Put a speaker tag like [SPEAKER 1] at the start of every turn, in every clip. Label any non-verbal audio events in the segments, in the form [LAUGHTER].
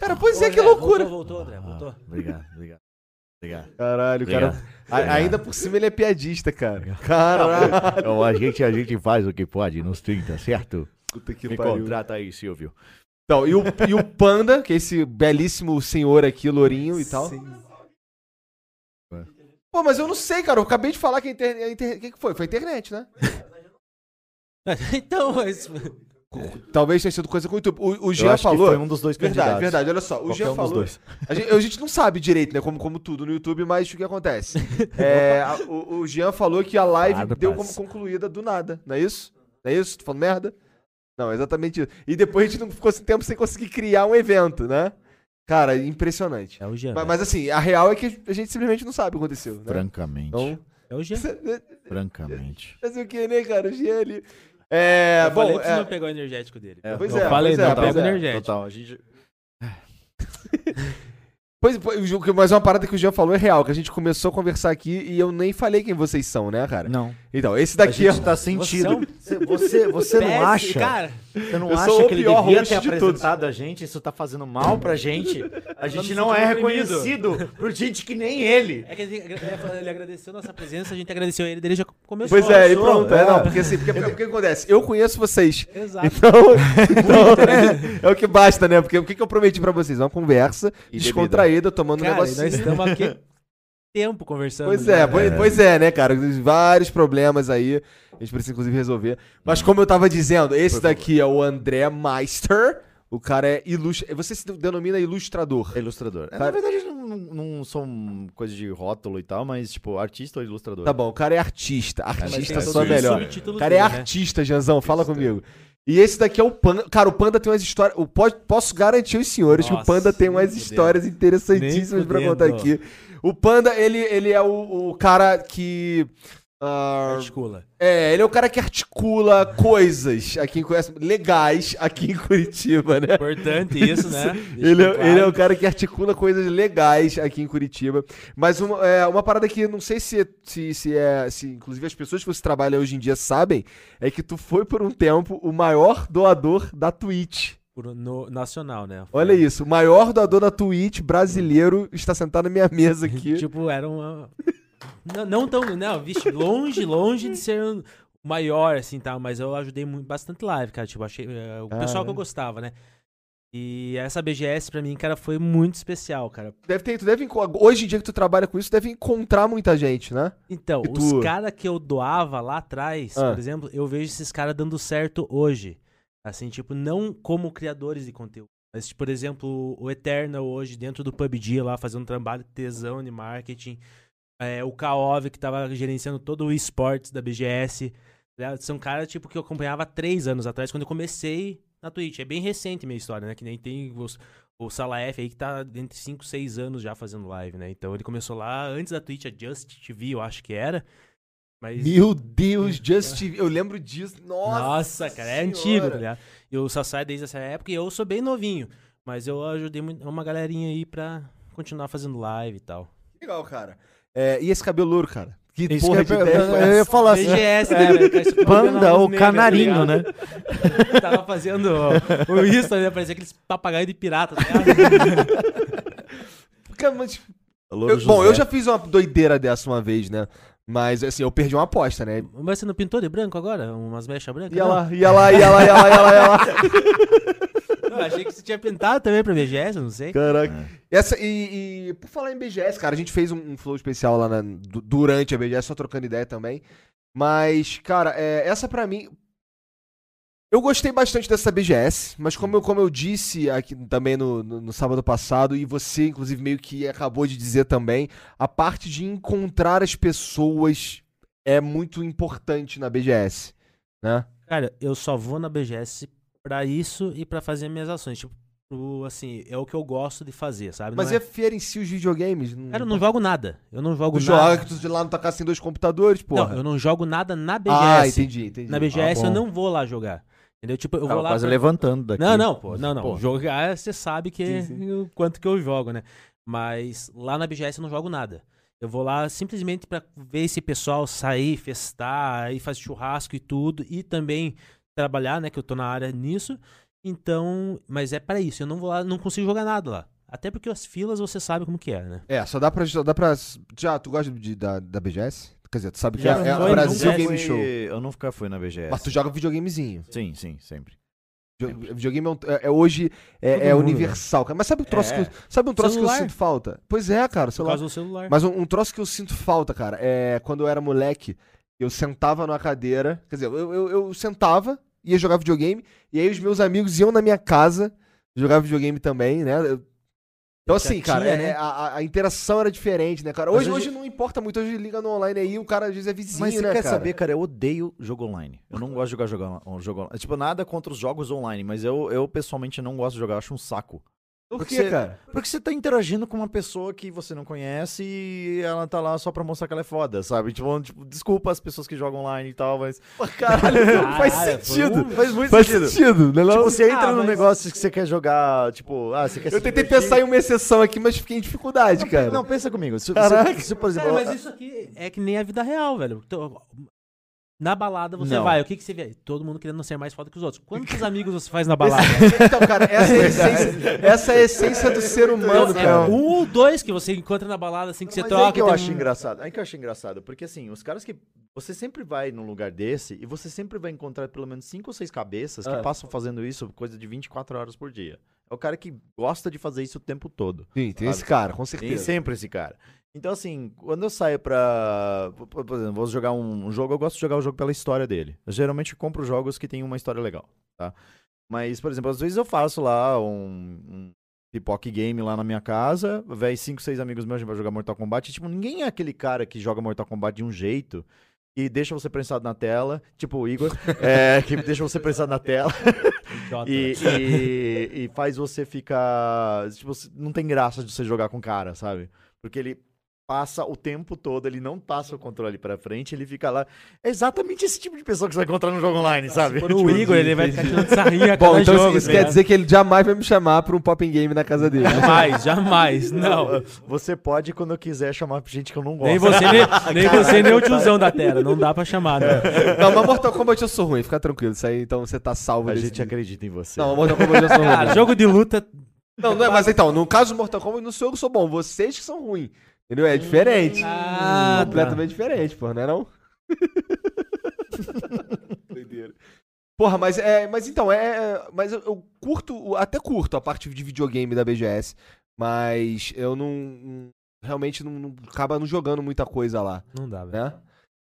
[SPEAKER 1] Cara, pois é, que
[SPEAKER 2] André,
[SPEAKER 1] loucura.
[SPEAKER 2] Voltou, voltou, André, voltou.
[SPEAKER 3] Obrigado, obrigado. Obrigado.
[SPEAKER 1] Caralho, cara.
[SPEAKER 3] Obrigado.
[SPEAKER 1] A- ainda por cima ele é piadista, cara. Caralho.
[SPEAKER 3] Então, a, gente, a gente faz o que pode nos 30, certo?
[SPEAKER 1] Puta que
[SPEAKER 3] Me
[SPEAKER 1] pariu.
[SPEAKER 3] contrata aí, Silvio.
[SPEAKER 1] Então, e o, e o Panda, que é esse belíssimo senhor aqui, lourinho e tal. Pô, mas eu não sei, cara. Eu acabei de falar que a internet. O que, que foi? Foi a internet, né?
[SPEAKER 2] [LAUGHS] Então, mas.
[SPEAKER 1] Talvez tenha sido coisa com o YouTube. O, o
[SPEAKER 3] É. Eu
[SPEAKER 1] Jean
[SPEAKER 3] acho que
[SPEAKER 1] falou.
[SPEAKER 3] foi um dos dois
[SPEAKER 1] Verdade,
[SPEAKER 3] candidatos.
[SPEAKER 1] verdade. Olha só, o
[SPEAKER 3] Qualquer
[SPEAKER 1] Jean
[SPEAKER 3] um dos
[SPEAKER 1] falou.
[SPEAKER 3] dois.
[SPEAKER 1] A gente, a gente não sabe direito, né? Como, como tudo no YouTube, mas o que acontece? É, a- o, o Jean falou que a live
[SPEAKER 3] Claro,
[SPEAKER 1] deu como
[SPEAKER 3] parça.
[SPEAKER 1] concluída do nada, não é isso? Não é isso? Tô falando merda? Não, é exatamente isso. E depois a gente não ficou sem tempo sem conseguir criar um evento, né? Cara, impressionante.
[SPEAKER 2] É o Jean.
[SPEAKER 1] Mas,
[SPEAKER 3] né?
[SPEAKER 2] velho.
[SPEAKER 1] mas assim, a real é que a gente simplesmente não sabe o que aconteceu, né?
[SPEAKER 3] Francamente.
[SPEAKER 1] Então, [LAUGHS]
[SPEAKER 2] É o Jean.
[SPEAKER 3] Francamente.
[SPEAKER 1] fazer o que, né, cara? O Jean ali. É,
[SPEAKER 2] Eu
[SPEAKER 1] bom,
[SPEAKER 2] falei pra você
[SPEAKER 1] é,
[SPEAKER 2] não pegar o energético dele.
[SPEAKER 1] Pois
[SPEAKER 3] eu
[SPEAKER 1] é,
[SPEAKER 3] falei,
[SPEAKER 1] pois é,
[SPEAKER 3] não,
[SPEAKER 1] pois
[SPEAKER 3] pega
[SPEAKER 1] é.
[SPEAKER 3] energético. Total, a gente...
[SPEAKER 1] Pois, pois, o que- mas uma parada que o Jean falou é real, que a gente começou a conversar aqui e eu nem falei quem vocês são, né, cara?
[SPEAKER 3] Não.
[SPEAKER 1] Então, esse daqui,
[SPEAKER 3] a
[SPEAKER 1] ó.
[SPEAKER 3] gente tá
[SPEAKER 2] Você é
[SPEAKER 3] sentindo.
[SPEAKER 2] um
[SPEAKER 3] Você, você, você
[SPEAKER 2] péssimo-
[SPEAKER 3] não acha?
[SPEAKER 2] Cara,
[SPEAKER 3] você não
[SPEAKER 1] eu
[SPEAKER 3] acha
[SPEAKER 1] sou o
[SPEAKER 3] que ele
[SPEAKER 1] pior
[SPEAKER 3] devia
[SPEAKER 1] host
[SPEAKER 3] ter
[SPEAKER 1] de todos. Tá
[SPEAKER 3] apresentado a gente? Isso tá fazendo mal pra gente? A gente não é
[SPEAKER 2] sentindo oprimido.
[SPEAKER 3] reconhecido por gente que nem ele.
[SPEAKER 2] é que ele ele agradeceu nossa presença, a gente agradeceu ele, ele já começou.
[SPEAKER 1] Pois é, e
[SPEAKER 3] sou,
[SPEAKER 1] pronto. É,
[SPEAKER 3] é.
[SPEAKER 1] não, porque assim, porque, porque, o que acontece? Eu conheço vocês.
[SPEAKER 2] Exato.
[SPEAKER 1] Então, [LAUGHS] então, é o que basta, né? Porque o que que eu prometi pra vocês? Uma conversa
[SPEAKER 3] E
[SPEAKER 1] descontraída, tomando
[SPEAKER 2] Cara,
[SPEAKER 1] um
[SPEAKER 2] e nós
[SPEAKER 1] negocinho.
[SPEAKER 2] estamos aqui tempo conversando.
[SPEAKER 1] Pois
[SPEAKER 2] já,
[SPEAKER 1] é,
[SPEAKER 2] né?
[SPEAKER 1] pois, pois é, né, cara? Vários problemas aí. A gente precisa, inclusive, resolver. Mas como eu tava dizendo, esse daqui é o André Meister. O cara é ilustrador. Você se denomina ilustrador.
[SPEAKER 3] Ilustrador. É,
[SPEAKER 1] Cara-
[SPEAKER 3] Na verdade, eu não, não, não são coisa de rótulo e tal, mas, tipo, artista ou ilustrador?
[SPEAKER 1] Tá bom, o cara é artista.
[SPEAKER 3] mas
[SPEAKER 1] Artista
[SPEAKER 3] tem
[SPEAKER 1] tá só
[SPEAKER 3] todo
[SPEAKER 1] melhor.
[SPEAKER 3] isso,
[SPEAKER 2] subtítulo
[SPEAKER 1] O cara é
[SPEAKER 2] dele, né?
[SPEAKER 1] artista, Janzão, fala comigo. E esse daqui é o Panda. Cara, o Panda tem umas histórias. eu po- posso garantir os senhores que o
[SPEAKER 2] Nossa,
[SPEAKER 1] Panda tem
[SPEAKER 2] nem
[SPEAKER 1] umas
[SPEAKER 2] fudendo.
[SPEAKER 1] histórias interessantíssimas
[SPEAKER 2] Nem
[SPEAKER 1] pra contar
[SPEAKER 2] fudendo.
[SPEAKER 1] aqui. O Panda, ele, ele é o, o cara que. ah,
[SPEAKER 2] Articula.
[SPEAKER 1] é, ele é o cara que articula coisas aqui em Curitiba, legais aqui em Curitiba, né?
[SPEAKER 2] Importante isso, né?
[SPEAKER 1] [LAUGHS]
[SPEAKER 2] Deixa
[SPEAKER 1] Ele é,
[SPEAKER 2] claro.
[SPEAKER 1] ele é o cara que articula coisas legais aqui em Curitiba. Mas uma, é, uma parada que não sei se, se, se é. Se, inclusive as pessoas que você trabalha hoje em dia sabem, é que tu foi por um tempo o maior doador da Twitch.
[SPEAKER 2] Por- no- nacional, né?
[SPEAKER 1] Olha isso, o maior doador da Twitch brasileiro está sentado na minha
[SPEAKER 2] [LAUGHS]
[SPEAKER 1] mesa aqui.
[SPEAKER 2] Tipo, era uma. não, não tão. Não, vixe, longe, longe de ser um- maior, assim, tá? Mas eu ajudei muito, bastante live, cara. Tipo, achei. eh, o pessoal que eu gostava, né? E essa BGS pra mim, cara, foi muito especial, cara.
[SPEAKER 1] Deve ter, tu deve, enco- hoje em dia que tu trabalha com isso, deve encontrar muita gente, né?
[SPEAKER 2] Então,
[SPEAKER 1] E tu?
[SPEAKER 2] os caras que eu doava lá atrás,
[SPEAKER 1] Ah.
[SPEAKER 2] por exemplo, eu vejo esses caras dando certo hoje. Assim, tipo, não como criadores de conteúdo. Mas, tipo, por exemplo, o Eternal hoje, dentro do PUBG lá, fazendo um trabalho de tesão de marketing. É, o Kaov, que tava gerenciando todo o esportes da BGS. né? São caras, tipo, que eu acompanhava há três anos atrás, quando eu comecei na Twitch. É bem recente a minha história, né? Que nem tem os- o Sala F aí que tá entre 5, 6 anos já fazendo live, né? Então ele começou lá antes da Twitch, a Just TV, eu acho que era. Mas.
[SPEAKER 1] Meu Deus, Just TV. Eu lembro disso. Nossa,
[SPEAKER 2] Nossa, cara, é antigo, tá ligado? E o Sassai desde essa época e eu sou bem novinho. Mas eu ajudei muito- uma galerinha aí pra continuar fazendo live e tal.
[SPEAKER 1] Legal, cara. É, e esse cabelo louro, cara? Que
[SPEAKER 3] Isso
[SPEAKER 1] porra
[SPEAKER 3] que eu,
[SPEAKER 1] de ideia foi
[SPEAKER 3] eu ia
[SPEAKER 1] essa?
[SPEAKER 3] falar assim.
[SPEAKER 2] BGS, né, velho? Cara, isso foi bem na
[SPEAKER 3] Panda,
[SPEAKER 2] luz
[SPEAKER 3] o
[SPEAKER 2] negra,
[SPEAKER 3] canarinho,
[SPEAKER 2] tá
[SPEAKER 3] né?
[SPEAKER 2] ligado? [LAUGHS] Tava fazendo o- o isso, né? Parecia aqueles papagaio de pirata, tá ligado?
[SPEAKER 1] Cara, mas- Eu- bom, eu já fiz uma doideira dessa uma vez, né? Mas assim, eu perdi uma aposta, né?
[SPEAKER 2] Mas você não pintou de branco agora? Umas mechas brancas?
[SPEAKER 1] Ia
[SPEAKER 2] Não.
[SPEAKER 1] lá, ia lá, ia lá, ia lá, ia lá, ia lá.
[SPEAKER 2] Eu achei que você tinha pintado também pra BGS, eu não sei.
[SPEAKER 1] Caraca. Essa, É. e, e por falar em BGS, cara, a gente fez um, um flow especial lá na- du- durante a BGS, só trocando ideia também. Mas, cara, é, essa pra mim. Eu gostei bastante dessa BGS, mas como eu, como eu disse aqui também no, no- no sábado passado, e você, inclusive, meio que acabou de dizer também, a parte de encontrar as pessoas é muito importante na BGS, né?
[SPEAKER 2] Cara, eu só vou na BGS pra isso e pra fazer minhas ações. Tipo, o- assim, é o que eu gosto de fazer, sabe?
[SPEAKER 1] Mas
[SPEAKER 2] não é...
[SPEAKER 1] referencia os videogames. Não...
[SPEAKER 2] Cara, eu não jogo nada. Eu não jogo
[SPEAKER 1] Tu
[SPEAKER 2] nada.
[SPEAKER 1] joga é que tu de lá não tocasse em dois computadores, porra.
[SPEAKER 2] Não, eu não jogo nada na BGS.
[SPEAKER 1] Ah, entendi, entendi.
[SPEAKER 2] Na BGS
[SPEAKER 3] Ah,
[SPEAKER 2] eu
[SPEAKER 3] bom.
[SPEAKER 2] não vou lá jogar. Entendeu? Tipo, eu
[SPEAKER 3] Tava
[SPEAKER 2] vou lá.
[SPEAKER 3] quase
[SPEAKER 2] pra-
[SPEAKER 3] levantando daqui.
[SPEAKER 2] Não, não, pô. Não, não.
[SPEAKER 3] Pô.
[SPEAKER 2] Jogar, você sabe que
[SPEAKER 1] Sim, sim.
[SPEAKER 2] o quanto que eu jogo, né? Mas lá na BGS eu não jogo nada. Eu vou lá simplesmente pra ver esse pessoal sair, festar, aí faz churrasco e tudo, e também trabalhar, né? Que eu tô na área nisso. Então, mas é pra isso. Eu não vou lá, não consigo jogar nada lá. Até porque as filas você sabe como que é, né?
[SPEAKER 1] É, só dá pra, só dá pra. Já, tu gosta de, da, da BGS? Quer dizer, tu sabe que
[SPEAKER 2] Já
[SPEAKER 1] é, é
[SPEAKER 2] foi,
[SPEAKER 1] o Brasil
[SPEAKER 2] nunca
[SPEAKER 1] Game
[SPEAKER 3] fui-
[SPEAKER 1] Show.
[SPEAKER 3] Eu nunca fui na BGS.
[SPEAKER 1] Mas tu joga videogamezinho.
[SPEAKER 3] Sim, sim, sempre.
[SPEAKER 1] Jo- Videogame é, um- é- é hoje
[SPEAKER 2] Todo
[SPEAKER 1] é, é
[SPEAKER 2] mundo, né?
[SPEAKER 1] universal, cara. Mas sabe um troço,
[SPEAKER 3] É.
[SPEAKER 1] que, eu- sabe um troço que eu
[SPEAKER 2] Celular.
[SPEAKER 1] sinto falta? Pois é, cara, sei
[SPEAKER 2] Por
[SPEAKER 1] lá.
[SPEAKER 2] causa do [LAUGHS] celular.
[SPEAKER 1] Mas um, um troço que eu sinto falta, cara, é quando eu era moleque, eu sentava numa cadeira, quer dizer, eu, eu, eu sentava, ia jogar videogame, e aí os meus amigos iam na minha casa jogar videogame também, né? Eu- então,
[SPEAKER 2] Já
[SPEAKER 1] assim, cara,
[SPEAKER 2] tinha,
[SPEAKER 1] é-
[SPEAKER 2] né?
[SPEAKER 1] é- a- a, a interação era diferente, né, cara?
[SPEAKER 3] Mas
[SPEAKER 1] Hoje, hoje...
[SPEAKER 3] hoje-
[SPEAKER 1] não importa muito, hoje liga no online aí, o cara às vezes é vizinho,
[SPEAKER 3] Mas você
[SPEAKER 1] né,
[SPEAKER 3] quer
[SPEAKER 1] cara?
[SPEAKER 3] saber, cara, eu odeio jogo online. Eu
[SPEAKER 1] [LAUGHS]
[SPEAKER 3] não gosto de jogar jogo, on- jogo online. Tipo, nada contra os jogos online, mas eu, eu pessoalmente não gosto de jogar, eu acho um saco.
[SPEAKER 1] Por
[SPEAKER 3] Porque
[SPEAKER 1] quê,
[SPEAKER 3] você-
[SPEAKER 1] cara?
[SPEAKER 3] Porque você tá interagindo com uma pessoa que você não conhece e ela tá lá só pra mostrar que ela é foda, sabe? Tipo, tipo, desculpa as pessoas que jogam online e tal, mas.
[SPEAKER 1] Caralho, não [LAUGHS] faz
[SPEAKER 2] Caralho, foi
[SPEAKER 1] sentido.
[SPEAKER 2] um-
[SPEAKER 3] Faz muito
[SPEAKER 1] Faz
[SPEAKER 3] sentido.
[SPEAKER 1] sentido, né?
[SPEAKER 3] Tipo,
[SPEAKER 1] não?
[SPEAKER 3] você entra
[SPEAKER 2] Ah,
[SPEAKER 3] num
[SPEAKER 2] mas-
[SPEAKER 3] negócio que você quer jogar, tipo, ah, você quer
[SPEAKER 1] Eu tentei pensar em uma exceção aqui, mas fiquei em dificuldade, cara.
[SPEAKER 3] Não, pensa comigo. Se, se-
[SPEAKER 1] Caraca.
[SPEAKER 3] se, por exemplo,
[SPEAKER 2] Cara, mas isso aqui é que nem a vida real, velho. Então, na balada você
[SPEAKER 3] Não.
[SPEAKER 2] vai, o que, que você vê? Todo mundo querendo ser mais foda que os outros.
[SPEAKER 3] [LAUGHS]
[SPEAKER 2] Quantos amigos você faz na balada?
[SPEAKER 1] Então, cara, essa é a essência, essa é a essência do ser humano,
[SPEAKER 2] Não, é
[SPEAKER 1] cara.
[SPEAKER 2] um ou dois que você encontra na balada assim que você
[SPEAKER 3] Mas
[SPEAKER 2] troca.
[SPEAKER 3] é que eu
[SPEAKER 2] tem um-
[SPEAKER 3] acho engraçado. É que eu acho engraçado, porque assim, os caras que você sempre vai num lugar desse e você sempre vai encontrar pelo menos cinco ou seis cabeças que
[SPEAKER 1] Ah.
[SPEAKER 3] passam fazendo isso coisa de 24 horas por dia. É o cara que gosta de fazer isso o tempo todo.
[SPEAKER 1] Sim, tem
[SPEAKER 3] esse é
[SPEAKER 1] cara, com
[SPEAKER 3] Tem sempre esse cara. Então assim, quando eu saio pra, por- por por exemplo, vou jogar um um jogo, eu gosto de jogar o jogo pela história dele. Eu geralmente compro jogos que têm uma história legal, tá? Mas, por exemplo, às vezes eu faço lá um, um pipoque game lá na minha casa, véi, cinco, seis amigos meus a gente vai jogar Mortal Kombat. E, tipo, ninguém é aquele cara que joga Mortal Kombat de um jeito e deixa você prensado na tela, tipo o Igor, é, que deixa você prensado na tela
[SPEAKER 2] Idiota,
[SPEAKER 3] e,
[SPEAKER 2] velho.
[SPEAKER 3] e- e faz você ficar. Tipo, você- não tem graça de você jogar com o cara, sabe? Porque ele passa o tempo todo, ele não passa o controle pra frente, ele fica lá. É exatamente esse tipo de pessoa que você vai encontrar no jogo online, sabe?
[SPEAKER 1] [LAUGHS]
[SPEAKER 3] [LAUGHS] Tipo assim,
[SPEAKER 2] Por o Igor, ele vai ficar tirando sarrinha a
[SPEAKER 1] Tipo, Bom,
[SPEAKER 2] cada
[SPEAKER 1] então
[SPEAKER 2] jogo,
[SPEAKER 1] isso
[SPEAKER 3] né?
[SPEAKER 2] tá
[SPEAKER 1] quer
[SPEAKER 2] ligado?
[SPEAKER 1] dizer que ele jamais vai me chamar pra um popping game na casa
[SPEAKER 3] [LAUGHS]
[SPEAKER 1] dele. [LAUGHS]
[SPEAKER 2] Jamais, jamais, não.
[SPEAKER 3] Você pode, quando eu quiser, chamar gente que eu não gosto.
[SPEAKER 2] Nem você, nem, nem você, nem o tiozão da tela. Não dá pra
[SPEAKER 1] [LAUGHS]
[SPEAKER 2] chamar, né?
[SPEAKER 1] Não, mas Mortal Kombat eu sou ruim, fica tranquilo. Isso aí, então você tá salvo
[SPEAKER 3] A
[SPEAKER 1] desse-
[SPEAKER 3] gente Ah, acredita em você.
[SPEAKER 1] Não, Mortal Kombat eu sou
[SPEAKER 3] [LAUGHS]
[SPEAKER 1] ruim.
[SPEAKER 2] Cara, jogo de luta. hum,
[SPEAKER 1] Não, não é, mas então, no caso do Mortal Kombat, no seu eu sou bom. Vocês que são ruins. Entendeu?
[SPEAKER 3] Hum.
[SPEAKER 1] É diferente.
[SPEAKER 2] Ah, tá.
[SPEAKER 1] completamente diferente, porra, não é não? Doideira. Porra, mas é, mas então é, é- mas eu, eu curto, o- até curto a parte de videogame da BGS, mas eu não- não realmente não, não acaba não jogando muita coisa lá,
[SPEAKER 2] Não dá, velho.
[SPEAKER 1] né?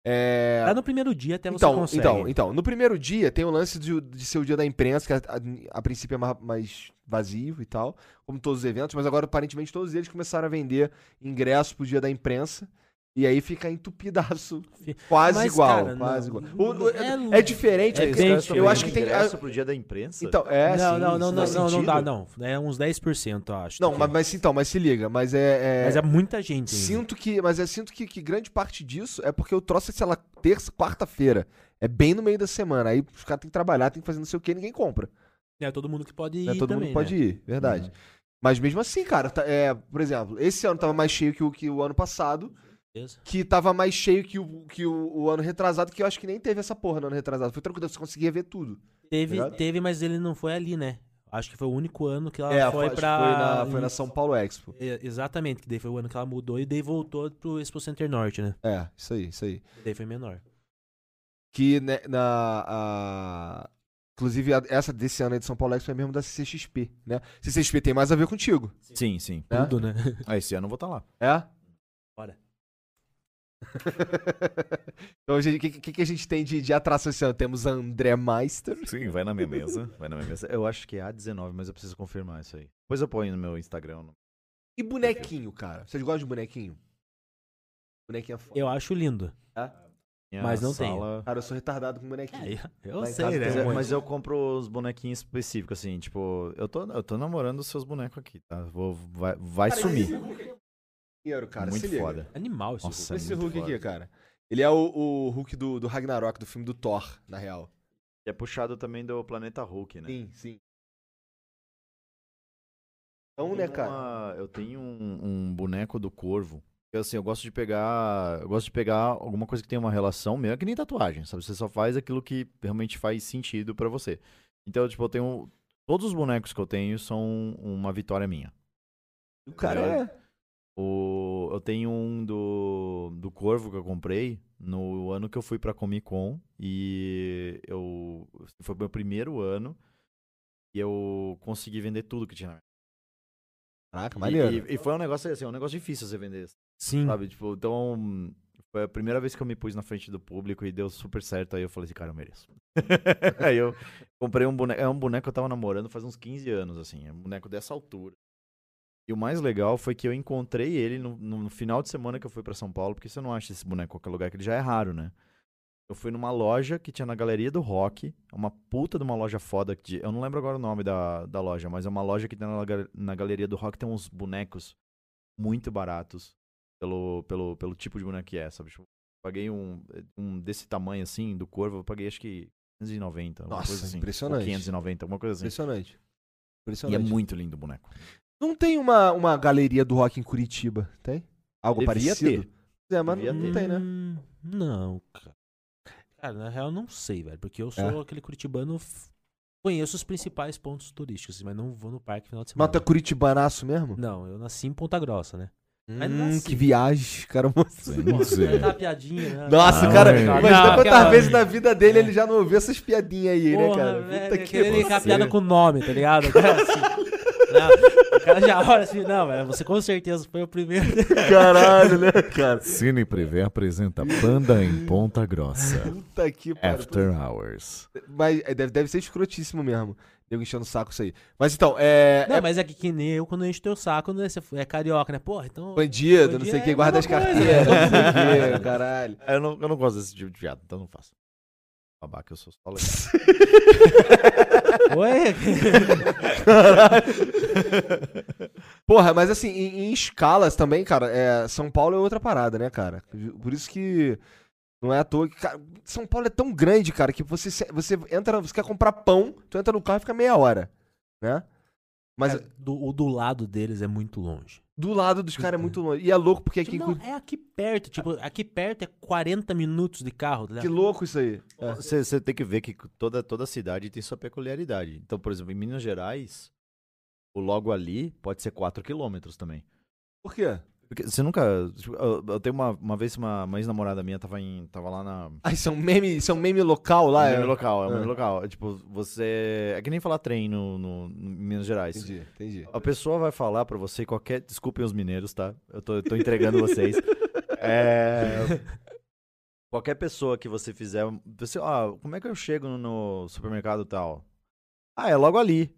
[SPEAKER 1] É,
[SPEAKER 2] Tá no primeiro dia até você
[SPEAKER 1] então,
[SPEAKER 2] consegue.
[SPEAKER 1] então, então, no primeiro dia tem o lance de, de ser o dia da imprensa, que a, a- a princípio é ma- mais vazio e tal, como todos os eventos, mas agora aparentemente todos eles começaram a vender ingresso pro dia da imprensa. E aí fica
[SPEAKER 2] [LAUGHS]
[SPEAKER 1] entupidaço.
[SPEAKER 2] Fi-
[SPEAKER 1] Quase
[SPEAKER 2] Mas,
[SPEAKER 1] igual,
[SPEAKER 2] cara,
[SPEAKER 1] quase
[SPEAKER 2] não-
[SPEAKER 1] igual. O- o-
[SPEAKER 2] não-
[SPEAKER 1] é, diferente,
[SPEAKER 2] é
[SPEAKER 1] isso.
[SPEAKER 2] bem
[SPEAKER 1] Eu
[SPEAKER 2] diferente.
[SPEAKER 1] acho que tem ah,
[SPEAKER 3] ingresso pro dia da imprensa.
[SPEAKER 1] Então, é
[SPEAKER 2] não,
[SPEAKER 1] sim,
[SPEAKER 2] não, não,
[SPEAKER 1] isso
[SPEAKER 2] não,
[SPEAKER 1] faz
[SPEAKER 2] não, não
[SPEAKER 1] sentido.
[SPEAKER 2] dá, não. É uns 10%, eu acho.
[SPEAKER 1] Não,
[SPEAKER 2] Porque-
[SPEAKER 1] mas, mas então, mas se liga, mas é, é-
[SPEAKER 2] mas é muita gente. ainda.
[SPEAKER 1] sinto que, mas eu sinto que, que grande parte disso é porque eu trouxe, sei lá, terça, quarta-feira. É bem no meio da semana. Aí os caras têm que trabalhar, tem que fazer não sei o que, ninguém compra.
[SPEAKER 2] É todo mundo que pode ir.
[SPEAKER 1] né? Todo
[SPEAKER 2] também,
[SPEAKER 1] mundo pode
[SPEAKER 2] né?
[SPEAKER 1] ir, verdade. Mas mesmo assim, cara, tá- é, por exemplo, esse ano tava mais cheio que o, que o ano passado,
[SPEAKER 2] Beleza?
[SPEAKER 1] que tava mais cheio que, o, que o, o ano retrasado, que eu acho que nem teve essa porra no ano retrasado. Foi tranquilo, você conseguia ver tudo.
[SPEAKER 2] Teve,
[SPEAKER 1] Obrigado.
[SPEAKER 2] teve, mas ele não foi ali, né? Acho que foi o único ano que ela
[SPEAKER 1] é,
[SPEAKER 2] Ah, foi
[SPEAKER 1] acho que
[SPEAKER 2] pra.
[SPEAKER 1] foi, na, foi na São Paulo Expo.
[SPEAKER 2] É, Exatamente, que daí foi o ano que ela mudou e daí voltou pro Expo Center Norte, né?
[SPEAKER 1] É, isso aí, isso aí.
[SPEAKER 2] Daí foi menor.
[SPEAKER 1] Que né, na. a- Inclusive, a- essa desse ano aí de São Paulo Expo é mesmo da CCXP, né? CCXP tem mais a ver contigo,
[SPEAKER 3] Sim, sim.
[SPEAKER 1] né?
[SPEAKER 2] Tudo, né? [LAUGHS]
[SPEAKER 3] Ah, esse ano eu vou estar lá.
[SPEAKER 1] É?
[SPEAKER 2] Bora.
[SPEAKER 1] [LAUGHS] então, o que, que, que a gente tem de, de atração esse ano? Temos a André Meister.
[SPEAKER 3] Sim, vai na minha mesa. Vai na minha mesa. Eu acho que é A19, mas eu preciso confirmar isso aí. Depois eu ponho no meu Instagram. no-
[SPEAKER 1] E bonequinho, cara? Vocês gostam de bonequinho? Bonequinho é foda.
[SPEAKER 2] Eu acho lindo.
[SPEAKER 3] Minha
[SPEAKER 2] Mas não tem.
[SPEAKER 3] sala...
[SPEAKER 1] Cara, eu sou retardado com bonequinho.
[SPEAKER 2] É, eu
[SPEAKER 1] Lá em
[SPEAKER 2] sei,
[SPEAKER 1] casa
[SPEAKER 3] Mas,
[SPEAKER 1] tem
[SPEAKER 2] né?
[SPEAKER 3] eu-
[SPEAKER 1] muito.
[SPEAKER 3] mas eu compro os bonequinhos específicos, assim, tipo, eu tô, eu tô namorando os seus bonecos aqui, tá? Vou, vai vai
[SPEAKER 1] Cara, esse
[SPEAKER 3] sumir.
[SPEAKER 1] Hulk é Dinheiro, cara,
[SPEAKER 3] muito
[SPEAKER 1] se liga.
[SPEAKER 3] foda.
[SPEAKER 2] Animal esse
[SPEAKER 3] Nossa,
[SPEAKER 2] jogo.
[SPEAKER 1] Esse
[SPEAKER 3] É muito
[SPEAKER 1] Hulk aqui,
[SPEAKER 3] foda.
[SPEAKER 1] cara. Ele é o, o Hulk do, do Ragnarok, do filme do Thor, na real.
[SPEAKER 3] E é puxado também do Planeta Hulk, né?
[SPEAKER 1] Sim, sim. Então, né,
[SPEAKER 3] tenho
[SPEAKER 1] cara?
[SPEAKER 3] uma- eu tenho um, um boneco do corvo. Eu, assim, eu gosto de pegar. Eu gosto de pegar alguma coisa que tem uma relação mesmo, é que nem tatuagem, sabe? Você só faz aquilo que realmente faz sentido pra você. Então, tipo, eu tenho. Todos os bonecos que eu tenho são uma vitória minha.
[SPEAKER 1] O
[SPEAKER 3] Cara,
[SPEAKER 1] cara
[SPEAKER 3] O, eu tenho um do, do Corvo que eu comprei no ano que eu fui pra Comic Con. E eu. assim, Foi meu primeiro ano. E eu consegui vender tudo que tinha na minha.
[SPEAKER 1] Caraca,
[SPEAKER 3] E- E, e foi um negócio assim, um negócio difícil você vender,
[SPEAKER 2] Sim.
[SPEAKER 3] sabe? Tipo, então. Foi a primeira vez que eu me pus na frente do público e deu super certo. Aí eu falei assim, cara, eu mereço. [LAUGHS] aí eu comprei um boneco. É um boneco que eu tava namorando faz uns 15 anos, assim. É um boneco dessa altura. E o mais legal foi que eu encontrei ele no, no- no final de semana que eu fui pra São Paulo, porque você não acha esse boneco em qualquer lugar, que ele já é raro, né? Eu fui numa loja que tinha na Galeria do Rock, é uma puta de uma loja foda. que de- eu não lembro agora o nome da, da loja, mas é uma loja que tem na, gal- na Galeria do Rock, tem uns bonecos muito baratos pelo, pelo, pelo tipo de boneco que é, sabe? Tipo, paguei um, um desse tamanho assim, do corvo, eu paguei acho que 590. alguma
[SPEAKER 1] Nossa,
[SPEAKER 3] coisa assim, ou
[SPEAKER 1] impressionante.
[SPEAKER 3] 590, alguma coisa assim.
[SPEAKER 1] Impressionante.
[SPEAKER 3] E é
[SPEAKER 1] Impressionante.
[SPEAKER 3] muito lindo o boneco.
[SPEAKER 1] Não tem uma, uma galeria do rock em Curitiba, tem? Algo
[SPEAKER 3] Devia
[SPEAKER 1] parecido?
[SPEAKER 3] ter.
[SPEAKER 1] É, mas
[SPEAKER 3] Devia
[SPEAKER 1] não
[SPEAKER 3] ter.
[SPEAKER 1] tem, né?
[SPEAKER 2] Hum, Não, cara. Cara, na real, não sei, velho. Porque
[SPEAKER 1] É.
[SPEAKER 2] eu sou aquele curitibano. f- Conheço os principais pontos turísticos, assim, mas não vou no parque no final de semana.
[SPEAKER 1] Mata Curitibanaço mesmo?
[SPEAKER 2] Não, eu nasci em Ponta Grossa, né? Mas não é
[SPEAKER 1] Hum,
[SPEAKER 2] assim.
[SPEAKER 1] que viagem, cara.
[SPEAKER 2] Vai
[SPEAKER 3] tá
[SPEAKER 2] dar piadinha, né?
[SPEAKER 1] Nossa,
[SPEAKER 3] Não,
[SPEAKER 1] cara,
[SPEAKER 3] velho.
[SPEAKER 1] imagina
[SPEAKER 2] Não,
[SPEAKER 1] quantas
[SPEAKER 2] cara.
[SPEAKER 1] vezes na vida dele ele já não ouviu essas piadinhas aí, né,
[SPEAKER 2] Porra,
[SPEAKER 1] cara?
[SPEAKER 2] velho,
[SPEAKER 1] Puta que
[SPEAKER 2] querer ligar a
[SPEAKER 1] pariu.
[SPEAKER 2] piada com o nome, tá ligado? O cara, assim, não, o cara já olha assim, não, velho, você com certeza foi o primeiro.
[SPEAKER 1] Caralho, né, cara?
[SPEAKER 4] Cine Privé apresenta Panda em Ponta Grossa.
[SPEAKER 1] Puta
[SPEAKER 3] É,
[SPEAKER 1] que pariu.
[SPEAKER 4] After Hours.
[SPEAKER 1] Mas é, deve, deve ser escrotíssimo mesmo. Nego enchendo o saco isso aí. Mas então, é.
[SPEAKER 2] Não,
[SPEAKER 1] é
[SPEAKER 2] mas é que, que nem eu, quando enche teu saco, né, você é carioca, né? Porra, então...
[SPEAKER 1] bandido, não
[SPEAKER 2] Bandido
[SPEAKER 1] sei o
[SPEAKER 2] é
[SPEAKER 1] que, guarda
[SPEAKER 2] uma
[SPEAKER 1] as
[SPEAKER 2] coisa,
[SPEAKER 1] carteiras, não
[SPEAKER 2] né?
[SPEAKER 1] sei o que, [LAUGHS] caralho.
[SPEAKER 3] É, Eu não, eu não gosto desse tipo de piada, então não faço. Babaca, eu sou
[SPEAKER 1] [LAUGHS]
[SPEAKER 3] só legal.
[SPEAKER 2] Oi?
[SPEAKER 1] Porra, mas assim, em, em escalas também, cara, é, São Paulo é outra parada, né, cara? Por isso que não é à toa que. cara, São Paulo é tão grande, cara, que você, se- você entra, você quer comprar pão, tu entra no carro e fica meia hora, né? [LAUGHS] Mas
[SPEAKER 2] Cara, do- o do lado deles é muito longe.
[SPEAKER 1] do lado dos caras é muito longe. E é louco, porque aqui. em
[SPEAKER 2] Não,
[SPEAKER 1] Cu-
[SPEAKER 2] é aqui perto, tipo, aqui perto é 40 minutos de carro, tá
[SPEAKER 1] Que
[SPEAKER 2] ligado?
[SPEAKER 1] louco isso aí. É.
[SPEAKER 3] Você você tem que ver que toda, toda cidade tem sua peculiaridade. Então, por exemplo, em Minas Gerais, o logo ali pode ser 4 quilômetros também.
[SPEAKER 1] Por quê?
[SPEAKER 3] Porque você nunca. tipo, Eu, eu tenho uma, uma vez uma, uma ex-namorada minha tava, em, tava lá na.
[SPEAKER 1] Ah, isso é um meme, isso é um meme local lá.
[SPEAKER 3] é um
[SPEAKER 1] é?
[SPEAKER 3] meme local, é um
[SPEAKER 1] Ah.
[SPEAKER 3] meme local. É tipo, você. É que nem falar trem no, no, no- em Minas Gerais.
[SPEAKER 1] Entendi, entendi.
[SPEAKER 3] A pessoa vai falar pra você qualquer. Desculpem os mineiros, tá? Eu tô, eu tô entregando
[SPEAKER 2] [LAUGHS]
[SPEAKER 3] vocês. É, Qualquer pessoa que você fizer. Você, ah, como é que eu chego no supermercado tal? Ah, é logo ali.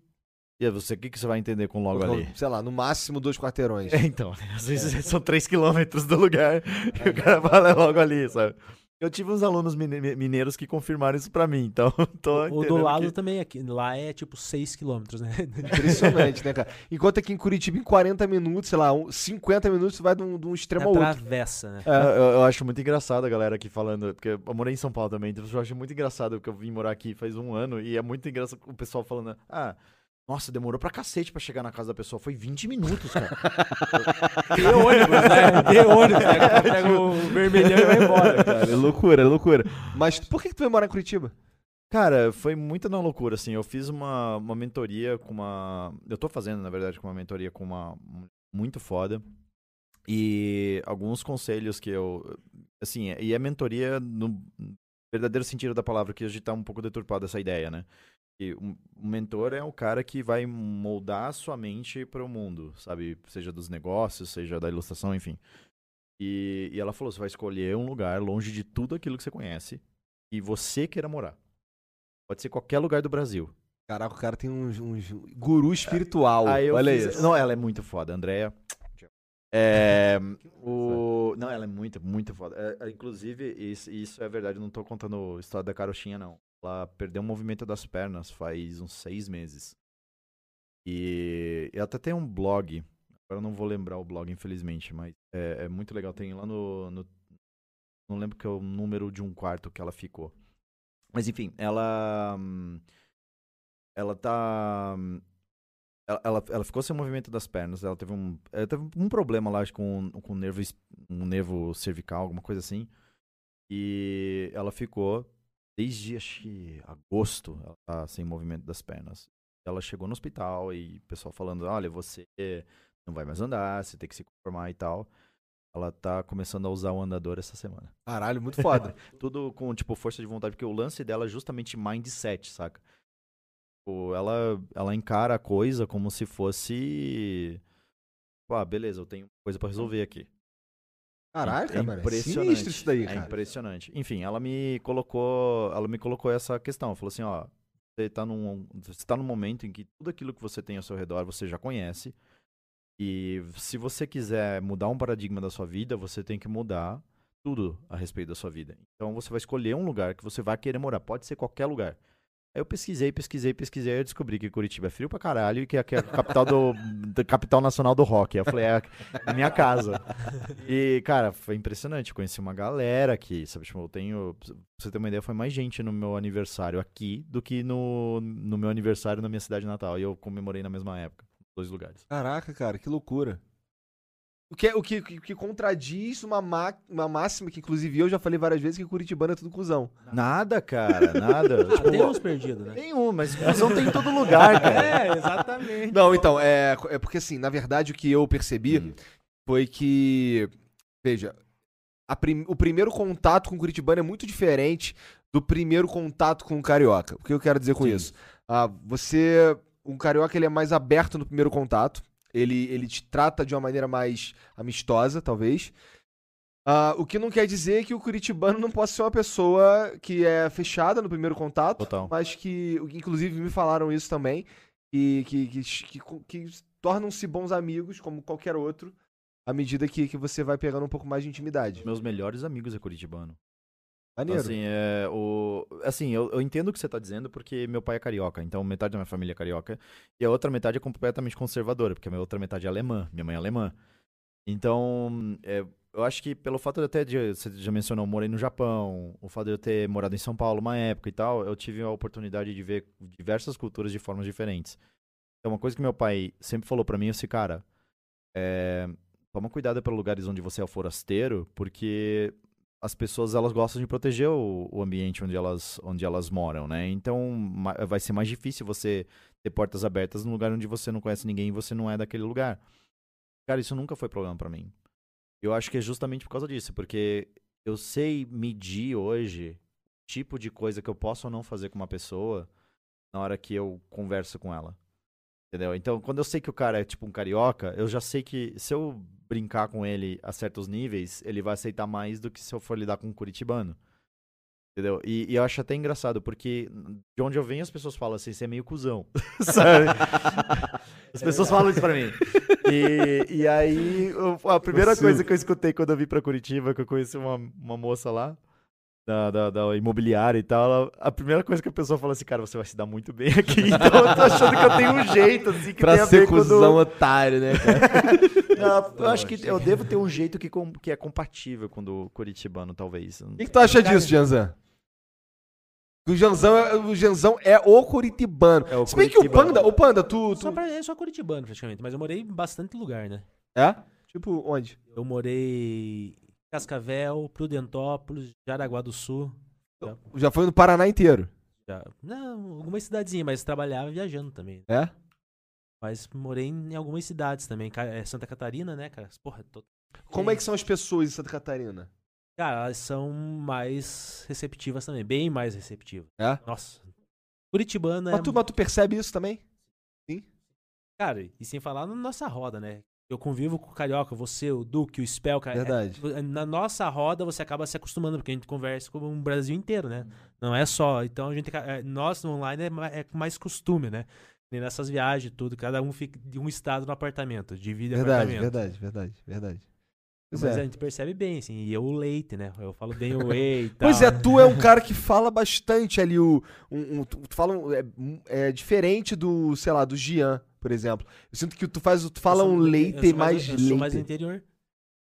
[SPEAKER 3] E aí você, o que, que você vai entender com logo ali?
[SPEAKER 1] Sei lá, no máximo dois quarteirões.
[SPEAKER 3] É, [LAUGHS] então, né? às vezes [LAUGHS]
[SPEAKER 2] É.
[SPEAKER 3] são 3 quilômetros do lugar e o cara fala é logo ali, sabe? Eu tive uns alunos mine- mineiros que confirmaram isso pra mim, então [LAUGHS] tô
[SPEAKER 1] né?
[SPEAKER 2] O do
[SPEAKER 3] entendendo
[SPEAKER 2] lado
[SPEAKER 3] que-
[SPEAKER 2] também, aqui, lá é tipo 6 quilômetros,
[SPEAKER 1] [LAUGHS]
[SPEAKER 2] né?
[SPEAKER 1] Impressionante, né, cara? Enquanto aqui em Curitiba, em 40 minutos, sei lá, um- 50 minutos, você vai de um, de um extremo
[SPEAKER 2] Na
[SPEAKER 1] ao outro.
[SPEAKER 2] travessa, né?
[SPEAKER 3] É, eu, eu acho muito engraçado a galera aqui falando, porque eu morei em São Paulo também, então eu acho muito engraçado porque eu vim morar aqui faz um ano e é muito engraçado o pessoal falando, ah, nossa, demorou pra cacete pra chegar na casa da pessoa, foi 20 minutos, cara.
[SPEAKER 2] Tem ônibus, né? Tem ônibus, né?
[SPEAKER 3] [LAUGHS]
[SPEAKER 2] O cara Pega o vermelhão e vai embora.
[SPEAKER 1] Cara, é loucura, é loucura. Mas por que, que tu vai morar em Curitiba?
[SPEAKER 3] Cara, foi muito na loucura, assim. Eu fiz uma, uma mentoria com uma. Eu tô fazendo, na verdade, com uma mentoria com uma. mulher Muito foda. E alguns conselhos que eu. Assim, e é mentoria no verdadeiro sentido da palavra, que hoje tá um pouco deturpada essa ideia, né? E um, um mentor é o cara que vai moldar a sua mente para o mundo, sabe? Seja dos negócios, seja da ilustração, enfim. E, e ela falou: você vai escolher um lugar longe de tudo aquilo que você conhece e você queira morar. Pode ser qualquer lugar do Brasil.
[SPEAKER 1] Caraca, o cara tem uns, uns guru espiritual.
[SPEAKER 3] Aí eu
[SPEAKER 1] Olha
[SPEAKER 3] fiz-
[SPEAKER 1] isso.
[SPEAKER 3] Não, ela é muito foda. Andréia, É, [LAUGHS] o... Não, ela é muito, muito foda. É, é, inclusive, isso, isso é verdade, eu não tô contando a história da carochinha, não. Ela perdeu o movimento das pernas faz uns seis meses. E ela até tem um blog. Agora eu não vou lembrar o blog, infelizmente, mas é, é muito legal. Tem lá no, no. Não lembro que é o número de um quarto que ela ficou. Mas enfim, ela. hum, Ela tá. hum, Ela, ela, ela ficou sem movimento das pernas. Ela teve um, ela teve um problema lá acho, com, com o nervo, es- um nervo cervical, alguma coisa assim. E ela ficou desde acho que agosto ela tá sem movimento das pernas. Ela chegou no hospital e o pessoal falando: olha, você não vai mais andar, você tem que se conformar e tal. Ela tá começando a usar o andador essa semana.
[SPEAKER 1] Caralho, muito
[SPEAKER 3] [LAUGHS]
[SPEAKER 1] foda.
[SPEAKER 3] Tudo com, tipo, força de vontade, porque o lance dela é justamente mindset, saca? Tipo, ela, ela encara a coisa como se fosse. tipo, Ah, beleza, eu tenho coisa pra resolver aqui.
[SPEAKER 1] Caralho,
[SPEAKER 3] É
[SPEAKER 1] cara, mano, é
[SPEAKER 3] impressionante.
[SPEAKER 1] sinistro isso daí,
[SPEAKER 3] É
[SPEAKER 1] cara.
[SPEAKER 3] impressionante. Enfim, ela me colocou, ela me colocou essa questão. Falou assim, ó, você tá num, você tá num momento em que tudo aquilo que você tem ao seu redor você já conhece. E se você quiser mudar um paradigma da sua vida, você tem que mudar tudo a respeito da sua vida. Então você vai escolher um lugar que você vai querer morar, pode ser qualquer lugar. Aí eu pesquisei, pesquisei, pesquisei, aí eu descobri que Curitiba é frio pra caralho e que aqui é a capital do [LAUGHS] da capital nacional do rock. Aí eu falei, é a minha casa. E, cara, foi impressionante. Eu Conheci uma galera aqui, sabe? Tipo, eu tenho. Pra você ter uma ideia, foi mais gente no meu aniversário aqui do que no, no meu aniversário na minha cidade natal. E eu comemorei na mesma época, nos dois lugares.
[SPEAKER 1] Caraca, cara, que loucura. O que, é, o que, o que contradiz uma, ma- uma máxima que, inclusive, eu já falei várias vezes que Curitibano é tudo cuzão.
[SPEAKER 3] Nada, cara, nada.
[SPEAKER 2] [LAUGHS] Ah,
[SPEAKER 3] tipo,
[SPEAKER 2] tem uns perdidos, né?
[SPEAKER 3] nenhum, mas não tem em todo lugar, cara.
[SPEAKER 2] [LAUGHS] É, exatamente.
[SPEAKER 1] Não, então, é, é porque assim, na verdade, o que eu percebi
[SPEAKER 3] Uhum.
[SPEAKER 1] foi que. Veja, a prim- o primeiro contato com o Curitibano é muito diferente do primeiro contato com o carioca. O que eu quero dizer com
[SPEAKER 3] Sim.
[SPEAKER 1] isso? Ah, você. Um carioca ele é mais aberto no primeiro contato. Ele, ele te trata de uma maneira mais amistosa, talvez. Ah, o que não quer dizer que o curitibano não possa ser uma pessoa que é fechada no primeiro contato.
[SPEAKER 3] Total.
[SPEAKER 1] Mas que, inclusive, me falaram isso também. Que, que, que, que, que tornam-se bons amigos, como qualquer outro, à medida que, que você vai pegando um pouco mais de intimidade.
[SPEAKER 3] Meus melhores amigos é curitibano.
[SPEAKER 1] [LAUGHS]
[SPEAKER 3] Então,
[SPEAKER 1] Maneiro.
[SPEAKER 3] Assim, é, o, assim eu, eu entendo o que você tá dizendo, porque meu pai é carioca, então metade da minha família é carioca, e a outra metade é completamente conservadora, porque a minha outra metade é alemã, minha mãe é alemã. Então, é, eu acho que pelo fato de eu até, de, você já mencionou, eu morei no Japão, o fato de eu ter morado em São Paulo uma época e tal, eu tive a oportunidade de ver diversas culturas de formas diferentes. Então, uma coisa que meu pai sempre falou pra mim é assim, cara, é, toma cuidado para lugares onde você é forasteiro, porque as pessoas elas gostam de proteger o, o ambiente onde elas, onde elas moram, né? Então ma- vai ser mais difícil você ter portas abertas num lugar onde você não conhece ninguém e você não é daquele lugar. Cara, isso nunca foi problema pra mim. Eu acho que é justamente por causa disso, porque eu sei medir hoje o tipo de coisa que eu posso ou não fazer com uma pessoa na hora que eu converso com ela. Entendeu? Então, quando eu sei que o cara é tipo um carioca, eu já sei que se eu brincar com ele a certos níveis, ele vai aceitar mais do que se eu for lidar com um curitibano. Entendeu? E, e eu acho até engraçado, porque de onde eu venho as pessoas falam assim, você é meio cuzão. [LAUGHS] Sabe? As pessoas falam isso pra mim. E, e aí, eu- a primeira
[SPEAKER 1] Você-
[SPEAKER 3] coisa que eu escutei quando eu vim pra Curitiba, que eu conheci uma, uma moça lá, da, da, da imobiliária e tal, ela- a primeira coisa que a pessoa fala assim, cara, você vai se dar muito bem
[SPEAKER 1] [LAUGHS]
[SPEAKER 3] aqui. Então eu tô achando que eu tenho um jeito, assim, que tem a ver com o do-
[SPEAKER 1] otário, né? cara?
[SPEAKER 3] [LAUGHS]
[SPEAKER 1] tá
[SPEAKER 3] Ah, eu acho que eu devo ter um jeito que, com- que é compatível com o do
[SPEAKER 1] [LAUGHS]
[SPEAKER 3] curitibano, talvez.
[SPEAKER 1] O que, que tu acha disso, Janzan? O Janzão, é, o Janzão é o curitibano.
[SPEAKER 3] É o
[SPEAKER 1] Se bem que o
[SPEAKER 3] curitibano.
[SPEAKER 1] Panda, o Panda, tu... tu...
[SPEAKER 2] Só pra, é só curitibano, praticamente. Mas eu morei em bastante lugar, né?
[SPEAKER 1] É? Tipo, onde?
[SPEAKER 2] Eu morei em Cascavel, Prudentópolis, Jaraguá do Sul.
[SPEAKER 1] Já foi no Paraná inteiro,
[SPEAKER 2] já- Não, algumas cidadezinhas, mas trabalhava viajando também.
[SPEAKER 1] é?
[SPEAKER 2] Mas morei em algumas cidades também. Ca- é Santa Catarina, né, cara? Porra, tô...
[SPEAKER 1] Como é que são as pessoas em Santa Catarina?
[SPEAKER 2] Cara, elas são mais receptivas também. Bem mais receptivas.
[SPEAKER 1] É?
[SPEAKER 2] Nossa. Curitibana
[SPEAKER 1] Mas
[SPEAKER 2] é...
[SPEAKER 1] tu, mas tu percebe isso também?
[SPEAKER 2] Cara, e sem falar na nossa roda, né? Eu convivo com o Carioca, você, o Duque, o Spell, cara.
[SPEAKER 1] Verdade.
[SPEAKER 2] é- na nossa roda você acaba se acostumando, porque a gente conversa com o
[SPEAKER 1] Uhum.
[SPEAKER 2] Brasil inteiro, né? Não é só. Então a gente. ca- é, Nós no online é ma- é mais costume, né? nem nessas viagens, tudo. Cada um fica de um estado no apartamento, divide
[SPEAKER 1] Verdade,
[SPEAKER 2] apartamento.
[SPEAKER 1] verdade, verdade, verdade. Pois
[SPEAKER 2] Mas a
[SPEAKER 1] é.
[SPEAKER 2] gente percebe bem, assim, e eu o leite, né? Eu falo
[SPEAKER 1] [LAUGHS]
[SPEAKER 2] bem o whey e tal.
[SPEAKER 1] Pois é, tu é um cara que fala bastante ali o. Um, um- tu tu fala um- é, um- é diferente do, sei lá, do Gian, por exemplo. Eu sinto que tu faz, tu fala
[SPEAKER 2] Eu sou-
[SPEAKER 1] um
[SPEAKER 2] eu
[SPEAKER 1] leite
[SPEAKER 2] sou
[SPEAKER 1] mais
[SPEAKER 2] Eu sou mais
[SPEAKER 1] leite.
[SPEAKER 2] interior.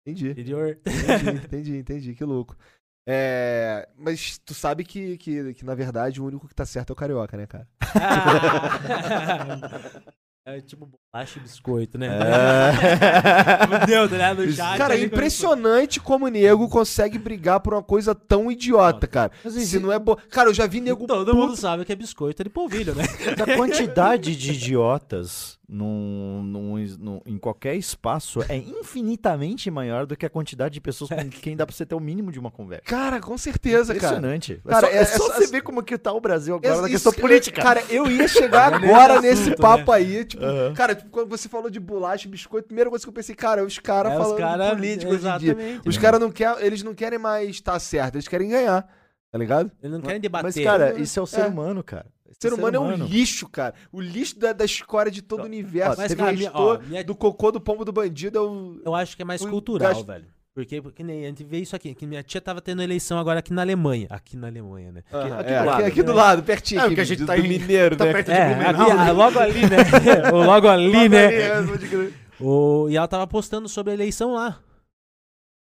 [SPEAKER 1] Entendi, [LAUGHS]
[SPEAKER 2] Interior. [LAUGHS]
[SPEAKER 1] entendi, entendi, entendi, que louco. É, mas tu sabe que, que, que, na verdade, o único que tá certo é o carioca, né, cara?
[SPEAKER 2] Ah! é tipo bolacha e biscoito, né?
[SPEAKER 3] É.
[SPEAKER 1] [LAUGHS]
[SPEAKER 2] Meu Deus, né? No chat.
[SPEAKER 1] Cara, é
[SPEAKER 2] ali,
[SPEAKER 1] impressionante como o nego consegue brigar por uma coisa tão idiota, cara. Se não é bo... Cara, eu já vi nego.
[SPEAKER 2] Todo
[SPEAKER 1] puto-
[SPEAKER 2] mundo sabe que é biscoito de polvilho,
[SPEAKER 1] [LAUGHS]
[SPEAKER 2] né?
[SPEAKER 3] A quantidade de idiotas num, num es- num- em qualquer espaço é infinitamente maior do que a quantidade de pessoas com quem dá pra você ter o mínimo de uma conversa.
[SPEAKER 1] Cara, com certeza, cara.
[SPEAKER 3] Impressionante.
[SPEAKER 1] Cara,
[SPEAKER 3] é
[SPEAKER 1] é-
[SPEAKER 3] só, é só
[SPEAKER 1] é-
[SPEAKER 3] você ver como que tá o Brasil agora na
[SPEAKER 1] Isso-
[SPEAKER 3] questão
[SPEAKER 1] isso-
[SPEAKER 3] política.
[SPEAKER 1] Cara, eu ia chegar
[SPEAKER 2] Era
[SPEAKER 1] agora
[SPEAKER 2] nesse
[SPEAKER 1] nesse
[SPEAKER 2] assunto,
[SPEAKER 1] papo aí. Tipo,
[SPEAKER 3] Aham.
[SPEAKER 1] Cara, tipo, quando você falou de bolacha e biscoito, a primeira coisa que eu pensei, cara, é os caras
[SPEAKER 2] É,
[SPEAKER 1] falando
[SPEAKER 2] os cara-
[SPEAKER 1] de política hoje em dia.
[SPEAKER 2] Exatamente.
[SPEAKER 1] Os
[SPEAKER 2] né?
[SPEAKER 1] caras não querem, eles não querem mais estar certo, eles querem ganhar. Tá ligado?
[SPEAKER 2] Eles não querem debater. né?
[SPEAKER 3] Mas, cara, isso é o ser
[SPEAKER 1] É.
[SPEAKER 3] humano, cara. Esse
[SPEAKER 1] O ser, humano, é um lixo, cara. O lixo da, da escória de todo o universo.
[SPEAKER 2] mas,
[SPEAKER 1] Teve
[SPEAKER 2] cara,
[SPEAKER 1] um
[SPEAKER 2] minha-
[SPEAKER 1] gestor
[SPEAKER 2] ó, minha-
[SPEAKER 1] do cocô do pombo do bandido é o.
[SPEAKER 2] Eu acho que é mais
[SPEAKER 1] Um
[SPEAKER 2] cultural,
[SPEAKER 1] gasto-
[SPEAKER 2] velho. Porque, porque nem a gente vê isso aqui, que minha tia tava tendo eleição agora aqui na Alemanha. Aqui na Alemanha, né?
[SPEAKER 1] Aham,
[SPEAKER 3] aqui
[SPEAKER 1] é,
[SPEAKER 3] do
[SPEAKER 1] aqui,
[SPEAKER 3] lado,
[SPEAKER 1] aqui do
[SPEAKER 2] né?
[SPEAKER 1] lado, pertinho.
[SPEAKER 3] É,
[SPEAKER 1] aqui
[SPEAKER 3] porque a gente
[SPEAKER 1] do-
[SPEAKER 3] tá
[SPEAKER 1] do
[SPEAKER 3] em-
[SPEAKER 1] mineiro, né?
[SPEAKER 3] perto
[SPEAKER 2] É, aqui- logo ali, [LAUGHS] né? Ou logo ali, né? O- e ela tava postando sobre a eleição lá.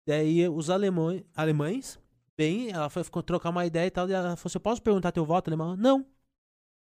[SPEAKER 2] Daí os alemães, alemães bem, ela foi ficou, trocar uma ideia e tal. E ela falou assim: "Eu posso perguntar teu voto, alemão? Não.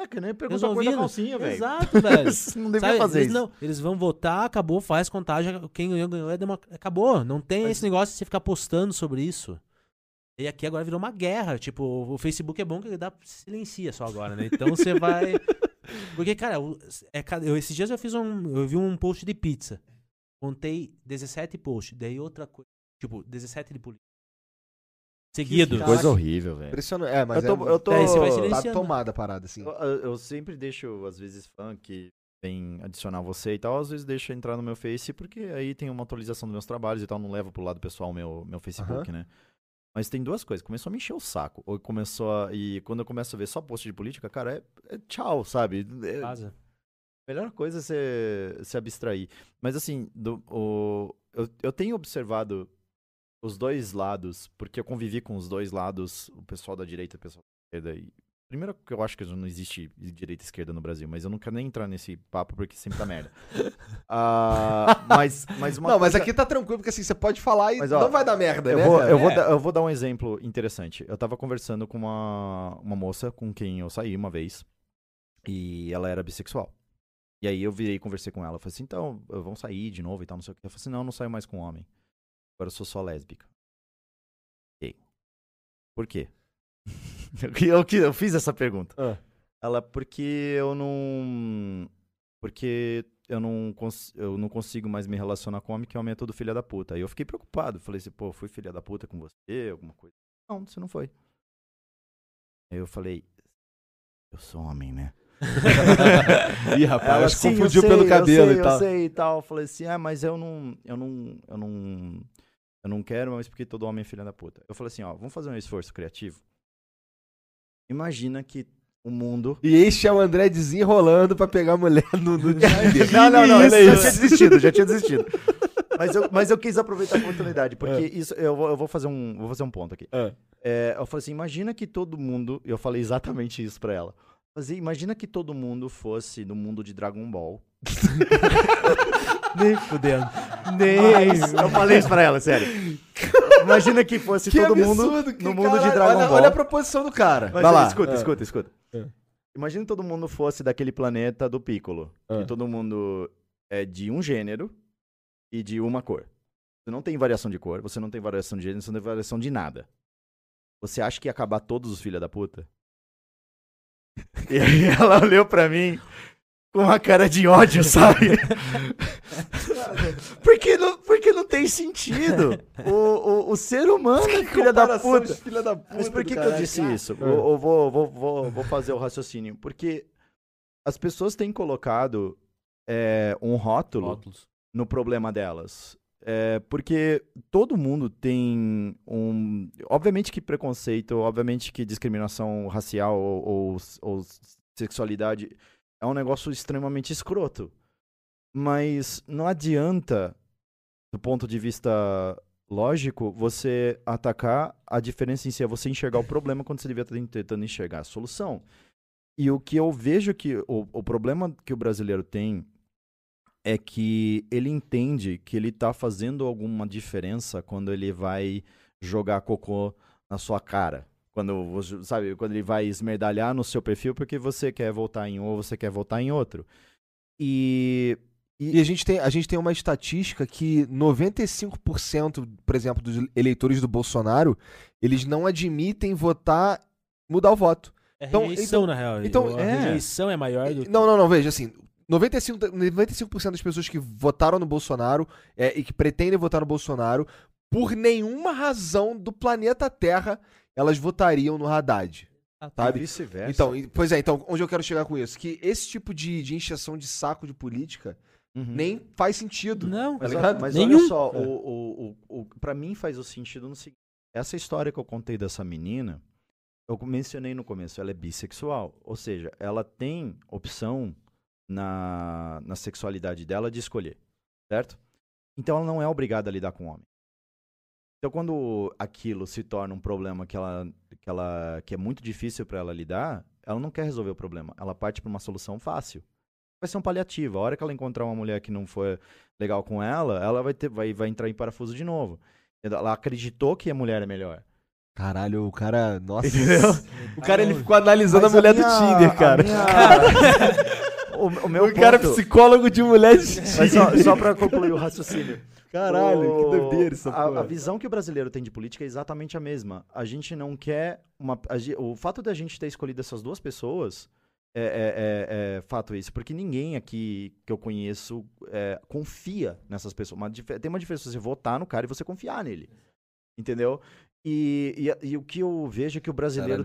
[SPEAKER 3] É que nem pergunta a cor da
[SPEAKER 2] Resolvido.
[SPEAKER 3] calcinha, velho.
[SPEAKER 2] né? Exato, velho.
[SPEAKER 3] não devia
[SPEAKER 2] Sabe,
[SPEAKER 3] fazer [LAUGHS]
[SPEAKER 2] eles
[SPEAKER 3] isso.
[SPEAKER 2] Não, eles vão votar, acabou, faz contagem. Quem ganhou, ganhou. É democ- Acabou. Não tem esse negócio de você ficar postando sobre isso. E aqui agora virou uma guerra. Tipo, o Facebook é bom que dá silencia só agora, né? Então você vai.
[SPEAKER 3] [LAUGHS]
[SPEAKER 2] Porque, cara, o- é ca- eu, esses dias eu fiz um. Eu vi um post de pizza. Contei 17 posts. Daí outra coisa. Tipo, 17 de política. Seguido.
[SPEAKER 3] Que coisa horrível, velho.
[SPEAKER 1] Impressionante. É, mas
[SPEAKER 3] Eu tô-
[SPEAKER 1] é,
[SPEAKER 3] eu tô-
[SPEAKER 2] Daí você vai
[SPEAKER 1] tá
[SPEAKER 2] silenciando.
[SPEAKER 1] tomada a parada, assim.
[SPEAKER 3] Eu, eu- eu sempre deixo, às vezes, fã que vem adicionar você e tal, às vezes deixo entrar no meu Face, porque aí tem uma atualização dos meus trabalhos e tal, não levo pro lado pessoal meu, meu Facebook, né? Mas tem duas coisas, começou a me encher o saco, ou começou a, e quando eu começo a ver só post de política, cara, é, é tchau, sabe? É-
[SPEAKER 2] Vaza.
[SPEAKER 3] Melhor coisa é você se abstrair. Mas assim, do- o- eu, eu tenho observado os dois lados, porque eu convivi com os dois lados, o pessoal da direita e o pessoal da esquerda. E, primeiro que eu acho que não existe direita e esquerda no Brasil, mas eu não quero nem entrar nesse papo porque sempre
[SPEAKER 1] [LAUGHS]
[SPEAKER 3] tá merda. Ah, mas, mas uma
[SPEAKER 1] não, mas
[SPEAKER 3] coisa-
[SPEAKER 1] aqui tá tranquilo, porque assim, você pode falar e
[SPEAKER 3] Mas, ó,
[SPEAKER 1] não vai dar merda,
[SPEAKER 3] eu
[SPEAKER 1] né?
[SPEAKER 3] Vou,
[SPEAKER 1] cara?
[SPEAKER 3] eu, vou
[SPEAKER 2] É.
[SPEAKER 3] dar, eu vou dar um exemplo interessante. Eu tava conversando com uma, uma moça com quem eu saí uma vez e ela era bissexual. E aí eu virei e conversei com ela. Eu falei assim, então, eu- vamos sair de novo e tal, não sei o que. Ela falou assim, não, eu não saio mais com homem. Agora eu sou só lésbica. Ok. Por quê? [LAUGHS] Eu que- eu, que- eu fiz essa pergunta.
[SPEAKER 1] Ah.
[SPEAKER 3] Ela, porque eu não... Porque eu não, cons- eu não consigo mais me relacionar com homem, que homem é todo filha da puta. Aí eu fiquei preocupado. Falei assim, pô, fui filha da puta com você, alguma coisa. Não, você não foi. Aí eu falei, eu sou homem, né?
[SPEAKER 1] Ih, rapaz,
[SPEAKER 3] [LAUGHS] Ela,
[SPEAKER 1] acho que
[SPEAKER 3] "Sim, eu
[SPEAKER 1] confundiu
[SPEAKER 3] sei,
[SPEAKER 1] pelo
[SPEAKER 3] eu
[SPEAKER 1] cabelo
[SPEAKER 3] sei,
[SPEAKER 1] e tal.
[SPEAKER 3] Eu sei e tal. Eu Falei assim, ah, mas eu não, eu não, eu não, eu não quero, mas porque todo homem é filha da puta. Eu falei assim, ó, vamos fazer um esforço criativo. Imagina que o mundo...
[SPEAKER 1] E este é o André desenrolando pra pegar a mulher no, [LAUGHS] no Tinder.
[SPEAKER 3] Não, não, não,
[SPEAKER 1] Isso.
[SPEAKER 3] eu já tinha desistido, já tinha desistido. É. Mas eu, mas eu quis aproveitar a oportunidade, porque isso, eu, vou- eu vou, fazer um, vou fazer um ponto aqui.
[SPEAKER 1] Ah.
[SPEAKER 3] É, eu falei assim, imagina que todo mundo, eu falei exatamente isso pra ela. Falei Mas imagina que todo mundo fosse no mundo de Dragon Ball. Nem fudendo. Nem. Eu falei isso pra ela, sério. Imagina que fosse todo mundo
[SPEAKER 1] que
[SPEAKER 3] no mundo de
[SPEAKER 1] caralho.
[SPEAKER 3] Dragon
[SPEAKER 1] olha,
[SPEAKER 3] Ball.
[SPEAKER 1] olha a proposição do cara.
[SPEAKER 3] Mas é,
[SPEAKER 1] Vai lá.
[SPEAKER 3] Escuta,
[SPEAKER 1] Ah.
[SPEAKER 3] escuta, escuta.
[SPEAKER 1] É.
[SPEAKER 3] Imagina todo mundo fosse daquele planeta do Piccolo.
[SPEAKER 1] É.
[SPEAKER 3] Que todo mundo é de um gênero e de uma cor. Você não tem variação de cor, você não tem variação de gênero, você não tem variação de nada. Você acha que ia acabar todos os filha da puta? [LAUGHS] E aí ela olhou pra mim com uma cara de ódio, sabe? [LAUGHS] porque, não, porque não tem sentido. O, o, o ser humano é filha da
[SPEAKER 1] Comparação de
[SPEAKER 3] puta.
[SPEAKER 1] Filha da puta
[SPEAKER 3] Mas por
[SPEAKER 1] do
[SPEAKER 3] que, que eu
[SPEAKER 1] caralho.
[SPEAKER 3] disse isso?
[SPEAKER 1] É.
[SPEAKER 3] Eu, eu vou, vou, vou, vou fazer o raciocínio. Porque as pessoas têm colocado é, um rótulo
[SPEAKER 2] Rótulos.
[SPEAKER 3] no problema delas. É, porque todo mundo tem um. Obviamente que preconceito, obviamente que discriminação racial ou, ou- ou sexualidade é um negócio extremamente escroto. Mas não adianta, do ponto de vista lógico, você atacar a diferença em si, é você enxergar o problema quando você devia estar tentando enxergar a solução. E o que eu vejo que o, o problema que o brasileiro tem é que ele entende que ele tá fazendo alguma diferença quando ele vai jogar cocô na sua cara. Quando, você- sabe, quando ele vai esmerdalhar no seu perfil porque você quer votar em um ou você quer votar em outro. E
[SPEAKER 1] E a gente, tem, a gente tem uma estatística que 95%, por exemplo, dos eleitores do Bolsonaro, eles não admitem votar, mudar o voto.
[SPEAKER 2] É
[SPEAKER 1] Então,
[SPEAKER 2] rejeição, na real.
[SPEAKER 1] então,
[SPEAKER 2] a
[SPEAKER 1] é.
[SPEAKER 2] rejeição é maior do que.
[SPEAKER 1] Não, não, não, veja, assim, 95, da- 95% das pessoas que votaram no Bolsonaro é, e que pretendem votar no Bolsonaro, por nenhuma razão do planeta Terra, elas votariam no Haddad. Sabe?
[SPEAKER 3] vice-versa.
[SPEAKER 1] Então, e- pois é, então, onde eu quero chegar com isso? Que esse tipo de, de encheção de saco de política
[SPEAKER 3] Hum. Uhum.
[SPEAKER 1] nem faz sentido.
[SPEAKER 2] Não,
[SPEAKER 1] Tá
[SPEAKER 3] Mas,
[SPEAKER 1] ligado?
[SPEAKER 3] olha- mas
[SPEAKER 2] Nenhum.
[SPEAKER 3] olha só, o, o, o, o, pra mim faz o sentido no seguinte. Essa história que eu contei dessa menina, eu mencionei no começo, ela é bissexual. Ou seja, ela tem opção na, na sexualidade dela de escolher, certo? Então ela não é obrigada a lidar com homem. Então quando aquilo se torna um problema que, ela, que, ela, que é muito difícil pra ela lidar, ela não quer resolver o problema. Ela parte pra uma solução fácil. Vai ser um paliativo. A hora que ela encontrar uma mulher que não foi legal com ela, ela vai, ter, vai, vai entrar em parafuso de novo. Ela acreditou que a mulher é melhor.
[SPEAKER 1] Caralho, o cara, nossa. [LAUGHS]
[SPEAKER 3] Entendeu?
[SPEAKER 1] O cara ele ficou analisando
[SPEAKER 3] Mas
[SPEAKER 1] a mulher
[SPEAKER 3] minha-
[SPEAKER 1] É do Tinder, cara.
[SPEAKER 3] a minha- [LAUGHS] o, o meu
[SPEAKER 1] o cara é
[SPEAKER 3] ponto-
[SPEAKER 1] psicólogo de mulher de
[SPEAKER 3] Mas
[SPEAKER 1] Tinder.
[SPEAKER 3] só, só pra concluir o raciocínio.
[SPEAKER 1] Caralho,
[SPEAKER 3] O-
[SPEAKER 1] que doideira essa
[SPEAKER 3] a,
[SPEAKER 1] porra.
[SPEAKER 3] a visão que o brasileiro tem de política é exatamente a mesma. A gente não quer uma. a ge- o fato da gente ter escolhido essas duas pessoas é, é- é- é fato isso, porque ninguém aqui que eu conheço é, confia nessas pessoas. Uma dife- tem uma diferença você votar no cara e você confiar nele. Entendeu? E, e a- e o que eu vejo é que o brasileiro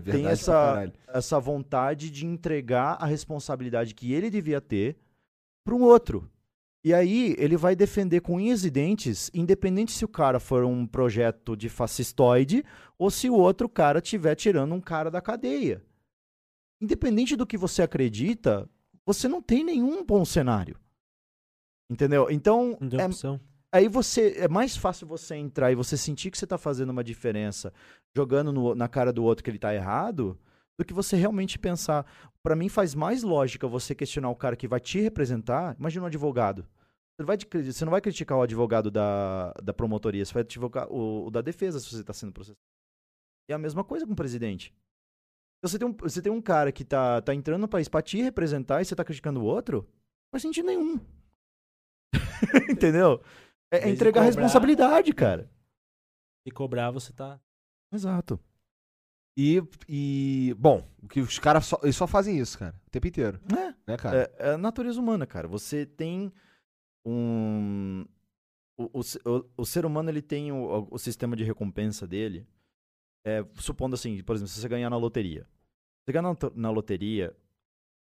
[SPEAKER 1] Caralho,
[SPEAKER 3] tem
[SPEAKER 1] verdade pra
[SPEAKER 3] essa,
[SPEAKER 1] caralho.
[SPEAKER 3] essa vontade de entregar a responsabilidade que ele devia ter para um outro. E aí ele vai defender com unhas e dentes, independente se o cara for um projeto de fascistoide ou se o outro cara estiver tirando um cara da cadeia. Independente do que você acredita, você não tem nenhum bom cenário. Entendeu? Então,
[SPEAKER 2] Não tem
[SPEAKER 3] é-
[SPEAKER 2] opção.
[SPEAKER 3] aí você é mais fácil você entrar e você sentir que você tá fazendo uma diferença jogando no- na cara do outro que ele tá errado do que você realmente pensar. Pra mim faz mais lógica você questionar o cara que vai te representar. Imagina um advogado. Você, vai de- você não vai criticar o advogado da, da promotoria, você vai criticar o, o da defesa se você tá sendo processado. É a mesma coisa com o presidente. Então, Você tem um, você tem um cara que tá, tá entrando no país pra te representar e você tá criticando o outro? Não faz sentido nenhum. [LAUGHS] Entendeu? É- É,
[SPEAKER 2] Em vez de
[SPEAKER 3] entregar a
[SPEAKER 2] cobrar-
[SPEAKER 3] responsabilidade, cara.
[SPEAKER 2] E cobrar, você tá.
[SPEAKER 3] Exato.
[SPEAKER 1] E, e, bom, o que os caras só, eles só fazem isso, cara, o tempo inteiro,
[SPEAKER 3] É.
[SPEAKER 1] né, cara?
[SPEAKER 3] É, é a natureza humana, cara. Você tem um. O, o, se- o- o ser humano ele tem o, o sistema de recompensa dele. É, supondo assim, por exemplo, se você ganhar na loteria. Se você ganhar na, to- na loteria,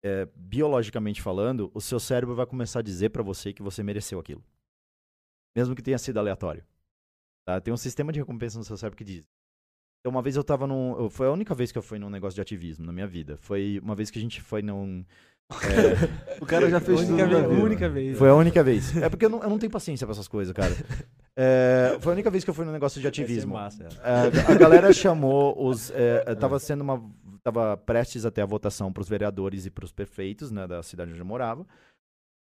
[SPEAKER 3] é, biologicamente falando, o seu cérebro vai começar a dizer pra você que você mereceu aquilo. Mesmo que tenha sido aleatório. tá? Tem um sistema de recompensa no seu cérebro que diz. Então, uma vez eu tava num. eu- Foi a única vez que eu fui num negócio de ativismo na minha vida. Foi uma vez que a gente foi num. é,
[SPEAKER 1] O cara já fez tudo
[SPEAKER 2] única,
[SPEAKER 1] na
[SPEAKER 2] vez,
[SPEAKER 1] vida.
[SPEAKER 2] única vez.
[SPEAKER 3] foi a única vez. É porque eu não, eu não tenho paciência pra essas coisas, cara. É, foi a única vez que eu fui num negócio de
[SPEAKER 2] Vai ser
[SPEAKER 3] ativismo.
[SPEAKER 2] massa, é.
[SPEAKER 3] É, a galera chamou os. é, é, tava sendo uma estava prestes até a votação para os vereadores e para os prefeitos né, da cidade onde eu morava.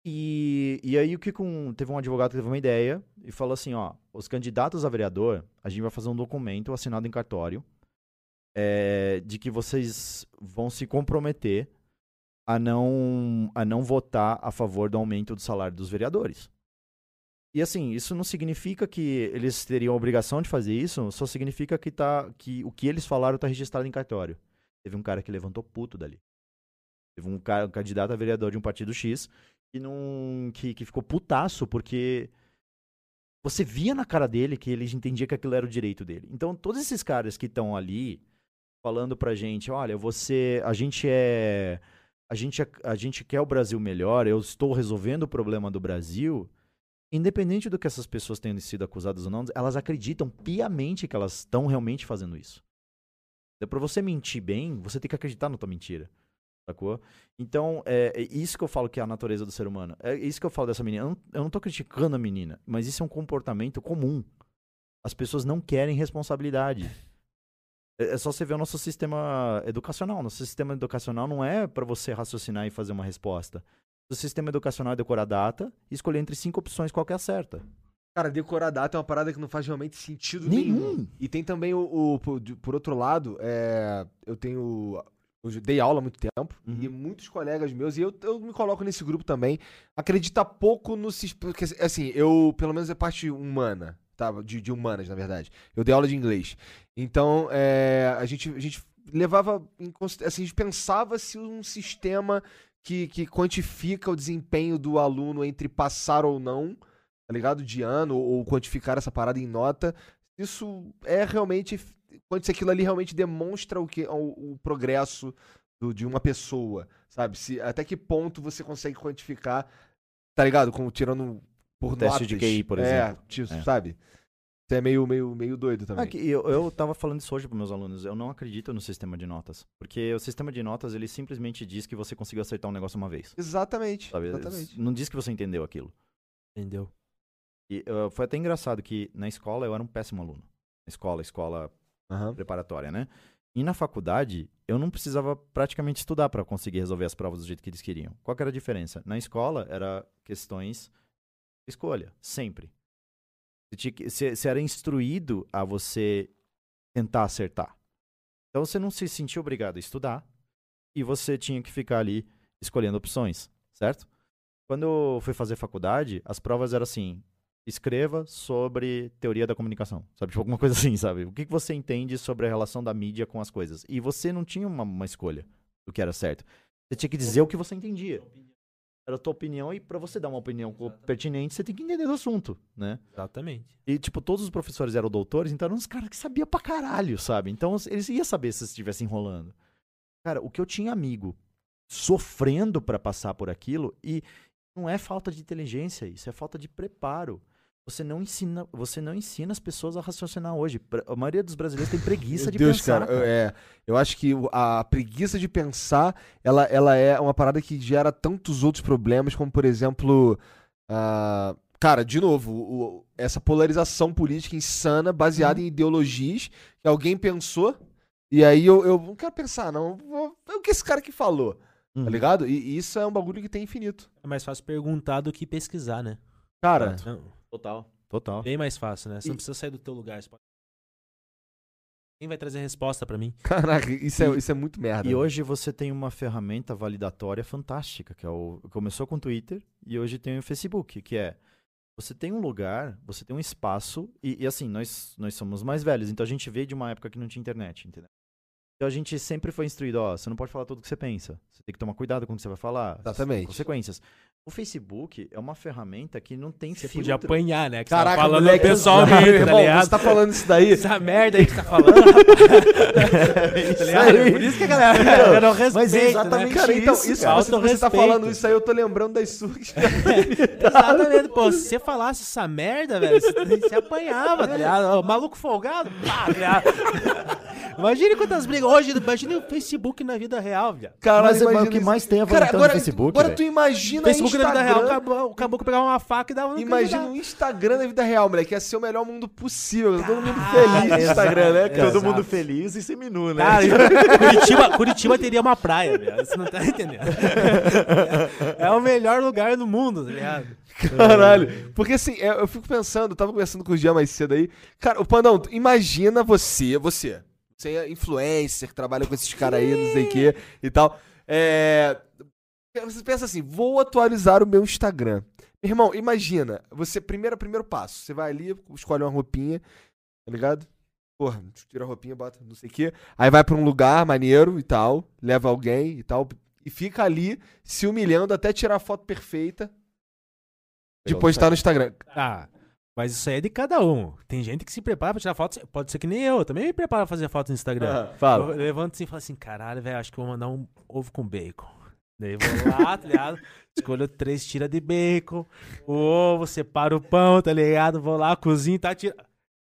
[SPEAKER 3] E, e aí o que com- teve um advogado que teve uma ideia e falou assim, ó, os candidatos a vereador, a gente vai fazer um documento assinado em cartório é, de que vocês vão se comprometer a não a não votar a favor do aumento do salário dos vereadores. E assim, isso não significa que eles teriam a obrigação de fazer isso, só significa que tá que o que eles falaram tá registrado em cartório. Teve um cara que levantou puto dali. Teve um cara, um candidato a vereador de um partido X que não que, que ficou putaço porque você via na cara dele que ele entendia que aquilo era o direito dele. Então, todos esses caras que estão ali falando pra gente, olha, você, a gente é a gente, a gente quer o Brasil melhor, eu estou resolvendo o problema do Brasil, independente do que essas pessoas tenham sido acusadas ou não, elas acreditam piamente que elas estão realmente fazendo isso. Então, Pra você mentir bem, você tem que acreditar na tua mentira. Sacou? Então, é, é isso que eu falo que é a natureza do ser humano. É isso que eu falo dessa menina. Eu não, eu não tô criticando a menina, mas isso é um comportamento comum. As pessoas não querem responsabilidade. É é só você ver o nosso sistema educacional. Nosso sistema educacional não é para você raciocinar e fazer uma resposta. O sistema educacional é decorar a data e escolher entre cinco opções qual que é a certa.
[SPEAKER 1] Cara, decorar data é uma parada que não faz realmente sentido nenhum.
[SPEAKER 3] Nenhum.
[SPEAKER 1] E tem também o, o- por, de- por outro lado, é, eu tenho. Eu dei aula há muito tempo
[SPEAKER 3] Uhum.
[SPEAKER 1] e muitos colegas meus, e eu, eu me coloco nesse grupo também, acredita pouco no. sis- Porque, assim, eu, pelo menos é parte humana, tá? De, de humanas, na verdade. Eu dei aula de inglês. Então, é, a, gente, a gente levava em consideração. Assim, a gente pensava se um sistema que, que quantifica o desempenho do aluno entre passar ou não, tá ligado? De ano, ou quantificar essa parada em nota, isso é realmente. Quando se aquilo ali realmente demonstra o que o, o progresso do- de uma pessoa, sabe? Se, até que ponto você consegue quantificar, tá ligado? Como tirando por
[SPEAKER 3] Teste
[SPEAKER 1] notas.
[SPEAKER 3] de QI, por exemplo.
[SPEAKER 1] É, tipo,
[SPEAKER 3] É.
[SPEAKER 1] sabe? Isso é meio, meio, meio doido também.
[SPEAKER 3] É que eu, eu tava falando isso hoje para meus alunos. Eu não acredito no sistema de notas. Porque o sistema de notas, ele simplesmente diz que você conseguiu acertar um negócio uma vez.
[SPEAKER 1] Exatamente.
[SPEAKER 3] Sabe?
[SPEAKER 1] Exatamente.
[SPEAKER 3] Não diz que você entendeu aquilo.
[SPEAKER 2] Entendeu?
[SPEAKER 3] E, eh, foi até engraçado que na escola eu era um péssimo aluno. Na escola, escola
[SPEAKER 1] Aham.
[SPEAKER 3] preparatória, né? E na faculdade, eu não precisava praticamente estudar para conseguir resolver as provas do jeito que eles queriam. Qual que era a diferença? Na escola, era questões de escolha, sempre. Você, tinha que- você- você era instruído a você tentar acertar. Então você não se sentia obrigado a estudar e você tinha que ficar ali escolhendo opções, certo? Quando eu fui fazer faculdade, as provas eram assim: escreva sobre teoria da comunicação, sabe? Tipo, alguma coisa assim, sabe? O que que você entende sobre a relação da mídia com as coisas? E você não tinha uma, uma escolha do que era certo. Você tinha que dizer o que você entendia. Era a tua opinião e para você dar uma opinião co- pertinente, você tem que entender do assunto, né?
[SPEAKER 2] Exatamente.
[SPEAKER 3] E, tipo, todos os professores eram doutores, então eram uns caras que sabiam pra caralho, sabe? Então eles iam saber se estivesse enrolando. Cara, o que eu tinha amigo sofrendo pra passar por aquilo, e não é falta de inteligência isso, é falta de preparo. Você não ensina, você não ensina as pessoas a raciocinar hoje. Pra- A maioria dos brasileiros tem preguiça
[SPEAKER 1] Meu
[SPEAKER 3] de
[SPEAKER 1] Deus,
[SPEAKER 3] pensar.
[SPEAKER 1] cara, eu- é, eu acho que o- a preguiça de pensar, ela, ela é uma parada que gera tantos outros problemas, como por exemplo, ah, cara, de novo, o- o- essa polarização política insana, baseada em ideologias que alguém pensou, e aí eu, eu não quero pensar, não, eu vou- é o que esse cara que falou,
[SPEAKER 3] Uhum.
[SPEAKER 1] tá ligado? E, e isso é um bagulho que tem infinito.
[SPEAKER 2] É mais fácil perguntar do que pesquisar, né?
[SPEAKER 1] Cara,
[SPEAKER 2] Não,
[SPEAKER 3] Total. Total.
[SPEAKER 2] bem mais fácil, né?
[SPEAKER 1] E-
[SPEAKER 2] Você não precisa sair do teu lugar. você pode- Quem vai trazer resposta pra mim?
[SPEAKER 1] caraca, isso é, isso é muito merda.
[SPEAKER 3] E
[SPEAKER 1] né?
[SPEAKER 3] hoje você tem uma ferramenta validatória fantástica, que é o, começou com o Twitter e hoje tem o Facebook, que é você tem um lugar, você tem um espaço, e, e assim, nós, nós somos mais velhos, então a gente veio de uma época que não tinha internet, entendeu? Então a gente sempre foi instruído, ó, você não pode falar tudo que você pensa, você tem que tomar cuidado com o que você vai falar.
[SPEAKER 1] Exatamente.
[SPEAKER 3] Consequências. O Facebook é uma ferramenta que não tem
[SPEAKER 2] Você
[SPEAKER 3] filtro.
[SPEAKER 2] podia apanhar, né? Que você
[SPEAKER 1] Caraca,
[SPEAKER 2] tava falando
[SPEAKER 1] moleque, [LAUGHS]
[SPEAKER 2] pessoalmente, tá
[SPEAKER 1] irmão,
[SPEAKER 2] ligado?
[SPEAKER 1] você tá falando isso daí?
[SPEAKER 2] Essa merda aí que você tá falando, tá ligado? Por isso que a galera, a galera não respeita,
[SPEAKER 3] Mas é exatamente
[SPEAKER 2] né?
[SPEAKER 1] Cara, então,
[SPEAKER 3] isso,
[SPEAKER 1] isso,
[SPEAKER 2] cara.
[SPEAKER 1] você, você tá
[SPEAKER 2] Autorrespeito.
[SPEAKER 1] falando isso aí, eu tô lembrando das suas.
[SPEAKER 2] Exatamente, pô. Se você falasse essa merda, velho, você, você apanhava, tá ligado? Ó, maluco folgado, pá, tá ligado? Imagine quantas brigas. Hoje, imagine o Facebook na vida real, viado.
[SPEAKER 1] Caralho,
[SPEAKER 3] Mas é- mas o
[SPEAKER 1] imagina
[SPEAKER 3] que
[SPEAKER 1] isso.
[SPEAKER 3] mais tem é
[SPEAKER 1] Cara,
[SPEAKER 3] valentão no
[SPEAKER 1] agora,
[SPEAKER 3] Facebook,
[SPEAKER 1] Agora
[SPEAKER 3] velho.
[SPEAKER 1] tu imagina
[SPEAKER 2] Facebook que na vida real
[SPEAKER 1] Instagram-
[SPEAKER 2] acabou, acabou que pegava uma faca e dava no
[SPEAKER 1] Imagina
[SPEAKER 2] candidato.
[SPEAKER 1] o Instagram na vida real, moleque. Ia ser o melhor mundo possível. Todo mundo
[SPEAKER 2] Ah,
[SPEAKER 1] feliz no
[SPEAKER 2] exato,
[SPEAKER 1] Instagram, né, cara?
[SPEAKER 3] Todo
[SPEAKER 2] Exato.
[SPEAKER 3] mundo feliz e seminu, né?
[SPEAKER 2] Cara, e- Curitiba, Curitiba teria uma praia, velho. Você não tá entendendo. É o melhor lugar do mundo, tá ligado?
[SPEAKER 1] [LAUGHS] Caralho. Porque assim, é, eu fico pensando, eu tava conversando com o Jean mais cedo aí. Cara, o Pandão, tu- imagina você, você. Você é influencer, que trabalha com esses caras aí, não sei o quê e tal. É. Você pensa assim, vou atualizar o meu Instagram. Meu irmão, imagina, você, primeiro, primeiro passo, você vai ali, escolhe uma roupinha, tá ligado? Porra, tira a roupinha, bota não sei o quê. Aí vai pra um lugar maneiro e tal, leva alguém e tal, e fica ali se humilhando até tirar a foto perfeita de
[SPEAKER 3] Legal,
[SPEAKER 1] postar no Instagram.
[SPEAKER 2] Tá. Mas isso aí é de cada um. Tem gente que se prepara pra tirar foto. Pode ser que nem eu. eu também me preparo pra fazer foto no Instagram. Eu
[SPEAKER 1] Fala.
[SPEAKER 2] levanto assim e falo assim, caralho, velho, acho que eu vou mandar um ovo com bacon. Daí vou lá, tá ligado? Escolho três tiras de bacon, o ovo, separo o pão, tá ligado? Vou lá, cozinho, tá tirando.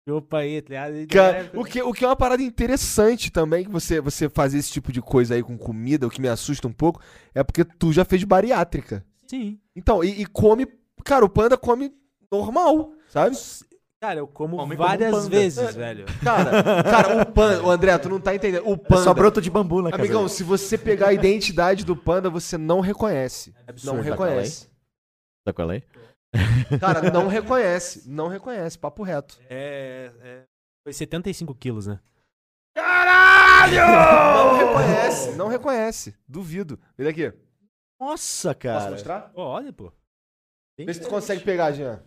[SPEAKER 2] Opa aí, tá ligado? E
[SPEAKER 1] Cara,
[SPEAKER 2] daí-
[SPEAKER 1] o, que, o que é uma parada interessante também, que você, você fazer esse tipo de coisa aí com comida, o que me assusta um pouco, é porque tu já fez bariátrica.
[SPEAKER 2] Sim.
[SPEAKER 1] Então, e, e come. Cara, o panda come normal, sabe?
[SPEAKER 2] Cara, eu como
[SPEAKER 3] Homem como um
[SPEAKER 2] várias
[SPEAKER 3] panda. [LAUGHS]
[SPEAKER 2] vezes, velho.
[SPEAKER 1] Cara, cara, o panda. O André, tu não tá entendendo. O
[SPEAKER 3] É
[SPEAKER 1] panda.
[SPEAKER 3] só broto de bambu na casa
[SPEAKER 1] Amigão,
[SPEAKER 3] dele.
[SPEAKER 1] se você pegar a identidade do panda, você não reconhece.
[SPEAKER 3] absurdo,
[SPEAKER 1] Não
[SPEAKER 3] tá
[SPEAKER 1] reconhece.
[SPEAKER 3] Sabe qual é?
[SPEAKER 1] Cara, não reconhece. Não reconhece. Papo
[SPEAKER 3] [LAUGHS]
[SPEAKER 1] reto.
[SPEAKER 2] É, é- Foi 75 quilos, né?
[SPEAKER 1] Não reconhece. Não reconhece. Duvido. Vem daqui.
[SPEAKER 3] Nossa,
[SPEAKER 1] Posso
[SPEAKER 3] cara.
[SPEAKER 1] mostrar?
[SPEAKER 2] Ó, olha, pô.
[SPEAKER 1] Vê se tu consegue pegar, Jean.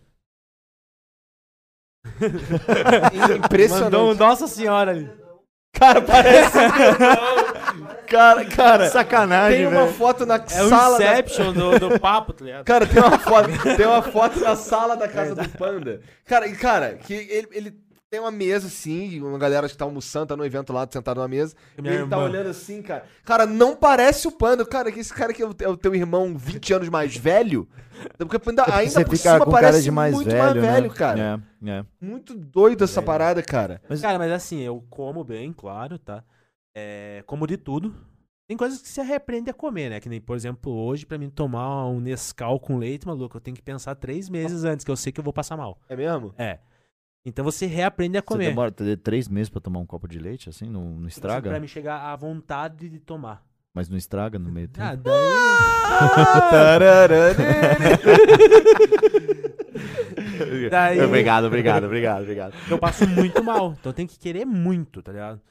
[SPEAKER 1] Impressionante.
[SPEAKER 2] Mandou um Nossa Senhora ali.
[SPEAKER 3] [LAUGHS]
[SPEAKER 1] Cara,
[SPEAKER 3] É
[SPEAKER 1] parece. cara, cara.
[SPEAKER 3] Sacanagem,
[SPEAKER 1] um Tem uma foto na
[SPEAKER 2] É o
[SPEAKER 1] sala. da-
[SPEAKER 2] Inception do, do papo, tá ligado?
[SPEAKER 1] Cara, tem uma foto. tem uma foto na sala da casa do Panda. Cara, e cara, que ele. ele Tem uma mesa assim, uma galera que tá almoçando, tá no evento lá, sentado numa mesa.
[SPEAKER 2] Minha
[SPEAKER 1] e ele tá
[SPEAKER 2] irmã.
[SPEAKER 1] olhando assim, cara. Cara, não parece o Panda. Cara, que esse cara que é o, é o teu irmão 20 anos mais velho. Porque ainda, ainda
[SPEAKER 3] Você
[SPEAKER 1] por
[SPEAKER 3] fica
[SPEAKER 1] cima
[SPEAKER 3] com
[SPEAKER 1] parece
[SPEAKER 3] cara de mais
[SPEAKER 1] muito
[SPEAKER 3] velho,
[SPEAKER 1] mais
[SPEAKER 3] né?
[SPEAKER 1] velho, cara.
[SPEAKER 3] É, é.
[SPEAKER 1] Muito doido essa parada, cara.
[SPEAKER 3] Mas-
[SPEAKER 2] Cara, mas assim, eu como bem, claro, tá? É, como de tudo. Tem coisas que se arrepende a comer, né? Que nem, por exemplo, hoje, pra mim tomar um Nescau com leite, maluco, eu tenho que pensar três meses antes, que eu sei que eu vou passar mal.
[SPEAKER 1] É mesmo?
[SPEAKER 2] É. Então você reaprende a
[SPEAKER 3] Você
[SPEAKER 2] comer.
[SPEAKER 3] demora t- três meses pra tomar um copo de leite, assim? Não, não estraga?
[SPEAKER 2] Pra me chegar à vontade de tomar.
[SPEAKER 3] Mas não estraga no meio do tempo?
[SPEAKER 2] Ah, daí...
[SPEAKER 3] é- né?
[SPEAKER 2] [LAUGHS]
[SPEAKER 3] [LAUGHS]
[SPEAKER 2] daí-
[SPEAKER 3] Obrigado, obrigado, obrigado, obrigado.
[SPEAKER 2] eu passo muito mal. Então tem que querer muito, tá ligado?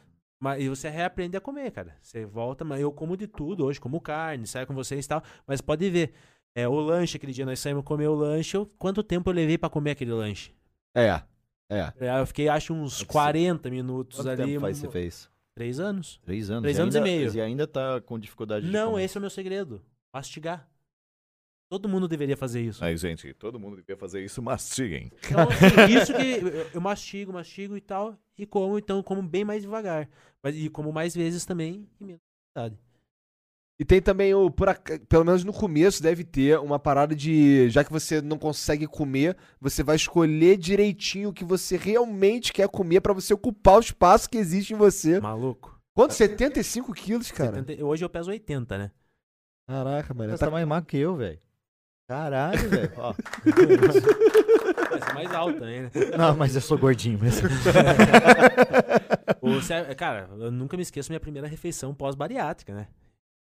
[SPEAKER 2] Mas, e você reaprende a comer, cara. Você volta, mas eu como de tudo hoje, como carne, saio com vocês e tal. Mas pode ver, é, o lanche, aquele dia nós saímos comer o lanche, eu- quanto tempo eu levei pra comer aquele lanche?
[SPEAKER 1] É. É.
[SPEAKER 2] É, Eu fiquei, acho, uns
[SPEAKER 3] Deve ser-
[SPEAKER 2] 40 minutos
[SPEAKER 3] Quanto
[SPEAKER 2] ali.
[SPEAKER 3] tempo faz
[SPEAKER 2] um-
[SPEAKER 3] que você fez?
[SPEAKER 2] Três anos.
[SPEAKER 3] Três anos.
[SPEAKER 2] Três anos e
[SPEAKER 3] ainda-
[SPEAKER 2] meio.
[SPEAKER 3] E ainda tá com dificuldade de
[SPEAKER 2] Não,
[SPEAKER 3] comer.
[SPEAKER 2] esse é o meu segredo. Mastigar. Todo mundo deveria fazer isso.
[SPEAKER 3] É.
[SPEAKER 4] Aí, gente, todo mundo devia fazer isso, mastiguem.
[SPEAKER 2] Então, assim,
[SPEAKER 3] [LAUGHS]
[SPEAKER 2] isso que eu- eu mastigo, mastigo e tal, e como, então como bem mais devagar. Mas, e como mais vezes também, e menos quantidade.
[SPEAKER 1] E tem também o, por ac- pelo menos no começo, deve ter uma parada de. Já que você não consegue comer, você vai escolher direitinho o que você realmente quer comer pra você ocupar o espaço que existe em você.
[SPEAKER 2] Maluco.
[SPEAKER 1] Quanto? 75 quilos, cara?
[SPEAKER 2] Setenta- Hoje eu peso 80, né?
[SPEAKER 1] Caraca, mano.
[SPEAKER 3] Você
[SPEAKER 1] Tá...
[SPEAKER 3] tá mais magro que eu, velho. Caralho,
[SPEAKER 2] [LAUGHS]
[SPEAKER 3] velho. Ó.
[SPEAKER 2] Mas é mais alta, né?
[SPEAKER 3] Não, mas eu sou gordinho mesmo.
[SPEAKER 2] [LAUGHS] O Sé- cara, eu nunca me esqueço minha primeira refeição pós-bariátrica, né?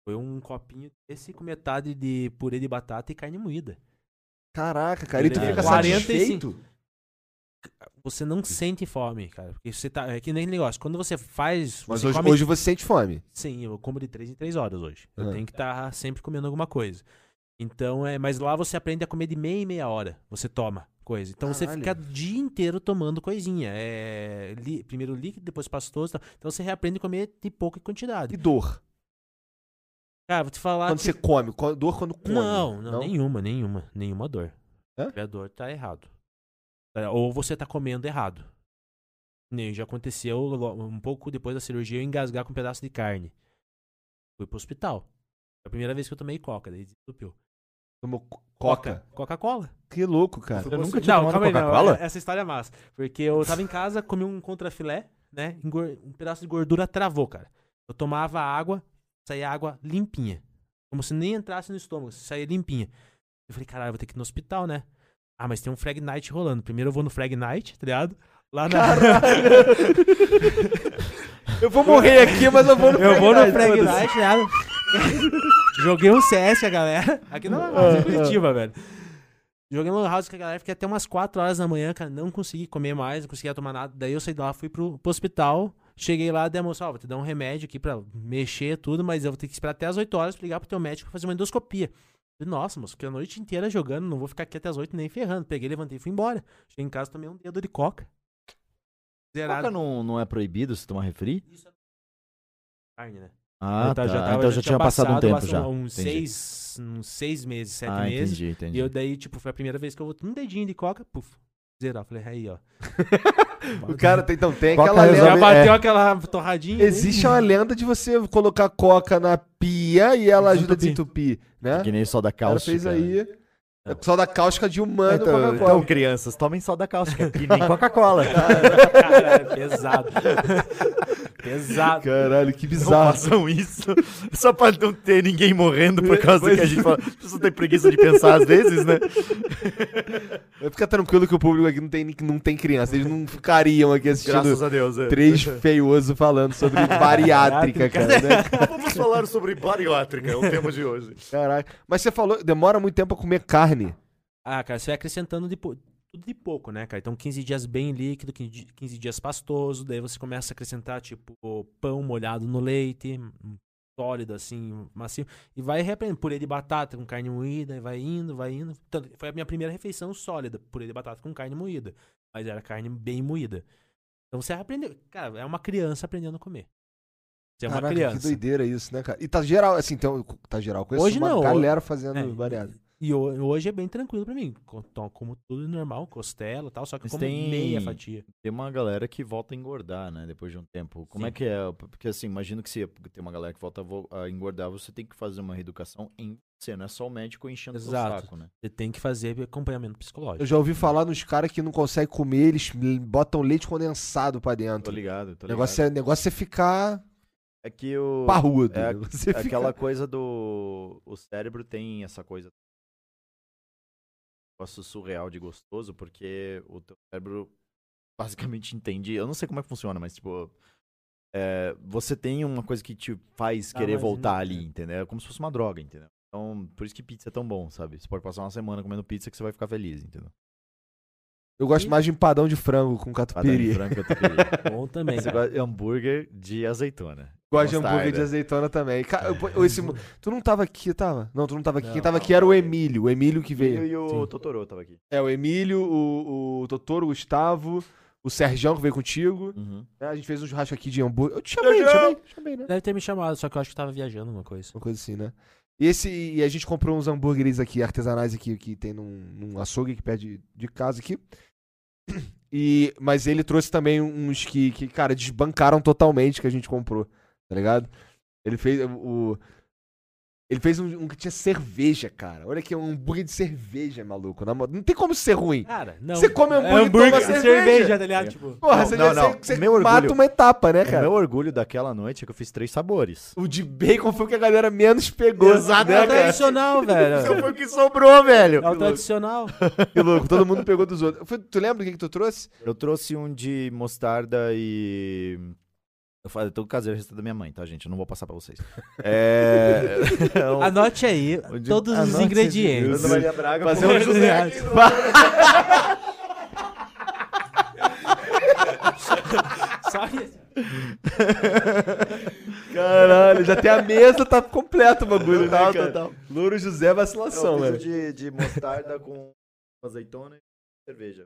[SPEAKER 2] Foi um copinho desse com metade de purê de batata e carne moída.
[SPEAKER 1] Caraca, cara. E tu
[SPEAKER 2] Ele
[SPEAKER 1] fica
[SPEAKER 3] é
[SPEAKER 2] 45.
[SPEAKER 1] satisfeito?
[SPEAKER 2] Você não sente fome, cara. Porque você tá. É que nem negócio. Quando você faz.
[SPEAKER 1] Mas
[SPEAKER 2] você
[SPEAKER 1] hoje,
[SPEAKER 2] come-
[SPEAKER 1] hoje você sente fome.
[SPEAKER 2] Sim, eu como de 3 em 3 horas hoje. Eu
[SPEAKER 1] Ah.
[SPEAKER 2] tenho que estar sempre comendo alguma coisa. Então, é, mas lá você aprende a comer de meia e meia hora. Você toma coisa. Então você
[SPEAKER 1] Caralho.
[SPEAKER 2] fica o dia inteiro tomando coisinha. É, li- primeiro líquido, depois pastoso. e tal. Então você reaprende a comer de pouca quantidade.
[SPEAKER 1] E dor.
[SPEAKER 2] Cara, vou te falar.
[SPEAKER 1] Quando
[SPEAKER 2] que-
[SPEAKER 1] você come. co- Dor quando come.
[SPEAKER 2] não, não, nenhuma, nenhuma, nenhuma dor.
[SPEAKER 1] Hã?
[SPEAKER 2] Se tiver dor, tá errado. Tá, Ou você tá comendo errado. Nem já aconteceu lo- um pouco depois da cirurgia eu engasgar com um pedaço de carne. Fui pro hospital. Foi a primeira vez que eu tomei coca, daí desentupiu.
[SPEAKER 1] Tomou co- coca.
[SPEAKER 2] Coca-Cola.
[SPEAKER 1] Que louco, cara.
[SPEAKER 3] Eu nunca tinha
[SPEAKER 2] Não,
[SPEAKER 3] tomado
[SPEAKER 2] calma aí, não.
[SPEAKER 3] Coca-Cola?
[SPEAKER 2] Essa história é massa. Porque eu tava em casa, comi um contrafilé, né? engor- Um pedaço de gordura travou, cara. Eu tomava água, saía água limpinha. Como se nem entrasse no estômago, saía limpinha. Eu falei, caralho, eu vou ter que ir no hospital, né? Ah, mas tem um Frag Night rolando. Primeiro eu vou no Frag Night, tá ligado? Lá na.
[SPEAKER 1] Eu vou morrer aqui, mas eu vou no
[SPEAKER 2] Eu vou no
[SPEAKER 1] Fortnite,
[SPEAKER 2] Frag
[SPEAKER 1] foda-se.
[SPEAKER 2] Night, né? [LAUGHS] Joguei um CS com a galera. Aqui é na Lan House, em Curitiba, velho. Joguei no House com a galera, fiquei até umas 4 horas da manhã, cara. Não consegui comer mais, não conseguia tomar nada. Daí eu saí de lá, fui pro, pro hospital. Cheguei lá, dei a moça, ó, vou te dar um remédio aqui pra mexer tudo, mas eu vou ter que esperar até as 8 horas pra ligar pro teu médico pra fazer uma endoscopia. Falei, Nossa, moço, fiquei a noite inteira jogando, não vou ficar aqui até as 8 nem ferrando. Peguei, levantei e fui embora. Cheguei em casa, tomei um dedo de coca. Zerado.
[SPEAKER 3] Coca não, não é proibido se tomar refri?
[SPEAKER 2] Carne, né?
[SPEAKER 3] Ah,
[SPEAKER 2] Eu
[SPEAKER 3] tá.
[SPEAKER 2] tava-
[SPEAKER 3] então
[SPEAKER 2] tava-
[SPEAKER 3] já tinha passado um tempo já.
[SPEAKER 2] Uns
[SPEAKER 3] Entendi.
[SPEAKER 2] seis, uns seis meses, sete
[SPEAKER 3] ah,
[SPEAKER 2] meses.
[SPEAKER 3] entendi, entendi.
[SPEAKER 2] E eu daí, tipo, foi a primeira vez que eu botei um dedinho de coca, puf, zerar. Falei, aí, ó.
[SPEAKER 1] O cara, tem- então, tem
[SPEAKER 3] Coca
[SPEAKER 1] aquela
[SPEAKER 3] resolve-
[SPEAKER 1] lenda.
[SPEAKER 2] Já
[SPEAKER 3] é.
[SPEAKER 2] bateu aquela torradinha. né?
[SPEAKER 1] Existe uma lenda de você colocar coca na pia e ela ajuda a
[SPEAKER 2] Desentupir.
[SPEAKER 1] desentupir, né?
[SPEAKER 3] Que nem só da
[SPEAKER 1] O cara
[SPEAKER 3] cáustica.
[SPEAKER 1] fez
[SPEAKER 3] né?
[SPEAKER 1] aí. É só da cáustica de humano
[SPEAKER 3] Então,
[SPEAKER 1] Coca-Cola. Tá,
[SPEAKER 3] então, crianças, tomem só da cáustica,
[SPEAKER 1] [LAUGHS]
[SPEAKER 3] que nem Coca-Cola.
[SPEAKER 2] [LAUGHS] Caralho, É pesado. pesado.
[SPEAKER 1] Caralho, que
[SPEAKER 3] Não
[SPEAKER 1] bizarro.
[SPEAKER 3] façam isso só pra não ter ninguém morrendo
[SPEAKER 1] É,
[SPEAKER 3] por causa do que a gente fala. As pessoas têm preguiça de pensar às vezes, né?
[SPEAKER 1] Fica tranquilo que o público aqui não tem, não tem criança. Eles não ficariam aqui assistindo
[SPEAKER 3] Graças a Deus. é.
[SPEAKER 1] três feiosos falando
[SPEAKER 3] [LAUGHS]
[SPEAKER 1] sobre bariátrica, cara. Né?
[SPEAKER 3] Vamos falar sobre bariátrica, é o tema de hoje.
[SPEAKER 1] Caralho. Mas você falou, demora muito tempo pra comer carne.
[SPEAKER 2] Ah, cara, você vai acrescentando de pou- tudo de pouco, né, cara? Então, 15 dias bem líquido, 15 di- 15 dias pastoso, daí você começa a acrescentar, tipo, pão molhado no leite, um sólido, assim, macio, e vai reaprendendo. Purê de batata com carne moída, e vai indo, vai indo. Tanto que foi a minha primeira refeição sólida, purê de batata com carne moída. Mas era carne bem moída. Então, você aprendeu. Cara, é uma criança aprendendo a comer. Você é uma
[SPEAKER 1] Caraca, que
[SPEAKER 2] criança.
[SPEAKER 1] doideira isso, né, cara? E tá geral, assim, então, tá geral. Conheço
[SPEAKER 2] Hoje
[SPEAKER 1] uma
[SPEAKER 2] não,
[SPEAKER 1] galera
[SPEAKER 2] É,
[SPEAKER 1] fazendo bariátrica.
[SPEAKER 2] E ho- hoje é bem tranquilo pra mim. Co- to- Como tudo é normal, costela e tal, só que eu
[SPEAKER 3] Mas
[SPEAKER 2] como
[SPEAKER 3] tem-
[SPEAKER 2] meia fatia.
[SPEAKER 3] Tem uma galera que volta a engordar, né? Depois de um tempo. Como é
[SPEAKER 2] Sim.
[SPEAKER 3] que é? Porque assim, imagino que se tem uma galera que volta a vo- a engordar, você tem que fazer uma reeducação em você, não é só o médico enchendo o
[SPEAKER 2] Exato.
[SPEAKER 3] saco, né?
[SPEAKER 2] Você tem que fazer acompanhamento
[SPEAKER 1] Eu
[SPEAKER 2] psicológico.
[SPEAKER 1] já ouvi falar nos caras que não conseguem comer, eles l- botam leite condensado pra
[SPEAKER 3] Tô
[SPEAKER 1] dentro.
[SPEAKER 3] ligado,
[SPEAKER 1] O
[SPEAKER 3] tô ligado.
[SPEAKER 1] negócio é, negócio é ficar
[SPEAKER 3] é que o.
[SPEAKER 1] parrudo.
[SPEAKER 3] é
[SPEAKER 1] né?
[SPEAKER 3] a-
[SPEAKER 1] [LAUGHS] Você
[SPEAKER 3] É
[SPEAKER 1] fica-
[SPEAKER 3] aquela coisa do. O cérebro tem essa coisa. Um negócio surreal de gostoso, porque o teu cérebro basicamente entende. Eu não sei como é que funciona, mas tipo. é, você tem uma coisa que te faz
[SPEAKER 1] Ah,
[SPEAKER 2] Dá
[SPEAKER 3] querer
[SPEAKER 2] mais
[SPEAKER 3] voltar
[SPEAKER 2] vontade,
[SPEAKER 3] ali, entendeu? É como se fosse uma droga, entendeu? Então, por isso que pizza é tão bom, sabe? Você pode passar uma semana comendo pizza que você vai ficar feliz, entendeu?
[SPEAKER 1] Eu gosto mais de empadão de frango com
[SPEAKER 3] Padrão
[SPEAKER 1] catupiry.
[SPEAKER 3] de frango,
[SPEAKER 1] [LAUGHS]
[SPEAKER 3] catupiry.
[SPEAKER 2] É Bom também.
[SPEAKER 3] Você
[SPEAKER 2] cara.
[SPEAKER 3] gosta de hambúrguer de azeitona.
[SPEAKER 1] Gosto de
[SPEAKER 3] Mostarda.
[SPEAKER 1] hambúrguer de azeitona também. Ca- eu- eu- esse mo- tu não tava aqui, tava? Não, tu não tava aqui. Quem
[SPEAKER 3] Não,
[SPEAKER 1] tava
[SPEAKER 3] não,
[SPEAKER 1] aqui era o
[SPEAKER 3] não.
[SPEAKER 1] Emílio, o Emílio que
[SPEAKER 3] Eu
[SPEAKER 1] veio.
[SPEAKER 3] e o
[SPEAKER 2] Sim.
[SPEAKER 3] Totoro tava aqui.
[SPEAKER 1] É, o Emílio, o, o doutor Gustavo, o Serjão que veio contigo.
[SPEAKER 3] Uhum.
[SPEAKER 1] né? A gente fez um churrasco aqui de hambúrguer. Eu te chamei, te
[SPEAKER 3] Serjão!
[SPEAKER 1] chamei, te chamei, né?
[SPEAKER 2] Deve ter me chamado, só que eu acho que tava viajando alguma coisa.
[SPEAKER 1] Uma coisa assim, né? E, esse, e a gente comprou uns hambúrgueres aqui, artesanais aqui, que tem num, num açougue que perde de casa aqui. E, mas ele trouxe também uns que, que, cara, desbancaram totalmente que a gente comprou, tá ligado? Ele fez o... o- Ele fez um, um que tinha cerveja, cara. Olha que é um hambúrguer de cerveja, maluco. na mo- não tem como ser ruim.
[SPEAKER 2] Cara, não. É
[SPEAKER 1] Você come hambúrguer e toma
[SPEAKER 2] com
[SPEAKER 1] cerveja.
[SPEAKER 2] tá ligado? Tipo,
[SPEAKER 1] Porra,
[SPEAKER 3] Não,
[SPEAKER 1] você, já-
[SPEAKER 3] não, não.
[SPEAKER 1] você- você
[SPEAKER 3] Meu orgulho.
[SPEAKER 1] mata uma etapa, né,
[SPEAKER 3] O
[SPEAKER 1] cara?
[SPEAKER 3] meu orgulho daquela noite é que eu fiz três sabores.
[SPEAKER 1] O de bacon foi o que a galera menos pegou. né?
[SPEAKER 2] é o
[SPEAKER 1] Exatamente.
[SPEAKER 2] [LAUGHS] tradicional, velho.
[SPEAKER 3] [LAUGHS] foi o que sobrou, velho.
[SPEAKER 2] É o tradicional.
[SPEAKER 1] Que louco, todo mundo pegou dos outros. Foi- tu lembra o que, que tu trouxe?
[SPEAKER 3] Eu trouxe um de mostarda e. Eu falei, todo caseiro receita da minha mãe, tá, gente? Eu não vou passar pra vocês. É. é [LAUGHS] um-
[SPEAKER 2] Anote aí
[SPEAKER 3] Onde-
[SPEAKER 2] todos os
[SPEAKER 3] Anote
[SPEAKER 2] ingredientes. [LAUGHS]
[SPEAKER 3] Ana Maria Braga.
[SPEAKER 1] Fazer um José aqui.
[SPEAKER 2] Só isso.
[SPEAKER 1] Caralho, já tem a mesa, tá completo o bagulho,
[SPEAKER 3] Total,
[SPEAKER 1] né, cara?
[SPEAKER 3] total.
[SPEAKER 1] Louro José é
[SPEAKER 3] Eu
[SPEAKER 1] vacilação,
[SPEAKER 3] fiz um
[SPEAKER 1] velho.
[SPEAKER 3] de, de mostarda com azeitona e cerveja.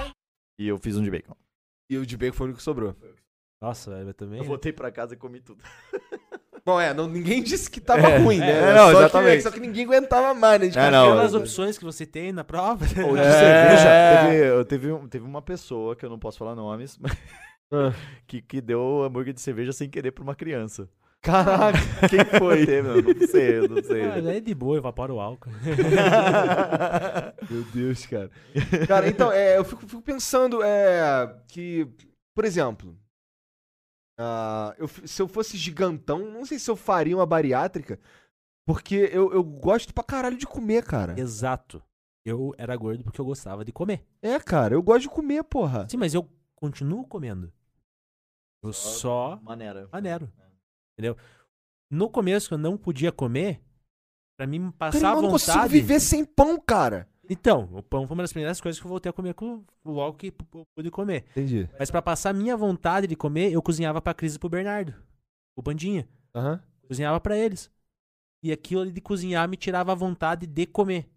[SPEAKER 3] E eu fiz um de bacon.
[SPEAKER 1] E o de bacon foi o único que sobrou.
[SPEAKER 2] Nossa, velho, eu também.
[SPEAKER 3] Eu voltei pra casa e comi tudo.
[SPEAKER 1] Bom, é, não, ninguém disse que tava ruim, né?
[SPEAKER 3] é,
[SPEAKER 1] só
[SPEAKER 3] não,
[SPEAKER 1] Que,
[SPEAKER 3] exatamente.
[SPEAKER 1] só que ninguém aguentava mais, né? A gente
[SPEAKER 3] É,
[SPEAKER 1] ficava
[SPEAKER 3] não,
[SPEAKER 1] falando-
[SPEAKER 2] Pelas opções que você tem na prova. [LAUGHS]
[SPEAKER 3] Ou de
[SPEAKER 1] É.
[SPEAKER 3] cerveja. Teve, eu- teve, um- teve uma pessoa, que eu não posso falar nomes, mas Ah. [LAUGHS] que, que deu hambúrguer de cerveja sem querer pra uma criança.
[SPEAKER 1] Caraca.
[SPEAKER 3] Quem [LAUGHS] foi? teve, não, não sei, eu não sei. [LAUGHS]
[SPEAKER 2] Ah, daí de boa, evapora o álcool.
[SPEAKER 1] Meu Deus, cara. [LAUGHS] Cara, então, é, eu fico, fico pensando é, que, por exemplo, ah, eu fi- se eu fosse gigantão, não sei se eu faria uma bariátrica, porque eu, eu gosto pra caralho de comer, cara.
[SPEAKER 2] Exato. Eu era gordo porque eu gostava de comer.
[SPEAKER 1] É, cara, eu gosto de comer, porra.
[SPEAKER 2] Sim, mas eu continuo comendo. Eu só
[SPEAKER 3] Maneira.
[SPEAKER 2] Maneiro. né? Entendeu? No começo que eu não podia comer, pra mim
[SPEAKER 1] Cara,
[SPEAKER 2] passar
[SPEAKER 1] eu
[SPEAKER 2] a
[SPEAKER 1] não consigo
[SPEAKER 2] vontade.
[SPEAKER 1] viver sem pão, cara.
[SPEAKER 2] Então, o pão foi uma das primeiras coisas que eu voltei a comer com- logo que p- eu pude comer.
[SPEAKER 1] Entendi.
[SPEAKER 2] Mas pra passar a minha vontade de comer, eu cozinhava pra Cris e pro Bernardo. O Bandinha.
[SPEAKER 1] Aham.
[SPEAKER 2] Cozinhava pra eles. E aquilo ali de cozinhar me tirava a vontade de comer.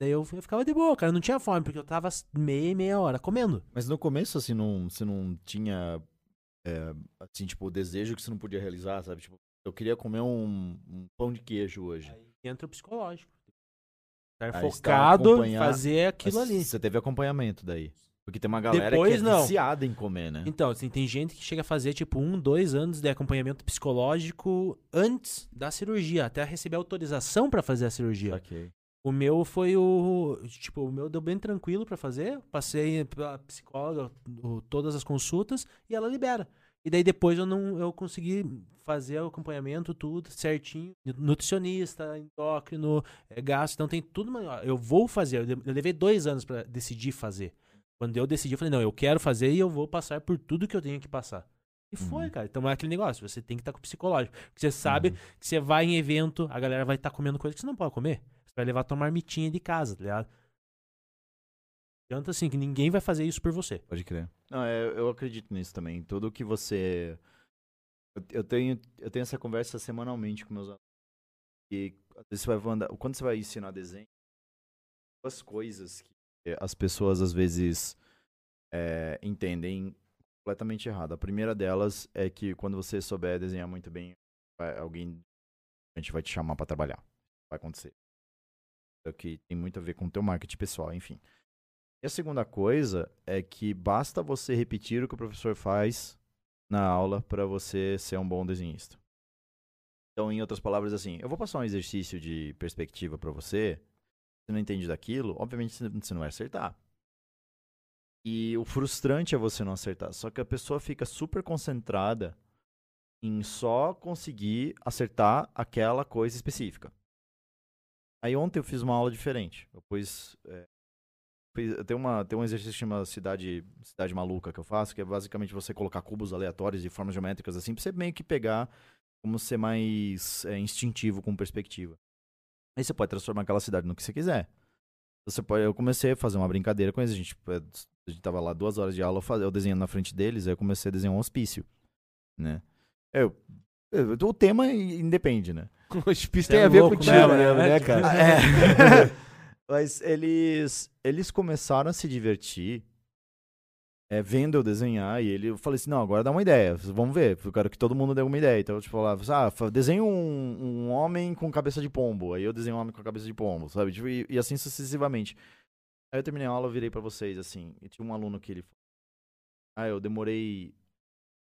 [SPEAKER 2] Daí eu, eu ficava de boa, cara. Eu não tinha fome, porque eu tava s- meia e meia hora comendo.
[SPEAKER 3] Mas no começo, assim, não, você não tinha, é, assim, tipo, o desejo que você não podia realizar, sabe? Tipo, eu queria comer um, um pão de queijo hoje.
[SPEAKER 2] Entra o psicológico. Estar
[SPEAKER 3] Aí está,
[SPEAKER 2] focado,
[SPEAKER 3] acompanhar-
[SPEAKER 2] fazer aquilo
[SPEAKER 3] Mas
[SPEAKER 2] ali.
[SPEAKER 3] Você teve acompanhamento daí. Porque tem uma galera
[SPEAKER 2] Depois,
[SPEAKER 3] que é
[SPEAKER 2] não.
[SPEAKER 3] viciada em comer, né?
[SPEAKER 2] Então, assim, tem gente que chega a fazer, tipo, um, dois anos de acompanhamento psicológico antes da cirurgia, até receber autorização pra fazer a cirurgia.
[SPEAKER 3] Ok.
[SPEAKER 2] O meu foi o. Tipo, o meu deu bem tranquilo pra fazer. Passei pela psicóloga o- todas as consultas e ela libera. E daí depois eu não eu consegui fazer o acompanhamento, tudo certinho. Nutricionista, endócrino, eh, gasto. Então tem tudo. mas, ó, Eu vou fazer. Eu de- eu levei dois anos pra decidir fazer. Quando eu decidi, eu falei, não, eu quero fazer e eu vou passar por tudo que eu tenho que passar. E foi, cara. Então é aquele negócio, você tem que estar com o psicológico. Porque você
[SPEAKER 1] Uhum.
[SPEAKER 2] sabe que você vai em evento, a galera vai estar comendo coisa que você não pode comer. Você vai levar tua marmitinha de casa, tá ligado? Tanto assim, que ninguém vai fazer isso por você.
[SPEAKER 3] Pode crer. Não, eu, eu acredito nisso também. Tudo que você. Eu, eu tenho, eu tenho essa conversa semanalmente com meus alunos. E às vezes você vai mandar. Quando você vai ensinar desenho, duas coisas que eh, as pessoas às vezes é, entendem completamente errado. A primeira delas é que quando você souber desenhar muito bem, vai- alguém a gente vai te chamar pra trabalhar. Vai acontecer. Isso que tem muito a ver com o teu marketing pessoal, enfim. E a segunda coisa é que basta você repetir o que o professor faz na aula para você ser um bom desenhista. Então, em outras palavras, assim, eu vou passar um exercício de perspectiva para você. Você não entende daquilo, obviamente você você não vai acertar. E o frustrante é você não acertar. Só que a pessoa fica super concentrada em só conseguir acertar aquela coisa específica. Aí ontem eu fiz uma aula diferente. Eu pus eh, fiz- tem, uma, tem um exercício que chama cidade, cidade Maluca que eu faço, que é basicamente você colocar cubos aleatórios de formas geométricas assim, pra você meio que pegar como ser mais é, instintivo com perspectiva. Aí você pode transformar aquela cidade no que você quiser. Você pode, eu comecei a fazer uma brincadeira com eles. A gente, é, a gente tava lá duas horas de aula, eu faz- eu desenhando na frente deles, aí eu comecei a desenhar um hospício, né? Eu, eu- o tema in- independe, né?
[SPEAKER 1] [LAUGHS] O espírito
[SPEAKER 2] Você
[SPEAKER 1] tem
[SPEAKER 2] é
[SPEAKER 1] a ver
[SPEAKER 2] louco
[SPEAKER 1] com o tiro
[SPEAKER 2] mesmo,
[SPEAKER 1] mesmo,
[SPEAKER 2] né?
[SPEAKER 1] né, cara?
[SPEAKER 2] Ah,
[SPEAKER 3] É. [LAUGHS] Mas eles, eles começaram a se divertir é, vendo eu desenhar. E ele, eu falei assim: não, agora dá uma ideia. Vamos ver. Eu quero que todo mundo dê uma ideia. Então, eu, tipo, falava: ah, fa- desenha um, um homem com cabeça de pombo. Aí eu desenho um homem com cabeça de pombo, sabe? Tipo, e, e assim sucessivamente. Aí eu terminei a aula, eu virei pra vocês, assim. E tinha um aluno que ele falou: ah, eu demorei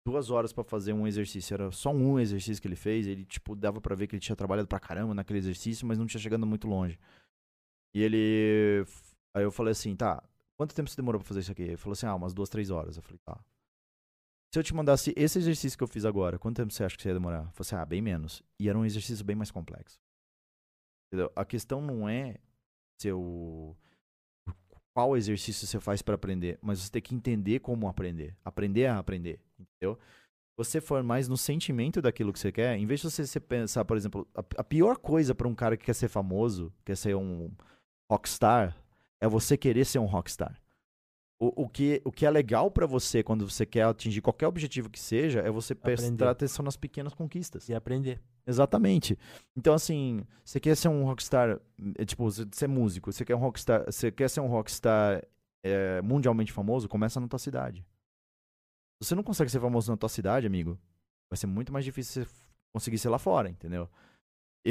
[SPEAKER 3] duas horas pra fazer um exercício. Era só um exercício que ele fez. Ele, tipo, dava pra ver que ele tinha trabalhado pra caramba naquele exercício, mas não tinha chegado muito longe. E ele. Aí eu falei assim, tá, quanto tempo você demorou pra fazer isso aqui? Ele falou assim, ah, umas duas, três horas. Eu falei, tá. Se eu te mandasse esse exercício que eu fiz agora, quanto tempo você acha que você ia demorar? Eu falei assim, ah, bem menos. E era um exercício bem mais complexo. Entendeu? A questão não é seu. Qual exercício você faz pra aprender, mas você tem que entender como aprender. Aprender a aprender, entendeu? Você for mais no sentimento daquilo que você quer, em vez de você se pensar, por exemplo, a, a pior coisa pra um cara que quer ser famoso, quer ser um rockstar é você querer ser um rockstar. O, o que, o que é legal pra você quando você quer atingir qualquer objetivo que seja é você
[SPEAKER 2] Aprender.
[SPEAKER 3] prestar atenção nas pequenas conquistas.
[SPEAKER 2] E aprender.
[SPEAKER 3] Exatamente. Então, assim, você quer ser um rockstar, é, tipo, você você é músico, você quer, um rockstar, você quer ser um rockstar é, mundialmente famoso, começa na tua cidade. Se você não consegue ser famoso na tua cidade, amigo, vai ser muito mais difícil você f- conseguir ser lá fora, entendeu?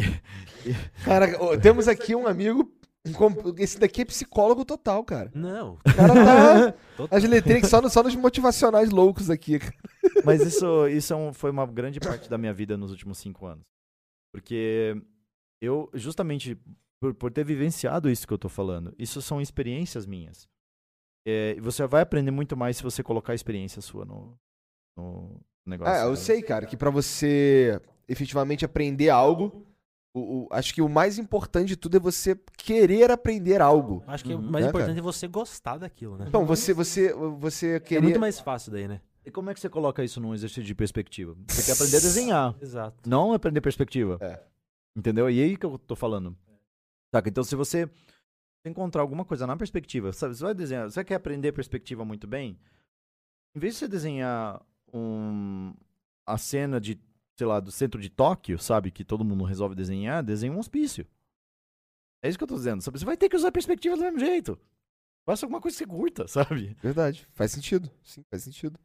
[SPEAKER 1] [LAUGHS] Cara, ô, temos aqui um amigo. um com- Esse daqui é psicólogo total, cara.
[SPEAKER 2] Não.
[SPEAKER 1] O cara tá.
[SPEAKER 2] [LAUGHS] Total.
[SPEAKER 1] As letrinhas só, no- só nos motivacionais loucos aqui. cara.
[SPEAKER 3] Mas isso, isso é um- foi uma grande parte da minha vida nos últimos cinco anos. Porque eu, justamente por, por ter vivenciado isso que eu tô falando, isso são experiências minhas. É, e você vai aprender muito mais se você colocar a experiência sua no, no negócio.
[SPEAKER 1] Ah, eu
[SPEAKER 3] sabe?
[SPEAKER 1] sei, cara, que pra você efetivamente aprender algo, o- o- acho que o mais importante de tudo é você querer aprender algo.
[SPEAKER 2] Acho que o
[SPEAKER 3] Uhum.
[SPEAKER 2] mais
[SPEAKER 1] É,
[SPEAKER 2] importante
[SPEAKER 1] cara.
[SPEAKER 2] é você gostar daquilo, né?
[SPEAKER 1] Então, você, você, você
[SPEAKER 2] É
[SPEAKER 1] querer.
[SPEAKER 2] muito mais fácil daí, né?
[SPEAKER 3] E como é que você coloca isso num exercício de perspectiva? Você quer aprender a desenhar.
[SPEAKER 2] Exato.
[SPEAKER 3] não aprender perspectiva.
[SPEAKER 1] É.
[SPEAKER 3] Entendeu? E aí que eu tô falando. Saca? Então, se você encontrar alguma coisa na perspectiva, sabe? Você vai desenhar, você quer aprender perspectiva muito bem? Em vez de você desenhar um, a cena de, sei lá, do centro de Tóquio, sabe? Que todo mundo resolve desenhar, desenha um hospício. É isso que eu tô dizendo, sabe? Você vai ter que usar a perspectiva do mesmo jeito. Faça alguma coisa que você curta, [LAUGHS] sabe?
[SPEAKER 1] Verdade, faz sentido. Sim, faz sentido.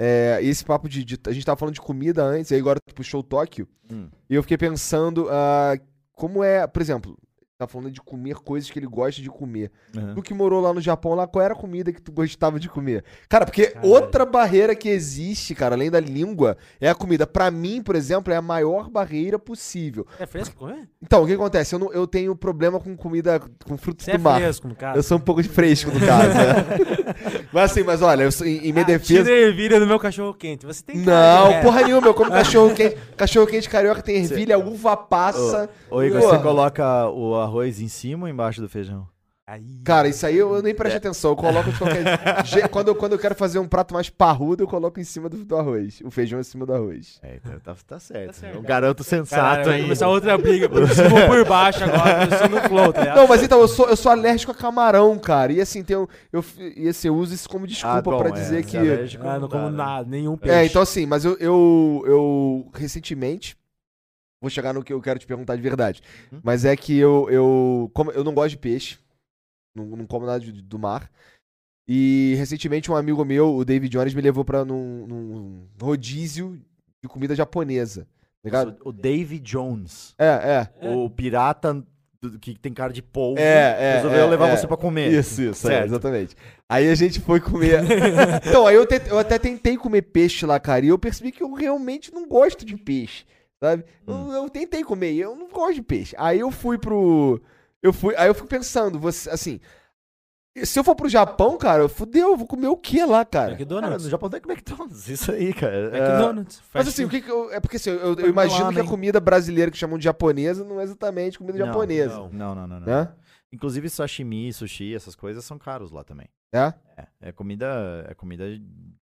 [SPEAKER 1] É, e esse papo de, de- A gente tava falando de comida antes, e aí agora tu puxou o Tóquio.
[SPEAKER 3] Hum.
[SPEAKER 1] E eu fiquei pensando ah, como é. Por exemplo, tá falando de comer coisas que ele gosta de comer.
[SPEAKER 2] É.
[SPEAKER 1] Tu que morou lá no Japão, lá, qual era a comida que tu gostava de comer? Cara, porque
[SPEAKER 2] Caralho.
[SPEAKER 1] outra barreira que existe, cara, além da língua, é a comida. Pra mim, por exemplo, é a maior barreira possível.
[SPEAKER 2] É fresco comer?
[SPEAKER 1] Então, o que acontece? Eu, não- eu tenho problema com comida, com frutos
[SPEAKER 2] Você
[SPEAKER 1] do
[SPEAKER 2] é
[SPEAKER 1] mar.
[SPEAKER 2] fresco, no caso.
[SPEAKER 1] Eu sou um pouco de fresco, no caso.
[SPEAKER 3] [LAUGHS]
[SPEAKER 1] né? mas assim, mas olha, eu sou- em, em minha
[SPEAKER 2] Ah,
[SPEAKER 1] defesa.
[SPEAKER 2] Tira a ervilha do meu cachorro quente. Você tem
[SPEAKER 1] Não,
[SPEAKER 2] cara de-
[SPEAKER 1] porra nenhuma, eu
[SPEAKER 3] [LAUGHS]
[SPEAKER 1] como cachorro quente. Cachorro quente carioca tem ervilha, uva passa.
[SPEAKER 3] Ou Igor,
[SPEAKER 1] Porra.
[SPEAKER 3] você coloca o arroz em cima ou embaixo do feijão?
[SPEAKER 2] Aí.
[SPEAKER 1] Cara, isso aí eu, eu nem presto
[SPEAKER 3] É.
[SPEAKER 1] atenção, eu coloco de qualquer
[SPEAKER 3] [LAUGHS]
[SPEAKER 1] jeito. Quando, eu- quando eu quero fazer um prato mais parrudo, eu coloco em cima do, do arroz. O feijão em cima do arroz.
[SPEAKER 3] É, tá, tá- tá certo.
[SPEAKER 2] certo.
[SPEAKER 3] Um garoto
[SPEAKER 2] Caralho,
[SPEAKER 3] sensato
[SPEAKER 2] vai
[SPEAKER 3] aí. Ah,
[SPEAKER 2] começar outra briga por cima ou por baixo agora. Eu sou no flow, tá ligado?
[SPEAKER 1] Não, mas então, eu sou, eu sou alérgico a camarão, cara. E assim, tem um- eu, e, assim, eu uso isso como desculpa
[SPEAKER 3] bom,
[SPEAKER 1] pra
[SPEAKER 3] é,
[SPEAKER 1] dizer
[SPEAKER 3] você
[SPEAKER 1] que.
[SPEAKER 3] é alérgico,
[SPEAKER 2] Ah, não
[SPEAKER 3] dá,
[SPEAKER 2] como
[SPEAKER 3] né?
[SPEAKER 2] nada, nenhum peixe.
[SPEAKER 1] Então, É, então assim, mas eu, eu, eu recentemente. Vou chegar no que eu quero te perguntar de verdade.
[SPEAKER 3] Uhum.
[SPEAKER 1] Mas é que eu, eu, como, eu não gosto de peixe. Não, não como nada de- do mar. E recentemente um amigo meu, o David Jones, me levou pra num, num rodízio de comida japonesa. tá Ligado?
[SPEAKER 3] O Davy Jones,
[SPEAKER 1] É, é.
[SPEAKER 3] o pirata do- que tem cara de polvo,
[SPEAKER 1] É, é,
[SPEAKER 3] Uhum. resolveu
[SPEAKER 1] é,
[SPEAKER 3] levar
[SPEAKER 1] é.
[SPEAKER 3] você pra comer.
[SPEAKER 1] Isso, isso, é,
[SPEAKER 3] Certo.
[SPEAKER 1] exatamente. Aí a gente foi
[SPEAKER 3] [LAUGHS]
[SPEAKER 1] comer. então, aí eu, te- eu até tentei comer peixe lá, cara, e eu percebi que eu realmente não gosto de peixe, sabe? Eu-
[SPEAKER 3] Hum.
[SPEAKER 1] Eu, tentei comer, e eu não gosto de peixe. Aí eu fui pro. Eu fui, aí eu fico pensando, você, assim. Se eu for pro Japão, cara, eu fudeu, eu vou comer o que lá,
[SPEAKER 2] É
[SPEAKER 1] cara?
[SPEAKER 3] Cara,
[SPEAKER 2] McDonald's.
[SPEAKER 3] no Japão tem McDonald's, isso aí,
[SPEAKER 1] É
[SPEAKER 3] cara. Ah,
[SPEAKER 2] McDonald's.
[SPEAKER 1] Mas
[SPEAKER 2] É fast
[SPEAKER 1] assim, o
[SPEAKER 2] food.
[SPEAKER 1] que que eu, é porque assim, eu- eu,
[SPEAKER 3] Vai lá,
[SPEAKER 1] imagino que a
[SPEAKER 3] né?
[SPEAKER 1] comida brasileira que chamam de japonesa não é exatamente
[SPEAKER 3] É,
[SPEAKER 1] comida
[SPEAKER 3] não,
[SPEAKER 1] japonesa,
[SPEAKER 3] Não, não, não. não, não.
[SPEAKER 1] né?
[SPEAKER 3] Inclusive sashimi, sushi, essas coisas são caros lá também.
[SPEAKER 1] É?
[SPEAKER 3] É, é comida, é comida,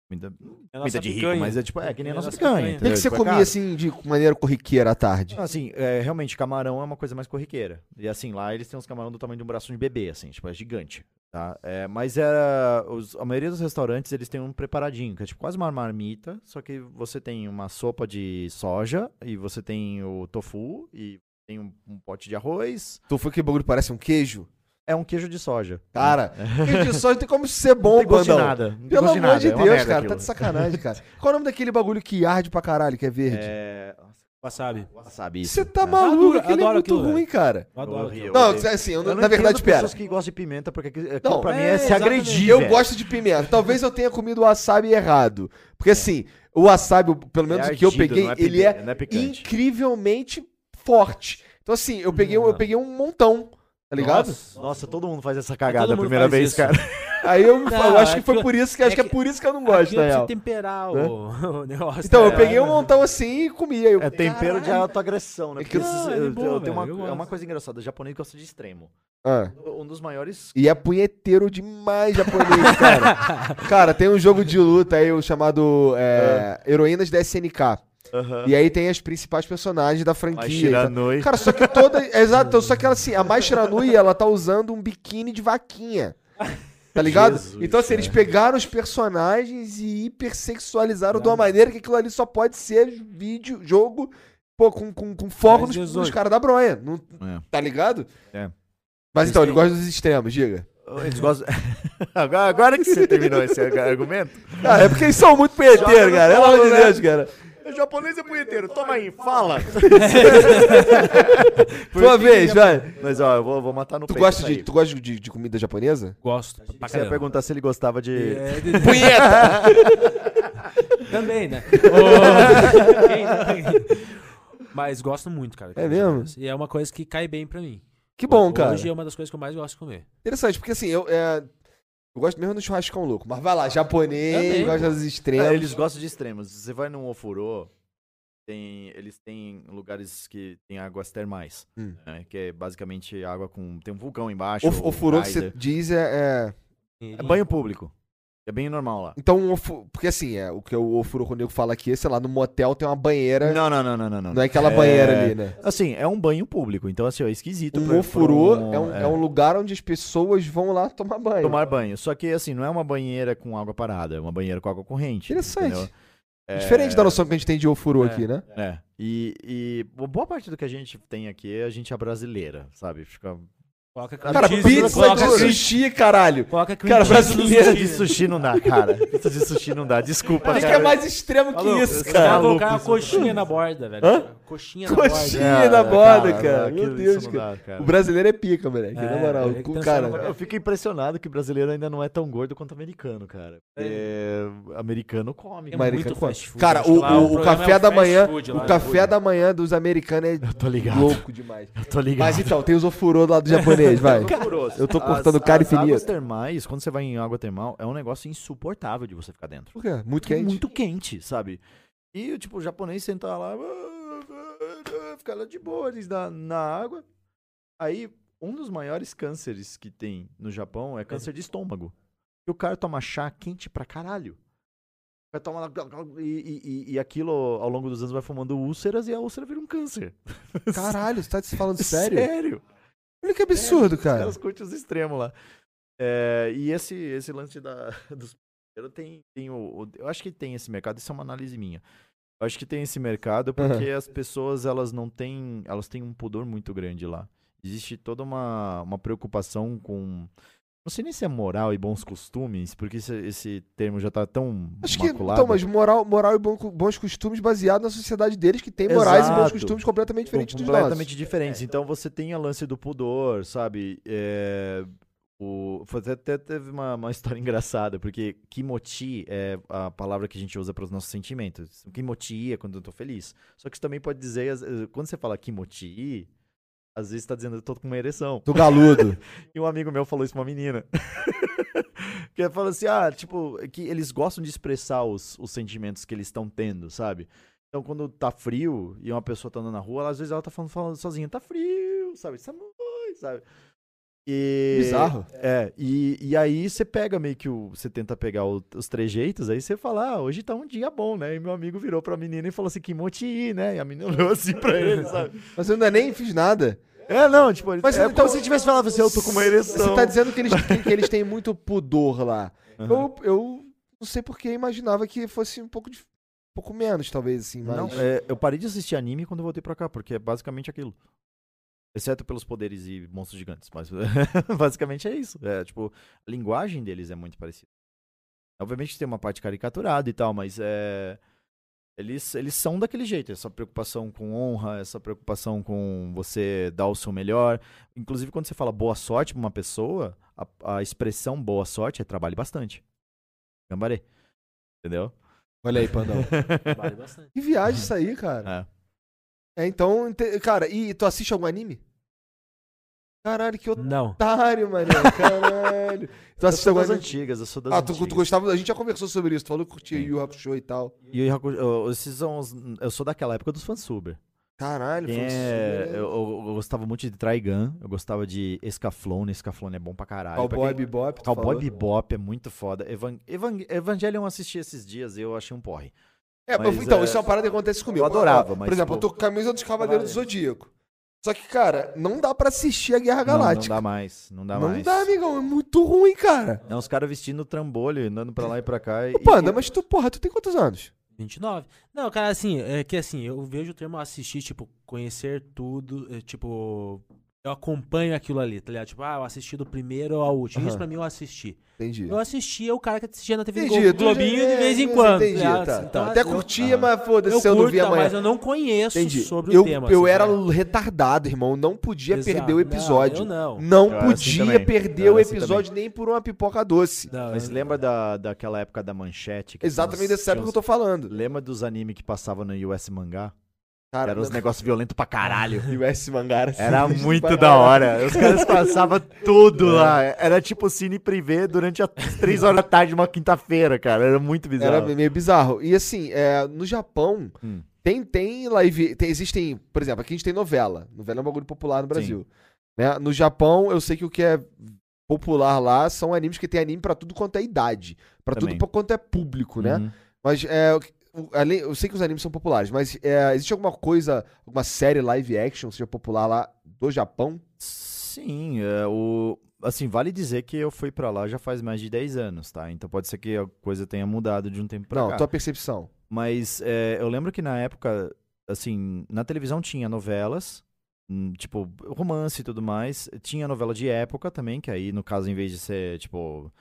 [SPEAKER 3] comida,
[SPEAKER 2] É a nossa
[SPEAKER 3] comida de rico,
[SPEAKER 2] picanha.
[SPEAKER 3] mas é tipo, é que nem a
[SPEAKER 2] É
[SPEAKER 3] nossa
[SPEAKER 2] nossa
[SPEAKER 3] picanha.
[SPEAKER 2] picanha.
[SPEAKER 1] O que,
[SPEAKER 3] entendeu?
[SPEAKER 1] que você
[SPEAKER 3] Tipo, é
[SPEAKER 1] comia,
[SPEAKER 3] caro.
[SPEAKER 1] assim, de maneira corriqueira à tarde?
[SPEAKER 3] Assim, é, realmente, camarão é uma coisa mais corriqueira. E assim, lá eles têm uns camarão do tamanho de um braço de bebê, assim, tipo, é gigante. Tá? É, mas era. os- a maioria dos restaurantes eles têm um preparadinho, que é tipo quase uma marmita, só que você tem uma sopa de soja, e você tem o tofu, e tem um, um pote de arroz.
[SPEAKER 1] Tu foi que bagulho parece um queijo?
[SPEAKER 3] É um queijo de soja.
[SPEAKER 1] Cara, queijo de soja tem como ser
[SPEAKER 3] É. não
[SPEAKER 1] bom,
[SPEAKER 3] tem gosto de
[SPEAKER 1] Bandão.
[SPEAKER 3] nada. não tem
[SPEAKER 1] Pelo
[SPEAKER 3] gosto
[SPEAKER 1] amor
[SPEAKER 3] de nada,
[SPEAKER 1] de
[SPEAKER 3] é uma
[SPEAKER 1] Deus,
[SPEAKER 3] merda
[SPEAKER 1] cara, tá
[SPEAKER 3] aquilo.
[SPEAKER 1] de sacanagem, cara.
[SPEAKER 3] [LAUGHS]
[SPEAKER 1] Qual é o nome daquele bagulho que arde pra caralho, que é verde?
[SPEAKER 3] É. nossa,
[SPEAKER 2] Wasabi.
[SPEAKER 3] Wasabi, isso.
[SPEAKER 1] Você tá
[SPEAKER 3] é.
[SPEAKER 1] maluco,
[SPEAKER 2] Adoro-
[SPEAKER 1] aquele é
[SPEAKER 2] adoro
[SPEAKER 1] muito
[SPEAKER 2] aquilo,
[SPEAKER 1] ruim, cara.
[SPEAKER 2] Eu adoro
[SPEAKER 3] Horrível.
[SPEAKER 2] aquilo.
[SPEAKER 3] Eu
[SPEAKER 1] Não,
[SPEAKER 3] odeio.
[SPEAKER 1] assim, eu,
[SPEAKER 3] Eu não
[SPEAKER 1] na verdade,
[SPEAKER 3] entendo
[SPEAKER 1] espera.
[SPEAKER 3] pessoas que gostam de pimenta, porque aquilo
[SPEAKER 1] Não,
[SPEAKER 3] pra mim
[SPEAKER 2] é,
[SPEAKER 3] é se
[SPEAKER 2] exatamente.
[SPEAKER 3] agredir.
[SPEAKER 1] Eu
[SPEAKER 3] velho.
[SPEAKER 1] gosto de pimenta. Talvez eu tenha comido wasabi errado. Porque assim, o wasabi, pelo menos o que eu
[SPEAKER 3] É. ardido,
[SPEAKER 1] peguei,
[SPEAKER 3] não é
[SPEAKER 1] ele é
[SPEAKER 3] pimenta, não picante.
[SPEAKER 1] incrivelmente forte. Então assim, eu peguei, um- eu peguei um montão, tá ligado?
[SPEAKER 2] Nossa.
[SPEAKER 3] Nossa, todo mundo faz essa cagada a
[SPEAKER 2] mundo
[SPEAKER 3] primeira
[SPEAKER 2] faz
[SPEAKER 3] vez,
[SPEAKER 2] isso.
[SPEAKER 3] cara.
[SPEAKER 1] Aí eu,
[SPEAKER 2] Não,
[SPEAKER 1] eu acho que foi
[SPEAKER 2] aquilo-
[SPEAKER 1] por isso que acho
[SPEAKER 2] é
[SPEAKER 1] que é
[SPEAKER 2] que-
[SPEAKER 1] por isso que eu não gosto,
[SPEAKER 2] Aquilo
[SPEAKER 1] na
[SPEAKER 2] é pra você
[SPEAKER 1] real.
[SPEAKER 2] temperar
[SPEAKER 1] Né?
[SPEAKER 2] o, [LAUGHS] o negócio.
[SPEAKER 1] Então, eu
[SPEAKER 2] né?
[SPEAKER 1] peguei um montão assim e comia. Eu,
[SPEAKER 3] É tempero de
[SPEAKER 1] Caralho.
[SPEAKER 3] autoagressão, né?
[SPEAKER 1] É que
[SPEAKER 3] Porque
[SPEAKER 1] eu-
[SPEAKER 3] esses-
[SPEAKER 2] Não, é
[SPEAKER 3] eu-
[SPEAKER 2] de boa,
[SPEAKER 3] eu tenho uma-
[SPEAKER 2] velho, eu
[SPEAKER 3] é uma
[SPEAKER 2] gosto.
[SPEAKER 3] coisa engraçada, o japonês gosta de extremo.
[SPEAKER 1] Ah.
[SPEAKER 3] Um dos maiores...
[SPEAKER 1] E é punheteiro demais japonês,
[SPEAKER 3] [LAUGHS]
[SPEAKER 1] cara. cara, tem um jogo de luta aí o chamado é,
[SPEAKER 3] Ah.
[SPEAKER 1] Heroínas da SNK. E aí tem as principais personagens da franquia.
[SPEAKER 3] Mas
[SPEAKER 1] e tal.
[SPEAKER 3] Shiranui.
[SPEAKER 1] Cara, só que
[SPEAKER 3] [LAUGHS]
[SPEAKER 1] toda. Exato, então, só que ela assim, a Mai Shiranui, ela tá usando um biquíni de vaquinha. Tá ligado?
[SPEAKER 3] Jesus,
[SPEAKER 1] então, assim, eles pegaram os personagens e hipersexualizaram de uma maneira que aquilo ali só pode ser vídeo, jogo, pô, com, com, com foco
[SPEAKER 2] Mas
[SPEAKER 1] nos, nos
[SPEAKER 2] 18.
[SPEAKER 1] caras da bronha. Não-
[SPEAKER 3] É.
[SPEAKER 1] Tá ligado?
[SPEAKER 3] É.
[SPEAKER 1] Mas então, ele gosta dos extremos, diga.
[SPEAKER 3] ah, Eles gostam... [LAUGHS] agora, agora que você terminou esse argumento...
[SPEAKER 1] Ah, é porque [LAUGHS] eles são muito punheteiros,
[SPEAKER 3] no
[SPEAKER 1] cara. Pelo
[SPEAKER 3] colo,
[SPEAKER 1] amor de
[SPEAKER 3] né?
[SPEAKER 1] Deus, cara.
[SPEAKER 3] O japonês é punheteiro. Toma aí, [LAUGHS] fala.
[SPEAKER 1] Tua vez, vai.
[SPEAKER 3] Mas ó, eu vou, vou matar no
[SPEAKER 1] Tu
[SPEAKER 3] peito
[SPEAKER 1] gosta,
[SPEAKER 3] isso
[SPEAKER 1] de,
[SPEAKER 3] aí.
[SPEAKER 1] tu gosta de, de comida japonesa?
[SPEAKER 2] Gosto pra
[SPEAKER 3] Você um- ia
[SPEAKER 2] caramba.
[SPEAKER 3] perguntar se ele gostava de...
[SPEAKER 1] [LAUGHS]
[SPEAKER 2] É,
[SPEAKER 1] Punheta!
[SPEAKER 2] [LAUGHS] Também, né? Ô, [LAUGHS] quem não? Mas gosto muito, cara.
[SPEAKER 1] É mesmo?
[SPEAKER 2] E é uma coisa que cai bem pra mim.
[SPEAKER 1] Que bom, cara.
[SPEAKER 2] Hoje é uma das coisas que eu mais gosto de comer.
[SPEAKER 1] Interessante, porque assim, eu, é, eu gosto mesmo do churrascão louco. Mas vai lá, japonês,
[SPEAKER 2] Também,
[SPEAKER 1] gosta dos extremos.
[SPEAKER 3] Ah, eles gostam de extremos. Você vai num ofurô, tem, eles têm lugares que tem águas termais,
[SPEAKER 1] Hum.
[SPEAKER 3] né, que é basicamente água com... Tem um vulcão embaixo.
[SPEAKER 1] O, o furô que você
[SPEAKER 3] geyser.
[SPEAKER 1] diz é, é-
[SPEAKER 3] É banho público. É bem normal lá.
[SPEAKER 1] Então, o ofu- porque assim, é, o que o ofuro quando eu fala aqui, sei lá, no motel tem uma banheira.
[SPEAKER 3] Não, não, não, não, não. Não,
[SPEAKER 1] Não é aquela banheira ali, né?
[SPEAKER 3] Assim, é um banho público, então assim, ó, é esquisito. pra-
[SPEAKER 1] Um
[SPEAKER 3] pra
[SPEAKER 1] ofurô é, um,
[SPEAKER 3] é,
[SPEAKER 1] é um lugar onde as pessoas vão lá tomar banho.
[SPEAKER 3] tomar banho. Só que assim, não é uma banheira com água parada, é uma banheira com água corrente.
[SPEAKER 1] Interessante.
[SPEAKER 3] entendeu? É,
[SPEAKER 1] Diferente da noção que a gente tem de ofuro
[SPEAKER 2] É.
[SPEAKER 1] aqui, né?
[SPEAKER 3] É. E, e bo- boa parte do que a gente tem aqui, a gente é brasileira, sabe? Fica...
[SPEAKER 2] Coloca
[SPEAKER 1] Cara,
[SPEAKER 2] cream cheese,
[SPEAKER 1] pizza
[SPEAKER 2] coloca-
[SPEAKER 1] de sushi, caralho.
[SPEAKER 2] Coloca cream
[SPEAKER 1] Cara,
[SPEAKER 2] cheese no
[SPEAKER 1] brasileiro é
[SPEAKER 3] Pizza de sushi não dá, cara. Pizza de sushi não dá. Desculpa,
[SPEAKER 1] O que, que é
[SPEAKER 3] cara.
[SPEAKER 1] mais extremo que
[SPEAKER 2] Maluco,
[SPEAKER 1] isso,
[SPEAKER 2] você
[SPEAKER 1] cara?
[SPEAKER 2] vai
[SPEAKER 3] Maluco,
[SPEAKER 2] colocar uma
[SPEAKER 3] isso.
[SPEAKER 2] coxinha na borda, velho. Coxinha na
[SPEAKER 1] Coxinha.
[SPEAKER 2] borda.
[SPEAKER 1] na borda, cara. Meu
[SPEAKER 3] aquilo-
[SPEAKER 1] Deus,
[SPEAKER 3] isso não dá, cara.
[SPEAKER 1] O brasileiro é pica, moleque.
[SPEAKER 2] É,
[SPEAKER 1] na moral,
[SPEAKER 2] é que
[SPEAKER 1] o
[SPEAKER 2] tem
[SPEAKER 1] cara.
[SPEAKER 2] essa-
[SPEAKER 3] Eu fico impressionado que o brasileiro ainda não é tão gordo quanto o americano, cara. É, americano come.
[SPEAKER 2] É
[SPEAKER 3] Mas...
[SPEAKER 1] Americano
[SPEAKER 2] muito
[SPEAKER 1] come.
[SPEAKER 2] fast food,
[SPEAKER 1] Cara,
[SPEAKER 2] acho
[SPEAKER 1] o,
[SPEAKER 2] que lá
[SPEAKER 1] o-
[SPEAKER 2] o
[SPEAKER 1] o
[SPEAKER 2] programa
[SPEAKER 1] café
[SPEAKER 2] é um
[SPEAKER 1] da
[SPEAKER 2] fast
[SPEAKER 1] manhã,
[SPEAKER 2] food lá,
[SPEAKER 1] o
[SPEAKER 2] né?
[SPEAKER 1] café da manhã dos americanos
[SPEAKER 3] Eu tô
[SPEAKER 1] é
[SPEAKER 3] ligado.
[SPEAKER 1] louco demais.
[SPEAKER 3] Eu tô ligado. [LAUGHS]
[SPEAKER 1] Mas então, tem os ofurô lá do japonês, vai. Eu tô cortando cara
[SPEAKER 3] as
[SPEAKER 1] infinito.
[SPEAKER 3] águas termais, quando você vai em água termal, é um negócio insuportável de você ficar dentro.
[SPEAKER 1] Por quê? Muito
[SPEAKER 3] Porque é
[SPEAKER 1] quente.
[SPEAKER 3] Muito quente, sabe? E, tipo, o japonês sentar lá, "Ah, ficar lá de boa, eles na, na água. Aí, um dos maiores cânceres que tem no Japão é câncer de estômago. E o cara toma chá quente pra caralho. Vai tomar lá, glug, glug, e, e- e- e aquilo, ao longo dos anos, vai formando úlceras e a úlcera vira um câncer. [LAUGHS]
[SPEAKER 1] Caralho, você tá se falando sério?
[SPEAKER 3] Sério?
[SPEAKER 1] Olha que absurdo,
[SPEAKER 3] Os
[SPEAKER 1] cara.
[SPEAKER 3] caras curtem os extremos lá. É, e esse, esse lance da, [LAUGHS] dos eu tem, tem o, o- Eu acho que tem esse mercado, isso é uma análise minha. Eu acho que tem esse mercado porque as pessoas, elas não têm. Elas têm um pudor muito grande lá. Existe toda uma, uma preocupação com. Não sei nem se é moral e bons costumes, porque esse, esse termo já tá tão
[SPEAKER 1] Acho que,
[SPEAKER 3] maculado.
[SPEAKER 1] então, mas moral, moral e bom- bons costumes baseado na sociedade deles, que tem morais e bons
[SPEAKER 3] Exato.
[SPEAKER 1] costumes completamente diferentes dos nossos. É.
[SPEAKER 3] completamente diferentes. Então você tem o lance do pudor, sabe? É, o, foi até, até teve uma, [LAUGHS] uma história engraçada, porque kimoti é a palavra que a gente usa para os nossos sentimentos. Kimoti é quando eu tô feliz. Só que você também pode dizer, às- quando você fala kimoti, às vezes você tá dizendo eu tô com uma ereção.
[SPEAKER 1] Do galudo.
[SPEAKER 3] E um amigo meu falou isso pra uma menina. [LAUGHS] que ele falou assim, ah, tipo, que eles gostam de expressar os, os sentimentos que eles estão tendo, sabe? Então, quando tá frio e uma pessoa tá andando na rua, ela, às vezes ela tá falando, falando sozinha, tá frio, sabe? Samurai, sabe? E,
[SPEAKER 1] Bizarro.
[SPEAKER 3] É, e, e aí você pega meio que o. Você tenta pegar o- os trejeitos, aí você fala, ah, hoje tá um dia bom, né? E meu amigo virou pra menina e falou assim, que moti, né? E a menina olhou assim pra
[SPEAKER 1] [LAUGHS]
[SPEAKER 3] ele, sabe?
[SPEAKER 1] [LAUGHS] Mas eu ainda nem fiz nada.
[SPEAKER 3] É, não, tipo, ele-
[SPEAKER 1] Mas
[SPEAKER 3] é
[SPEAKER 1] então-
[SPEAKER 3] como se ele tivesse falado assim, eu tô com uma ereção.
[SPEAKER 1] Você tá dizendo que eles, que, que eles têm muito pudor lá.
[SPEAKER 3] Aham.
[SPEAKER 1] Eu, eu não sei porque imaginava que fosse um pouco, de, um pouco menos, talvez, assim. Mas...
[SPEAKER 3] Não, é, eu parei de assistir anime quando eu voltei pra cá, porque é basicamente aquilo. Exceto pelos poderes e monstros gigantes, mas [LAUGHS] basicamente é isso. É, tipo, a linguagem deles é muito parecida. Obviamente tem uma parte caricaturada e tal, mas é... Eles, eles são daquele jeito, essa preocupação com honra, essa preocupação com você dar o seu melhor. Inclusive, quando você fala boa sorte pra uma pessoa, a, a expressão boa sorte é trabalhe bastante. Gambaré. Entendeu?
[SPEAKER 1] Olha aí, Pandão.
[SPEAKER 3] [LAUGHS]
[SPEAKER 2] né? Vale bastante.
[SPEAKER 1] Que viagem isso aí, cara.
[SPEAKER 3] É.
[SPEAKER 1] É, então, inte- cara, e tu assiste algum anime? Caralho, que
[SPEAKER 2] Não.
[SPEAKER 1] otário, mano. Caralho. tu assiste
[SPEAKER 3] Hum. [LAUGHS] eu sou
[SPEAKER 1] algum
[SPEAKER 3] das
[SPEAKER 1] anime?
[SPEAKER 3] antigas, eu sou das
[SPEAKER 1] Ah, tu,
[SPEAKER 3] antigas.
[SPEAKER 1] tu gostava, a gente já conversou sobre isso, tu falou que curtia
[SPEAKER 3] Sim.
[SPEAKER 1] Yu Yu Hakusho e tal.
[SPEAKER 3] E o Yaku- eu- esses são os- eu sou daquela época dos fansuber.
[SPEAKER 1] Caralho, foi um
[SPEAKER 3] É,
[SPEAKER 1] super-
[SPEAKER 3] eu, eu- eu gostava muito de Trigun, eu gostava de Escaflone, Escaflone é bom pra caralho. pra
[SPEAKER 1] Cowboy
[SPEAKER 3] quem-
[SPEAKER 1] Bebop, tu
[SPEAKER 3] Cowboy
[SPEAKER 1] falou.
[SPEAKER 3] Bebop é muito foda. Evan, Evan, Evangelion eu assisti esses dias e eu achei um porre.
[SPEAKER 1] É, mas,
[SPEAKER 3] Mas,
[SPEAKER 1] então,
[SPEAKER 3] é,
[SPEAKER 1] isso é uma parada que acontece comigo.
[SPEAKER 3] eu adorava,
[SPEAKER 1] Ó,
[SPEAKER 3] mas,
[SPEAKER 1] Por exemplo,
[SPEAKER 3] pô,
[SPEAKER 1] eu tô com a camisa dos Cavaleiros do Zodíaco. Só que, cara, não dá pra assistir a Guerra
[SPEAKER 3] Não, não
[SPEAKER 1] Galáctica.
[SPEAKER 3] dá mais, não dá
[SPEAKER 1] Não
[SPEAKER 3] mais.
[SPEAKER 1] dá, amigão, é muito ruim, cara.
[SPEAKER 3] É uns caras vestindo trambolho, andando pra lá e pra cá. e-
[SPEAKER 1] Ô, Panda, mas tu, porra, tu tem quantos anos?
[SPEAKER 2] 29. Não, cara, assim, é que assim, eu vejo o termo assistir, tipo, conhecer tudo, é, tipo, eu acompanho aquilo ali, tá ligado? Tipo, ah, eu assisti do primeiro ao último. Isso
[SPEAKER 1] Aham.
[SPEAKER 2] pra mim eu assisti.
[SPEAKER 1] Entendi.
[SPEAKER 2] Eu assistia o cara que assistia na TV
[SPEAKER 1] Entendi.
[SPEAKER 2] Glo- Globinho
[SPEAKER 1] tu-
[SPEAKER 2] de vez em
[SPEAKER 1] é,
[SPEAKER 2] quando.
[SPEAKER 1] Entendi,
[SPEAKER 2] ligado?
[SPEAKER 1] tá.
[SPEAKER 2] Então,
[SPEAKER 1] Até
[SPEAKER 2] eu-
[SPEAKER 1] curtia, mas foda-se,
[SPEAKER 2] Eu
[SPEAKER 1] se eu não
[SPEAKER 2] curto, tá,
[SPEAKER 1] vi amanhã.
[SPEAKER 2] mas eu não conheço
[SPEAKER 1] Entendi.
[SPEAKER 2] sobre
[SPEAKER 1] eu,
[SPEAKER 2] o tema.
[SPEAKER 1] Eu
[SPEAKER 2] assim,
[SPEAKER 1] era
[SPEAKER 2] tá ligado?
[SPEAKER 1] retardado, irmão. Não podia
[SPEAKER 2] Exato.
[SPEAKER 1] perder o episódio.
[SPEAKER 2] Não, eu não.
[SPEAKER 3] Eu era assim
[SPEAKER 1] podia
[SPEAKER 3] também.
[SPEAKER 1] perder
[SPEAKER 3] Eu
[SPEAKER 1] o
[SPEAKER 3] era assim
[SPEAKER 1] episódio nem por uma pipoca doce.
[SPEAKER 2] Não,
[SPEAKER 3] Ah, Mas
[SPEAKER 2] eu-
[SPEAKER 3] lembra da, daquela época da manchete? que
[SPEAKER 1] Exatamente
[SPEAKER 3] tinha uns-
[SPEAKER 1] dessa época que
[SPEAKER 3] tinha
[SPEAKER 1] eu tô
[SPEAKER 3] uns-
[SPEAKER 1] falando.
[SPEAKER 3] Lembra dos animes que passavam no US Mangá?
[SPEAKER 1] Cara,
[SPEAKER 3] Era uns
[SPEAKER 1] [LAUGHS]
[SPEAKER 3] negócios violentos pra caralho.
[SPEAKER 1] US Mangara. assim, [LAUGHS]
[SPEAKER 3] Era muito da hora. Os caras passavam tudo
[SPEAKER 1] É.
[SPEAKER 3] lá. Era tipo cine privê durante as três horas da tarde de uma quinta-feira, cara. Era muito bizarro.
[SPEAKER 1] Era meio bizarro. E assim, é, no Japão,
[SPEAKER 3] Hum.
[SPEAKER 1] tem, tem live. tem- existem, por exemplo, aqui a gente tem novela. Novela é um bagulho popular no Brasil. Né? No Japão, eu sei que o que é popular lá são animes que tem anime pra tudo quanto é idade. Pra tudo
[SPEAKER 3] Também.
[SPEAKER 1] pra quanto é público, né?
[SPEAKER 3] Uhum.
[SPEAKER 1] Mas é. o que- o- além- eu sei que os animes são populares, mas é, existe alguma coisa, alguma série live action seja popular lá do Japão?
[SPEAKER 3] Sim, é, o... assim, vale dizer que eu fui pra lá já faz mais de 10 anos, tá? Então pode ser que a coisa tenha mudado de um tempo pra
[SPEAKER 1] Não,
[SPEAKER 3] cá.
[SPEAKER 1] tua percepção.
[SPEAKER 3] Mas é, eu lembro que na época, assim, na televisão tinha novelas, hum, tipo, romance e tudo mais. Tinha novela de época também, que aí, no caso, em vez de ser, tipo,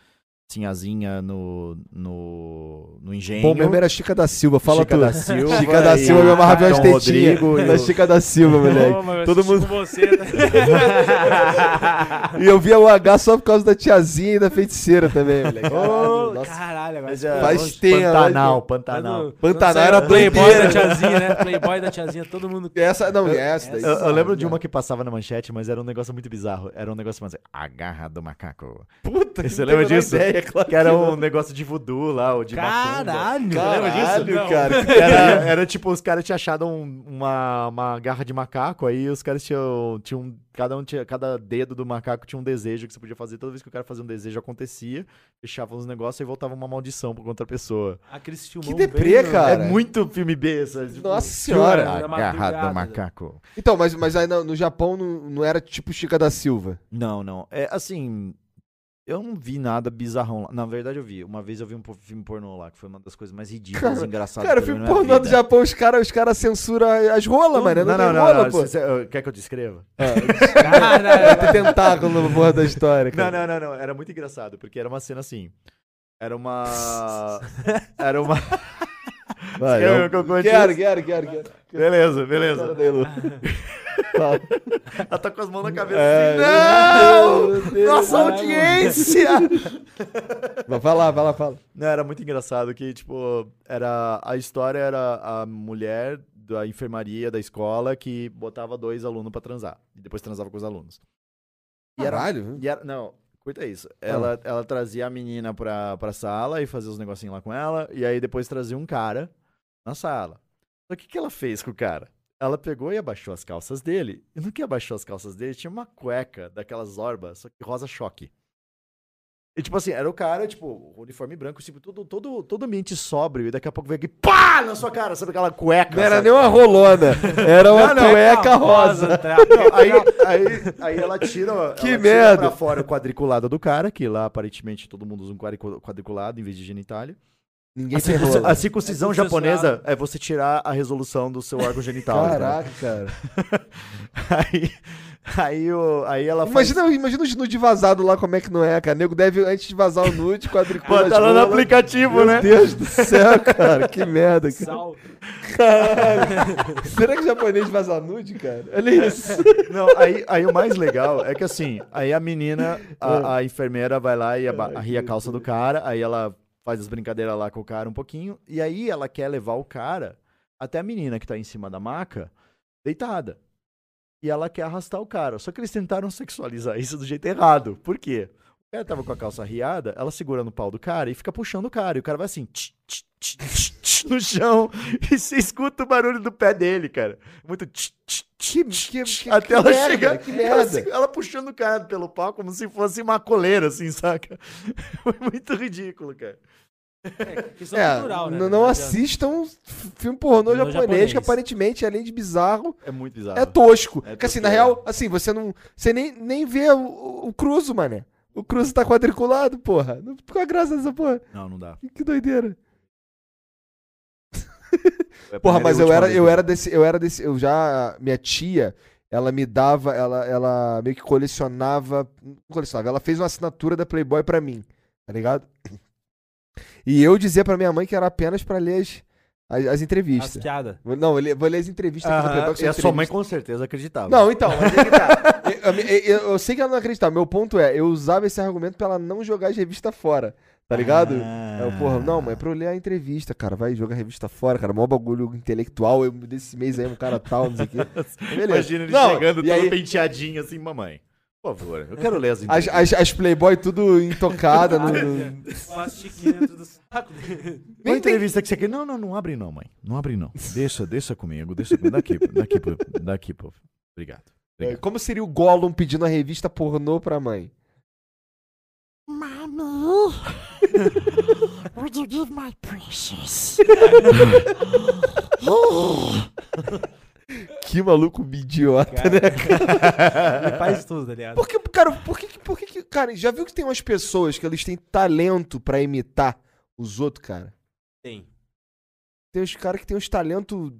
[SPEAKER 3] Sinhazinha no, no, no engenho.
[SPEAKER 1] Pô, meu nome era Chica da Silva, fala
[SPEAKER 3] Chica
[SPEAKER 1] tudo. [LAUGHS]
[SPEAKER 3] da Silva.
[SPEAKER 1] Chica da
[SPEAKER 3] e
[SPEAKER 1] Silva, eu amarrava as
[SPEAKER 3] Dom
[SPEAKER 1] tetinhas
[SPEAKER 3] Rodrigo
[SPEAKER 1] [LAUGHS]
[SPEAKER 3] e
[SPEAKER 1] da
[SPEAKER 3] o-
[SPEAKER 1] Chica da Silva, moleque.
[SPEAKER 2] Ô, mas eu
[SPEAKER 1] Todo
[SPEAKER 2] assisti
[SPEAKER 1] mundo-
[SPEAKER 2] com você, tá ligado?
[SPEAKER 1] [LAUGHS] E eu via o H só por causa da tiazinha e da feiticeira também, moleque.
[SPEAKER 2] Ô,
[SPEAKER 1] Caralho, nossa.
[SPEAKER 2] Caralho, agora
[SPEAKER 3] Mas,
[SPEAKER 2] você
[SPEAKER 3] é,
[SPEAKER 2] falou-
[SPEAKER 1] Faz tempo,
[SPEAKER 3] Pantanal,
[SPEAKER 1] né?
[SPEAKER 3] Pantanal.
[SPEAKER 2] Quando-
[SPEAKER 1] Pantanal
[SPEAKER 2] quando saiu
[SPEAKER 1] era
[SPEAKER 2] o Playboy
[SPEAKER 1] doideira.
[SPEAKER 2] da tiazinha, né? Playboy da tiazinha, todo mundo.
[SPEAKER 1] Essa, não, essa daí.
[SPEAKER 3] Eu, eu lembro de uma que passava na manchete, mas era um negócio muito bizarro. Era um negócio mais. A garra
[SPEAKER 1] [LAUGHS]
[SPEAKER 3] do macaco.
[SPEAKER 1] Puta,
[SPEAKER 3] Você lembra disso?
[SPEAKER 1] Ideia, é claro
[SPEAKER 3] Que era um negócio de voodoo lá, ou de macumba.
[SPEAKER 2] Caralho!
[SPEAKER 1] Caralho,
[SPEAKER 2] Não.
[SPEAKER 1] cara.
[SPEAKER 2] [LAUGHS]
[SPEAKER 3] Era, era tipo, os caras tinham achado um- uma, uma garra de macaco, aí os caras tinham. tinham cada, um tinha, cada dedo do macaco tinha um desejo que você podia fazer. Toda vez que o cara fazia um desejo, acontecia, fechava uns negócios e voltava uma maldição pra outra pessoa.
[SPEAKER 2] Aqueles
[SPEAKER 1] Que deprê, cara.
[SPEAKER 3] É muito filme B, sabe? Tipo,
[SPEAKER 1] Nossa senhora.
[SPEAKER 3] A
[SPEAKER 2] Na
[SPEAKER 3] garra
[SPEAKER 2] madrugada.
[SPEAKER 3] do macaco.
[SPEAKER 1] Então, mas, mas aí no, no Japão não, não era tipo Chica da Silva.
[SPEAKER 3] Não, não. É assim. Eu não vi nada bizarrão lá. Na verdade, eu vi. Uma vez eu vi um po- filme pornô lá, que foi uma das coisas mais ridículas
[SPEAKER 1] Cara-
[SPEAKER 3] e engraçadas
[SPEAKER 1] Cara, eu
[SPEAKER 3] que eu vi
[SPEAKER 1] filme
[SPEAKER 3] na minha
[SPEAKER 1] pornô do
[SPEAKER 3] vida.
[SPEAKER 1] Japão, os caras os cara censuram as rolas, mano. Não,
[SPEAKER 3] não,
[SPEAKER 1] tem
[SPEAKER 3] não,
[SPEAKER 1] rola,
[SPEAKER 3] não, não.
[SPEAKER 1] pô. [LAUGHS]
[SPEAKER 3] Você- eu- Quer que eu descreva?
[SPEAKER 1] Vai ter tentáculo no porra da história,
[SPEAKER 3] Não,
[SPEAKER 1] cara.
[SPEAKER 3] não, não, não. Era muito engraçado, porque era uma cena assim. Era
[SPEAKER 1] [LAUGHS]
[SPEAKER 3] uma. Era uma.
[SPEAKER 1] Vai, é um
[SPEAKER 3] Quer
[SPEAKER 1] eu-
[SPEAKER 3] que eu conte
[SPEAKER 1] Quero,
[SPEAKER 3] isso?
[SPEAKER 1] quero, quero, quero.
[SPEAKER 3] Beleza,
[SPEAKER 1] Cara
[SPEAKER 3] beleza.
[SPEAKER 1] daí, Lu. [LAUGHS] Fala.
[SPEAKER 3] Ela tá com as mãos na cabeça.
[SPEAKER 1] É,
[SPEAKER 3] assim.
[SPEAKER 1] meu Deus, meu Deus.
[SPEAKER 3] Nossa audiência!
[SPEAKER 1] Vai lá, vai lá, fala.
[SPEAKER 3] Não, era muito engraçado que, tipo, era a história era a mulher da enfermaria da escola que botava dois alunos pra transar e depois transava com os alunos. E era,
[SPEAKER 1] Caralho.
[SPEAKER 3] e era não, curta isso. Ela, ela trazia a menina pra, pra sala e fazia os negocinhos lá com ela e aí depois trazia um cara na sala. Só que o que ela fez com o cara? Ela pegou e abaixou as calças dele. E no que abaixou as calças dele, tinha uma cueca daquelas orbas, só que rosa choque. E tipo assim, era o cara, tipo, uniforme branco, tipo, todo, todo, todo ambiente sóbrio, e daqui a pouco vem aqui, pá, na sua cara, sabe aquela cueca?
[SPEAKER 1] Não era
[SPEAKER 3] sabe?
[SPEAKER 1] nem uma rolona, era uma
[SPEAKER 3] Não, não,
[SPEAKER 1] cueca rosa.
[SPEAKER 2] tá,
[SPEAKER 3] Não, aí, aí, aí ela tira,
[SPEAKER 1] Que
[SPEAKER 3] ela
[SPEAKER 1] merda.
[SPEAKER 3] tira pra fora o quadriculado do cara, que lá aparentemente todo mundo usa um quadricu- quadriculado em vez de genitália.
[SPEAKER 1] Ninguém
[SPEAKER 3] A,
[SPEAKER 1] tem
[SPEAKER 3] circunci-
[SPEAKER 1] rola.
[SPEAKER 3] a circuncisão
[SPEAKER 2] É circuncisão.
[SPEAKER 3] japonesa é você tirar a resolução do seu órgão genital. entendeu?
[SPEAKER 1] Caraca, cara.
[SPEAKER 3] Aí, aí, o- aí ela faz...
[SPEAKER 1] Imagina, imagina os nude vazado lá, como é que não é, cara. Nego deve, antes de vazar o nude, quadricula
[SPEAKER 3] Bota lá no
[SPEAKER 1] rolas.
[SPEAKER 3] aplicativo,
[SPEAKER 1] Meu
[SPEAKER 3] né?
[SPEAKER 1] Deus do céu, cara. Que merda.
[SPEAKER 3] [LAUGHS]
[SPEAKER 1] cara.
[SPEAKER 2] Sal.
[SPEAKER 1] Caralho. Será que japonês vaza nude, cara? Olha isso.
[SPEAKER 3] Não, aí, aí o mais legal é que assim, aí a menina,
[SPEAKER 1] Ah.
[SPEAKER 3] a, a enfermeira vai lá e aba- arria a calça do cara, aí ela faz as brincadeiras lá com o cara um pouquinho, e aí ela quer levar o cara até a menina que tá em cima da maca, deitada. E ela quer arrastar o cara. Só que eles tentaram sexualizar isso do jeito errado. Por quê? O cara tava com a calça arriada, ela segura no pau do cara e fica puxando o cara. E o cara vai assim, tch, tch, tch, tch, tch, no chão, e você escuta o barulho do pé dele, cara. Muito tch, tch, tch,
[SPEAKER 1] Que-
[SPEAKER 3] tch,
[SPEAKER 1] que-
[SPEAKER 3] tch,
[SPEAKER 1] que-
[SPEAKER 3] até
[SPEAKER 1] que
[SPEAKER 3] ela
[SPEAKER 1] merda,
[SPEAKER 3] chegar.
[SPEAKER 1] que
[SPEAKER 3] Ela,
[SPEAKER 1] merda.
[SPEAKER 3] se- ela puxando o cara pelo pau como se fosse uma coleira, assim, saca? [LAUGHS] Foi muito ridículo, cara.
[SPEAKER 2] Questão
[SPEAKER 1] É,
[SPEAKER 2] cultural, né?
[SPEAKER 1] n- não
[SPEAKER 2] adianta.
[SPEAKER 1] assistam f- filme pornô
[SPEAKER 2] Não
[SPEAKER 1] japonês,
[SPEAKER 2] japonês.
[SPEAKER 1] que aparentemente, além de bizarro,
[SPEAKER 3] É muito bizarro.
[SPEAKER 1] é tosco.
[SPEAKER 3] É
[SPEAKER 1] Porque assim, na
[SPEAKER 3] tosqueira.
[SPEAKER 1] real, assim, você não. Você nem, nem vê o- o, o cruzo, mané. O cruzo tá quadriculado, porra. Não- Qual a graça dessa porra?
[SPEAKER 3] Não, não dá.
[SPEAKER 1] Que- Que doideira.
[SPEAKER 3] É a
[SPEAKER 1] Porra,
[SPEAKER 3] primeira
[SPEAKER 1] mas
[SPEAKER 3] e
[SPEAKER 1] eu
[SPEAKER 3] última
[SPEAKER 1] era,
[SPEAKER 3] vez né?
[SPEAKER 1] eu
[SPEAKER 3] que
[SPEAKER 1] era desse. Eu era desse. Eu já. Minha tia. Ela me dava, ela, ela meio que colecionava, não colecionava, ela fez uma assinatura da Playboy pra mim, tá ligado? E eu dizia pra minha mãe que era apenas pra ler as, as, as
[SPEAKER 2] As
[SPEAKER 1] entrevistas.
[SPEAKER 2] piadas.
[SPEAKER 1] Vou- Não, eu le- vou ler as entrevistas aqui da Playboy. que
[SPEAKER 3] e
[SPEAKER 1] são
[SPEAKER 3] a sua
[SPEAKER 1] entrevistas.
[SPEAKER 3] mãe com certeza acreditava.
[SPEAKER 1] Não, então, mas é que tá. Eu, eu- eu- eu sei que ela não acreditava. Meu ponto é, eu usava esse argumento pra ela não jogar as revistas fora. Tá ligado?
[SPEAKER 3] Ah.
[SPEAKER 1] Aí Eu, porra, não, mas é pra eu ler a entrevista, cara. Vai jogar a revista fora, cara. Mó bagulho intelectual. Eu desse mês aí, um cara tal, não sei o
[SPEAKER 3] [LAUGHS]
[SPEAKER 1] quê. Beleza.
[SPEAKER 3] Imagina ele
[SPEAKER 1] Não,
[SPEAKER 3] chegando
[SPEAKER 1] e
[SPEAKER 3] todo
[SPEAKER 1] aí,
[SPEAKER 3] penteadinho assim, mamãe. Por favor, eu quero ler as
[SPEAKER 1] as,
[SPEAKER 3] entrevistas.
[SPEAKER 1] as, as Playboy tudo intocada. no-
[SPEAKER 3] [LAUGHS]
[SPEAKER 1] no-
[SPEAKER 2] do saco dele.
[SPEAKER 3] Uma entrevista que você quer. Não, não, não abre não, mãe. Não abre não. Deixa, deixa comigo, deixa comigo. Daqui, [LAUGHS] daqui, pô, daqui, pô. Obrigado.
[SPEAKER 1] É, Como seria o Gollum pedindo a revista pornô pra mãe? [LAUGHS] Que maluco idiota, né?
[SPEAKER 2] Ele [LAUGHS] faz tudo, tá ligado?
[SPEAKER 1] Por que, cara, por que, por que, que- cara, já viu que tem umas pessoas que eles têm talento pra imitar os outros, cara?
[SPEAKER 2] Tem.
[SPEAKER 1] Tem uns caras que tem uns talentos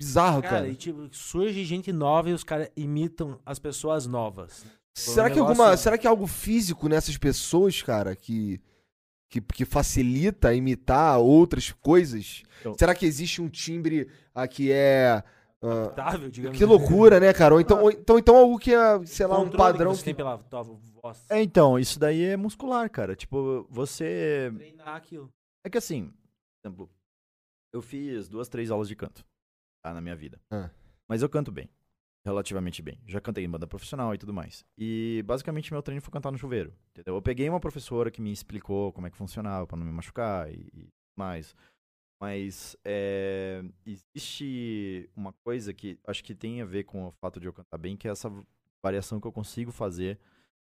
[SPEAKER 1] bizarros, cara.
[SPEAKER 2] Cara, e tipo, surge gente nova e os caras imitam as pessoas novas.
[SPEAKER 1] Será que
[SPEAKER 2] um negócio-
[SPEAKER 1] alguma, será que algo físico nessas pessoas, cara, que que, que facilita imitar outras coisas?
[SPEAKER 3] Então-
[SPEAKER 1] será que existe um timbre ah, que é ah,
[SPEAKER 2] Tável, Tá, digamos. assim.
[SPEAKER 1] que loucura, né, cara? Ou então, ou então, então algo que é, sei lá, um
[SPEAKER 2] Ah. Controle que
[SPEAKER 1] padrão
[SPEAKER 2] você
[SPEAKER 1] que
[SPEAKER 2] tem pela tua voz.
[SPEAKER 3] [LAUGHS] É, então, isso daí é muscular, cara. Tipo, você.
[SPEAKER 2] Treinar aquilo.
[SPEAKER 3] É que assim, por exemplo, eu fiz duas, três aulas de canto tá, na minha vida.
[SPEAKER 1] Ah.
[SPEAKER 3] Mas eu canto bem. Relativamente bem. Já cantei em banda profissional e tudo mais. E basicamente meu treino foi cantar no chuveiro. Entendeu? Eu peguei uma professora que me explicou como é que funcionava pra não me machucar e, e mais. Mas é, existe uma coisa que acho que tem a ver com o fato de eu cantar bem, que é essa variação que eu consigo fazer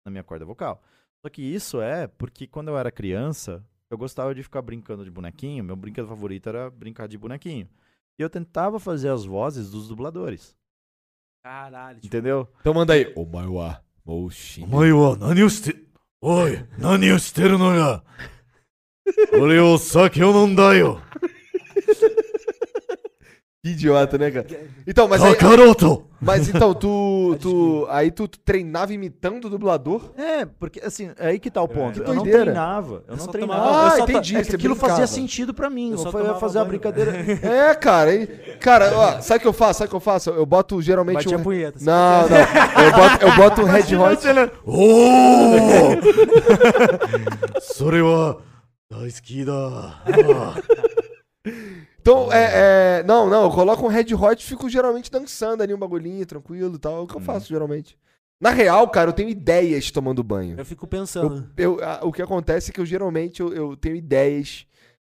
[SPEAKER 3] na minha corda vocal. Só que isso é porque quando eu era criança, eu gostava de ficar brincando de bonequinho. Meu brinquedo favorito era brincar de bonequinho. E eu tentava fazer as vozes dos dubladores.
[SPEAKER 2] Caralho. Tipo,
[SPEAKER 3] Entendeu?
[SPEAKER 1] Então manda aí. O Maiwa. Moshi.
[SPEAKER 4] Mãe, ó, nani o ste... Oi, nani o steru no ga? Ore o sake o nondai o.
[SPEAKER 1] Que idiota, né, cara? Então, [LAUGHS] mas aí,
[SPEAKER 4] Kakaroto!
[SPEAKER 1] mas então tu tu aí tu, tu treinava imitando o dublador?
[SPEAKER 3] É, porque assim, é aí que tá o ponto.
[SPEAKER 1] Que
[SPEAKER 3] eu não
[SPEAKER 1] doideira.
[SPEAKER 3] treinava. Eu
[SPEAKER 2] Eu
[SPEAKER 3] não
[SPEAKER 2] só
[SPEAKER 3] treinava.
[SPEAKER 2] tomava-
[SPEAKER 3] eu
[SPEAKER 1] Ah,
[SPEAKER 3] só ta-
[SPEAKER 1] entendi,
[SPEAKER 3] é que
[SPEAKER 1] você
[SPEAKER 3] aquilo fazia
[SPEAKER 1] brincava.
[SPEAKER 3] sentido pra mim.
[SPEAKER 2] Eu
[SPEAKER 3] Eu,
[SPEAKER 2] só
[SPEAKER 3] fa- eu ia
[SPEAKER 2] tomava
[SPEAKER 3] fazer a
[SPEAKER 2] banho, [LAUGHS]
[SPEAKER 3] brincadeira.
[SPEAKER 1] É, cara, hein? Cara, ó, sabe o que eu faço? Sabe o que eu faço? Eu boto geralmente
[SPEAKER 2] Batia
[SPEAKER 1] um-
[SPEAKER 2] a punheta. assim.
[SPEAKER 1] Não, não. Eu boto, eu boto um Red Hot.
[SPEAKER 4] Oh! それは大好きだ。
[SPEAKER 1] Então, é, é- Não, não, eu coloco um Red Hot e fico geralmente dançando ali um bagulhinho, tranquilo e tal. É o que
[SPEAKER 2] Uhum.
[SPEAKER 1] eu faço geralmente. Na real, cara, eu tenho ideias tomando banho.
[SPEAKER 2] Eu fico pensando.
[SPEAKER 1] Eu, a- o que acontece é que eu geralmente eu, eu tenho ideias.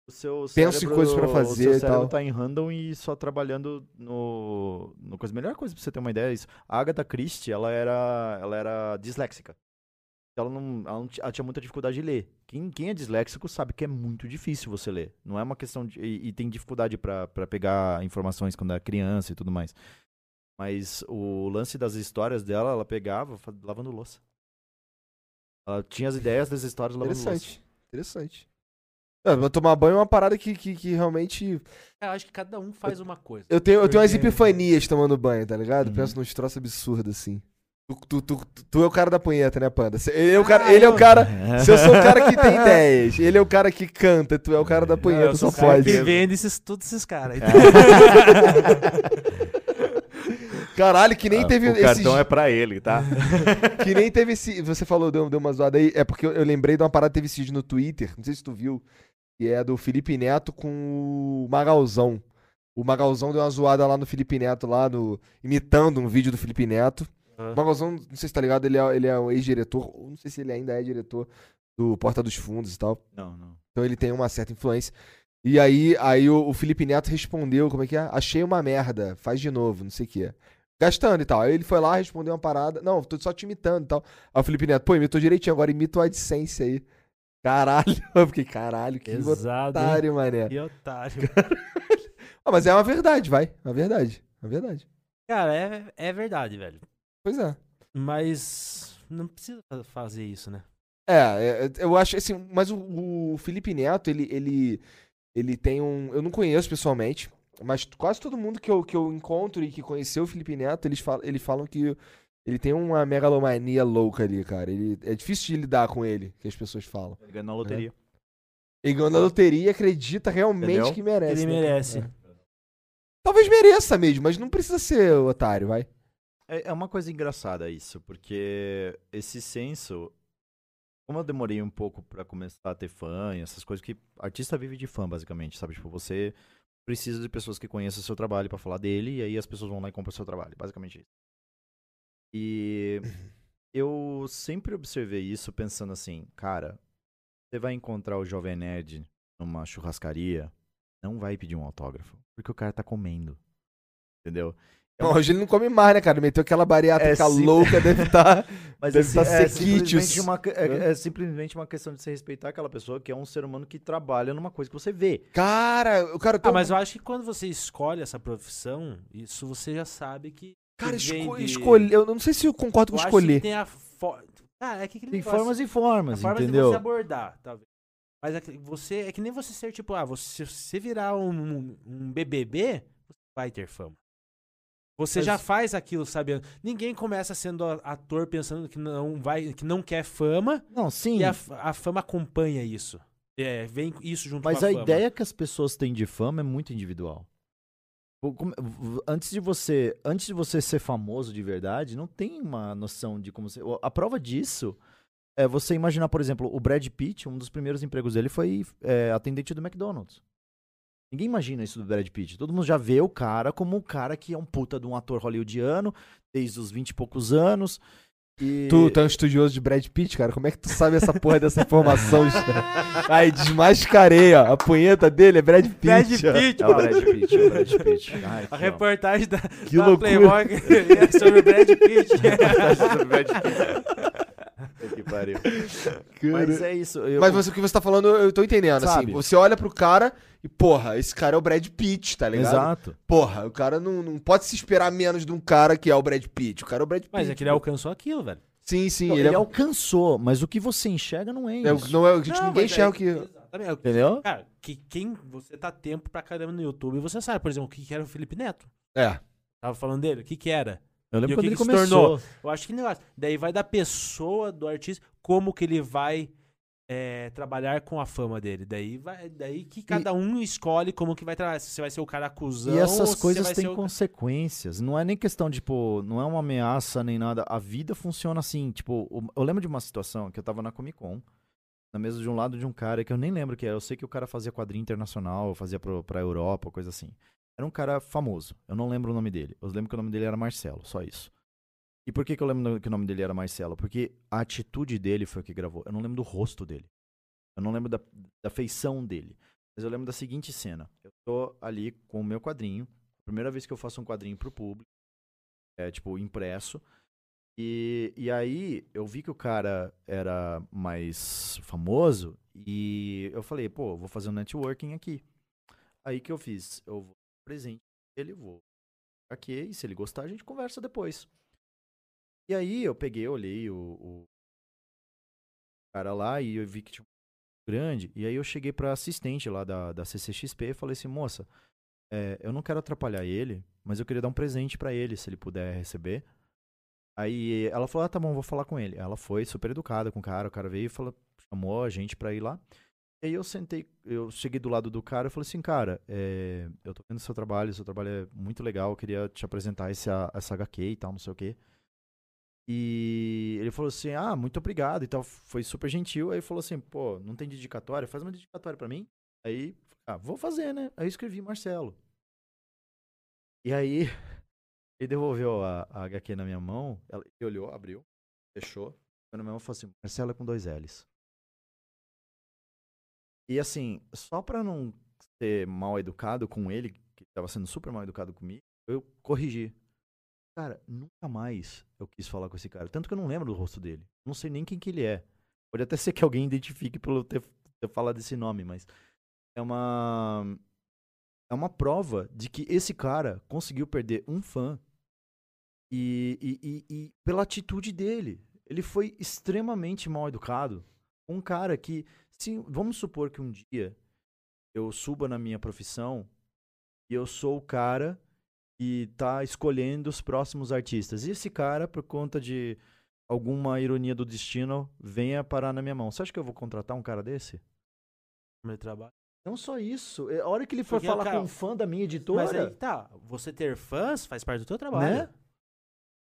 [SPEAKER 3] O seu
[SPEAKER 1] Penso em
[SPEAKER 3] cérebro-
[SPEAKER 1] coisas pra fazer
[SPEAKER 3] O
[SPEAKER 1] e
[SPEAKER 3] seu cérebro
[SPEAKER 1] tal.
[SPEAKER 3] tá em random e só trabalhando no, no coisa. Melhor coisa pra você ter uma ideia é isso. A Agatha Christie, ela era, ela era disléxica. Ela, não, ela, não ti- ela tinha muita dificuldade de ler. Quem, quem é disléxico sabe que é muito difícil você ler. Não é uma questão de. E, e tem dificuldade pra pra pegar informações quando é criança e tudo mais. Mas o lance das histórias dela, ela pegava fa- lavando louça. Ela tinha as ideias das histórias lavando louça.
[SPEAKER 1] Interessante. Interessante. Não, mas tomar banho é uma parada que, que, que realmente.
[SPEAKER 2] Cara, eu acho que cada um faz uma coisa.
[SPEAKER 1] Eu tenho, eu tenho umas
[SPEAKER 2] Porque-
[SPEAKER 1] epifanias tomando banho, tá ligado?
[SPEAKER 3] Uhum.
[SPEAKER 1] Penso nos troços absurdos assim. Tu, tu, tu, tu é o cara da punheta, né, Panda? Cê- Ele é o cara, ele é o
[SPEAKER 3] [LAUGHS]
[SPEAKER 1] cara Se eu sou o cara que tem ideias, ele é o cara que canta, tu é o cara da
[SPEAKER 2] Ah,
[SPEAKER 1] punheta,
[SPEAKER 2] eu sou
[SPEAKER 1] só
[SPEAKER 2] o cara
[SPEAKER 1] pode.
[SPEAKER 2] Que vende esses, todos esses caras.
[SPEAKER 1] É,
[SPEAKER 2] [LAUGHS]
[SPEAKER 1] Caralho, que
[SPEAKER 2] Ah,
[SPEAKER 1] nem teve
[SPEAKER 3] o
[SPEAKER 1] esse.
[SPEAKER 2] então
[SPEAKER 3] cartão é pra ele, tá?
[SPEAKER 1] Que nem teve esse. Você falou, deu, deu uma zoada aí. É porque eu, eu lembrei de uma parada que teve esse vídeo no Twitter, não sei se tu viu, que é do Felipe Neto com o Magalzão. O Magalzão deu uma zoada lá no Felipe Neto, lá no. imitando um vídeo do Felipe Neto.
[SPEAKER 2] Ah.
[SPEAKER 1] O Magalzão, não sei se tá ligado, ele é, ele é um ex-diretor, ou não sei se ele ainda é diretor do Porta dos Fundos e tal.
[SPEAKER 3] [LAUGHS] Não, não.
[SPEAKER 1] Então ele tem uma certa influência. E aí, aí o, o Felipe Neto respondeu, como é que é? Achei uma merda, faz de novo, não sei o que. Gastando e tal. Aí ele foi lá, respondeu uma parada. Não, tô só te imitando e tal. Aí o Felipe Neto, pô, imitou direitinho, agora imita o AdSense aí. [LAUGHS] Caralho. Eu fiquei, caralho, que
[SPEAKER 2] Exato. hein?
[SPEAKER 1] otário, mané.
[SPEAKER 2] Que otário.
[SPEAKER 1] Ah, mas é uma verdade, vai. É uma verdade. É uma verdade.
[SPEAKER 2] Cara, é, é verdade, velho.
[SPEAKER 1] Pois é.
[SPEAKER 2] Mas não precisa fa- fazer isso, né?
[SPEAKER 1] É, é, eu acho assim, mas o, o Felipe Neto, ele, ele, ele tem um. Eu não conheço pessoalmente. Mas quase todo mundo que eu, que eu encontro e que conheceu o Felipe Neto, eles falam, eles falam que ele tem uma megalomania louca ali, cara. Ele, é difícil de lidar com ele, que as pessoas falam.
[SPEAKER 3] Ele ganhou na loteria.
[SPEAKER 1] Ele ganhou na loteria e acredita realmente
[SPEAKER 3] Entendeu?
[SPEAKER 1] que merece.
[SPEAKER 2] Ele
[SPEAKER 1] né, cara?
[SPEAKER 2] merece.
[SPEAKER 1] É. Talvez mereça mesmo, mas não precisa ser otário, vai.
[SPEAKER 3] É, é uma coisa engraçada isso, porque esse senso. Como eu demorei um pouco pra começar a ter fã e essas coisas, que artista vive de fã, basicamente, sabe? Tipo, você precisa de pessoas que conheçam o seu trabalho pra falar dele, e aí as pessoas vão lá e compram o seu trabalho, basicamente isso. E eu sempre observei isso pensando assim, cara, você vai encontrar o Jovem Nerd numa churrascaria, não vai pedir um autógrafo, porque o cara tá comendo, entendeu?
[SPEAKER 1] Não, hoje ele não come mais, né, cara? Meteu aquela bariátrica
[SPEAKER 3] um- É, sim.
[SPEAKER 1] louca, deve
[SPEAKER 3] [LAUGHS]
[SPEAKER 1] estar.
[SPEAKER 3] Mas
[SPEAKER 1] Deve
[SPEAKER 3] assim,
[SPEAKER 1] tá
[SPEAKER 3] é,
[SPEAKER 1] sequítios,
[SPEAKER 3] simplesmente uma, que- é,
[SPEAKER 1] né?
[SPEAKER 3] é simplesmente uma questão de se respeitar aquela pessoa que é um ser humano que trabalha numa coisa que você vê.
[SPEAKER 1] Cara, o cara tem
[SPEAKER 2] Ah,
[SPEAKER 1] um-
[SPEAKER 2] mas eu acho que quando você escolhe essa profissão, isso você já sabe que.
[SPEAKER 1] Cara,
[SPEAKER 2] que vem
[SPEAKER 1] esco...
[SPEAKER 2] de-
[SPEAKER 1] escolher. Eu não sei se eu concordo
[SPEAKER 2] Eu
[SPEAKER 1] com
[SPEAKER 2] acho que
[SPEAKER 1] escolher.
[SPEAKER 2] Tem a fo... Cara, é que aquele
[SPEAKER 3] Tem
[SPEAKER 2] negócio-
[SPEAKER 3] formas e
[SPEAKER 2] a
[SPEAKER 3] formas,
[SPEAKER 2] forma de
[SPEAKER 3] entendeu?
[SPEAKER 2] você abordar, talvez. Mas é que você é que nem você ser tipo, ah, você se você virar um, um BBB, você vai ter fama. Você já faz aquilo sabendo. Ninguém começa sendo a- ator pensando que não vai, que não quer fama
[SPEAKER 3] Não, sim.
[SPEAKER 2] e a, f- a fama acompanha isso. É, vem isso junto
[SPEAKER 3] Mas
[SPEAKER 2] com a,
[SPEAKER 3] a
[SPEAKER 2] fama.
[SPEAKER 3] ideia que as pessoas têm de fama é muito individual. Pô, como- v- Antes de você, antes de você ser famoso de verdade, não tem uma noção de como você. A prova disso é você imaginar, por exemplo, o Brad Pitt, um dos primeiros empregos dele foi é, atendente do McDonald's. Ninguém imagina isso do Brad Pitt. Todo mundo já vê o cara como um cara que é um puta de um ator hollywoodiano desde os 20 e poucos anos. E...
[SPEAKER 1] Tu, tu é um estudioso de Brad Pitt, cara. Como é que tu sabe essa porra [LAUGHS] dessa informação? Aí desmascarei, ó. A punheta dele é Brad Pitt.
[SPEAKER 2] Brad
[SPEAKER 1] ó.
[SPEAKER 2] Pitt,
[SPEAKER 3] É o
[SPEAKER 2] mano.
[SPEAKER 3] Brad Pitt, é o Brad
[SPEAKER 2] [LAUGHS]
[SPEAKER 3] Pitt. Ai,
[SPEAKER 2] A
[SPEAKER 3] que ó.
[SPEAKER 2] reportagem da,
[SPEAKER 1] Que
[SPEAKER 2] da
[SPEAKER 1] loucura.
[SPEAKER 2] tá, Playboy é sobre o Brad Pitt.
[SPEAKER 3] Que pariu.
[SPEAKER 1] Cara.
[SPEAKER 3] Mas é isso. eu-
[SPEAKER 1] Mas você, o que você tá falando, eu tô entendendo. Assim,
[SPEAKER 3] Sabe.
[SPEAKER 1] você olha pro cara e, porra, esse cara é o Brad Pitt, tá ligado?
[SPEAKER 3] Exato.
[SPEAKER 1] Porra, o cara não, não pode se esperar menos de um cara que é o Brad Pitt. O cara é o Brad Pitt.
[SPEAKER 2] [LAUGHS] Mas é que ele
[SPEAKER 1] pô.
[SPEAKER 2] alcançou aquilo, velho.
[SPEAKER 1] Sim, sim.
[SPEAKER 3] Não,
[SPEAKER 1] ele,
[SPEAKER 3] ele,
[SPEAKER 1] é, o...
[SPEAKER 3] alcançou, mas o que você enxerga não é isso.
[SPEAKER 1] é o- não é, o- a gente,
[SPEAKER 2] Não,
[SPEAKER 1] ninguém
[SPEAKER 2] mas
[SPEAKER 1] enxerga
[SPEAKER 2] é-
[SPEAKER 1] o que...
[SPEAKER 2] Exatamente.
[SPEAKER 3] Entendeu?
[SPEAKER 2] Cara, que quem você tá tempo pra caramba no YouTube, você sabe, por exemplo, o que que era o Felipe Neto.
[SPEAKER 1] É.
[SPEAKER 2] Tava falando dele, o que que era?
[SPEAKER 3] Eu
[SPEAKER 2] E
[SPEAKER 3] lembro
[SPEAKER 2] o
[SPEAKER 3] quando
[SPEAKER 2] que
[SPEAKER 3] ele
[SPEAKER 2] que se
[SPEAKER 3] começou.
[SPEAKER 2] Eu acho que negócio. Daí vai da pessoa, do artista, como que ele vai é, trabalhar com a fama dele. Daí vai, daí que cada um escolhe como que vai trabalhar. Se você vai ser o cara acusão
[SPEAKER 3] E
[SPEAKER 2] ou
[SPEAKER 3] essas
[SPEAKER 2] se você
[SPEAKER 3] coisas
[SPEAKER 2] vai
[SPEAKER 3] têm
[SPEAKER 2] ser o...
[SPEAKER 3] consequências. Não é nem questão, tipo, não é uma ameaça nem nada. A vida funciona assim. Tipo, o- eu lembro de uma situação que eu tava na Comic Con, na mesa de um lado de um cara que eu nem lembro que era. Eu sei que o cara fazia quadrinho internacional, fazia pro, pra Europa, coisa assim. Era um cara famoso. Eu não lembro o nome dele. Eu lembro que o nome dele era Marcelo, só isso. E por que, que eu lembro que o nome dele era Marcelo? Porque a atitude dele foi o que gravou. Eu não lembro do rosto dele. Eu não lembro da, da feição dele. Mas eu lembro da seguinte cena. Eu tô ali com o meu quadrinho. Primeira vez que eu faço um quadrinho pro público. É, tipo, impresso. E, e aí eu vi que o cara era mais famoso. E eu falei, pô, eu vou fazer um networking aqui. Aí que eu fiz? Eu vou presente ele, vou aqui. E se ele gostar, a gente conversa depois. E aí eu peguei, olhei o, o cara lá e eu vi que tinha um grande. E aí eu cheguei pra assistente lá da, da CCXP e falei assim, moça, é, eu não quero atrapalhar ele, mas eu queria dar um presente pra ele, se ele puder receber. Aí ela falou, ah, tá bom, vou falar com ele. Ela foi super educada com o cara, o cara veio e falou, chamou a gente pra ir lá. E aí eu sentei, eu cheguei do lado do cara e falei assim, cara, é, eu tô vendo seu trabalho, seu trabalho é muito legal, eu queria te apresentar esse, a- essa HQ e tal, não sei o quê. E ele falou assim: Ah, muito obrigado e tal. Foi super gentil. Aí falou assim: Pô, não tem dedicatória? Faz uma dedicatória pra mim. Aí, ah, vou fazer, né? Aí eu escrevi Marcelo. E aí, [LAUGHS] ele devolveu a, a HQ na minha mão. Ela, ele olhou, abriu, fechou. Foi na minha mão e falou assim: Marcelo é com dois L's. E assim, só pra não ser mal educado com ele, que tava sendo super mal educado comigo, eu corrigi. Cara, nunca mais eu quis falar com esse cara. Tanto que eu não lembro do rosto dele. Não sei nem quem que ele é. Pode até [LAUGHS] ser que alguém identifique pelo ter, ter falado esse nome, mas é uma é uma prova de que esse cara conseguiu perder um fã e, e, e, e pela atitude dele. Ele foi extremamente mal educado. Um cara que, sim, vamos supor que um dia eu suba na minha profissão E eu sou o cara que tá escolhendo os próximos artistas. E esse cara, por conta de alguma ironia do destino, venha parar na minha mão. Você acha que eu vou contratar um cara desse?
[SPEAKER 2] Como ele trabalha.
[SPEAKER 3] Não só isso. é, A hora que ele for
[SPEAKER 2] Porque,
[SPEAKER 3] falar
[SPEAKER 2] cara,
[SPEAKER 3] com um fã da minha editora.
[SPEAKER 2] Mas aí tá, você ter fãs faz parte do teu trabalho.
[SPEAKER 3] Né?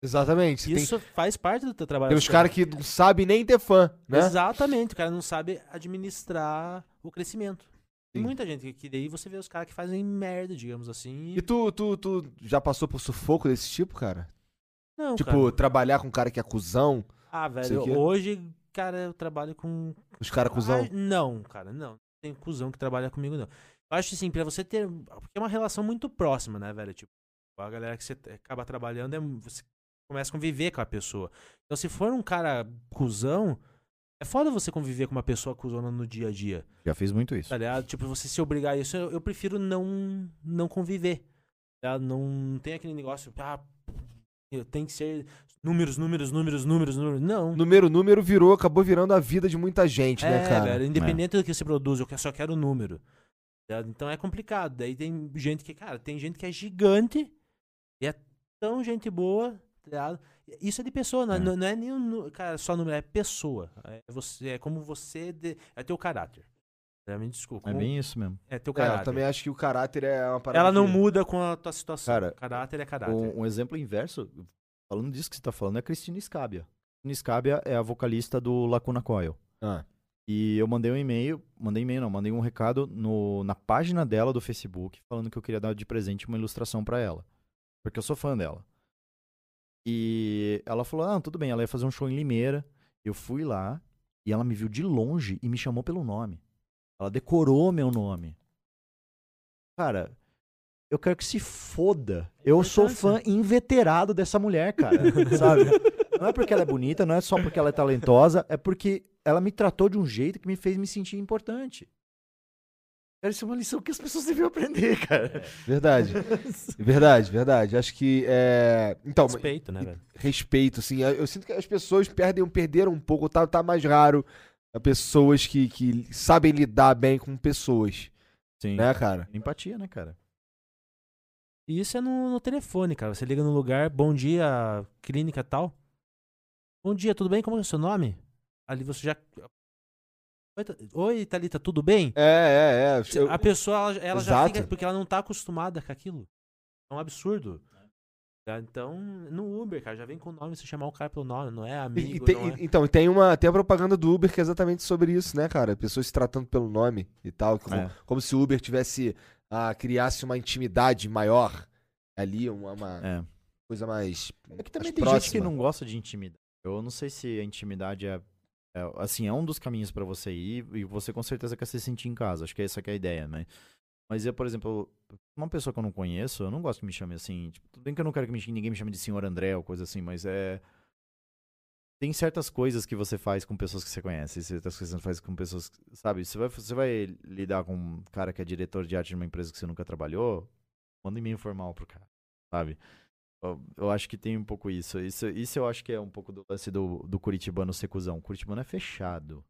[SPEAKER 1] Exatamente. Você tem,
[SPEAKER 2] Isso é faz parte do teu trabalho.
[SPEAKER 1] tem uns caras que não sabem nem ter fã, né?
[SPEAKER 2] Exatamente, o cara não sabe administrar o crescimento. Tem
[SPEAKER 1] Sim.
[SPEAKER 2] muita gente que- que daí você vê os caras que fazem merda, digamos assim.
[SPEAKER 1] E tu, tu, tu já passou por sufoco desse tipo, cara?
[SPEAKER 2] não,
[SPEAKER 1] tipo,
[SPEAKER 2] cara.
[SPEAKER 1] trabalhar com um cara que é cuzão,
[SPEAKER 2] ah,
[SPEAKER 1] sei é.
[SPEAKER 2] velho,
[SPEAKER 1] o quê.
[SPEAKER 2] hoje, cara, eu trabalho com
[SPEAKER 1] os caras cuzão.
[SPEAKER 2] Ah, não, cara, não. Não tem cuzão que trabalha comigo, não. Eu acho assim, pra você ter. Porque é uma relação muito próxima, né, velho? Tipo, a galera que você t- acaba trabalhando, é, você começa a conviver com a pessoa. Então, se for um cara cuzão, é foda você conviver com uma pessoa cuzona no dia a dia.
[SPEAKER 3] Já fiz muito isso.
[SPEAKER 2] Tá ligado? Tipo, você se obrigar a isso, eu, eu prefiro não, não conviver. tá ligado? Não tem aquele negócio, ah, eu tenho que ser números, números, números, números, números. Não.
[SPEAKER 1] Número, número virou, acabou virando a vida de muita gente,
[SPEAKER 2] É,
[SPEAKER 1] né, cara?
[SPEAKER 2] velho, independente do que você produz, eu que- só quero o número. tá? Então é complicado. Daí tem gente que, cara, tem gente que é gigante e é tão gente boa, tá ligado? Isso é de pessoa, não é, não- não é nem um nu- cara, só número, é pessoa. É, você, é como você. de- é teu caráter. Tá? Me desculpa.
[SPEAKER 3] É
[SPEAKER 2] como-
[SPEAKER 3] bem isso mesmo.
[SPEAKER 2] é teu
[SPEAKER 1] É,
[SPEAKER 2] caráter.
[SPEAKER 1] eu também acho que o caráter é uma parada.
[SPEAKER 2] Ela não
[SPEAKER 1] que-
[SPEAKER 2] muda com a tua situação.
[SPEAKER 3] Cara,
[SPEAKER 2] caráter é caráter.
[SPEAKER 3] Um, um exemplo inverso, falando disso que você tá falando, é a Cristina Scabia. Cristina Scabia é a vocalista do Lacuna Coil.
[SPEAKER 1] Ah.
[SPEAKER 3] E eu mandei um e-mail, mandei e-mail não, mandei um recado no, na página dela do Facebook falando que eu queria dar de presente uma ilustração pra ela. Porque eu sou fã dela. E ela falou: "Ah, tudo bem, ela ia fazer um show em Limeira". Eu fui lá e ela me viu de longe e me chamou pelo nome. Ela decorou meu nome. Cara, eu quero que se foda. Eu sou fã inveterado dessa mulher, cara. sabe? Não é porque ela é bonita, não é só porque ela é talentosa, é porque ela me tratou de um jeito que me fez me sentir importante. Cara, isso é uma lição que as pessoas deviam aprender, cara.
[SPEAKER 2] [LAUGHS]
[SPEAKER 1] Verdade. verdade, verdade. Acho que. É... Então, mas-
[SPEAKER 2] Respeito, né, velho?
[SPEAKER 1] respeito, assim. Eu, eu sinto que as pessoas perdem, perderam um pouco, tá, tá mais raro. a Pessoas que, que sabem lidar bem com pessoas,
[SPEAKER 3] Sim.
[SPEAKER 1] né, cara?
[SPEAKER 3] Empatia, né, cara?
[SPEAKER 2] E isso é no, no telefone, cara. Você liga no lugar, bom dia, clínica tal. Bom dia, tudo bem? Como é o seu nome? Ali você já. Oi, Tha- Oi, Thalita, tudo bem?
[SPEAKER 1] É, é, é. Eu-
[SPEAKER 2] A pessoa, ela, ela já
[SPEAKER 1] Exato.
[SPEAKER 2] fica. Porque ela não tá acostumada com aquilo. É um absurdo. Tá? Então, no Uber, cara, já vem com o nome, você chamar o cara pelo nome, não
[SPEAKER 1] E-
[SPEAKER 2] é amigo.
[SPEAKER 1] e tem-
[SPEAKER 2] não é-
[SPEAKER 1] e- Então, e tem uma tem a propaganda do Uber que é exatamente sobre isso, né, cara? Pessoas se tratando pelo nome e tal, como,
[SPEAKER 3] É.
[SPEAKER 1] como se o Uber tivesse ah, criasse uma intimidade maior ali, uma, uma
[SPEAKER 3] É.
[SPEAKER 1] coisa mais
[SPEAKER 3] É que também
[SPEAKER 1] mais
[SPEAKER 3] tem gente que
[SPEAKER 1] próxima.
[SPEAKER 3] não gosta de intimidade. Eu não sei se a intimidade é, é, assim, é um dos caminhos pra você ir e você com certeza quer se sentir em casa. Acho que essa que é a ideia, né? Mas eu, por exemplo, uma pessoa que eu não conheço, eu não gosto que me chame assim, tipo, tudo bem que eu não quero que me chame- ninguém me chame de senhor André ou coisa assim, mas é tem certas coisas que você faz com pessoas que você conhece, certas coisas que você faz com pessoas, que- sabe? Você vai você vai lidar com um cara que é diretor de arte de uma empresa que você nunca trabalhou, manda um e-mail formal pro cara, sabe? Eu- Eu acho que tem um pouco isso. Isso, isso eu acho que é um pouco do lance do, do Curitibano ser cuzão. O Curitibano é fechado.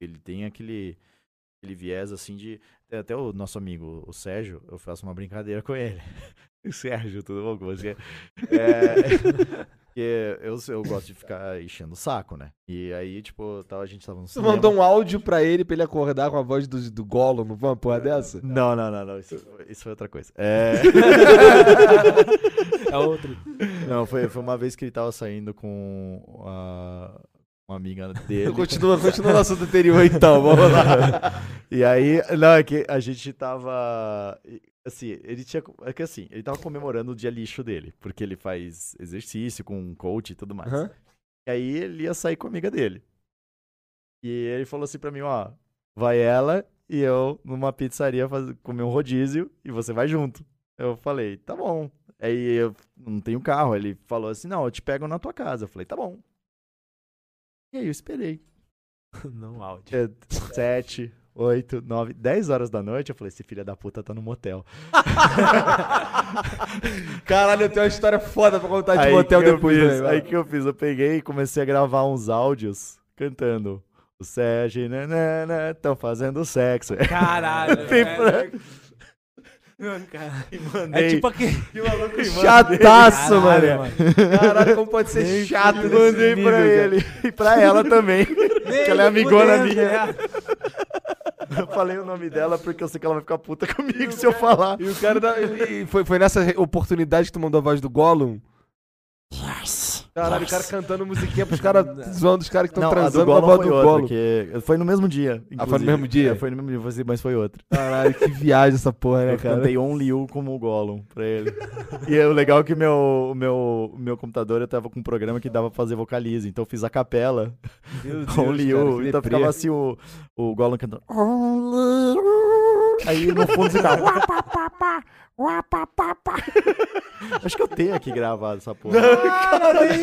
[SPEAKER 3] Ele tem aquele, aquele viés assim de. tem Até o nosso amigo, o Sérgio, eu faço uma brincadeira com ele. [LAUGHS] Sérgio, tudo bom com você? É, [LAUGHS] que eu, eu gosto de ficar enchendo o saco, né? E aí, tipo, tal, a gente tava no
[SPEAKER 1] Tu
[SPEAKER 3] cinema.
[SPEAKER 1] mandou um áudio pra ele pra ele acordar com a voz do, do Gollum, não foi uma
[SPEAKER 3] É.
[SPEAKER 1] porra dessa?
[SPEAKER 3] Não, não, não, não. Isso, isso foi outra
[SPEAKER 2] [LAUGHS]
[SPEAKER 3] coisa. É.
[SPEAKER 2] É outro.
[SPEAKER 3] Não, foi, foi uma vez que ele tava saindo com a- uma
[SPEAKER 2] [LAUGHS]
[SPEAKER 3] amiga dele.
[SPEAKER 1] Continua, continua no assunto anterior então, vamos lá.
[SPEAKER 3] [LAUGHS] E aí, não, é que a gente tava. e, Assim, ele tinha. É que assim, ele tava comemorando o dia lixo dele, porque ele faz exercício com um coach e tudo mais.
[SPEAKER 1] Aham.
[SPEAKER 3] E aí ele ia sair com a amiga dele. E ele falou assim pra mim, ó, vai ela e eu numa pizzaria faz- comer um rodízio e você vai junto. Eu falei, tá bom. Aí eu não tenho carro. Ele falou assim, não, eu te pego na tua casa. Eu falei, tá bom. E aí eu esperei.
[SPEAKER 2] Não, áudio.
[SPEAKER 3] É, Sete, oito, nove, dez horas da noite, eu falei, esse filho da puta tá no motel. [LAUGHS]
[SPEAKER 1] Caralho, eu tenho uma história foda pra contar de
[SPEAKER 3] Aí
[SPEAKER 1] motel
[SPEAKER 3] que eu
[SPEAKER 1] depois, né,
[SPEAKER 3] fiz,
[SPEAKER 1] velho.
[SPEAKER 3] Aí que eu fiz, eu peguei e comecei a gravar uns áudios cantando. O Sérgio e Nanana estão né, fazendo sexo.
[SPEAKER 2] Caralho.
[SPEAKER 1] [LAUGHS]
[SPEAKER 3] Tem
[SPEAKER 2] velho.
[SPEAKER 3] pra-
[SPEAKER 2] É tipo aquele.
[SPEAKER 1] Chataço,
[SPEAKER 2] Caralho,
[SPEAKER 1] mano. Caralho, como pode ser chato desse
[SPEAKER 3] Mandei
[SPEAKER 1] nível,
[SPEAKER 3] pra
[SPEAKER 1] cara.
[SPEAKER 3] ele e pra ela também. que ela é amigona
[SPEAKER 2] Fudendo,
[SPEAKER 3] minha.
[SPEAKER 2] né?
[SPEAKER 3] Eu falei o nome dela porque eu sei que ela vai ficar puta comigo se eu falar.
[SPEAKER 1] E o cara da- e- e foi, foi nessa re- oportunidade que tu mandou a voz do Gollum? Caralho, o cara cantando musiquinha pros [LAUGHS] caras zoando os caras que estão
[SPEAKER 3] Não, a do
[SPEAKER 1] transando com a
[SPEAKER 3] Gollum
[SPEAKER 1] voz
[SPEAKER 3] foi
[SPEAKER 1] do
[SPEAKER 3] outra,
[SPEAKER 1] Gollum.
[SPEAKER 3] que foi no mesmo dia.
[SPEAKER 1] Ah, foi no
[SPEAKER 3] inclusive.
[SPEAKER 1] mesmo dia?
[SPEAKER 3] É, foi no mesmo dia, mas foi outro.
[SPEAKER 1] Caralho, que viagem essa porra, né,
[SPEAKER 3] Eu
[SPEAKER 1] cara?
[SPEAKER 3] cantei Only You como o Gollum pra ele. e é o legal é que meu, o meu, o meu computador, eu tava com um programa que dava pra fazer vocalize, então eu fiz a capela
[SPEAKER 1] Meu Deus,
[SPEAKER 3] Only
[SPEAKER 1] cara, é
[SPEAKER 3] You,
[SPEAKER 1] que
[SPEAKER 3] então
[SPEAKER 1] deprê.
[SPEAKER 3] ficava assim o, o Gollum cantando Only You. Aí no fundo você
[SPEAKER 2] [LAUGHS]
[SPEAKER 3] tava "Uapapapá, uapapapá." Acho que eu tenho aqui gravado essa porra. [LAUGHS]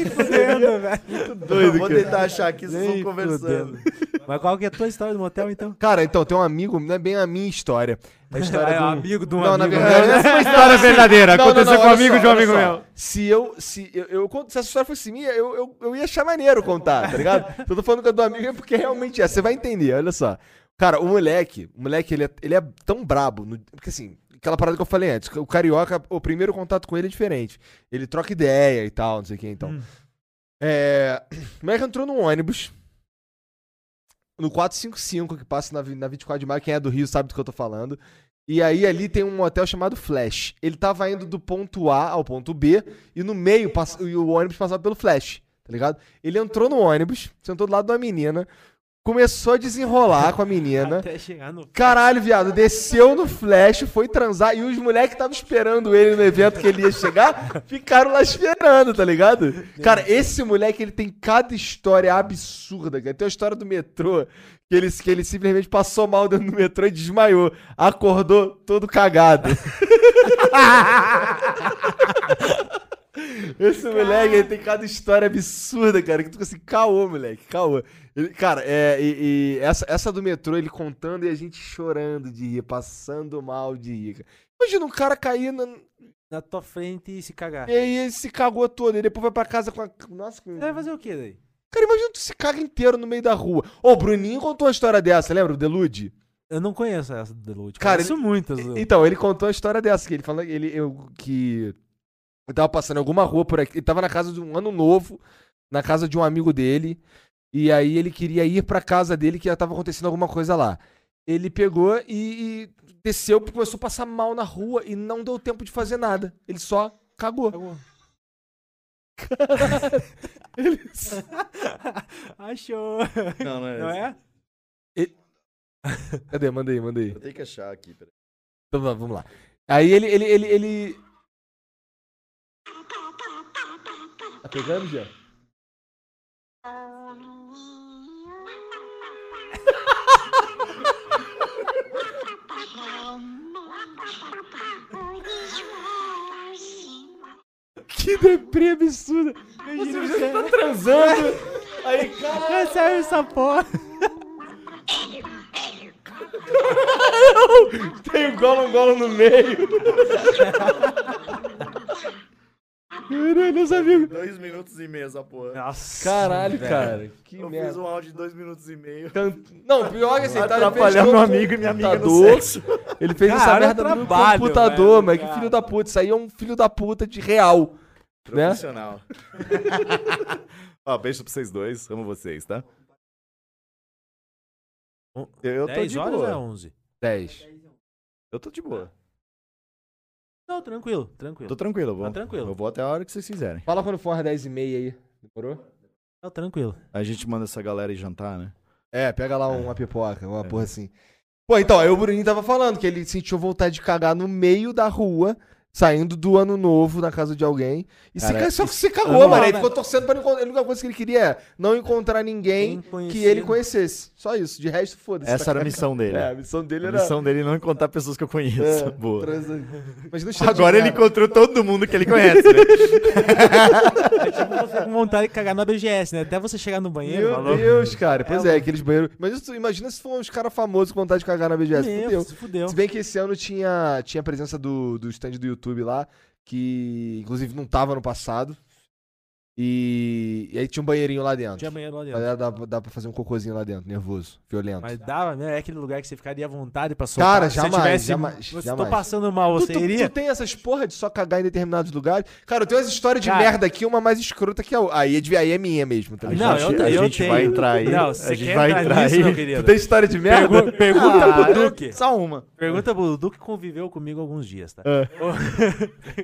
[SPEAKER 2] Fudendo, velho.
[SPEAKER 3] doido, Vou tentar achar aqui, vocês
[SPEAKER 2] Nem
[SPEAKER 3] estão conversando.
[SPEAKER 2] fudendo. Mas qual que é a tua história do motel, então?
[SPEAKER 1] Cara, então, tem um amigo, não é bem a minha história. É a história
[SPEAKER 2] [LAUGHS] é
[SPEAKER 1] do...
[SPEAKER 2] um amigo de um
[SPEAKER 1] Não,
[SPEAKER 2] amigo.
[SPEAKER 1] na verdade,
[SPEAKER 2] né?
[SPEAKER 1] essa é [LAUGHS] uma
[SPEAKER 4] História verdadeira,
[SPEAKER 1] Não, não,
[SPEAKER 4] aconteceu
[SPEAKER 1] não,
[SPEAKER 4] com um
[SPEAKER 1] olha
[SPEAKER 4] amigo
[SPEAKER 1] só,
[SPEAKER 4] de um
[SPEAKER 1] olha
[SPEAKER 4] amigo
[SPEAKER 1] só.
[SPEAKER 4] meu.
[SPEAKER 1] Se eu. Se eu, eu conto- se essa história fosse minha, eu, eu, eu ia achar maneiro contar,
[SPEAKER 4] [LAUGHS]
[SPEAKER 1] tá ligado? Se eu tô falando que é do amigo é porque realmente é. Você vai entender, olha só. Cara, o moleque, o moleque, ele é, ele é tão brabo. no- porque assim, aquela parada que eu falei antes, o carioca, o primeiro contato com ele é diferente. Ele troca ideia e tal, não sei o que,
[SPEAKER 4] Hum.
[SPEAKER 1] então. É, [CLEARS THROAT] o moleque entrou num ônibus. No 455, que passa na, vi- na 24 de maio, quem é do Rio sabe do que eu tô falando. E aí ali tem um hotel chamado Flash. Ele tava indo do ponto A ao ponto B e no meio pass- e o ônibus passava pelo Flash, tá ligado? Ele entrou no ônibus, sentou do lado da menina, começou a desenrolar com a menina.
[SPEAKER 2] Até chegar no.
[SPEAKER 1] Caralho, viado, desceu no Flash, foi transar e os moleques que estavam esperando ele no evento que ele ia chegar, ficaram lá esperando, tá ligado? Cara, esse moleque, ele tem cada história absurda, cara. Tem a história do metrô, que ele, que ele simplesmente passou mal dentro do metrô e desmaiou. Acordou todo cagado. Esse moleque, ele tem cada história absurda, cara, que tu fica assim, caô, moleque, caô. Ele- cara, é, e, e essa, essa do metrô, ele contando e a gente chorando de rir, passando mal de rir. cara. Imagina um cara caindo
[SPEAKER 2] Na tua frente e se cagar.
[SPEAKER 1] e aí ele se cagou todo, e depois vai pra casa com a... Nossa, que...
[SPEAKER 2] Você vai fazer o quê daí?
[SPEAKER 1] Cara, imagina tu se caga inteiro no meio da rua. Ô, o Bruninho contou uma história dessa, lembra? O Delude?
[SPEAKER 2] Eu não conheço essa do Delude.
[SPEAKER 1] Cara,
[SPEAKER 2] conheço muitas. né?
[SPEAKER 1] E- Então, ele contou a história dessa, que ele falou ele, eu, que eu tava passando em alguma rua por aqui, ele tava na casa de um ano novo, na casa de um amigo dele, e aí ele queria ir pra casa dele que já tava acontecendo alguma coisa lá. Ele pegou e, e desceu, começou a passar mal na rua e não deu tempo de fazer nada. Ele só cagou.
[SPEAKER 2] [LAUGHS] Achou.
[SPEAKER 3] Não,
[SPEAKER 2] Não é?
[SPEAKER 1] [LAUGHS] Cadê? Mandei, mandei.
[SPEAKER 3] Eu tenho que achar aqui, peraí.
[SPEAKER 1] Então va- vamos lá. Aí ele, ele, ele, ele... Tá pegando, já? Que deprê absurda. Imagina, você tá transando. Aí, cara,
[SPEAKER 2] Recebe essa porra.
[SPEAKER 1] [LAUGHS] tem um o Gollum Gollum no meio. Caralho, meus amigos.
[SPEAKER 3] Dois minutos e meio essa porra.
[SPEAKER 2] Nossa.
[SPEAKER 1] Caralho, cara. Que
[SPEAKER 3] eu
[SPEAKER 1] merda.
[SPEAKER 3] fiz um áudio de dois minutos e meio.
[SPEAKER 1] Can- Não, pior que assim, ele tava- ele fez
[SPEAKER 3] Atrapalhar
[SPEAKER 1] no
[SPEAKER 3] meu amigo e minha amiga no
[SPEAKER 1] computador.
[SPEAKER 3] sexo.
[SPEAKER 1] Ele fez essa
[SPEAKER 2] Cara, é
[SPEAKER 1] merda no
[SPEAKER 2] trabalho,
[SPEAKER 1] computador,
[SPEAKER 2] velho,
[SPEAKER 1] mas que
[SPEAKER 2] cara.
[SPEAKER 1] filho da puta. Isso aí é um filho da puta de real. Né?
[SPEAKER 3] Profissional. [LAUGHS] Ó, beijo pra vocês dois. Amo vocês, tá?
[SPEAKER 2] Um-
[SPEAKER 3] Eu, eu tô
[SPEAKER 2] 10
[SPEAKER 3] de
[SPEAKER 2] horas ou é
[SPEAKER 3] boa.
[SPEAKER 2] 11?
[SPEAKER 1] 10.
[SPEAKER 3] Eu tô de boa.
[SPEAKER 2] Não, tranquilo,
[SPEAKER 3] Tô
[SPEAKER 2] tranquilo.
[SPEAKER 3] tranquilo, eu vou.
[SPEAKER 2] Tá tranquilo.
[SPEAKER 3] Eu vou até a hora que vocês quiserem.
[SPEAKER 1] Fala quando for às 10 e meia aí. Demorou?
[SPEAKER 2] Tá tranquilo.
[SPEAKER 3] A gente manda essa galera ir jantar, né?
[SPEAKER 1] É, pega lá uma pipoca, uma porra assim. Pô, então, aí o Bruninho tava falando que ele sentiu vontade de cagar no meio da rua, saindo do ano novo na casa de alguém. E se
[SPEAKER 3] Cara,
[SPEAKER 1] ca- só que se cagou,
[SPEAKER 2] ano
[SPEAKER 1] mano.
[SPEAKER 2] novo,
[SPEAKER 1] Ele
[SPEAKER 2] né?
[SPEAKER 1] ficou torcendo pra não encontrar. A única coisa que ele queria é não encontrar ninguém
[SPEAKER 2] Quem
[SPEAKER 1] que ele
[SPEAKER 2] conhecido.
[SPEAKER 1] conhecesse. Só isso. De resto, foda-se.
[SPEAKER 3] Essa
[SPEAKER 1] Tá
[SPEAKER 3] era a
[SPEAKER 1] cagado.
[SPEAKER 3] missão dele.
[SPEAKER 2] Né?
[SPEAKER 1] É, a missão dele
[SPEAKER 3] A
[SPEAKER 1] era.
[SPEAKER 3] missão dele é não encontrar pessoas que eu conheço.
[SPEAKER 1] É,
[SPEAKER 3] boa.
[SPEAKER 1] transa- Mas não chega
[SPEAKER 3] Agora
[SPEAKER 1] de
[SPEAKER 3] ele
[SPEAKER 1] cara.
[SPEAKER 3] encontrou todo mundo que ele conhece, né?
[SPEAKER 2] É tipo você com vontade de cagar na BGS, né? Até você chegar no banheiro.
[SPEAKER 1] Meu
[SPEAKER 2] falou.
[SPEAKER 1] Deus, cara. Pois é, aqueles banheiros. Mas isso, imagina se for uns caras famosos com vontade de cagar na BGS.
[SPEAKER 2] Meu,
[SPEAKER 1] Fudeu.
[SPEAKER 2] se fudeu.
[SPEAKER 1] Se bem que esse ano tinha, tinha a presença do, do stand do YouTube lá, que inclusive não tava no passado. E, e aí tinha um banheirinho lá dentro.
[SPEAKER 2] Tinha banheiro lá
[SPEAKER 1] Mas
[SPEAKER 2] dentro.
[SPEAKER 1] Dá, dá- dá pra fazer um cocôzinho lá dentro, nervoso, violento.
[SPEAKER 2] Mas dava mesmo, é aquele lugar que você ficaria à vontade pra soltar.
[SPEAKER 1] Cara,
[SPEAKER 2] Se você
[SPEAKER 1] jamais,
[SPEAKER 2] tivesse-
[SPEAKER 1] jamais,
[SPEAKER 2] Se eu tô
[SPEAKER 1] jamais.
[SPEAKER 2] passando mal,
[SPEAKER 1] Tu,
[SPEAKER 2] você
[SPEAKER 1] tu, tu
[SPEAKER 2] iria?
[SPEAKER 1] tem essas porra de só cagar em determinados lugares? Cara, eu tenho umas histórias de
[SPEAKER 2] Cara.
[SPEAKER 1] merda aqui, uma mais escrota que a outra. Aí é, de- aí é minha mesmo, tá
[SPEAKER 3] A
[SPEAKER 1] ligado?
[SPEAKER 2] Não,
[SPEAKER 3] gente-
[SPEAKER 2] eu-
[SPEAKER 3] a
[SPEAKER 2] eu
[SPEAKER 3] gente
[SPEAKER 2] tenho.
[SPEAKER 3] vai entrar aí.
[SPEAKER 2] Não,
[SPEAKER 3] a
[SPEAKER 2] você
[SPEAKER 3] gente
[SPEAKER 2] quer
[SPEAKER 3] vai
[SPEAKER 2] entrar
[SPEAKER 3] entrar
[SPEAKER 2] nisso,
[SPEAKER 3] aí.
[SPEAKER 2] meu querido?
[SPEAKER 1] Tu [LAUGHS] tem Ah, é história de merda?
[SPEAKER 2] Pergu- pergunta pro
[SPEAKER 3] eu-
[SPEAKER 2] Duque.
[SPEAKER 3] Só uma.
[SPEAKER 2] Pergunta pro Du que conviveu comigo alguns dias, tá?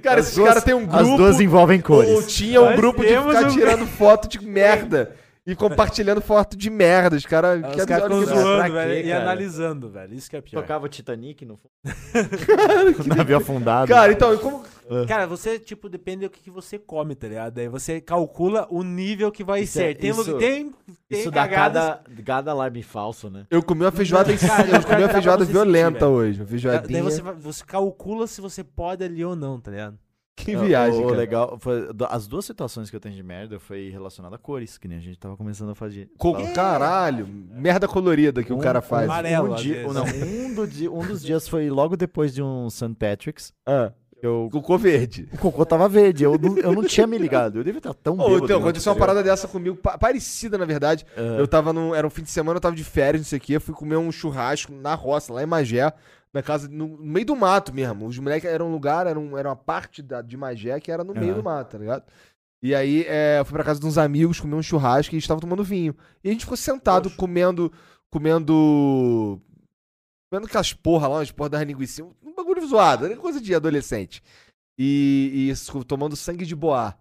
[SPEAKER 1] Cara,
[SPEAKER 3] As
[SPEAKER 1] esses
[SPEAKER 3] duas-
[SPEAKER 1] caras têm um grupo.
[SPEAKER 3] As duas envolvem
[SPEAKER 1] Ou
[SPEAKER 3] cores.
[SPEAKER 1] tinha um
[SPEAKER 2] Nós
[SPEAKER 1] grupo de
[SPEAKER 2] temos
[SPEAKER 1] ficar
[SPEAKER 2] um-
[SPEAKER 1] tirando foto de merda e compartilhando foto de merda. Os caras.
[SPEAKER 3] Os
[SPEAKER 1] quer
[SPEAKER 3] caras
[SPEAKER 1] dizer, olha
[SPEAKER 2] Ficou
[SPEAKER 1] que- é
[SPEAKER 3] zoando.
[SPEAKER 2] zoando,
[SPEAKER 3] né? pra quê,
[SPEAKER 2] velho, e
[SPEAKER 3] cara?
[SPEAKER 2] analisando, velho. Isso que é pior.
[SPEAKER 3] Tocava o Titanic no fundo. Navio afundado.
[SPEAKER 1] Cara, então, e como.
[SPEAKER 2] Cara, você, tipo, depende do que que você come, tá ligado? Aí você calcula o nível que vai
[SPEAKER 3] Isso é-
[SPEAKER 2] ser. Tem, lu-
[SPEAKER 3] isso-
[SPEAKER 2] tem, tem
[SPEAKER 3] Isso dá
[SPEAKER 2] cagadas.
[SPEAKER 3] cada, cada alarme falso, né?
[SPEAKER 1] Eu comi uma feijoada, em-
[SPEAKER 2] Cara,
[SPEAKER 1] eu comi
[SPEAKER 2] dá
[SPEAKER 1] uma
[SPEAKER 2] pra
[SPEAKER 1] feijoada
[SPEAKER 2] você
[SPEAKER 1] violenta
[SPEAKER 2] sentir, velho.
[SPEAKER 1] hoje. Uma
[SPEAKER 2] Daí
[SPEAKER 1] feijoadinha.
[SPEAKER 2] você, vai- você calcula se você pode ali ou não, tá ligado?
[SPEAKER 1] Que viagem,
[SPEAKER 3] O- o
[SPEAKER 1] cara.
[SPEAKER 3] legal, foi- do- as duas situações que eu tenho de merda foi relacionada a cores, que nem a gente tava começando a fazer.
[SPEAKER 1] Co-
[SPEAKER 3] falar.
[SPEAKER 1] Caralho, merda colorida que o
[SPEAKER 3] Um-
[SPEAKER 1] cara
[SPEAKER 3] um
[SPEAKER 1] faz.
[SPEAKER 2] mar-
[SPEAKER 3] um,
[SPEAKER 2] Amarelo, às
[SPEAKER 3] dia,
[SPEAKER 2] vezes.
[SPEAKER 3] não, um, do di- um [LAUGHS] dos dias foi logo depois de um St. Patrick's.
[SPEAKER 1] Ah,
[SPEAKER 3] Eu,
[SPEAKER 1] cocô verde.
[SPEAKER 3] o cocô tava verde, eu não, eu não tinha me ligado. Eu devia estar tão
[SPEAKER 1] Ô,
[SPEAKER 3] bêbado,
[SPEAKER 1] então,
[SPEAKER 3] né?
[SPEAKER 1] aconteceu uma parada dessa comigo, pa- parecida, na verdade.
[SPEAKER 3] É.
[SPEAKER 1] Eu tava num. Era um fim de semana, eu tava de férias, não sei o quê. Fui comer um churrasco na roça, lá em Magé, na casa, no, no meio do mato mesmo. Os moleques era um lugar, era, um- era uma parte da- de Magé que era no meio do mato, tá ligado? E aí, é, eu fui pra casa de uns amigos, comer um churrasco e eles estavam tomando vinho. E a gente ficou sentado comendo. comendo. comendo aquelas porra lá, umas porra da linguiça. Um bagulho zoado, era coisa de adolescente. E, e isso, tomando sangue de boá.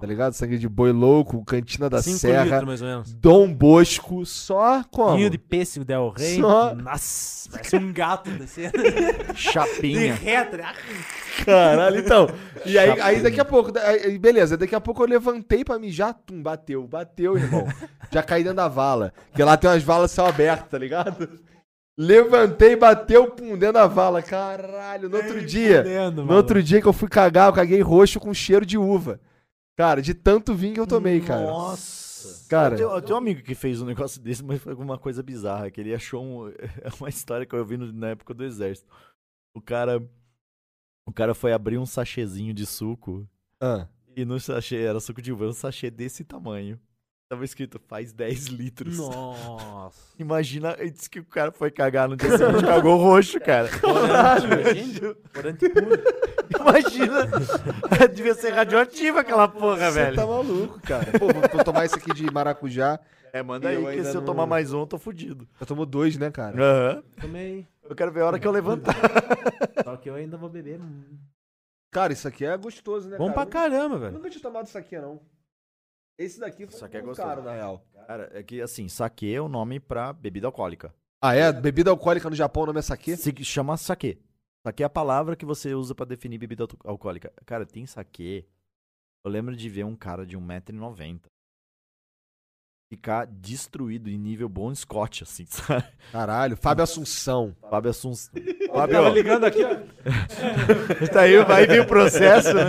[SPEAKER 1] Tá ligado? Sangue de boi louco, cantina da
[SPEAKER 2] Cinco
[SPEAKER 1] serra,
[SPEAKER 2] litros, mais ou menos.
[SPEAKER 1] Dom Bosco, só como?
[SPEAKER 2] Vinho de pêssego Del Rey.
[SPEAKER 1] Só-
[SPEAKER 2] Nossa, parece um gato descendo.
[SPEAKER 3] Chapinha.
[SPEAKER 2] Derreta, né?
[SPEAKER 1] Caralho, então. E aí, aí daqui a pouco, da- aí- beleza, daqui a pouco eu levantei pra mijar, tum, bateu, bateu,
[SPEAKER 2] [LAUGHS]
[SPEAKER 1] irmão. Já caí dentro da vala, porque lá tem umas valas céu aberto, tá ligado? Levantei, bateu, pum, dentro da vala. Caralho, no outro dia,
[SPEAKER 2] fudendo,
[SPEAKER 1] no
[SPEAKER 2] maluco.
[SPEAKER 1] outro dia que eu fui cagar, eu caguei roxo com cheiro de uva. Cara, de tanto vinho que eu tomei, cara.
[SPEAKER 3] Nossa.
[SPEAKER 1] Cara.
[SPEAKER 3] Eu tenho, eu tenho um amigo que fez um negócio [LAUGHS] desse, mas foi alguma coisa bizarra. Que ele achou um, [LAUGHS] é uma história que eu vi no- na época do exército. O cara. O cara foi abrir um sachêzinho de suco.
[SPEAKER 1] Ah.
[SPEAKER 3] E no sachê era suco de uva, era um sachê desse tamanho. Tava escrito, faz 10 litros.
[SPEAKER 2] Nossa.
[SPEAKER 3] Imagina, ele disse que o cara foi cagar no
[SPEAKER 1] [LAUGHS]
[SPEAKER 3] dia seguinte, cagou roxo, cara.
[SPEAKER 2] Corante, corante puro.
[SPEAKER 3] Imagina. Devia ser radioativa aquela
[SPEAKER 1] Você
[SPEAKER 3] porra, velho.
[SPEAKER 1] tá maluco, cara. Pô, vou, vou tomar isso aqui de maracujá.
[SPEAKER 3] É, manda
[SPEAKER 1] Eu
[SPEAKER 3] aí, que
[SPEAKER 1] ainda
[SPEAKER 3] se eu
[SPEAKER 1] não-
[SPEAKER 3] tomar mais um, eu tô fudido.
[SPEAKER 1] Já tomou dois, né, cara?
[SPEAKER 3] Aham.
[SPEAKER 2] Tomei.
[SPEAKER 3] Eu quero ver a hora que eu levantar.
[SPEAKER 2] [LAUGHS] Só que eu ainda vou beber.
[SPEAKER 1] Cara, isso aqui é gostoso, né,
[SPEAKER 2] Bom pra
[SPEAKER 1] cara?
[SPEAKER 2] caramba,
[SPEAKER 1] Eu
[SPEAKER 2] velho.
[SPEAKER 1] nunca tinha tomado isso aqui, não. Esse daqui foi
[SPEAKER 3] Isso aqui é
[SPEAKER 1] muito
[SPEAKER 3] gostoso.
[SPEAKER 1] caro, né? na real.
[SPEAKER 3] Cara, é que assim, saque é o nome pra bebida alcoólica.
[SPEAKER 1] Ah, é? Bebida alcoólica no Japão, o nome é saquê?
[SPEAKER 3] Se chama saque. Saque é a palavra que você usa pra definir bebida alco- alcoólica. Cara, tem saque. Eu lembro de ver um cara de 1,90m ficar destruído em nível bom Scott, assim, [LAUGHS] sabe?
[SPEAKER 1] Caralho, Fábio Assunção.
[SPEAKER 3] Fábio Assunção.
[SPEAKER 2] Tava
[SPEAKER 3] Fábio,
[SPEAKER 2] ligando aqui, ó.
[SPEAKER 3] [LAUGHS] tá aí, vai vir o processo, né?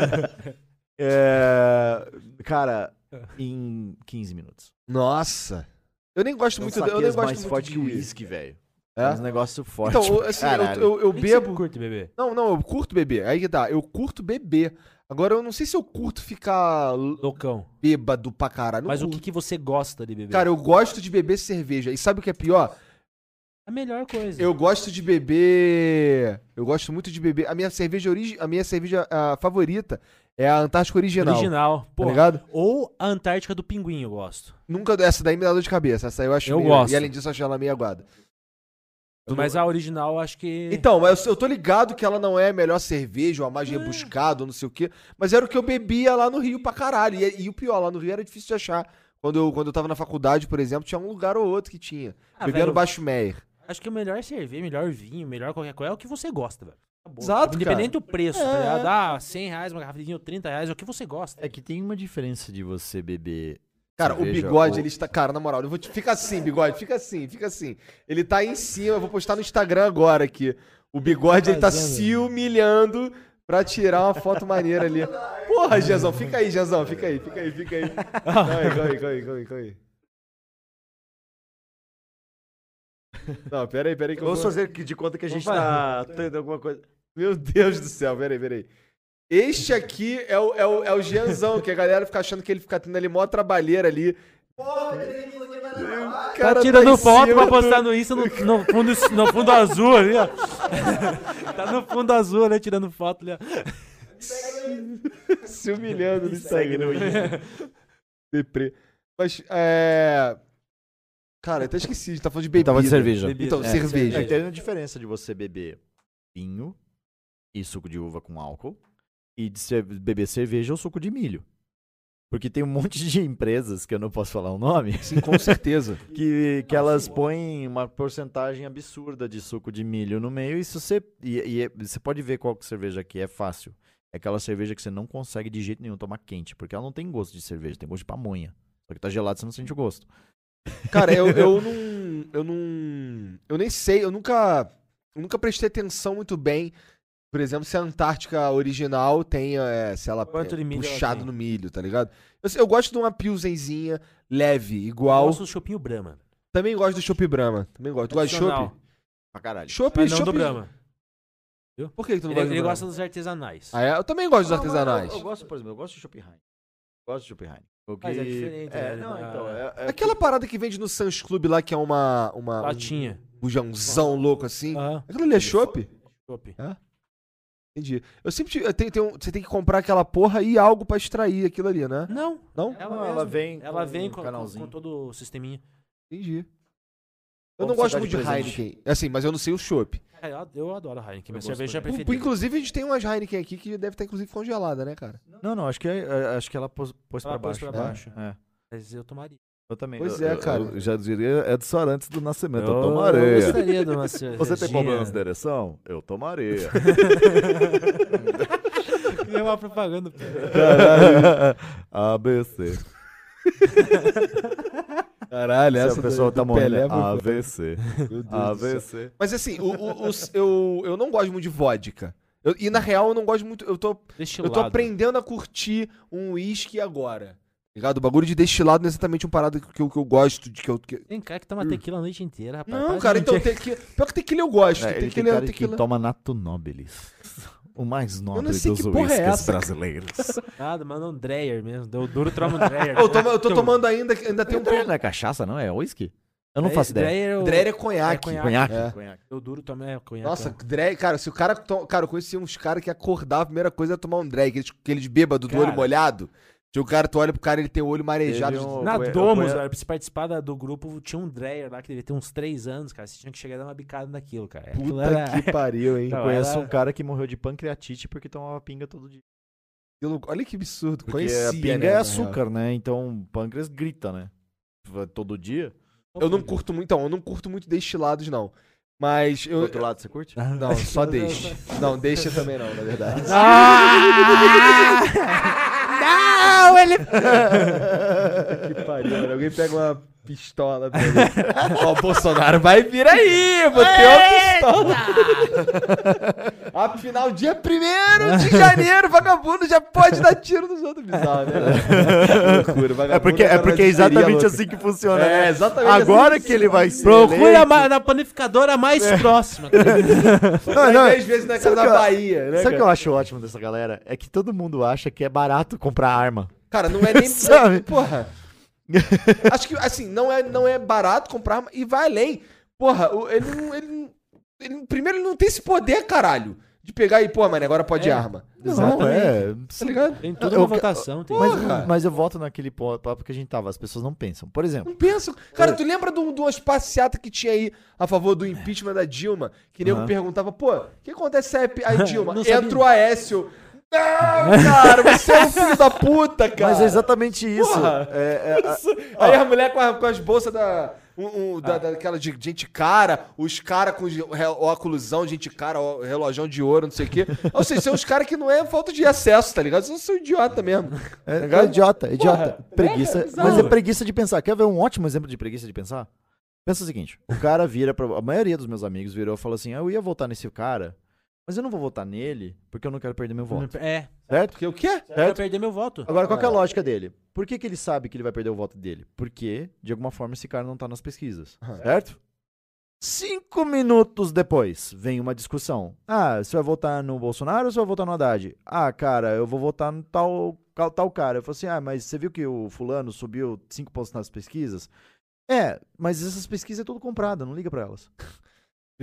[SPEAKER 3] É, cara, em 15 minutos.
[SPEAKER 1] Nossa. Eu nem gosto muito,
[SPEAKER 3] Então,
[SPEAKER 1] eu
[SPEAKER 3] saquê
[SPEAKER 1] nem
[SPEAKER 3] é
[SPEAKER 1] gosto
[SPEAKER 3] mais
[SPEAKER 1] muito
[SPEAKER 3] forte
[SPEAKER 1] de...
[SPEAKER 3] que o uísque, velho.
[SPEAKER 1] É?
[SPEAKER 3] É um negócio forte.
[SPEAKER 1] Então, eu-
[SPEAKER 3] pra
[SPEAKER 1] assim, eu,
[SPEAKER 3] caralho.
[SPEAKER 1] eu- eu bebo...
[SPEAKER 2] curte beber.
[SPEAKER 1] Não, não, eu curto beber. Aí que tá, eu curto beber. Agora, eu não sei se eu curto ficar l-
[SPEAKER 2] Loucão.
[SPEAKER 1] bêbado pra caralho. Não
[SPEAKER 2] Mas o
[SPEAKER 1] curto.
[SPEAKER 2] que, que você gosta de
[SPEAKER 3] é
[SPEAKER 2] beber?
[SPEAKER 1] Cara, eu gosto de beber cerveja. E sabe o que é pior?
[SPEAKER 2] a melhor coisa.
[SPEAKER 1] Eu gosto de beber. Eu gosto muito de beber. A minha cerveja origi... a minha cerveja ah, favorita é a Antártica Original.
[SPEAKER 2] Original.
[SPEAKER 1] Tá
[SPEAKER 2] Porra.
[SPEAKER 1] ligado?
[SPEAKER 2] Ou a Antártica do Pinguim, eu gosto.
[SPEAKER 1] Nunca essa daí me dá dor de cabeça. Essa eu acho
[SPEAKER 2] Eu
[SPEAKER 1] meio-
[SPEAKER 2] gosto.
[SPEAKER 1] E além disso, eu acho ela meio aguada. Eu
[SPEAKER 2] Mas
[SPEAKER 1] não-
[SPEAKER 2] a original, eu acho que.
[SPEAKER 1] Então, mas eu eu tô ligado que ela não é a melhor cerveja, ou a
[SPEAKER 2] É.
[SPEAKER 1] mais rebuscada, ou não sei o quê. Mas era o que eu bebia lá no Rio pra caralho. E, e o pior, lá no Rio era difícil de achar. Quando eu, quando eu tava na faculdade, por exemplo, tinha um lugar ou outro que tinha.
[SPEAKER 2] Ah,
[SPEAKER 1] bebia
[SPEAKER 2] velho,
[SPEAKER 1] no Baixo Meyer.
[SPEAKER 2] Acho que o melhor cerveja, melhor vinho, melhor qualquer coisa é o que você gosta, velho. Acabou.
[SPEAKER 1] Exato,
[SPEAKER 2] Independente do preço, tá
[SPEAKER 1] É.
[SPEAKER 2] ligado? Ah, 100 reais uma garrafa de vinho, 30 reais, é o que você gosta.
[SPEAKER 3] É que tem uma diferença de você beber.
[SPEAKER 1] Cara,
[SPEAKER 3] cerveja
[SPEAKER 1] o bigode,
[SPEAKER 3] ou-
[SPEAKER 1] ele está. Cara, na moral, eu vou te. Fica assim, bigode, fica assim, fica assim. Ele tá aí em cima, eu vou postar no Instagram agora aqui. O bigode, ele tá
[SPEAKER 2] Fazendo.
[SPEAKER 1] se humilhando pra tirar uma foto maneira ali. Porra, Jezão, fica aí, Jezão, fica aí, fica aí, fica aí. Calma aí, calma aí, calma aí, calma aí, calma aí. Não, pera aí, pera aí que eu vou...
[SPEAKER 3] fazer de conta que a gente tá tendo alguma coisa.
[SPEAKER 1] Meu Deus do céu, pera aí, pera aí. Este aqui é o, é, o, é o Jeanzão, que a galera fica achando que ele fica tendo ali mó trabalheira ali. um Porra,
[SPEAKER 2] Tá tirando foto pra postar no Insta no, no fundo, no fundo azul ali, ó. [LAUGHS] tá no fundo azul ali, tirando foto ali, ó.
[SPEAKER 1] [LAUGHS] Se humilhando no Instagram. Deprê. Mas, é... Cara, eu até esqueci, a gente tá falando de bebida.
[SPEAKER 3] Tava de cerveja.
[SPEAKER 2] Bebida.
[SPEAKER 1] Então,
[SPEAKER 2] É,
[SPEAKER 1] cerveja.
[SPEAKER 3] É, tem a diferença de você beber vinho e suco de uva com álcool e de cer- beber cerveja ou suco de milho. Porque tem um monte de [LAUGHS] empresas, que eu não posso falar o nome,
[SPEAKER 1] Sim, com certeza.
[SPEAKER 3] que, que elas põem uma porcentagem absurda de suco de milho no meio. E se você. E, e é- você pode ver qual que cerveja aqui é fácil. É aquela cerveja que você não consegue de jeito nenhum tomar quente, porque ela não tem gosto de cerveja, tem gosto de pamonha. Só que tá gelado, você não sente o gosto.
[SPEAKER 1] Cara, eu,
[SPEAKER 2] [LAUGHS]
[SPEAKER 1] eu não. Eu não. Eu nem sei, eu nunca. Eu nunca prestei atenção muito bem. Por exemplo, se a Antártica original tem, é, se ela
[SPEAKER 2] Quanto de
[SPEAKER 1] é
[SPEAKER 2] milho ela
[SPEAKER 1] puxado
[SPEAKER 2] tem?
[SPEAKER 1] no milho, tá ligado? Eu, sei- eu gosto de uma pilsenzinha leve, igual.
[SPEAKER 2] Nosso chopinho Brahma.
[SPEAKER 1] Também gosto do Chopp Brahma. Também gosto. Tu gosta de Chopp?
[SPEAKER 2] Tradicional.
[SPEAKER 3] Pra caralho.
[SPEAKER 1] Chopp,
[SPEAKER 2] Mas Ah, não do
[SPEAKER 1] Chopp-
[SPEAKER 2] Brahma.
[SPEAKER 1] Por que, que tu não
[SPEAKER 2] Ele,
[SPEAKER 1] gosta do
[SPEAKER 2] ele
[SPEAKER 1] Brahma?
[SPEAKER 2] gosta dos artesanais.
[SPEAKER 1] Ah, é? Eu também gosto dos
[SPEAKER 3] Não, mas eu-
[SPEAKER 1] artesanais.
[SPEAKER 3] Eu, gosto, por exemplo, eu gosto de Schopenhauer. Gosto de Schopenhauer. Porque...
[SPEAKER 2] Mas é diferente,
[SPEAKER 3] É,
[SPEAKER 2] né,
[SPEAKER 3] não,
[SPEAKER 2] da-
[SPEAKER 3] então. É, é
[SPEAKER 1] Aquela parada que vende no Sans Club lá, que é uma. uma um
[SPEAKER 2] Latinha. Ah.
[SPEAKER 1] bujãozão louco assim.
[SPEAKER 2] Aham.
[SPEAKER 1] Aquilo ali é Chopp?
[SPEAKER 2] Chopp.
[SPEAKER 1] Entendi. Eu sempre tive. eu tenho- tenho- você tem que comprar aquela porra e algo pra extrair aquilo ali, né?
[SPEAKER 2] Não.
[SPEAKER 1] Não?
[SPEAKER 3] Ela ela vem
[SPEAKER 2] Ela
[SPEAKER 3] com
[SPEAKER 2] vem
[SPEAKER 3] um
[SPEAKER 2] com, com,
[SPEAKER 3] canalzinho.
[SPEAKER 2] com todo o sisteminha.
[SPEAKER 1] Entendi. Eu
[SPEAKER 3] Bom,
[SPEAKER 1] não
[SPEAKER 3] você
[SPEAKER 1] gosto
[SPEAKER 3] dá
[SPEAKER 1] muito
[SPEAKER 3] de
[SPEAKER 1] de
[SPEAKER 3] presente.
[SPEAKER 1] Heineken. Assim, mas eu não sei o chopp.
[SPEAKER 2] Cara, É, Eu, eu adoro a Heineken. Minha
[SPEAKER 3] gosto
[SPEAKER 2] cerveja é
[SPEAKER 3] também.
[SPEAKER 2] preferida.
[SPEAKER 1] Inclusive, a gente tem umas Heineken aqui que deve estar, inclusive, congelada, né, cara?
[SPEAKER 3] Não, não, acho que, é- é- acho que ela pôs, pôs
[SPEAKER 2] Ela
[SPEAKER 3] pra
[SPEAKER 2] pôs
[SPEAKER 3] baixo.
[SPEAKER 2] pra
[SPEAKER 3] né?
[SPEAKER 2] baixo.
[SPEAKER 3] É.
[SPEAKER 2] Mas eu tomaria.
[SPEAKER 3] Eu também.
[SPEAKER 1] Pois
[SPEAKER 3] eu-
[SPEAKER 1] é,
[SPEAKER 3] eu-
[SPEAKER 1] cara.
[SPEAKER 3] eu já diria, é de só antes do nascimento. Eu,
[SPEAKER 2] Eu
[SPEAKER 3] tomaria.
[SPEAKER 2] gostaria de uma
[SPEAKER 3] Você tem
[SPEAKER 2] cervejinha.
[SPEAKER 3] problemas de ereção? Eu tomaria.
[SPEAKER 2] É uma propaganda. pô.
[SPEAKER 3] ABC.
[SPEAKER 1] Caralho,
[SPEAKER 3] Se a pessoa tá morrendo,
[SPEAKER 1] Meu
[SPEAKER 3] ABC.
[SPEAKER 1] Deus do céu.
[SPEAKER 3] ABC.
[SPEAKER 1] Mas assim, o, o-
[SPEAKER 3] [LAUGHS]
[SPEAKER 1] os- eu, eu não gosto muito de vodka. Eu- e na real, eu não gosto muito. Eu tô, eu
[SPEAKER 2] Destilado.
[SPEAKER 1] tô aprendendo a curtir um uísque agora. Tá Ligado? O bagulho de destilado não é exatamente uma parada que, eu, que eu gosto, de que eu. que-
[SPEAKER 2] Tem cara que toma tequila a noite inteira, rapaz. um
[SPEAKER 1] Não,
[SPEAKER 2] Para
[SPEAKER 1] cara,
[SPEAKER 2] de
[SPEAKER 1] então
[SPEAKER 2] mentir.
[SPEAKER 1] tequila. Pior que tequila eu gosto.
[SPEAKER 3] É, ele tem
[SPEAKER 1] tequila,
[SPEAKER 3] cara que
[SPEAKER 1] tequila.
[SPEAKER 3] toma Nato Nobilis. O mais nobre dos
[SPEAKER 1] sei que porra é
[SPEAKER 3] uísques
[SPEAKER 1] essa,
[SPEAKER 3] brasileiros.
[SPEAKER 1] [LAUGHS]
[SPEAKER 2] Nada, manda um Dreyer mesmo. Deu duro, toma um Dreyer.
[SPEAKER 1] Eu, tomo- eu tô tomando ainda, ainda tem um.
[SPEAKER 3] Dreyer não é cachaça, não? É uísque? Eu não faço ideia.
[SPEAKER 2] Dreyer, eu,
[SPEAKER 1] Dreyer é conhaque.
[SPEAKER 2] Tipo, É
[SPEAKER 3] Conhaque?
[SPEAKER 1] É.
[SPEAKER 3] Conhaque.
[SPEAKER 2] eu duro também é conhaque.
[SPEAKER 1] Nossa, Drag, cara, se o cara. to- Cara, eu conheci uns caras que acordavam, a primeira coisa é tomar um drag, aqueles, aqueles bêbados do
[SPEAKER 2] Cara.
[SPEAKER 1] olho molhado. Se o cara, tu olha pro cara, ele tem o olho marejado.
[SPEAKER 3] Teve um-
[SPEAKER 2] Na
[SPEAKER 3] Eu conhe- eu
[SPEAKER 2] Domus,
[SPEAKER 3] conhe-
[SPEAKER 2] cara, pra se participar da- do grupo, tinha um Dreyer lá que devia ter uns 3 anos, cara. Você tinha que chegar e dar uma bicada naquilo, cara. Aquilo
[SPEAKER 1] Puta
[SPEAKER 2] era-
[SPEAKER 1] que pariu, hein?
[SPEAKER 2] Não,
[SPEAKER 3] Conheço
[SPEAKER 2] era-
[SPEAKER 3] um cara que morreu de pancreatite porque tomava pinga todo dia.
[SPEAKER 1] Aquilo- Olha que absurdo.
[SPEAKER 3] Porque
[SPEAKER 1] Conhecia,
[SPEAKER 3] a pinga
[SPEAKER 1] né,
[SPEAKER 3] é
[SPEAKER 1] na real.
[SPEAKER 3] açúcar, né? Então o pâncreas grita, né? Vai Todo dia.
[SPEAKER 1] Eu não curto muito, então, eu não curto muito destilados, não. Mas
[SPEAKER 3] Do
[SPEAKER 1] eu.
[SPEAKER 3] outro lado, você curte?
[SPEAKER 1] Não, só deixe. Não, deixa também não, na verdade.
[SPEAKER 3] Ah!
[SPEAKER 5] Ah!
[SPEAKER 2] Não, ele...
[SPEAKER 1] Puta [LAUGHS] que pariu, mano. Alguém pega uma pistola pra ele. Ó, o Bolsonaro vai vir aí! Vou ter uma [LAUGHS] pistola! Afinal, dia 1 de janeiro, vagabundo já pode dar tiro nos outros. Bizarro, né? Loucura, vagabundo.
[SPEAKER 3] É porque é,
[SPEAKER 1] cara,
[SPEAKER 3] porque é
[SPEAKER 1] uma
[SPEAKER 3] exatamente
[SPEAKER 1] histeria
[SPEAKER 3] assim que funciona.
[SPEAKER 1] É,
[SPEAKER 3] né?
[SPEAKER 1] exatamente
[SPEAKER 3] Agora
[SPEAKER 1] assim.
[SPEAKER 3] que ele vai ser.
[SPEAKER 2] Procura
[SPEAKER 3] eleito-
[SPEAKER 2] ma- na panificadora mais
[SPEAKER 1] É.
[SPEAKER 2] próxima. cara.
[SPEAKER 1] [LAUGHS]
[SPEAKER 3] Não,
[SPEAKER 1] louca.
[SPEAKER 3] não,
[SPEAKER 1] Vai Três vezes na casa
[SPEAKER 3] Sabe
[SPEAKER 1] da
[SPEAKER 3] que eu-
[SPEAKER 1] Bahia, né?
[SPEAKER 3] Sabe o que
[SPEAKER 1] Cara?
[SPEAKER 3] eu acho ótimo dessa galera? É que todo mundo acha que é barato comprar arma.
[SPEAKER 1] Cara, não é nem.
[SPEAKER 3] [LAUGHS] Sabe?
[SPEAKER 1] Porra. Acho que, assim, não é, não é barato comprar arma e vai além. Porra, o- ele não. Ele, não- ele não- primeiro, ele não tem esse poder, caralho. De pegar e, pô, mano, agora pode
[SPEAKER 2] É.
[SPEAKER 1] arma.
[SPEAKER 3] Não, é.
[SPEAKER 1] Tá ligado?
[SPEAKER 2] Tem toda
[SPEAKER 3] Eu-
[SPEAKER 2] uma votação. Tem...
[SPEAKER 3] Mas,
[SPEAKER 1] Porra.
[SPEAKER 3] mas eu volto naquele po- papo que a gente tava. As pessoas não pensam. Por exemplo,
[SPEAKER 1] Não penso. Cara, tu lembra de um- de umas passeatas que tinha aí a favor do impeachment da Dilma? Que nego
[SPEAKER 3] Aham.
[SPEAKER 1] perguntava, pô, o que acontece se a P- a Dilma?
[SPEAKER 2] Não sabia.
[SPEAKER 1] Entra o Aécio. Não, cara, você é um filho da puta, cara.
[SPEAKER 3] mas é exatamente isso.
[SPEAKER 1] Porra.
[SPEAKER 3] É, é,
[SPEAKER 1] [LAUGHS]
[SPEAKER 3] a-
[SPEAKER 1] Aí a mulher com, a- com as bolsas da. Um, um- da- daquela de gente cara, os caras com ge- re- óculosão, gente cara, ó- relojão de ouro, não sei o quê. Ou seja, são os caras que não é falta de acesso, tá ligado? Vocês não são idiota mesmo.
[SPEAKER 3] É, é idiota, é idiota. preguiça. mas é
[SPEAKER 2] bizarro.
[SPEAKER 3] preguiça de pensar. Quer ver um ótimo exemplo de preguiça de pensar? Pensa o seguinte: o cara vira pra. A maioria dos meus amigos virou e falou assim: ah, eu ia votar nesse cara, mas eu não vou votar nele porque eu não quero perder meu voto.
[SPEAKER 2] É,
[SPEAKER 3] Certo?
[SPEAKER 1] Porque o quê?
[SPEAKER 2] eu ia perder meu voto.
[SPEAKER 3] Agora, qual que é a lógica dele? Por que, que ele sabe que ele vai perder o voto dele? Porque, de alguma forma, esse cara não tá nas pesquisas. Certo? Cinco minutos depois, vem uma discussão. Ah, você vai votar no Bolsonaro ou você vai votar no Haddad? Ah, cara, eu vou votar no tal, tal, tal cara. Eu falo assim, ah, mas você viu que o fulano subiu cinco pontos nas pesquisas? É, mas essas pesquisas é tudo comprada, não liga
[SPEAKER 1] [LAUGHS]
[SPEAKER 3] pra elas.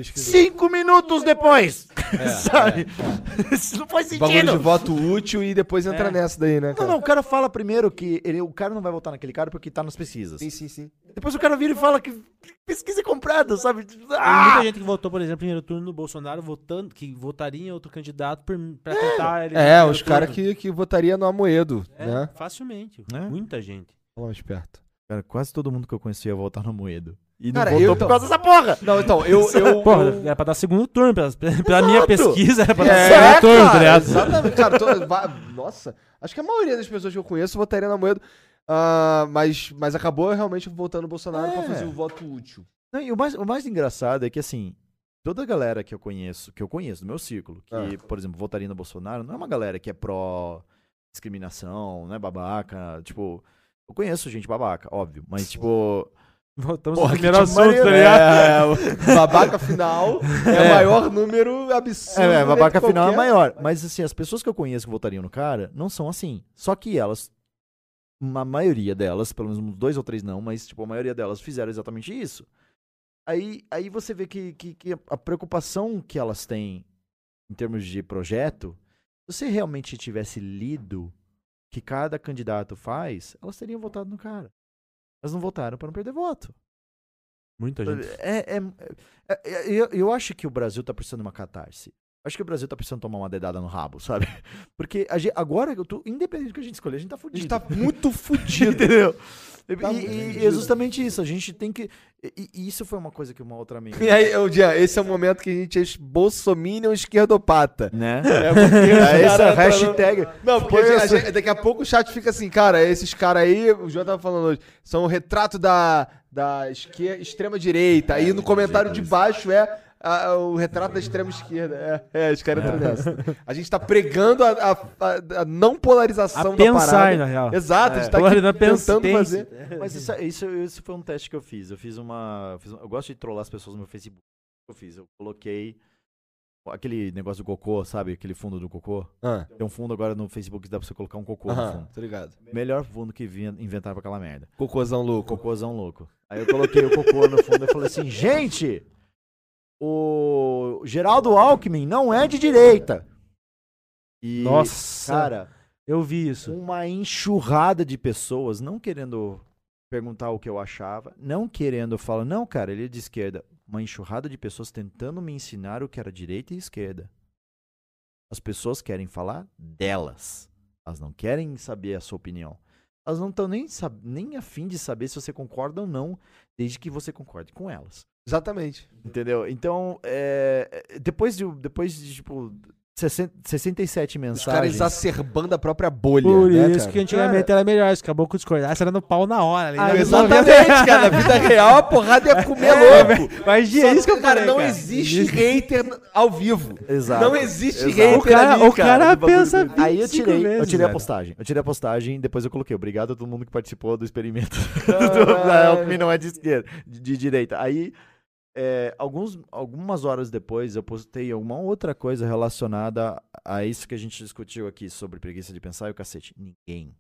[SPEAKER 3] Cinco minutos depois!
[SPEAKER 1] É,
[SPEAKER 3] [LAUGHS] Sabe? [LAUGHS] Isso não faz
[SPEAKER 1] Bagulho de
[SPEAKER 3] sentido!
[SPEAKER 1] voto útil e depois entra
[SPEAKER 2] É.
[SPEAKER 1] nessa daí, né,
[SPEAKER 3] Não,
[SPEAKER 1] cara?
[SPEAKER 3] não, o cara fala primeiro que ele, o cara não vai votar naquele cara porque tá nas pesquisas.
[SPEAKER 1] Sim, sim, sim.
[SPEAKER 3] Depois o cara vira e fala que pesquisa é comprada, sabe?
[SPEAKER 2] Tem
[SPEAKER 3] Ah!
[SPEAKER 2] muita gente que votou, por exemplo, no primeiro turno no Bolsonaro, votando, que votaria em outro candidato por- pra tentar ele. no
[SPEAKER 1] É,
[SPEAKER 2] primeiro
[SPEAKER 1] os caras
[SPEAKER 2] turno.
[SPEAKER 1] que, que votaria no Amoedo,
[SPEAKER 2] É,
[SPEAKER 1] né?
[SPEAKER 2] Facilmente.
[SPEAKER 3] Né?
[SPEAKER 2] Muita gente.
[SPEAKER 1] Fala mais perto.
[SPEAKER 3] Cara, quase todo mundo que eu conhecia ia votar no Moedo. E não
[SPEAKER 1] Cara,
[SPEAKER 3] votou
[SPEAKER 1] eu-
[SPEAKER 3] por causa é dessa porra!
[SPEAKER 1] Não, então, eu. eu
[SPEAKER 2] Porra,
[SPEAKER 1] eu-
[SPEAKER 3] né?
[SPEAKER 2] era pra dar segundo turno. Pela, pela minha pesquisa, era pra dar
[SPEAKER 1] É,
[SPEAKER 2] segundo turno, tá
[SPEAKER 1] cara,
[SPEAKER 2] ligado?
[SPEAKER 1] Exatamente. Cara, tô- va- nossa, acho que a maioria das pessoas que eu conheço votaria na Moedo. ah, mas, mas acabou realmente votando no Bolsonaro pra
[SPEAKER 3] É.
[SPEAKER 1] fazer o voto útil.
[SPEAKER 3] Não, e o mais, o mais engraçado é que, assim, toda a galera que eu conheço, que eu conheço do meu círculo, que,
[SPEAKER 1] Ah.
[SPEAKER 3] por exemplo, votaria no Bolsonaro, não é uma galera que é pró-discriminação, né, babaca, tipo... Eu conheço gente babaca, óbvio, mas, tipo...
[SPEAKER 2] Voltamos
[SPEAKER 3] Porra,
[SPEAKER 2] ao
[SPEAKER 3] que
[SPEAKER 2] primeiro
[SPEAKER 3] te
[SPEAKER 5] tipo
[SPEAKER 2] assunto, tá
[SPEAKER 3] maria-
[SPEAKER 2] ligado?
[SPEAKER 3] [LAUGHS]
[SPEAKER 1] É, babaca final é o maior número absurdo.
[SPEAKER 3] É, é,
[SPEAKER 1] dentro
[SPEAKER 3] babaca
[SPEAKER 1] de
[SPEAKER 3] final é
[SPEAKER 1] qualquer-
[SPEAKER 3] maior. Mas, assim, as pessoas que eu conheço que votariam no cara não são assim. Só que elas, a maioria delas, pelo menos uns dois ou três não, mas, tipo, a maioria delas fizeram exatamente isso. Aí, aí você vê que, que, que a preocupação que elas têm em termos de projeto, se você realmente tivesse lido o que cada candidato faz, elas teriam votado no cara. Elas não votaram para não perder voto.
[SPEAKER 2] Muita
[SPEAKER 5] Tá
[SPEAKER 2] gente.
[SPEAKER 3] É, é- é- é- eu, eu acho que o Brasil tá precisando de uma catarse. Acho que o Brasil tá precisando tomar uma dedada no rabo, [LAUGHS] sabe? Porque a gente, agora, eu tô, independente do que a gente escolher, a gente tá
[SPEAKER 1] A
[SPEAKER 3] fudido.
[SPEAKER 1] gente tá muito fudido.
[SPEAKER 3] [LAUGHS] Entendeu?
[SPEAKER 1] Tá
[SPEAKER 3] e, e-
[SPEAKER 1] fudido.
[SPEAKER 3] e é justamente isso. A gente tem que. E, e isso foi uma coisa que uma outra amiga.
[SPEAKER 1] E aí, ô, Jean, esse [LAUGHS] é o momento que a gente é bolsominion esquerdopata.
[SPEAKER 3] Né?
[SPEAKER 1] É porque os
[SPEAKER 3] É,
[SPEAKER 1] cara
[SPEAKER 3] essa
[SPEAKER 1] tá
[SPEAKER 3] hashtag.
[SPEAKER 1] Não, porque
[SPEAKER 3] Foi
[SPEAKER 1] a
[SPEAKER 3] isso.
[SPEAKER 1] gente- daqui a pouco o chat fica assim, cara, esses caras aí, o João tava falando hoje, são o retrato da, da esquerda, extrema direita. Aí
[SPEAKER 2] É,
[SPEAKER 1] no comentário de baixo
[SPEAKER 2] né?
[SPEAKER 1] é ah, o retrato da extrema esquerda. É, é os caras entram nessa. A gente tá pregando a, a- a- a não polarização
[SPEAKER 2] A
[SPEAKER 1] da
[SPEAKER 2] pensar,
[SPEAKER 1] parada.
[SPEAKER 2] na real.
[SPEAKER 1] Exato, a gente tá aqui
[SPEAKER 2] Polarizar
[SPEAKER 1] tentando
[SPEAKER 2] pensa-
[SPEAKER 1] fazer.
[SPEAKER 3] É,
[SPEAKER 1] [LAUGHS]
[SPEAKER 3] Mas isso, isso, isso foi um teste que eu fiz. Eu fiz uma. fiz um- eu gosto de trollar as pessoas no meu Facebook. Eu fiz. Eu coloquei aquele negócio do cocô, sabe? Aquele fundo do cocô.
[SPEAKER 1] Ah,
[SPEAKER 3] Tem um fundo agora no Facebook que dá pra você colocar um cocô no
[SPEAKER 1] aham,
[SPEAKER 3] fundo.
[SPEAKER 1] tá ligado.
[SPEAKER 3] Melhor fundo que vinha, inventaram pra aquela merda.
[SPEAKER 1] Cocôzão louco.
[SPEAKER 3] Cocôzão louco. Aí eu coloquei o cocô no fundo e falei assim, gente, o Geraldo Alckmin não é de direita. E,
[SPEAKER 2] Nossa,
[SPEAKER 3] cara,
[SPEAKER 2] eu vi isso.
[SPEAKER 3] uma enxurrada de pessoas não querendo perguntar o que eu achava, não querendo falar, não, cara, ele é de esquerda. Uma enxurrada de pessoas tentando me ensinar o que era direita e esquerda. As pessoas querem falar delas. Elas não querem saber a sua opinião. Elas não estão nem, sab- nem afim de saber se você concorda ou não, desde que você concorde com elas.
[SPEAKER 1] Exatamente.
[SPEAKER 3] Entendeu? Então, é, é, depois de, depois de tipo, 60,
[SPEAKER 1] Os
[SPEAKER 3] 67
[SPEAKER 1] caras
[SPEAKER 3] mensagens...
[SPEAKER 1] exacerbando a própria bolha,
[SPEAKER 2] Tá, Por
[SPEAKER 1] né,
[SPEAKER 2] isso
[SPEAKER 1] cara?
[SPEAKER 2] que antigamente era melhor. Se acabou com discordasse, era no pau na hora. Ali,
[SPEAKER 3] Ah,
[SPEAKER 2] né?
[SPEAKER 1] Exatamente, [LAUGHS] cara. Na vida real, a porrada ia comer
[SPEAKER 2] É,
[SPEAKER 1] louco.
[SPEAKER 2] Mas
[SPEAKER 1] Só
[SPEAKER 2] é isso que eu
[SPEAKER 1] cara,
[SPEAKER 2] falei,
[SPEAKER 1] não existe hater ao vivo.
[SPEAKER 3] Exato.
[SPEAKER 1] Não existe
[SPEAKER 3] Exato.
[SPEAKER 1] hater
[SPEAKER 2] O cara,
[SPEAKER 1] ali,
[SPEAKER 2] o cara
[SPEAKER 1] do bagulho
[SPEAKER 2] pensa
[SPEAKER 1] do-
[SPEAKER 3] Aí eu
[SPEAKER 2] 25
[SPEAKER 3] tirei, eu
[SPEAKER 2] vezes,
[SPEAKER 3] tirei a
[SPEAKER 2] velho.
[SPEAKER 3] postagem. Eu tirei a postagem, depois eu coloquei. Obrigado a todo mundo que participou do experimento. [LAUGHS]
[SPEAKER 1] Caralho.
[SPEAKER 3] da Alckmin não é de esquerda, de, de direita. Aí, é, alguns, algumas horas depois, eu postei alguma outra coisa relacionada a isso que a gente discutiu aqui sobre preguiça de pensar e o cacete. Ninguém.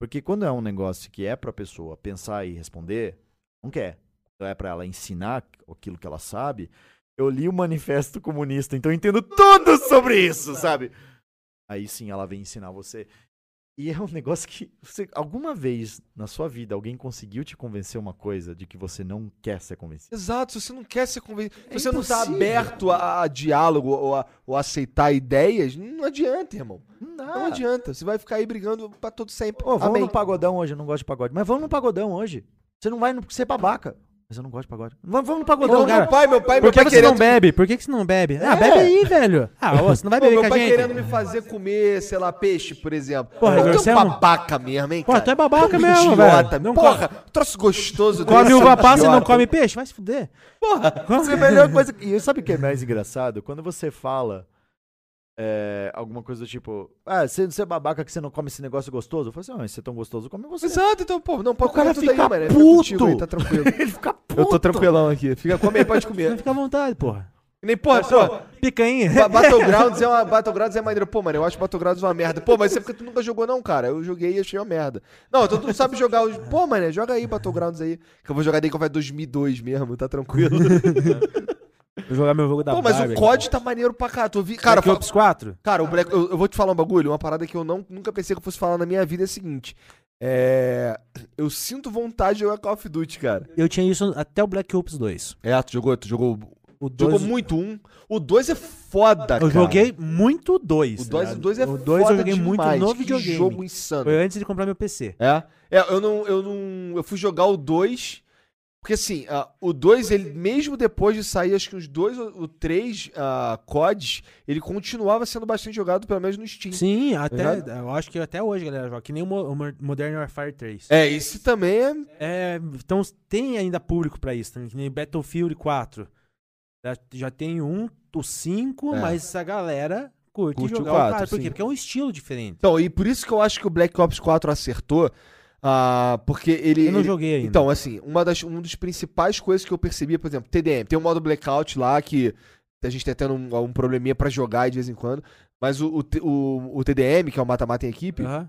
[SPEAKER 3] Porque quando é um negócio que é pra pessoa pensar e responder, não quer. Então é pra ela ensinar aquilo que ela sabe. Eu li o Manifesto Comunista, então eu entendo tudo sobre isso, sabe? Aí sim ela vem ensinar você. E é um negócio que você, alguma vez na sua vida alguém conseguiu te convencer uma coisa de que você não quer ser convencido.
[SPEAKER 1] Exato, se você não quer ser convencido,
[SPEAKER 3] É
[SPEAKER 1] se você não tá
[SPEAKER 3] impossível.
[SPEAKER 1] aberto a, a diálogo ou a, ou a aceitar ideias, não adianta, irmão.
[SPEAKER 3] Não
[SPEAKER 1] Não
[SPEAKER 3] dá.
[SPEAKER 1] adianta. Você vai ficar aí brigando pra todo sempre.
[SPEAKER 3] Ô, vamos
[SPEAKER 1] Amém.
[SPEAKER 3] no pagodão hoje, eu não gosto de pagode. Mas vamos no pagodão hoje. Você não vai no, porque você é babaca. Mas eu não gosto de pagode. Vamos, vamos no pagodão,
[SPEAKER 1] Ô,
[SPEAKER 3] cara.
[SPEAKER 1] meu pai, meu pai,
[SPEAKER 2] Por
[SPEAKER 1] meu
[SPEAKER 2] que
[SPEAKER 1] pai
[SPEAKER 2] você não
[SPEAKER 1] querendo.
[SPEAKER 2] bebe? Por que que você não bebe? Ah,
[SPEAKER 3] É.
[SPEAKER 2] bebe aí, velho. Ah, ô, você não vai
[SPEAKER 1] Pô,
[SPEAKER 2] beber
[SPEAKER 1] meu
[SPEAKER 2] com a
[SPEAKER 1] pai querendo
[SPEAKER 2] gente.
[SPEAKER 1] me fazer comer, sei lá, peixe, por exemplo.
[SPEAKER 2] Porra,
[SPEAKER 1] Pô, tu
[SPEAKER 2] Igor,
[SPEAKER 1] é
[SPEAKER 2] você é
[SPEAKER 1] um
[SPEAKER 2] um-
[SPEAKER 1] babaca mesmo, hein,
[SPEAKER 2] Pô,
[SPEAKER 1] cara?
[SPEAKER 2] tu é babaca
[SPEAKER 1] Um
[SPEAKER 2] mesmo,
[SPEAKER 1] idiota.
[SPEAKER 2] velho. Não
[SPEAKER 1] Porra, troço gostoso.
[SPEAKER 2] Come
[SPEAKER 1] desse,
[SPEAKER 2] uva
[SPEAKER 1] seu
[SPEAKER 2] passa e não
[SPEAKER 1] idiota.
[SPEAKER 2] come peixe? Vai se
[SPEAKER 1] [LAUGHS]
[SPEAKER 2] fuder. [LAUGHS]
[SPEAKER 3] é Isso é a melhor coisa. E sabe o que é mais engraçado? Quando você fala é, alguma coisa do tipo, ah, você, você é babaca que você não come esse negócio gostoso? Eu falei assim, ah, mas se é tão gostoso, come você.
[SPEAKER 1] Exato, então, pô, não, pode
[SPEAKER 3] O
[SPEAKER 1] comer
[SPEAKER 3] cara
[SPEAKER 1] tudo aí,
[SPEAKER 3] fica
[SPEAKER 1] mano.
[SPEAKER 3] puto.
[SPEAKER 1] contigo aí, tá tranquilo.
[SPEAKER 3] [LAUGHS] Ele fica puto.
[SPEAKER 1] Eu tô tranquilão aqui. Fica, come aí, pode
[SPEAKER 3] [LAUGHS]
[SPEAKER 2] Vai
[SPEAKER 1] comer.
[SPEAKER 2] ficar à vontade, porra.
[SPEAKER 1] Nem, porra, pô,
[SPEAKER 2] Picanha.
[SPEAKER 1] Ba- Battlegrounds é uma Battlegrounds é maneiro. Pô, mano, eu acho Battlegrounds uma merda. Pô, mas isso é porque tu nunca jogou, não, cara. Eu joguei e achei uma merda. Não, então tu não sabe jogar os. Pô, mano, joga aí Battlegrounds aí. Que eu vou jogar daí que vai 2002 mesmo, tá tranquilo.
[SPEAKER 2] Vou jogar meu jogo da
[SPEAKER 1] Pô, mas o
[SPEAKER 2] Barbie.
[SPEAKER 1] COD tá maneiro pra cá. Tu vi... Cara,
[SPEAKER 2] Black
[SPEAKER 1] fa-
[SPEAKER 2] Ops 4?
[SPEAKER 1] cara o Black... eu, eu vou te falar um bagulho, uma parada que eu não, nunca pensei que eu fosse falar na minha vida é a seguinte. É. Eu sinto vontade de jogar Call of Duty, cara.
[SPEAKER 2] Eu tinha isso até o Black Ops 2.
[SPEAKER 1] É, tu jogou, tu jogou.
[SPEAKER 2] O
[SPEAKER 1] Jogou
[SPEAKER 2] 2
[SPEAKER 1] muito um. O dois é foda, cara.
[SPEAKER 2] Eu joguei muito o 2.
[SPEAKER 1] O 2 dois é
[SPEAKER 2] O
[SPEAKER 1] dois
[SPEAKER 2] 2 eu joguei muito no
[SPEAKER 1] que
[SPEAKER 2] videogame.
[SPEAKER 1] jogo insano.
[SPEAKER 2] Foi antes de comprar meu PC.
[SPEAKER 1] É? É, eu não, eu não. Eu fui jogar o 2. Porque assim, ah, o 2, ele, mesmo depois de sair, acho que os dois, o 3 CODs, ele continuava sendo bastante jogado, pelo menos no Steam.
[SPEAKER 2] Sim, até.
[SPEAKER 1] Tá ligado?
[SPEAKER 2] Eu acho que até hoje, galera, joga. Que nem o Mo- o Mo- Modern Warfare 3.
[SPEAKER 1] É, esse também é.
[SPEAKER 2] É, então tem ainda público pra isso, também, que nem Battlefield 4. Já, já tem um, o 5,
[SPEAKER 1] É.
[SPEAKER 2] mas a galera curte,
[SPEAKER 1] Curte o
[SPEAKER 2] jogar o
[SPEAKER 1] quatro,
[SPEAKER 2] 4. Por quê?
[SPEAKER 1] sim.
[SPEAKER 2] Porque é um estilo diferente.
[SPEAKER 1] Então, e por isso que eu acho que o Black Ops 4 acertou. ah, porque ele.
[SPEAKER 2] Eu não
[SPEAKER 1] ele-
[SPEAKER 2] joguei ainda.
[SPEAKER 1] Então, assim, uma das um dos principais coisas que eu percebi, por exemplo, TDM, tem um modo blackout lá que a gente tá tendo um, um probleminha pra jogar de vez em quando, mas o, o, T- o- o TDM, que é o mata-mata em equipe,
[SPEAKER 2] Aham.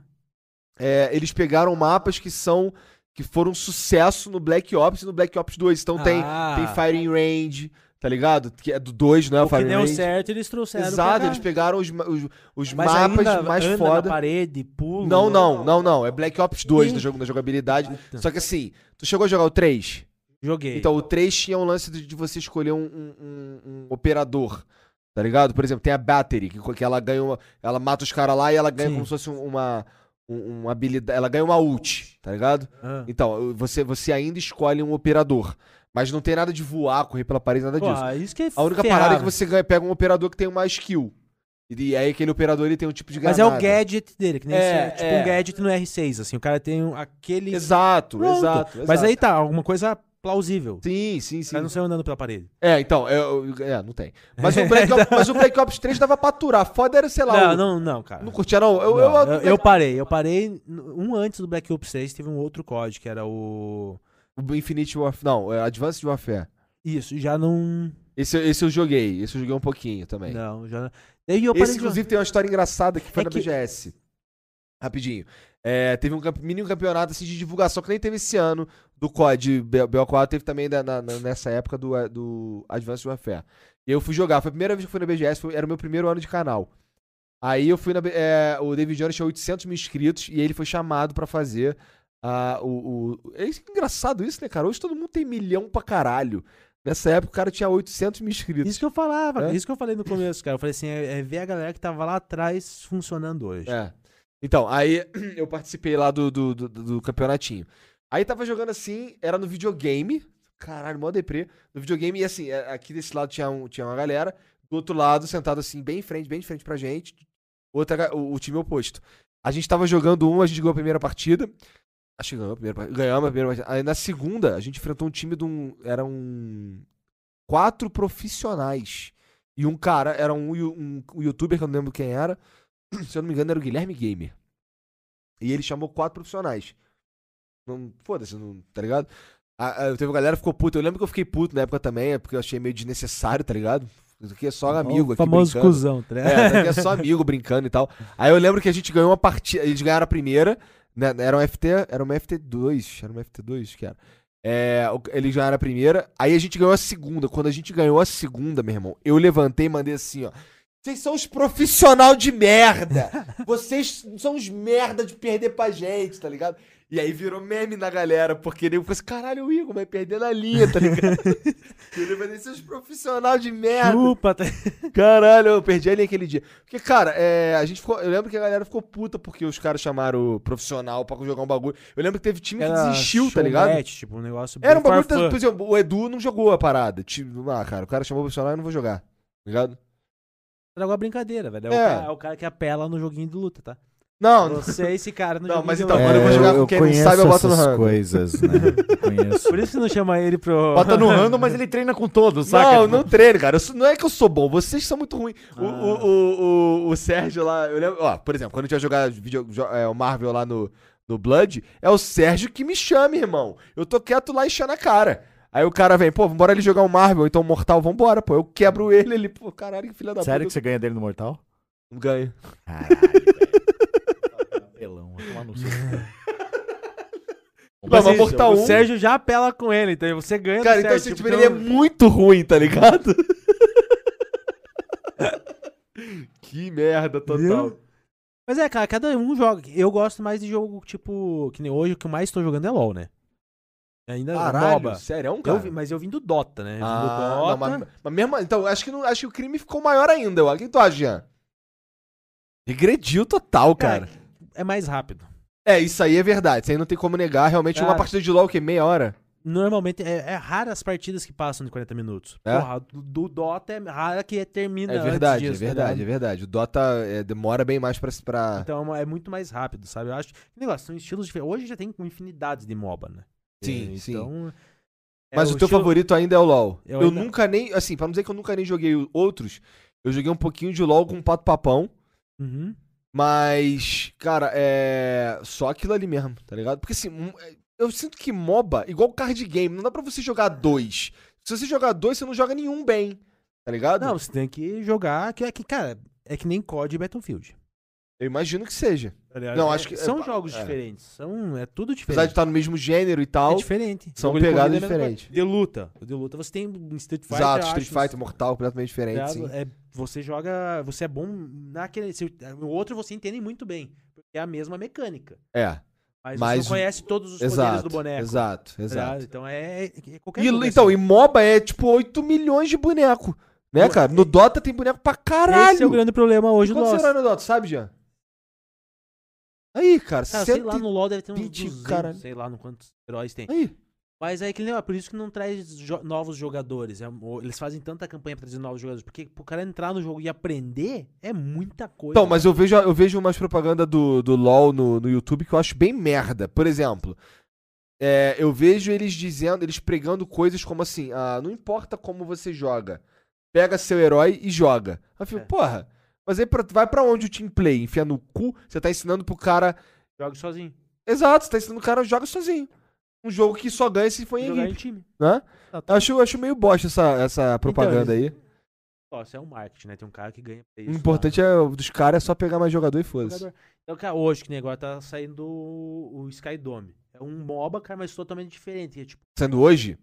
[SPEAKER 1] é, eles pegaram mapas que são que foram um sucesso no Black Ops e no Black Ops 2. Então tem
[SPEAKER 2] Ah.
[SPEAKER 1] tem Firing Range, tá ligado? Que é do 2, não é o
[SPEAKER 2] O que
[SPEAKER 1] Firing
[SPEAKER 2] deu
[SPEAKER 1] Range.
[SPEAKER 2] certo, eles trouxeram. pra
[SPEAKER 1] Exato,
[SPEAKER 2] cá.
[SPEAKER 1] eles pegaram os, ma- os, os
[SPEAKER 2] Mas ainda
[SPEAKER 1] mapas mais
[SPEAKER 2] anda
[SPEAKER 1] foda.
[SPEAKER 2] Na parede, pula.
[SPEAKER 1] Não, não, não, não. É Black Ops 2
[SPEAKER 2] Ih.
[SPEAKER 1] no jogo, na jogabilidade.
[SPEAKER 2] Eita.
[SPEAKER 1] Só que assim, tu chegou a jogar o 3?
[SPEAKER 2] Joguei.
[SPEAKER 1] Então, o 3 tinha um lance de de você escolher um, um- um- um operador. Tá ligado? Por exemplo, tem a Battery, que, co- que ela ganha uma. Ela mata os caras lá e ela ganha
[SPEAKER 2] Sim.
[SPEAKER 1] como se fosse um- uma, um- uma habilidade. Ela ganha uma ult, tá ligado?
[SPEAKER 2] Ah.
[SPEAKER 1] Então, você, você ainda escolhe um operador. Mas não tem nada de voar, correr pela parede, nada disso.
[SPEAKER 2] Pô, isso que é
[SPEAKER 1] A única
[SPEAKER 2] ferrado.
[SPEAKER 1] parada é que você ganha- pega um operador que tem uma skill. E, e aí aquele operador ele tem um tipo de
[SPEAKER 2] Mas
[SPEAKER 1] granada.
[SPEAKER 2] é o gadget dele, que nem
[SPEAKER 1] É,
[SPEAKER 2] esse- tipo
[SPEAKER 1] é.
[SPEAKER 2] um gadget no R6, assim. O cara tem um- aquele.
[SPEAKER 1] Exato,
[SPEAKER 2] Pronto.
[SPEAKER 1] exato,
[SPEAKER 2] Mas
[SPEAKER 1] exato.
[SPEAKER 2] aí tá, alguma coisa plausível.
[SPEAKER 1] Sim, sim,
[SPEAKER 2] O
[SPEAKER 1] sim.
[SPEAKER 2] cara não saiu andando pela parede.
[SPEAKER 1] É, então, é, eu- é, não tem. Mas [LAUGHS] o, Black Ops, mas o Black Ops 3 dava pra aturar. Foda era, sei lá.
[SPEAKER 2] Não,
[SPEAKER 1] o-
[SPEAKER 2] não, não, cara.
[SPEAKER 1] Não curtia, não? Eu,
[SPEAKER 2] Não,
[SPEAKER 1] eu,
[SPEAKER 2] eu, eu parei, eu parei. n- Um antes do Black Ops 6 teve um outro código, que era o.
[SPEAKER 1] O Infinite Warfare. Não, é Advanced Warfare.
[SPEAKER 2] Isso, já não.
[SPEAKER 1] Esse, esse eu joguei. Esse eu joguei um pouquinho também.
[SPEAKER 2] Não, já não. Daí eu parei
[SPEAKER 1] Esse,
[SPEAKER 2] de-
[SPEAKER 1] inclusive, tem uma história engraçada que foi
[SPEAKER 2] É
[SPEAKER 1] na
[SPEAKER 2] que-
[SPEAKER 1] BGS. Rapidinho. É, teve um camp- mini campeonato assim, de divulgação que nem teve esse ano do COD B- BO4, teve também da- na- na- nessa época do, eh, do Advanced Warfare. E eu fui jogar, foi a primeira vez que eu fui na BGS, foi- era o meu primeiro ano de canal. Aí eu fui na. B- eh, o David Jones tinha 800 mil inscritos e ele foi chamado pra fazer ah, o, o- É isso- engraçado isso, né, cara? Hoje todo mundo tem milhão pra caralho. Nessa época o cara tinha 800 mil inscritos.
[SPEAKER 2] Isso que eu falava,
[SPEAKER 1] É?
[SPEAKER 2] isso que eu falei no começo, cara. Eu falei assim, é, é ver a galera que tava lá atrás funcionando hoje.
[SPEAKER 1] É. Então, aí [CLEARS THROAT] eu participei lá do, do, do, do campeonatinho. Aí tava jogando assim, era no videogame. Caralho, mó deprê. No videogame, e assim, é, aqui desse lado tinha, um, tinha uma galera. Do outro lado, sentado assim, bem em frente, bem de frente pra gente. Outra, ga- o, o time oposto. A gente tava jogando um, a gente ganhou a primeira partida. Acho que ganhou a primeira partida. Ganhamos a primeira partida. Aí na segunda, a gente enfrentou um time de um. Era um. Quatro profissionais. E um cara, era um, yu- um, um youtuber que eu não lembro quem era [CLEARS THROAT] se eu não me engano, era o Guilherme Gamer. E ele chamou quatro profissionais. Não, foda-se, não, tá ligado? A, a, teve uma galera que ficou puta. Eu lembro que eu fiquei puto na época também, é porque eu achei meio desnecessário, tá ligado? Isso aqui é só amigo
[SPEAKER 2] o
[SPEAKER 1] aqui.
[SPEAKER 2] famoso
[SPEAKER 1] brincando.
[SPEAKER 2] cuzão, tá
[SPEAKER 1] É,
[SPEAKER 2] ligado?
[SPEAKER 1] isso aqui é só amigo brincando e tal. Aí eu lembro que a gente ganhou uma partida. Eles ganharam a primeira. Né, era um FT. Era uma FT2. Era um uma FT2 que era. É, o- eles ganharam a primeira. Aí a gente ganhou a segunda. Quando a gente ganhou a segunda, meu irmão, eu levantei e mandei assim, ó. Vocês são os profissional de merda! Vocês são os merda de perder pra gente, tá ligado? E aí virou meme na galera, porque ele ficou assim, caralho, o Igor vai perder na linha, tá ligado? ele vai ser os profissional de merda.
[SPEAKER 2] Chupa, tá...
[SPEAKER 1] Caralho, eu perdi ali aquele dia. Porque, cara, é, a gente ficou. Eu lembro que a galera ficou puta porque os caras chamaram o profissional pra jogar um bagulho. Eu lembro que teve time que
[SPEAKER 2] Era
[SPEAKER 1] desistiu, tá ligado?
[SPEAKER 2] showmatch, Tipo, um negócio
[SPEAKER 1] Era um
[SPEAKER 2] bem
[SPEAKER 1] bagulho.
[SPEAKER 2] farfã.
[SPEAKER 1] Por exemplo, o Edu não jogou a parada. Tipo, ah, cara, o cara chamou o profissional e eu não vou jogar. Tá ligado?
[SPEAKER 2] Era uma brincadeira, velho. É,
[SPEAKER 1] É.
[SPEAKER 2] O, cara, é o cara que apela no joguinho de luta, tá?
[SPEAKER 1] Não,
[SPEAKER 2] Não sei esse cara no
[SPEAKER 1] Não,
[SPEAKER 2] jogo
[SPEAKER 1] mas
[SPEAKER 2] de É,
[SPEAKER 1] então,
[SPEAKER 2] LOL.
[SPEAKER 1] quando eu vou jogar com quem não sabe, eu boto no
[SPEAKER 3] É, essas
[SPEAKER 1] random. [LAUGHS]
[SPEAKER 3] coisas, né? Eu conheço.
[SPEAKER 2] Por isso que não chama ele pro.
[SPEAKER 5] Tá
[SPEAKER 3] Bota
[SPEAKER 2] [LAUGHS]
[SPEAKER 3] no random, mas ele treina com todos, saca?
[SPEAKER 1] Não, não treino, cara. Eu sou- não é que eu sou bom, vocês são muito ruins. O, o, o, o, o Sérgio lá, eu lembro, ó, por exemplo, quando a gente ia jogar vídeo, jo- é, o Marvel lá no, no Blood, é o Sérgio que me chama, irmão. Eu tô quieto lá enchendo a cara. Aí o cara vem, pô, vambora ele jogar um Marvel, então Mortal, vambora, pô. Eu quebro ele, ele, pô, caralho, que filha da
[SPEAKER 3] Sério que
[SPEAKER 1] puta.
[SPEAKER 3] você ganha dele no Mortal?
[SPEAKER 1] Sério ganha.
[SPEAKER 3] [LAUGHS] Caralho, velho. Apelão, vai tomar no seu.
[SPEAKER 1] Não, mas Mortal
[SPEAKER 2] o
[SPEAKER 1] 1...
[SPEAKER 2] Sérgio já apela com ele, então você ganha
[SPEAKER 1] Cara,
[SPEAKER 2] do
[SPEAKER 1] então,
[SPEAKER 2] Sérgio.
[SPEAKER 1] assim,
[SPEAKER 2] tipo,
[SPEAKER 1] tipo, ele é
[SPEAKER 2] então-
[SPEAKER 1] muito ruim, tá ligado? [LAUGHS] que merda total.
[SPEAKER 2] Viu? Mas é, cara, cada um joga. Eu gosto mais de jogo, tipo, que nem hoje, o que eu mais tô jogando é LOL, né? Ainda MOBA.
[SPEAKER 1] sério, é um
[SPEAKER 2] Eu vi- mas eu vim do Dota, né? Eu vim
[SPEAKER 1] Ah,
[SPEAKER 2] do
[SPEAKER 1] não,
[SPEAKER 2] Dota. É,
[SPEAKER 1] mas, mas mesmo. Então, acho que, não, acho que o crime ficou maior ainda. O que tu acha, Jean? Regrediu total, cara.
[SPEAKER 2] É mais rápido.
[SPEAKER 1] É, isso aí é verdade. Isso aí não tem como negar. Realmente, uma
[SPEAKER 2] Cara.
[SPEAKER 1] partida de LOL, o quê? Meia hora?
[SPEAKER 2] Normalmente, é, é raro as partidas que passam de 40 minutos.
[SPEAKER 1] É?
[SPEAKER 2] Porra, do, do Dota é rara que termina
[SPEAKER 1] É
[SPEAKER 2] antes
[SPEAKER 1] verdade, é
[SPEAKER 2] disso, tá
[SPEAKER 1] verdade, é
[SPEAKER 2] ligado?
[SPEAKER 1] verdade. O Dota é, demora bem mais pra. se- pra...
[SPEAKER 2] Então é muito mais rápido, sabe? Eu acho. que Negócio, são estilos diferentes. Hoje já tem infinidade de MOBA, né?
[SPEAKER 1] Sim,
[SPEAKER 2] É,
[SPEAKER 1] sim.
[SPEAKER 2] Então, é,
[SPEAKER 1] Mas o teu
[SPEAKER 2] estilo-
[SPEAKER 1] favorito ainda é o LOL. Eu,
[SPEAKER 2] Eu ainda-
[SPEAKER 1] nunca nem. Assim, pra não dizer que eu nunca nem joguei o- outros, eu joguei um pouquinho de LOL com o Pato Papão.
[SPEAKER 2] Uhum.
[SPEAKER 1] Mas, cara, é. Só aquilo ali mesmo, tá ligado? Porque assim, um- eu sinto que MOBA, igual card game, não dá pra você jogar dois. Se você jogar dois, você não joga nenhum bem, tá ligado?
[SPEAKER 2] Não, você tem que jogar. Que é que, cara, é que nem COD e Battlefield.
[SPEAKER 1] Eu imagino que seja.
[SPEAKER 2] tá ligado?
[SPEAKER 1] Não,
[SPEAKER 2] É-
[SPEAKER 1] acho que-
[SPEAKER 2] São
[SPEAKER 1] é,
[SPEAKER 2] jogos
[SPEAKER 1] é.
[SPEAKER 2] diferentes. São, é
[SPEAKER 1] Apesar
[SPEAKER 2] tudo
[SPEAKER 1] de
[SPEAKER 2] diferente.
[SPEAKER 1] estar no mesmo gênero e tal.
[SPEAKER 2] É diferente.
[SPEAKER 1] são
[SPEAKER 2] Jogo de
[SPEAKER 1] pegadas
[SPEAKER 2] corrida é a mesma
[SPEAKER 1] diferentes.
[SPEAKER 2] coisa. De luta. De luta você tem um Street Fighter.
[SPEAKER 1] Exato,
[SPEAKER 2] eu
[SPEAKER 1] Street
[SPEAKER 2] acho,
[SPEAKER 1] Fighter, Mortal, completamente diferente,
[SPEAKER 2] tá
[SPEAKER 1] sim.
[SPEAKER 2] ligado? É, você joga. Você é bom naquele. se- O outro você entende muito bem. Porque é a mesma mecânica.
[SPEAKER 1] É,
[SPEAKER 2] Mas,
[SPEAKER 1] Mas
[SPEAKER 2] você
[SPEAKER 1] o-
[SPEAKER 2] não conhece todos os poderes
[SPEAKER 1] exato.
[SPEAKER 2] do boneco.
[SPEAKER 1] Exato,
[SPEAKER 2] tá ligado?
[SPEAKER 1] exato.
[SPEAKER 2] Então é. é qualquer
[SPEAKER 1] E,
[SPEAKER 2] jogo é
[SPEAKER 1] então,
[SPEAKER 2] assim.
[SPEAKER 1] e MOBA é tipo 8 milhões de boneco, né,
[SPEAKER 2] Ué,
[SPEAKER 1] cara? No
[SPEAKER 2] é-
[SPEAKER 1] Dota tem boneco pra caralho.
[SPEAKER 2] Esse é o grande problema hoje do
[SPEAKER 1] Quanto
[SPEAKER 2] LoL.
[SPEAKER 1] será no Dota, sabe, Jean? Aí, cara,
[SPEAKER 2] Cara, sei lá, no LoL deve ter uns
[SPEAKER 1] 120,
[SPEAKER 2] 200,
[SPEAKER 1] caralho.
[SPEAKER 2] sei lá no quantos heróis tem.
[SPEAKER 1] Aí.
[SPEAKER 2] Mas é que nem, ó, por isso que não traz jo- novos jogadores. é mo- eles fazem tanta campanha pra trazer novos jogadores. Porque pro cara entrar no jogo e aprender é muita coisa.
[SPEAKER 1] Então, mas eu vejo, eu vejo umas propaganda do, do LoL no, no YouTube que eu acho bem merda. Por exemplo, é, eu vejo eles dizendo, eles pregando coisas como assim, ah, não importa como você joga, pega seu herói e joga. Aí eu fico,
[SPEAKER 2] É.
[SPEAKER 1] porra, mas aí pra- vai pra onde o team play? Enfia no cu? Você tá ensinando pro cara...
[SPEAKER 2] Joga sozinho.
[SPEAKER 1] Exato, você tá ensinando o cara a jogar sozinho. Um jogo que só ganha se for em
[SPEAKER 2] Jogar em
[SPEAKER 1] equipe,
[SPEAKER 2] time. Então,
[SPEAKER 1] né?
[SPEAKER 2] Tá, tá.
[SPEAKER 1] Acho, acho meio bosta essa, essa propaganda aí.
[SPEAKER 2] Ó, isso é um marketing, né? Tem um cara que ganha pra
[SPEAKER 1] O
[SPEAKER 2] isso.
[SPEAKER 1] importante é, o dos caras é só pegar mais jogador e
[SPEAKER 2] lá.
[SPEAKER 1] foda-se.
[SPEAKER 2] Jogador. Então, cara, hoje que nem agora tá saindo o o Sky Dome. É um MOBA, cara, mas totalmente diferente. É tipo,
[SPEAKER 1] Sendo hoje?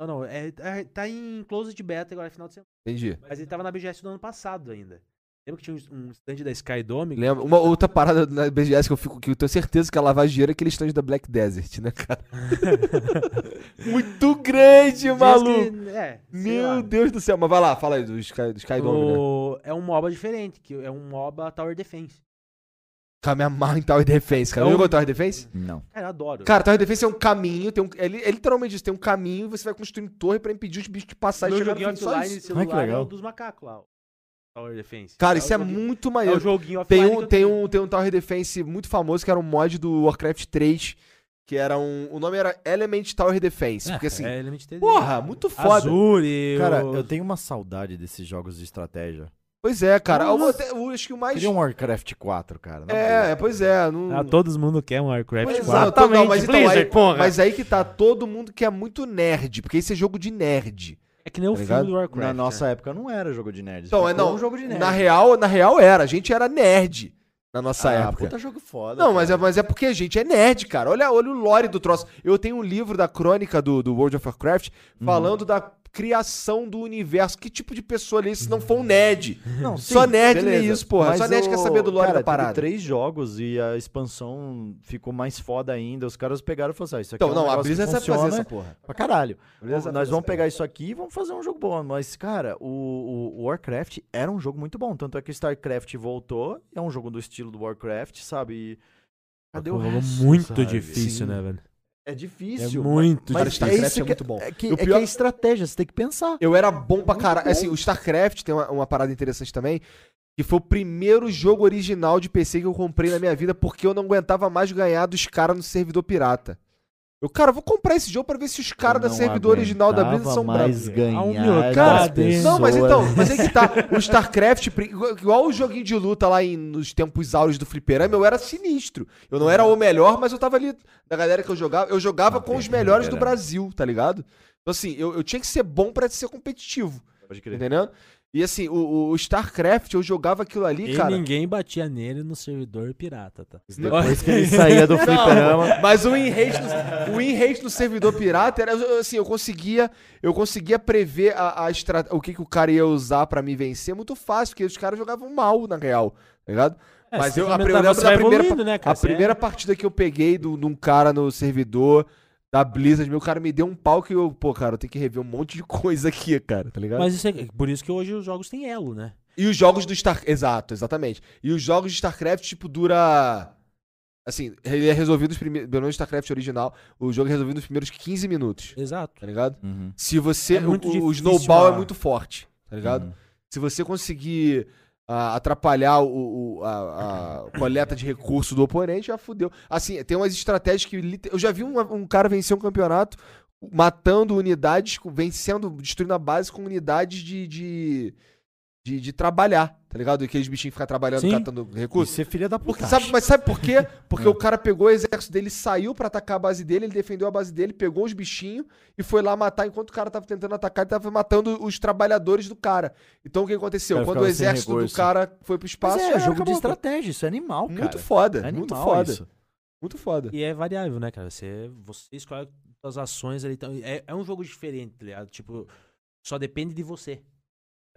[SPEAKER 2] não, não, é, é- tá em closed beta agora, final de semana.
[SPEAKER 1] Entendi.
[SPEAKER 2] Mas ele tava na BGS do ano passado ainda. Lembra que tinha um, um stand da Sky Dome?
[SPEAKER 1] Lembra? Uma outra parada na BGS que eu fico que eu tenho certeza que é lavageira é aquele stand da Black Desert, né,
[SPEAKER 2] [LAUGHS]
[SPEAKER 1] cara? Muito grande,
[SPEAKER 2] Diz
[SPEAKER 1] maluco!
[SPEAKER 2] que- é, sei lá,
[SPEAKER 1] Meu
[SPEAKER 2] né?
[SPEAKER 1] Deus do céu, mas vai lá, fala aí do Sky, do Sky Dome, né?
[SPEAKER 2] O- É um MOBA diferente, que é um MOBA Tower Defense.
[SPEAKER 1] Cara, me amarra em Tower Defense, cara.
[SPEAKER 2] É
[SPEAKER 1] Não
[SPEAKER 2] um-
[SPEAKER 1] jogou Tower Defense?
[SPEAKER 3] Não.
[SPEAKER 2] Cara, eu adoro.
[SPEAKER 1] Cara, Tower Defense é um caminho, tem um, é, li- é literalmente isso, tem um caminho e você vai construindo torre pra impedir os bichos de passar e
[SPEAKER 2] meu
[SPEAKER 1] chegar no
[SPEAKER 2] joguinho
[SPEAKER 1] fim, só
[SPEAKER 2] offline de
[SPEAKER 1] isso.
[SPEAKER 3] Ai, que
[SPEAKER 2] celular é
[SPEAKER 3] legal.
[SPEAKER 2] o dos macacos lá. o Tower Defense.
[SPEAKER 1] Cara, isso é
[SPEAKER 2] o joguinho-
[SPEAKER 1] muito
[SPEAKER 2] É o
[SPEAKER 1] maneiro.
[SPEAKER 2] joguinho
[SPEAKER 1] Tem
[SPEAKER 2] offline. que
[SPEAKER 1] um,
[SPEAKER 2] eu
[SPEAKER 1] tem,
[SPEAKER 2] tenho.
[SPEAKER 1] um, tem um Tower Defense muito famoso que era um mod do Warcraft 3, que era um. O nome era Element Tower Defense. Porque assim,
[SPEAKER 2] É, Element TD.
[SPEAKER 1] Porra, muito foda.
[SPEAKER 2] Azure,
[SPEAKER 3] Cara,
[SPEAKER 2] o-
[SPEAKER 3] eu tenho uma saudade desses jogos de estratégia.
[SPEAKER 1] Pois é, cara. Eu,
[SPEAKER 3] Nossa.
[SPEAKER 1] eu acho que o mais.
[SPEAKER 3] Queria um Warcraft 4, cara. na
[SPEAKER 1] É,
[SPEAKER 3] boa.
[SPEAKER 1] pois é. Não...
[SPEAKER 2] Ah, todo mundo quer um Warcraft
[SPEAKER 1] Pois
[SPEAKER 2] 4.
[SPEAKER 1] é, todo- não,
[SPEAKER 4] Exatamente,
[SPEAKER 1] mas, então,
[SPEAKER 4] Blizzard,
[SPEAKER 1] aí,
[SPEAKER 4] porra.
[SPEAKER 1] mas aí que tá todo mundo que é muito nerd, porque esse é jogo de nerd.
[SPEAKER 2] É que nem o
[SPEAKER 1] Tá
[SPEAKER 2] filme
[SPEAKER 1] ligado?
[SPEAKER 2] do Warcraft.
[SPEAKER 3] Na nossa
[SPEAKER 2] né?
[SPEAKER 3] época não era jogo de nerd.
[SPEAKER 1] Então, é
[SPEAKER 3] ficou
[SPEAKER 1] não.
[SPEAKER 3] um jogo de nerd.
[SPEAKER 1] Na real, na real era. A gente era nerd na nossa
[SPEAKER 3] ah,
[SPEAKER 1] época.
[SPEAKER 3] Puta jogo foda.
[SPEAKER 1] Não, mas é,
[SPEAKER 3] cara.
[SPEAKER 1] mas é porque a gente é nerd, cara. Olha, olha o lore do troço. Eu tenho um livro da crônica do, do World of Warcraft falando da criação do universo. Que tipo de pessoa ali, se não for um nerd?
[SPEAKER 3] Não,
[SPEAKER 1] Só nerd lê isso, porra. Só nerd quer saber do lore
[SPEAKER 3] cara,
[SPEAKER 1] da parada.
[SPEAKER 3] Teve três jogos e a expansão ficou mais foda ainda. Os caras pegaram e falaram assim: ah, isso aqui
[SPEAKER 1] Então,
[SPEAKER 3] é um
[SPEAKER 1] não, a
[SPEAKER 3] negócio que
[SPEAKER 1] Blizzard sabe fazer
[SPEAKER 3] funciona
[SPEAKER 1] essa porra.
[SPEAKER 3] pra caralho.
[SPEAKER 1] Blizzard sabe
[SPEAKER 3] Nós
[SPEAKER 1] fazer
[SPEAKER 3] vamos
[SPEAKER 1] essa
[SPEAKER 3] pegar isso aqui e vamos fazer um jogo bom. Mas, cara, o, o- o Warcraft era um jogo muito bom. Tanto é que StarCraft voltou. É um jogo do estilo do Warcraft, sabe? E Cadê o
[SPEAKER 2] Jogo
[SPEAKER 3] resto,
[SPEAKER 2] muito
[SPEAKER 3] sabe?
[SPEAKER 2] difícil,
[SPEAKER 3] Sim.
[SPEAKER 2] né, velho?
[SPEAKER 3] É difícil.
[SPEAKER 2] É muito
[SPEAKER 3] mas,
[SPEAKER 1] Cara,
[SPEAKER 3] mas
[SPEAKER 1] StarCraft
[SPEAKER 3] é, isso
[SPEAKER 1] é
[SPEAKER 3] que-
[SPEAKER 1] muito bom.
[SPEAKER 3] É que,
[SPEAKER 1] E o
[SPEAKER 3] é que
[SPEAKER 1] pior-
[SPEAKER 3] é estratégia, você tem que pensar.
[SPEAKER 1] Eu era bom pra
[SPEAKER 3] Muito
[SPEAKER 1] caralho.
[SPEAKER 3] bom.
[SPEAKER 1] Assim, o StarCraft tem uma, uma parada interessante também. Que foi o primeiro jogo original de PC que eu comprei na minha vida porque eu não aguentava mais ganhar dos caras no servidor pirata. Eu, cara, vou comprar esse jogo pra ver se os caras da
[SPEAKER 3] não
[SPEAKER 1] servidor original da Blizzard
[SPEAKER 3] aguentava
[SPEAKER 1] são bravos.
[SPEAKER 3] mais ganhar
[SPEAKER 2] Almir,
[SPEAKER 3] das
[SPEAKER 2] cara,
[SPEAKER 3] pessoas.
[SPEAKER 1] Não, mas então, mas é que tá. O StarCraft, pri- igual- igual o joguinho de luta lá em- nos tempos áureos do fliperama, eu era sinistro. Eu não era o melhor, mas eu tava ali. Da galera que eu jogava, eu jogava com os melhores do Brasil, tá ligado? Então, assim, eu, eu tinha que ser bom pra ser competitivo,
[SPEAKER 3] Pode crer.
[SPEAKER 1] entendeu? E assim, o- o, o StarCraft, eu jogava aquilo ali,
[SPEAKER 2] E
[SPEAKER 1] cara.
[SPEAKER 2] ninguém batia nele no servidor pirata, tá?
[SPEAKER 3] Depois
[SPEAKER 2] [LAUGHS]
[SPEAKER 3] que ele saía do fliperama.
[SPEAKER 1] Mas o win rate no, o win rate no servidor pirata era assim, eu conseguia, eu conseguia prever a, a estra- o que, que o cara ia usar pra me vencer muito fácil, porque os caras jogavam mal na real, tá ligado?
[SPEAKER 2] É,
[SPEAKER 1] Mas eu, a,
[SPEAKER 2] simplesmente
[SPEAKER 1] pri- eu
[SPEAKER 2] você
[SPEAKER 1] lembro
[SPEAKER 2] vai
[SPEAKER 1] da primeira,
[SPEAKER 2] evoluindo, né, cara?
[SPEAKER 1] a
[SPEAKER 2] Você é-
[SPEAKER 1] primeira partida que eu peguei do- de um cara no servidor da Blizzard, meu cara me deu um pau que eu, pô, cara, eu tenho que rever um monte de coisa aqui, cara, tá ligado?
[SPEAKER 2] Mas isso é por isso que hoje os jogos têm elo, né?
[SPEAKER 1] E os jogos do Star... Exato, exatamente. E os jogos de StarCraft, tipo, dura... Assim, ele é resolvido nos primeiros... Pelo menos o StarCraft original, o jogo é resolvido nos primeiros 15 minutos,
[SPEAKER 2] Exato.
[SPEAKER 1] tá ligado?
[SPEAKER 3] Uhum.
[SPEAKER 1] Se você...
[SPEAKER 2] É muito
[SPEAKER 1] o, o
[SPEAKER 2] difícil Uhum.
[SPEAKER 1] snowball
[SPEAKER 2] a-
[SPEAKER 1] é muito forte, tá ligado? Se você conseguir ah, atrapalhar o, o- a, a coleta de recurso do oponente, já fudeu. Assim, tem umas estratégias que... lite- Eu já vi um, um cara vencer um campeonato matando unidades, com- vencendo, destruindo a base com unidades de... de... De, de trabalhar, tá ligado? Aqueles bichinhos que ficam trabalhando,
[SPEAKER 2] Sim.
[SPEAKER 1] catando recurso.
[SPEAKER 3] Isso é filha da puta. Ah.
[SPEAKER 1] Porque, sabe, mas sabe por
[SPEAKER 3] [LAUGHS]
[SPEAKER 1] quê? Porque o cara pegou o exército dele, saiu pra atacar a base dele, ele defendeu a base dele, pegou os bichinhos e foi lá matar enquanto o cara tava tentando atacar, ele tava matando os trabalhadores do cara. Então o que aconteceu?
[SPEAKER 3] Cara,
[SPEAKER 1] Quando o
[SPEAKER 3] ficava sem
[SPEAKER 1] exército do
[SPEAKER 3] recurso.
[SPEAKER 1] cara foi pro espaço,
[SPEAKER 3] Mas
[SPEAKER 1] já
[SPEAKER 3] é,
[SPEAKER 1] era,
[SPEAKER 3] jogo de
[SPEAKER 1] acabou.
[SPEAKER 3] estratégia, isso é animal, cara.
[SPEAKER 1] Muito foda,
[SPEAKER 3] É
[SPEAKER 1] muito
[SPEAKER 3] animal
[SPEAKER 1] foda.
[SPEAKER 3] isso.
[SPEAKER 1] Muito foda.
[SPEAKER 2] E é variável, né, cara? Você, você escolhe as ações ali. Então, é, é um jogo diferente, tá ligado? Tipo, só depende de você.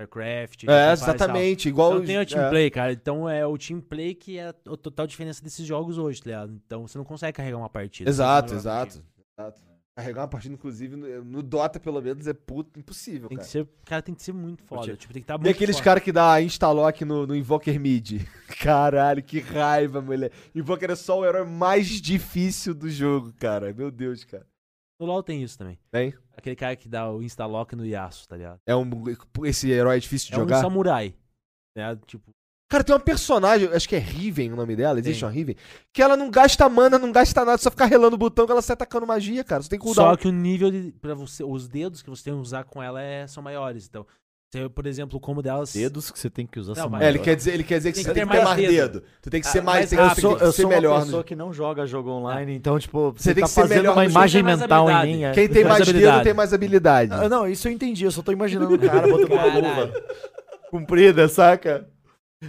[SPEAKER 2] StarCraft.
[SPEAKER 1] É,
[SPEAKER 2] Age of Empires e tal.
[SPEAKER 1] exatamente. Igual
[SPEAKER 2] Não Então tem o team
[SPEAKER 1] é.
[SPEAKER 2] play, cara. Então é o team play que é a total diferença desses jogos hoje, tá ligado? Então você não consegue carregar uma partida.
[SPEAKER 1] Exato,
[SPEAKER 2] Você né? não joga uma partida.
[SPEAKER 1] exato. exato. Carregar uma partida, inclusive, no, no Dota, pelo menos, é puto, impossível,
[SPEAKER 2] Tem que
[SPEAKER 1] cara.
[SPEAKER 2] ser, cara, tem que ser muito foda. Tipo, tem que estar
[SPEAKER 1] E
[SPEAKER 2] muito
[SPEAKER 1] aqueles
[SPEAKER 2] foda.
[SPEAKER 1] caras que dá instalock no, no Invoker Mid. [LAUGHS] Caralho, que raiva, mulher. Invoker é só o herói mais difícil do jogo, cara. Meu Deus, cara.
[SPEAKER 2] No LoL tem isso também.
[SPEAKER 1] Tem?
[SPEAKER 2] Aquele cara que dá o instalock no Yasuo, tá ligado?
[SPEAKER 1] É um. Esse herói é difícil de
[SPEAKER 2] É um
[SPEAKER 1] jogar.
[SPEAKER 2] samurai. Né? Tipo,
[SPEAKER 1] Cara, tem uma personagem, acho que é Riven o nome dela, existe
[SPEAKER 2] Tem.
[SPEAKER 1] uma Riven, que ela não gasta mana, não gasta nada, só fica relando o botão que ela sai atacando magia, cara. Só tem cooldown.
[SPEAKER 2] Só que o nível de. Pra você, os dedos que você tem que usar com ela é- são maiores. Então, você, por exemplo, o combo delas.
[SPEAKER 3] Dedos que você tem que usar
[SPEAKER 2] Não,
[SPEAKER 3] são
[SPEAKER 2] mas-
[SPEAKER 1] É, ele
[SPEAKER 3] maiores.
[SPEAKER 1] quer dizer, ele quer dizer que
[SPEAKER 2] Tem
[SPEAKER 1] você
[SPEAKER 2] que
[SPEAKER 1] tem
[SPEAKER 2] ter
[SPEAKER 1] que ter mais
[SPEAKER 2] mais dedo.
[SPEAKER 1] dedo. Tu tem que ser
[SPEAKER 2] Ah,
[SPEAKER 1] mais,
[SPEAKER 2] mas
[SPEAKER 1] tem que,
[SPEAKER 3] Eu
[SPEAKER 1] você tem
[SPEAKER 3] sou,
[SPEAKER 1] que
[SPEAKER 3] eu
[SPEAKER 1] ser
[SPEAKER 3] sou
[SPEAKER 1] melhor
[SPEAKER 3] uma
[SPEAKER 1] no
[SPEAKER 3] pessoa que não joga jogo online, então, tipo, você,
[SPEAKER 1] tem
[SPEAKER 3] tá
[SPEAKER 1] que ser
[SPEAKER 3] fazendo
[SPEAKER 1] melhor
[SPEAKER 3] uma
[SPEAKER 1] no
[SPEAKER 3] imagem
[SPEAKER 2] jogo.
[SPEAKER 3] mental
[SPEAKER 2] Tem mais
[SPEAKER 3] em mim. é.
[SPEAKER 1] Quem tem mais dedo
[SPEAKER 2] habilidade.
[SPEAKER 1] tem mais habilidade.
[SPEAKER 3] Ah, não, isso eu entendi, eu só tô imaginando um cara botando uma
[SPEAKER 2] Caralho.
[SPEAKER 3] luva comprida, saca?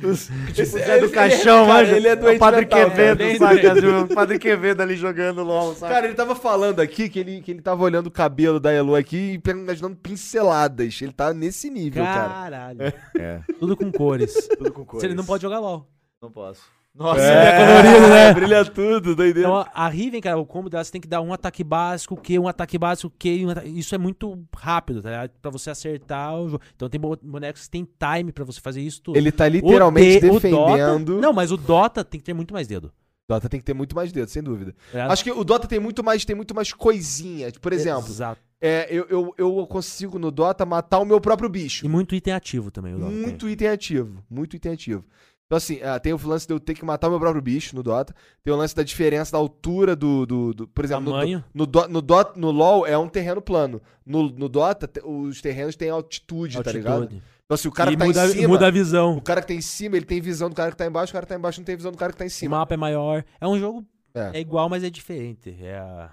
[SPEAKER 3] Os- Tipo,
[SPEAKER 1] Esse-
[SPEAKER 3] Zé do
[SPEAKER 1] ele-
[SPEAKER 3] Caixão,
[SPEAKER 1] ele- cara,
[SPEAKER 3] manja.
[SPEAKER 1] ele é doente
[SPEAKER 3] o Padre
[SPEAKER 1] mental,
[SPEAKER 3] Quevedo,
[SPEAKER 2] cara.
[SPEAKER 3] saca? Tipo, O Padre Quevedo ali jogando LOL, saca?
[SPEAKER 1] Cara, ele tava falando aqui que ele, que ele tava olhando o cabelo da Elo aqui e pe- imaginando pinceladas. Ele tá nesse nível, cara. É.
[SPEAKER 2] Caralho. Tudo com cores.
[SPEAKER 1] [LAUGHS]
[SPEAKER 3] tudo com cores.
[SPEAKER 2] Se ele não pode jogar LOL.
[SPEAKER 3] Não posso. Nossa, é
[SPEAKER 1] né? Brilha tudo, doideira.
[SPEAKER 2] Então, a- a Riven, cara, o combo dela, você tem que dar um ataque básico, Q, um ataque básico, Q, um ataque... Isso é muito rápido, tá ligado? Pra você acertar o jogo. Então, tem bo- bonecos que tem time pra você fazer isso tudo.
[SPEAKER 1] Ele tá
[SPEAKER 2] O
[SPEAKER 1] literalmente
[SPEAKER 2] D- o
[SPEAKER 1] defendendo.
[SPEAKER 2] Dota... Não, mas o Dota tem que ter muito mais dedo.
[SPEAKER 1] Dota tem que ter muito mais dedo, sem dúvida.
[SPEAKER 2] tá ligado?
[SPEAKER 1] Acho que o Dota tem muito mais, tem muito mais coisinha. Por exemplo,
[SPEAKER 2] é, Exato.
[SPEAKER 1] é, eu, eu, eu consigo no Dota matar o meu próprio bicho.
[SPEAKER 2] E muito item ativo também, o Dota. tem.
[SPEAKER 1] Muito item ativo. Muito item ativo. Então, assim, ah, tem o lance de eu ter que matar o meu próprio bicho no Dota. Tem o lance da diferença da altura do. do, do- por exemplo, no,
[SPEAKER 2] Tamanho.
[SPEAKER 1] No, do, no, Dota, no LoL é um terreno plano. No, no Dota, te- os terrenos têm altitude, tá ligado?
[SPEAKER 2] altitude.
[SPEAKER 1] Então, assim, o cara
[SPEAKER 2] e
[SPEAKER 1] que tá
[SPEAKER 2] muda,
[SPEAKER 1] em cima.
[SPEAKER 2] muda a visão.
[SPEAKER 1] O cara que tá em cima, ele tem visão do cara que tá embaixo, o cara que tá embaixo não tem visão do cara que tá em
[SPEAKER 2] O
[SPEAKER 1] cima.
[SPEAKER 2] mapa é maior. É um jogo
[SPEAKER 1] É.
[SPEAKER 2] é igual, mas é diferente. É a,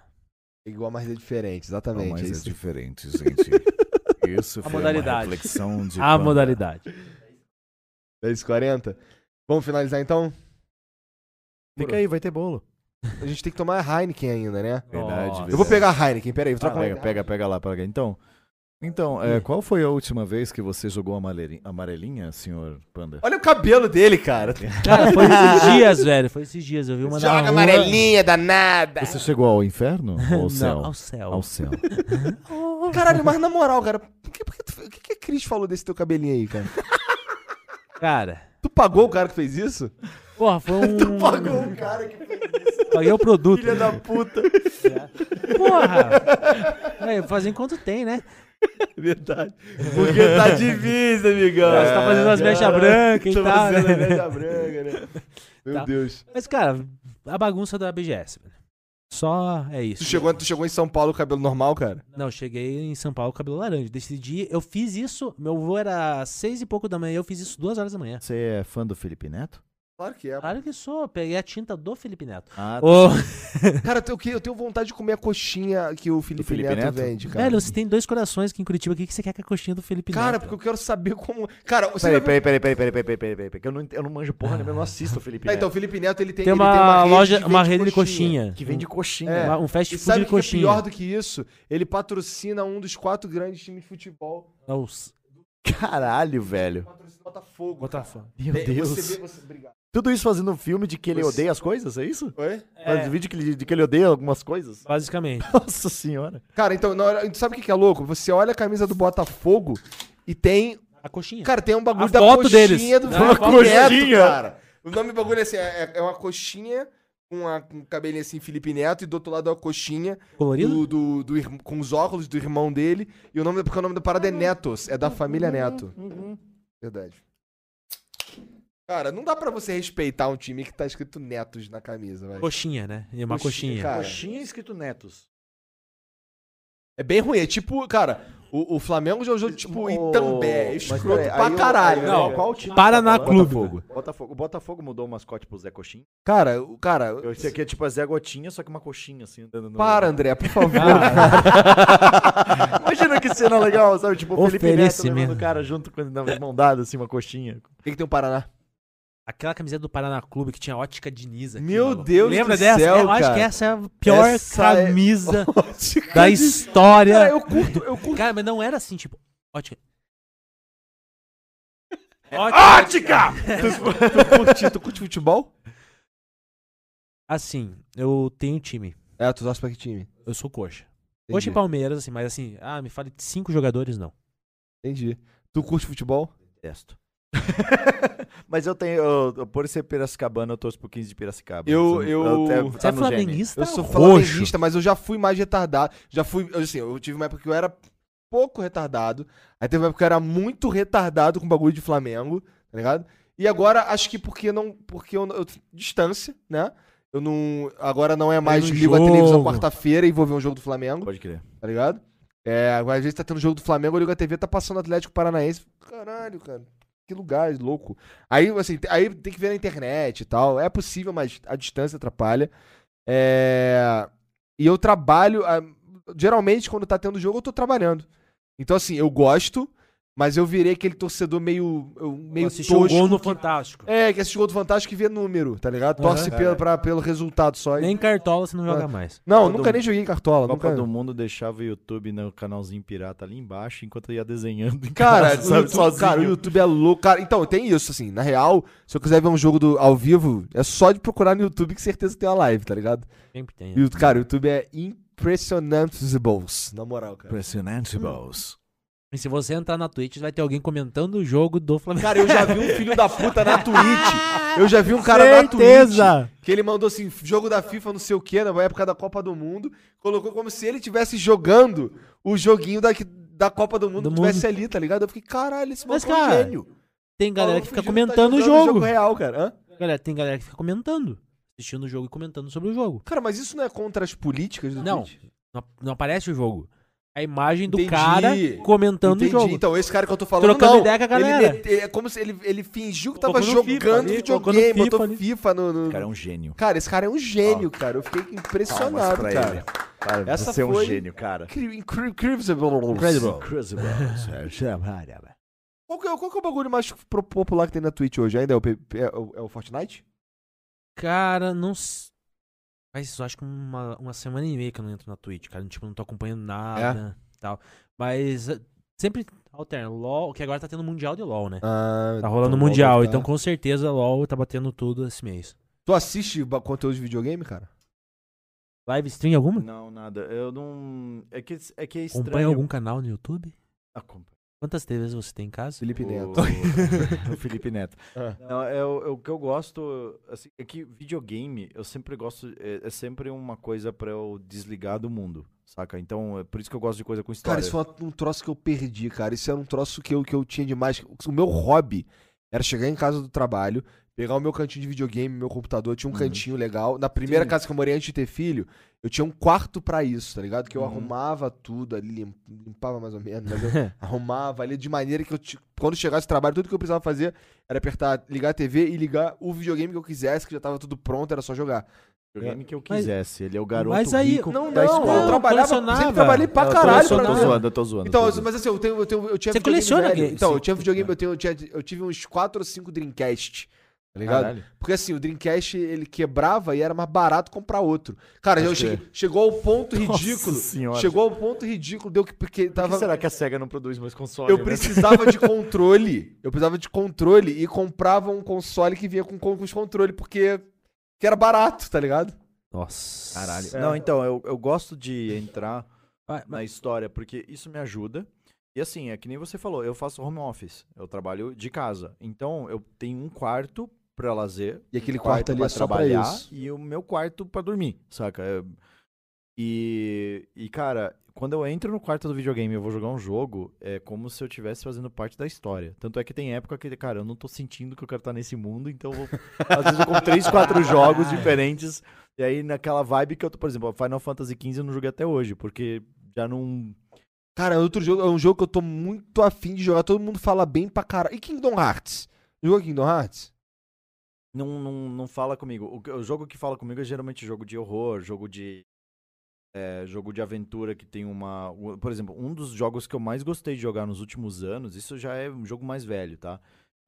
[SPEAKER 1] É Igual, mas é diferente,
[SPEAKER 4] Não,
[SPEAKER 1] exatamente. é
[SPEAKER 4] mas é
[SPEAKER 1] isso.
[SPEAKER 4] diferente,
[SPEAKER 3] [LAUGHS]
[SPEAKER 4] gente. Isso foi uma
[SPEAKER 2] modalidade.
[SPEAKER 4] reflexão de
[SPEAKER 2] [LAUGHS] a
[SPEAKER 4] panda.
[SPEAKER 2] modalidade.
[SPEAKER 1] 10h40. É Vamos finalizar então?
[SPEAKER 3] Fica aí, vai ter bolo.
[SPEAKER 1] A gente tem que tomar Heineken ainda,
[SPEAKER 2] [LAUGHS]
[SPEAKER 1] né?
[SPEAKER 4] Verdade,
[SPEAKER 2] Nossa.
[SPEAKER 4] verdade.
[SPEAKER 1] Eu vou pegar a Heineken, peraí, vou
[SPEAKER 3] Ah,
[SPEAKER 1] trocar
[SPEAKER 3] pega,
[SPEAKER 1] Heineken.
[SPEAKER 3] pega, pega lá, pega. Então, então é, qual foi a última vez que você jogou amarelinha, amarelinha senhor Panda? [LAUGHS]
[SPEAKER 1] Olha o cabelo dele, cara.
[SPEAKER 2] Cara, foi esses dias, velho. Foi esses dias. Eu vi uma na rua.
[SPEAKER 1] danada.
[SPEAKER 3] Você chegou ao inferno ou ao céu?
[SPEAKER 2] Não, ao céu.
[SPEAKER 3] Ao céu.
[SPEAKER 1] Caralho, mas na moral, cara, por que, por que tu- o que, que a Cris falou desse teu cabelinho aí, cara?
[SPEAKER 2] Cara,
[SPEAKER 1] Tu pagou o cara que fez isso? [LAUGHS]
[SPEAKER 2] porra, foi um.
[SPEAKER 1] Pagou o cara que fez isso.
[SPEAKER 2] Paguei o produto.
[SPEAKER 3] Filha da puta.
[SPEAKER 2] Porra! Aí, fazer enquanto tem, né?
[SPEAKER 3] Verdade. Porque tá difícil, amigão.
[SPEAKER 2] Você tá fazendo as
[SPEAKER 1] É.
[SPEAKER 2] mechas brancas e
[SPEAKER 3] Tô
[SPEAKER 2] tal.
[SPEAKER 3] fazendo
[SPEAKER 2] né?
[SPEAKER 3] a mecha branca, né?
[SPEAKER 1] Meu
[SPEAKER 2] Tá.
[SPEAKER 1] Deus.
[SPEAKER 2] Mas, cara, a bagunça da BGS, velho. Só é isso.
[SPEAKER 1] Tu chegou, tu chegou em São Paulo com cabelo normal, cara?
[SPEAKER 2] Não, cheguei em São Paulo com cabelo laranja. Decidi, eu fiz isso. Meu voo era às seis e pouco da manhã, eu fiz isso duas horas da manhã.
[SPEAKER 3] Você é fã do Felipe Neto?
[SPEAKER 1] Claro que é.
[SPEAKER 2] Claro que sou, peguei a tinta do Felipe Neto.
[SPEAKER 3] Ah,
[SPEAKER 2] Ô,
[SPEAKER 1] Cara, eu, que- eu tenho vontade de comer a coxinha que o Felipe,
[SPEAKER 3] Felipe
[SPEAKER 1] Neto,
[SPEAKER 3] Neto?
[SPEAKER 1] vende, cara.
[SPEAKER 2] velho, você tem dois corações aqui em Curitiba. O que que você quer com a coxinha do Felipe
[SPEAKER 1] Cara,
[SPEAKER 2] Neto?
[SPEAKER 1] porque eu quero saber como. Cara, você
[SPEAKER 3] Peraí,
[SPEAKER 1] vai-
[SPEAKER 3] peraí, peraí, peraí, peraí, peraí, peraí, peraí, peraí, que eu não, ent- eu não manjo porra nenhuma, eu não assisto o Felipe
[SPEAKER 1] Ah,
[SPEAKER 3] Neto.
[SPEAKER 1] então, o Felipe Neto ele tem,
[SPEAKER 2] tem
[SPEAKER 1] ele
[SPEAKER 2] uma, loja,
[SPEAKER 1] que
[SPEAKER 2] uma
[SPEAKER 1] vende
[SPEAKER 2] rede de coxinha.
[SPEAKER 3] Que vende coxinha.
[SPEAKER 1] É.
[SPEAKER 2] Uma- Um fast
[SPEAKER 1] E
[SPEAKER 2] food
[SPEAKER 1] sabe
[SPEAKER 2] de
[SPEAKER 1] o que é
[SPEAKER 2] coxinha.
[SPEAKER 1] pior do que isso? Ele patrocina um dos quatro grandes times de futebol.
[SPEAKER 2] Nossa,
[SPEAKER 3] Caralho, velho.
[SPEAKER 1] Patrocina o Botafogo.
[SPEAKER 2] Botafogo.
[SPEAKER 3] Meu
[SPEAKER 1] É,
[SPEAKER 3] Deus.
[SPEAKER 1] Você vê, você... Obrigado.
[SPEAKER 3] Tudo isso fazendo um filme de que ele
[SPEAKER 1] Você-
[SPEAKER 3] odeia as coisas, é isso?
[SPEAKER 1] Oi?
[SPEAKER 3] Faz um vídeo que ele, de que ele odeia algumas coisas?
[SPEAKER 2] Basicamente.
[SPEAKER 3] Nossa senhora.
[SPEAKER 1] Cara, então, na hora- sabe o que que é louco? Você olha a camisa do Botafogo e tem.
[SPEAKER 2] A coxinha.
[SPEAKER 1] Cara, tem um bagulho
[SPEAKER 2] A
[SPEAKER 1] da
[SPEAKER 2] foto
[SPEAKER 1] coxinha
[SPEAKER 2] deles.
[SPEAKER 1] do
[SPEAKER 2] Não,
[SPEAKER 1] Felipe
[SPEAKER 2] a foto
[SPEAKER 1] Neto,
[SPEAKER 3] deles.
[SPEAKER 1] cara. O nome do bagulho é assim: é, é uma coxinha com a- com um cabelinho assim, Felipe Neto, e do outro lado é uma coxinha
[SPEAKER 2] Colorido?
[SPEAKER 1] do, do, do irm- com os óculos do irmão dele. E o nome da- porque o nome da parada é Netos, é da família Neto.
[SPEAKER 2] Uhum,
[SPEAKER 1] Verdade. Cara, não dá pra você respeitar um time que tá escrito Netos na camisa, velho.
[SPEAKER 2] Coxinha, né? E uma coxinha.
[SPEAKER 1] cara.
[SPEAKER 3] Coxinha escrito Netos.
[SPEAKER 1] É bem ruim, é tipo, cara, o, o Flamengo já usou tipo
[SPEAKER 3] então,
[SPEAKER 1] Itambé, é
[SPEAKER 3] Mas
[SPEAKER 1] escroto
[SPEAKER 3] peraí,
[SPEAKER 1] pra
[SPEAKER 3] aí o-
[SPEAKER 1] caralho.
[SPEAKER 3] aí o-
[SPEAKER 1] Não,
[SPEAKER 3] qual o time?
[SPEAKER 2] Paraná
[SPEAKER 3] tá falando?
[SPEAKER 2] Clube.
[SPEAKER 1] Botafogo.
[SPEAKER 3] Botafogo. né? O Botafogo mudou o mascote pro Zé Coxinha.
[SPEAKER 1] Cara, o- cara,
[SPEAKER 3] Eu sei que é tipo a Zé Gotinha, só que uma coxinha assim. Andando no...
[SPEAKER 1] para, André, por favor.
[SPEAKER 3] [LAUGHS] Imagina que cena legal, sabe? Tipo o Felipe Neto
[SPEAKER 2] Oferecimento.
[SPEAKER 3] levando o cara junto com ele na mão dada, assim, uma coxinha.
[SPEAKER 1] O que, que tem o
[SPEAKER 3] [LAUGHS]
[SPEAKER 1] Paraná?
[SPEAKER 2] Aquela camiseta do Paraná Clube que tinha ótica Diniz aqui.
[SPEAKER 1] Meu
[SPEAKER 2] maluco.
[SPEAKER 1] Deus
[SPEAKER 2] Lembra
[SPEAKER 1] do
[SPEAKER 2] dessa?
[SPEAKER 1] céu,
[SPEAKER 2] eu acho
[SPEAKER 1] cara.
[SPEAKER 2] que essa é a pior
[SPEAKER 1] Essa é- [LAUGHS]
[SPEAKER 2] camisa da história.
[SPEAKER 1] Cara, eu curto, eu curto.
[SPEAKER 2] Cara, mas não era assim, tipo, ótica.
[SPEAKER 1] [LAUGHS] É
[SPEAKER 3] Ótica!
[SPEAKER 1] curti, tu curte futebol?
[SPEAKER 2] Assim, eu tenho um time.
[SPEAKER 1] É, tu torce pra que time?
[SPEAKER 2] Eu sou coxa. Coxa
[SPEAKER 1] Entendi.
[SPEAKER 2] e Palmeiras, assim, mas assim, ah, me fale de cinco jogadores, não.
[SPEAKER 1] Entendi. Tu curte futebol?
[SPEAKER 3] Testo. [LAUGHS] Mas eu tenho. eu- eu- por ser Piracicabana, eu torço pro 15 de Piracicaba.
[SPEAKER 1] Eu-
[SPEAKER 3] Isso-
[SPEAKER 1] eu-
[SPEAKER 3] tá-
[SPEAKER 1] Você
[SPEAKER 3] tá
[SPEAKER 2] Você é
[SPEAKER 3] no gene.
[SPEAKER 2] flamenguista?
[SPEAKER 1] eu sou
[SPEAKER 2] roxo.
[SPEAKER 1] flamenguista, mas eu já fui mais retardado. Já fui, assim, eu tive uma época que eu era pouco retardado. Aí teve uma época que eu era muito retardado com bagulho de Flamengo, tá ligado? E agora acho que porque não, porque eu, eu distância, né? Eu não, agora não é mais
[SPEAKER 2] no
[SPEAKER 1] ligo a televisão
[SPEAKER 2] jogo.
[SPEAKER 1] quarta-feira e vou ver um jogo do Flamengo.
[SPEAKER 3] Pode crer.
[SPEAKER 1] tá ligado? É, agora às vezes tá tendo jogo do Flamengo, eu ligo a TV, tá passando Atlético Paranaense. Caralho, cara, que lugar louco. Aí, assim, te- aí tem que ver na internet e tal. É possível, mas a distância atrapalha. É, E eu trabalho. ah, Geralmente, quando tá tendo jogo, eu tô trabalhando. Então, assim, eu gosto, mas eu virei aquele torcedor meio. eu- meio
[SPEAKER 2] Assistiu o
[SPEAKER 1] tosco.
[SPEAKER 2] um gol no Fantástico.
[SPEAKER 1] É, que assiste gol do Fantástico e vê número, tá ligado?
[SPEAKER 2] Aham. É.
[SPEAKER 1] Torce pelo, pra- pelo resultado só. e-
[SPEAKER 2] Nem cartola você não
[SPEAKER 1] É.
[SPEAKER 2] joga mais.
[SPEAKER 1] Não,
[SPEAKER 3] Copa
[SPEAKER 1] nunca
[SPEAKER 3] do-
[SPEAKER 1] nem joguei cartola.
[SPEAKER 3] Copa
[SPEAKER 1] nunca...
[SPEAKER 3] do Mundo deixava o YouTube no canalzinho pirata ali embaixo enquanto eu ia desenhando. em
[SPEAKER 1] Cara,
[SPEAKER 3] casa,
[SPEAKER 1] o YouTube, cara, o YouTube é louco. Cara, então, tem isso, assim, na real, se eu quiser ver um jogo do, ao vivo, é só de procurar no YouTube que certeza tem uma live, tá ligado?
[SPEAKER 2] Sempre tem. né?
[SPEAKER 1] E, o- cara, o YouTube é impressionante os balls, na moral, cara.
[SPEAKER 3] Impressionante, Balls.
[SPEAKER 2] E se você entrar na Twitch, vai ter alguém comentando o jogo do Flamengo.
[SPEAKER 1] Cara, eu já vi um filho da puta na Twitch. Eu já vi um cara na
[SPEAKER 2] Certeza!
[SPEAKER 1] Twitch que ele mandou assim, jogo da FIFA, não sei o que, na época da Copa do Mundo, colocou como se ele estivesse jogando o joguinho da, da Copa do Mundo
[SPEAKER 2] Do
[SPEAKER 1] que tivesse
[SPEAKER 2] mundo.
[SPEAKER 1] ali, tá ligado? Eu fiquei, caralho, esse
[SPEAKER 2] Mas,
[SPEAKER 1] maluco é um
[SPEAKER 2] cara,
[SPEAKER 1] gênio.
[SPEAKER 2] Tem galera
[SPEAKER 1] Maluco
[SPEAKER 2] que fica
[SPEAKER 1] fingindo tá
[SPEAKER 2] comentando o
[SPEAKER 1] jogando
[SPEAKER 2] jogo.
[SPEAKER 1] real, cara. Hã?
[SPEAKER 2] Galera, tem galera que fica comentando. Assistindo o jogo e comentando sobre o jogo.
[SPEAKER 1] Cara, mas isso não é contra as políticas do
[SPEAKER 2] Não,
[SPEAKER 1] Twitch?
[SPEAKER 2] não, ap- não aparece o jogo. A imagem do
[SPEAKER 1] Entendi.
[SPEAKER 2] cara comentando
[SPEAKER 1] Entendi.
[SPEAKER 2] o jogo.
[SPEAKER 1] Então, esse cara que eu tô falando,
[SPEAKER 2] Trocando
[SPEAKER 1] não.
[SPEAKER 2] ideia com a galera.
[SPEAKER 1] Ele, mete- é como se ele, ele fingiu que tava
[SPEAKER 2] Colocou no FIFA
[SPEAKER 1] jogando
[SPEAKER 2] ali,
[SPEAKER 1] videogame,
[SPEAKER 2] colocou no
[SPEAKER 1] botou
[SPEAKER 2] FIFA ali.
[SPEAKER 1] FIFA no... no-
[SPEAKER 3] O cara é um gênio.
[SPEAKER 1] Cara, esse cara é um gênio, cara. Eu fiquei
[SPEAKER 3] Palmas
[SPEAKER 1] impressionado,
[SPEAKER 3] pra ele.
[SPEAKER 1] cara.
[SPEAKER 3] Cara,
[SPEAKER 1] Essa
[SPEAKER 3] você é um
[SPEAKER 1] foi-
[SPEAKER 3] gênio, cara.
[SPEAKER 1] Incri- incri- Incredible. Incredible.
[SPEAKER 3] Incredible. é um
[SPEAKER 1] Qual que, é, qual que é o bagulho mais pro- popular que tem na Twitch hoje? Ainda é o, P- P- é o- é o Fortnite?
[SPEAKER 2] Cara, não. s- Faz isso, acho que uma, uma semana e meia que eu não entro na Twitch, cara. Tipo, não tô acompanhando nada
[SPEAKER 1] É?
[SPEAKER 2] tal. Mas eh, sempre alterna. LOL, que agora tá tendo Mundial de LOL, né?
[SPEAKER 1] Ah,
[SPEAKER 2] tá rolando o
[SPEAKER 1] então,
[SPEAKER 2] Mundial,
[SPEAKER 1] tá.
[SPEAKER 2] então com certeza LOL tá batendo tudo esse mês.
[SPEAKER 1] Tu assiste ba- conteúdo de videogame, cara?
[SPEAKER 2] Live stream alguma?
[SPEAKER 3] Não, nada. Eu não. É que é, que é estranho.
[SPEAKER 2] Acompanha algum canal no YouTube?
[SPEAKER 3] Acompanho.
[SPEAKER 2] Quantas TVs você tem em casa?
[SPEAKER 1] Felipe Neto.
[SPEAKER 3] [LAUGHS] O, o Felipe Neto.
[SPEAKER 1] Ah.
[SPEAKER 3] Não, é, o- é o que eu gosto, assim, é que videogame, eu sempre gosto, é, é sempre uma coisa pra eu desligar do mundo, saca? Então, é por isso que eu gosto de coisa com história.
[SPEAKER 1] Cara, isso foi um troço que eu perdi, cara. Isso era um troço que eu, que eu tinha demais. O meu hobby era chegar em casa do trabalho, pegar o meu cantinho de videogame, meu computador, tinha um cantinho legal. Na primeira
[SPEAKER 3] Sim.
[SPEAKER 1] casa que eu morei antes de ter filho, eu tinha um quarto pra isso, tá ligado? Que eu
[SPEAKER 3] Uhum.
[SPEAKER 1] arrumava tudo ali, lim- limpava mais ou menos, mas eu arrumava ali de maneira que eu, ti- quando chegasse do trabalho, tudo que eu precisava fazer era apertar, ligar a TV e ligar o videogame que eu quisesse, que já tava tudo pronto, era só jogar.
[SPEAKER 3] videogame que eu
[SPEAKER 2] Mas-
[SPEAKER 3] quisesse, ele é o garoto
[SPEAKER 2] mas aí-
[SPEAKER 3] rico
[SPEAKER 1] Não,
[SPEAKER 3] da
[SPEAKER 1] não,
[SPEAKER 3] escola.
[SPEAKER 1] eu trabalhava, sempre
[SPEAKER 2] colecionava.
[SPEAKER 1] trabalhei pra
[SPEAKER 3] Não, eu tô-
[SPEAKER 1] caralho
[SPEAKER 3] eu
[SPEAKER 1] pra
[SPEAKER 3] tô
[SPEAKER 1] nada.
[SPEAKER 3] zoando, eu tô zoando.
[SPEAKER 1] Então,
[SPEAKER 3] tô
[SPEAKER 1] mas,
[SPEAKER 3] zoando.
[SPEAKER 1] assim, eu, tenho, eu, tenho, eu tinha
[SPEAKER 2] Você
[SPEAKER 1] videogame
[SPEAKER 2] coleciona
[SPEAKER 1] velho.
[SPEAKER 2] games,
[SPEAKER 1] Então,
[SPEAKER 2] sim.
[SPEAKER 1] eu tinha videogame,
[SPEAKER 3] É.
[SPEAKER 1] eu, tenho, eu, tinha, eu tive uns 4 ou 5 Dreamcast, tá ligado?
[SPEAKER 3] Caralho.
[SPEAKER 1] Porque assim, o Dreamcast, ele quebrava e era mais barato comprar outro. Cara, eu
[SPEAKER 3] Pode crer.
[SPEAKER 1] cheguei, chegou ao ponto ridículo.
[SPEAKER 3] Senhora.
[SPEAKER 1] Chegou ao ponto ridículo, deu que... Porque
[SPEAKER 3] Por
[SPEAKER 1] tava...
[SPEAKER 3] que será que a SEGA não produz mais console?
[SPEAKER 1] Eu
[SPEAKER 3] né?
[SPEAKER 1] precisava
[SPEAKER 3] [LAUGHS]
[SPEAKER 1] de controle. Eu precisava de controle e comprava um console que vinha com, com os controles, porque... Que era barato, tá ligado?
[SPEAKER 2] Nossa.
[SPEAKER 3] Caralho. Não, então, eu, eu gosto de entrar
[SPEAKER 2] Vai,
[SPEAKER 3] na
[SPEAKER 2] mas-
[SPEAKER 3] história porque isso me ajuda. E assim, é que nem você falou, eu faço home office, eu trabalho de casa. Então, eu tenho um quarto pra lazer,
[SPEAKER 1] E aquele
[SPEAKER 3] um
[SPEAKER 1] quarto, ali
[SPEAKER 3] pra
[SPEAKER 1] é só pra
[SPEAKER 3] trabalhar
[SPEAKER 1] isso.
[SPEAKER 3] e o meu quarto pra dormir, saca? É- E, e cara, quando eu entro no quarto do videogame e eu vou jogar um jogo, é como se eu estivesse fazendo parte da história. Tanto é que tem época que, cara, eu não tô sentindo que eu quero estar nesse mundo, então eu vou... às vezes eu compro três,
[SPEAKER 1] [LAUGHS]
[SPEAKER 3] quatro jogos diferentes. E aí naquela vibe que eu tô, por exemplo, Final Fantasy XV eu não joguei até hoje, porque já não.
[SPEAKER 1] Cara, outro jogo, é um jogo que eu tô muito afim de jogar. Todo mundo fala bem pra caralho. E Kingdom Hearts? Jogou Kingdom Hearts?
[SPEAKER 3] Não, não, não fala comigo. O, que- o jogo que fala comigo é geralmente jogo de horror, jogo de. é, jogo de aventura que tem uma. o- Por exemplo, um dos jogos que eu mais gostei de jogar nos últimos anos, isso já é um jogo mais velho, tá?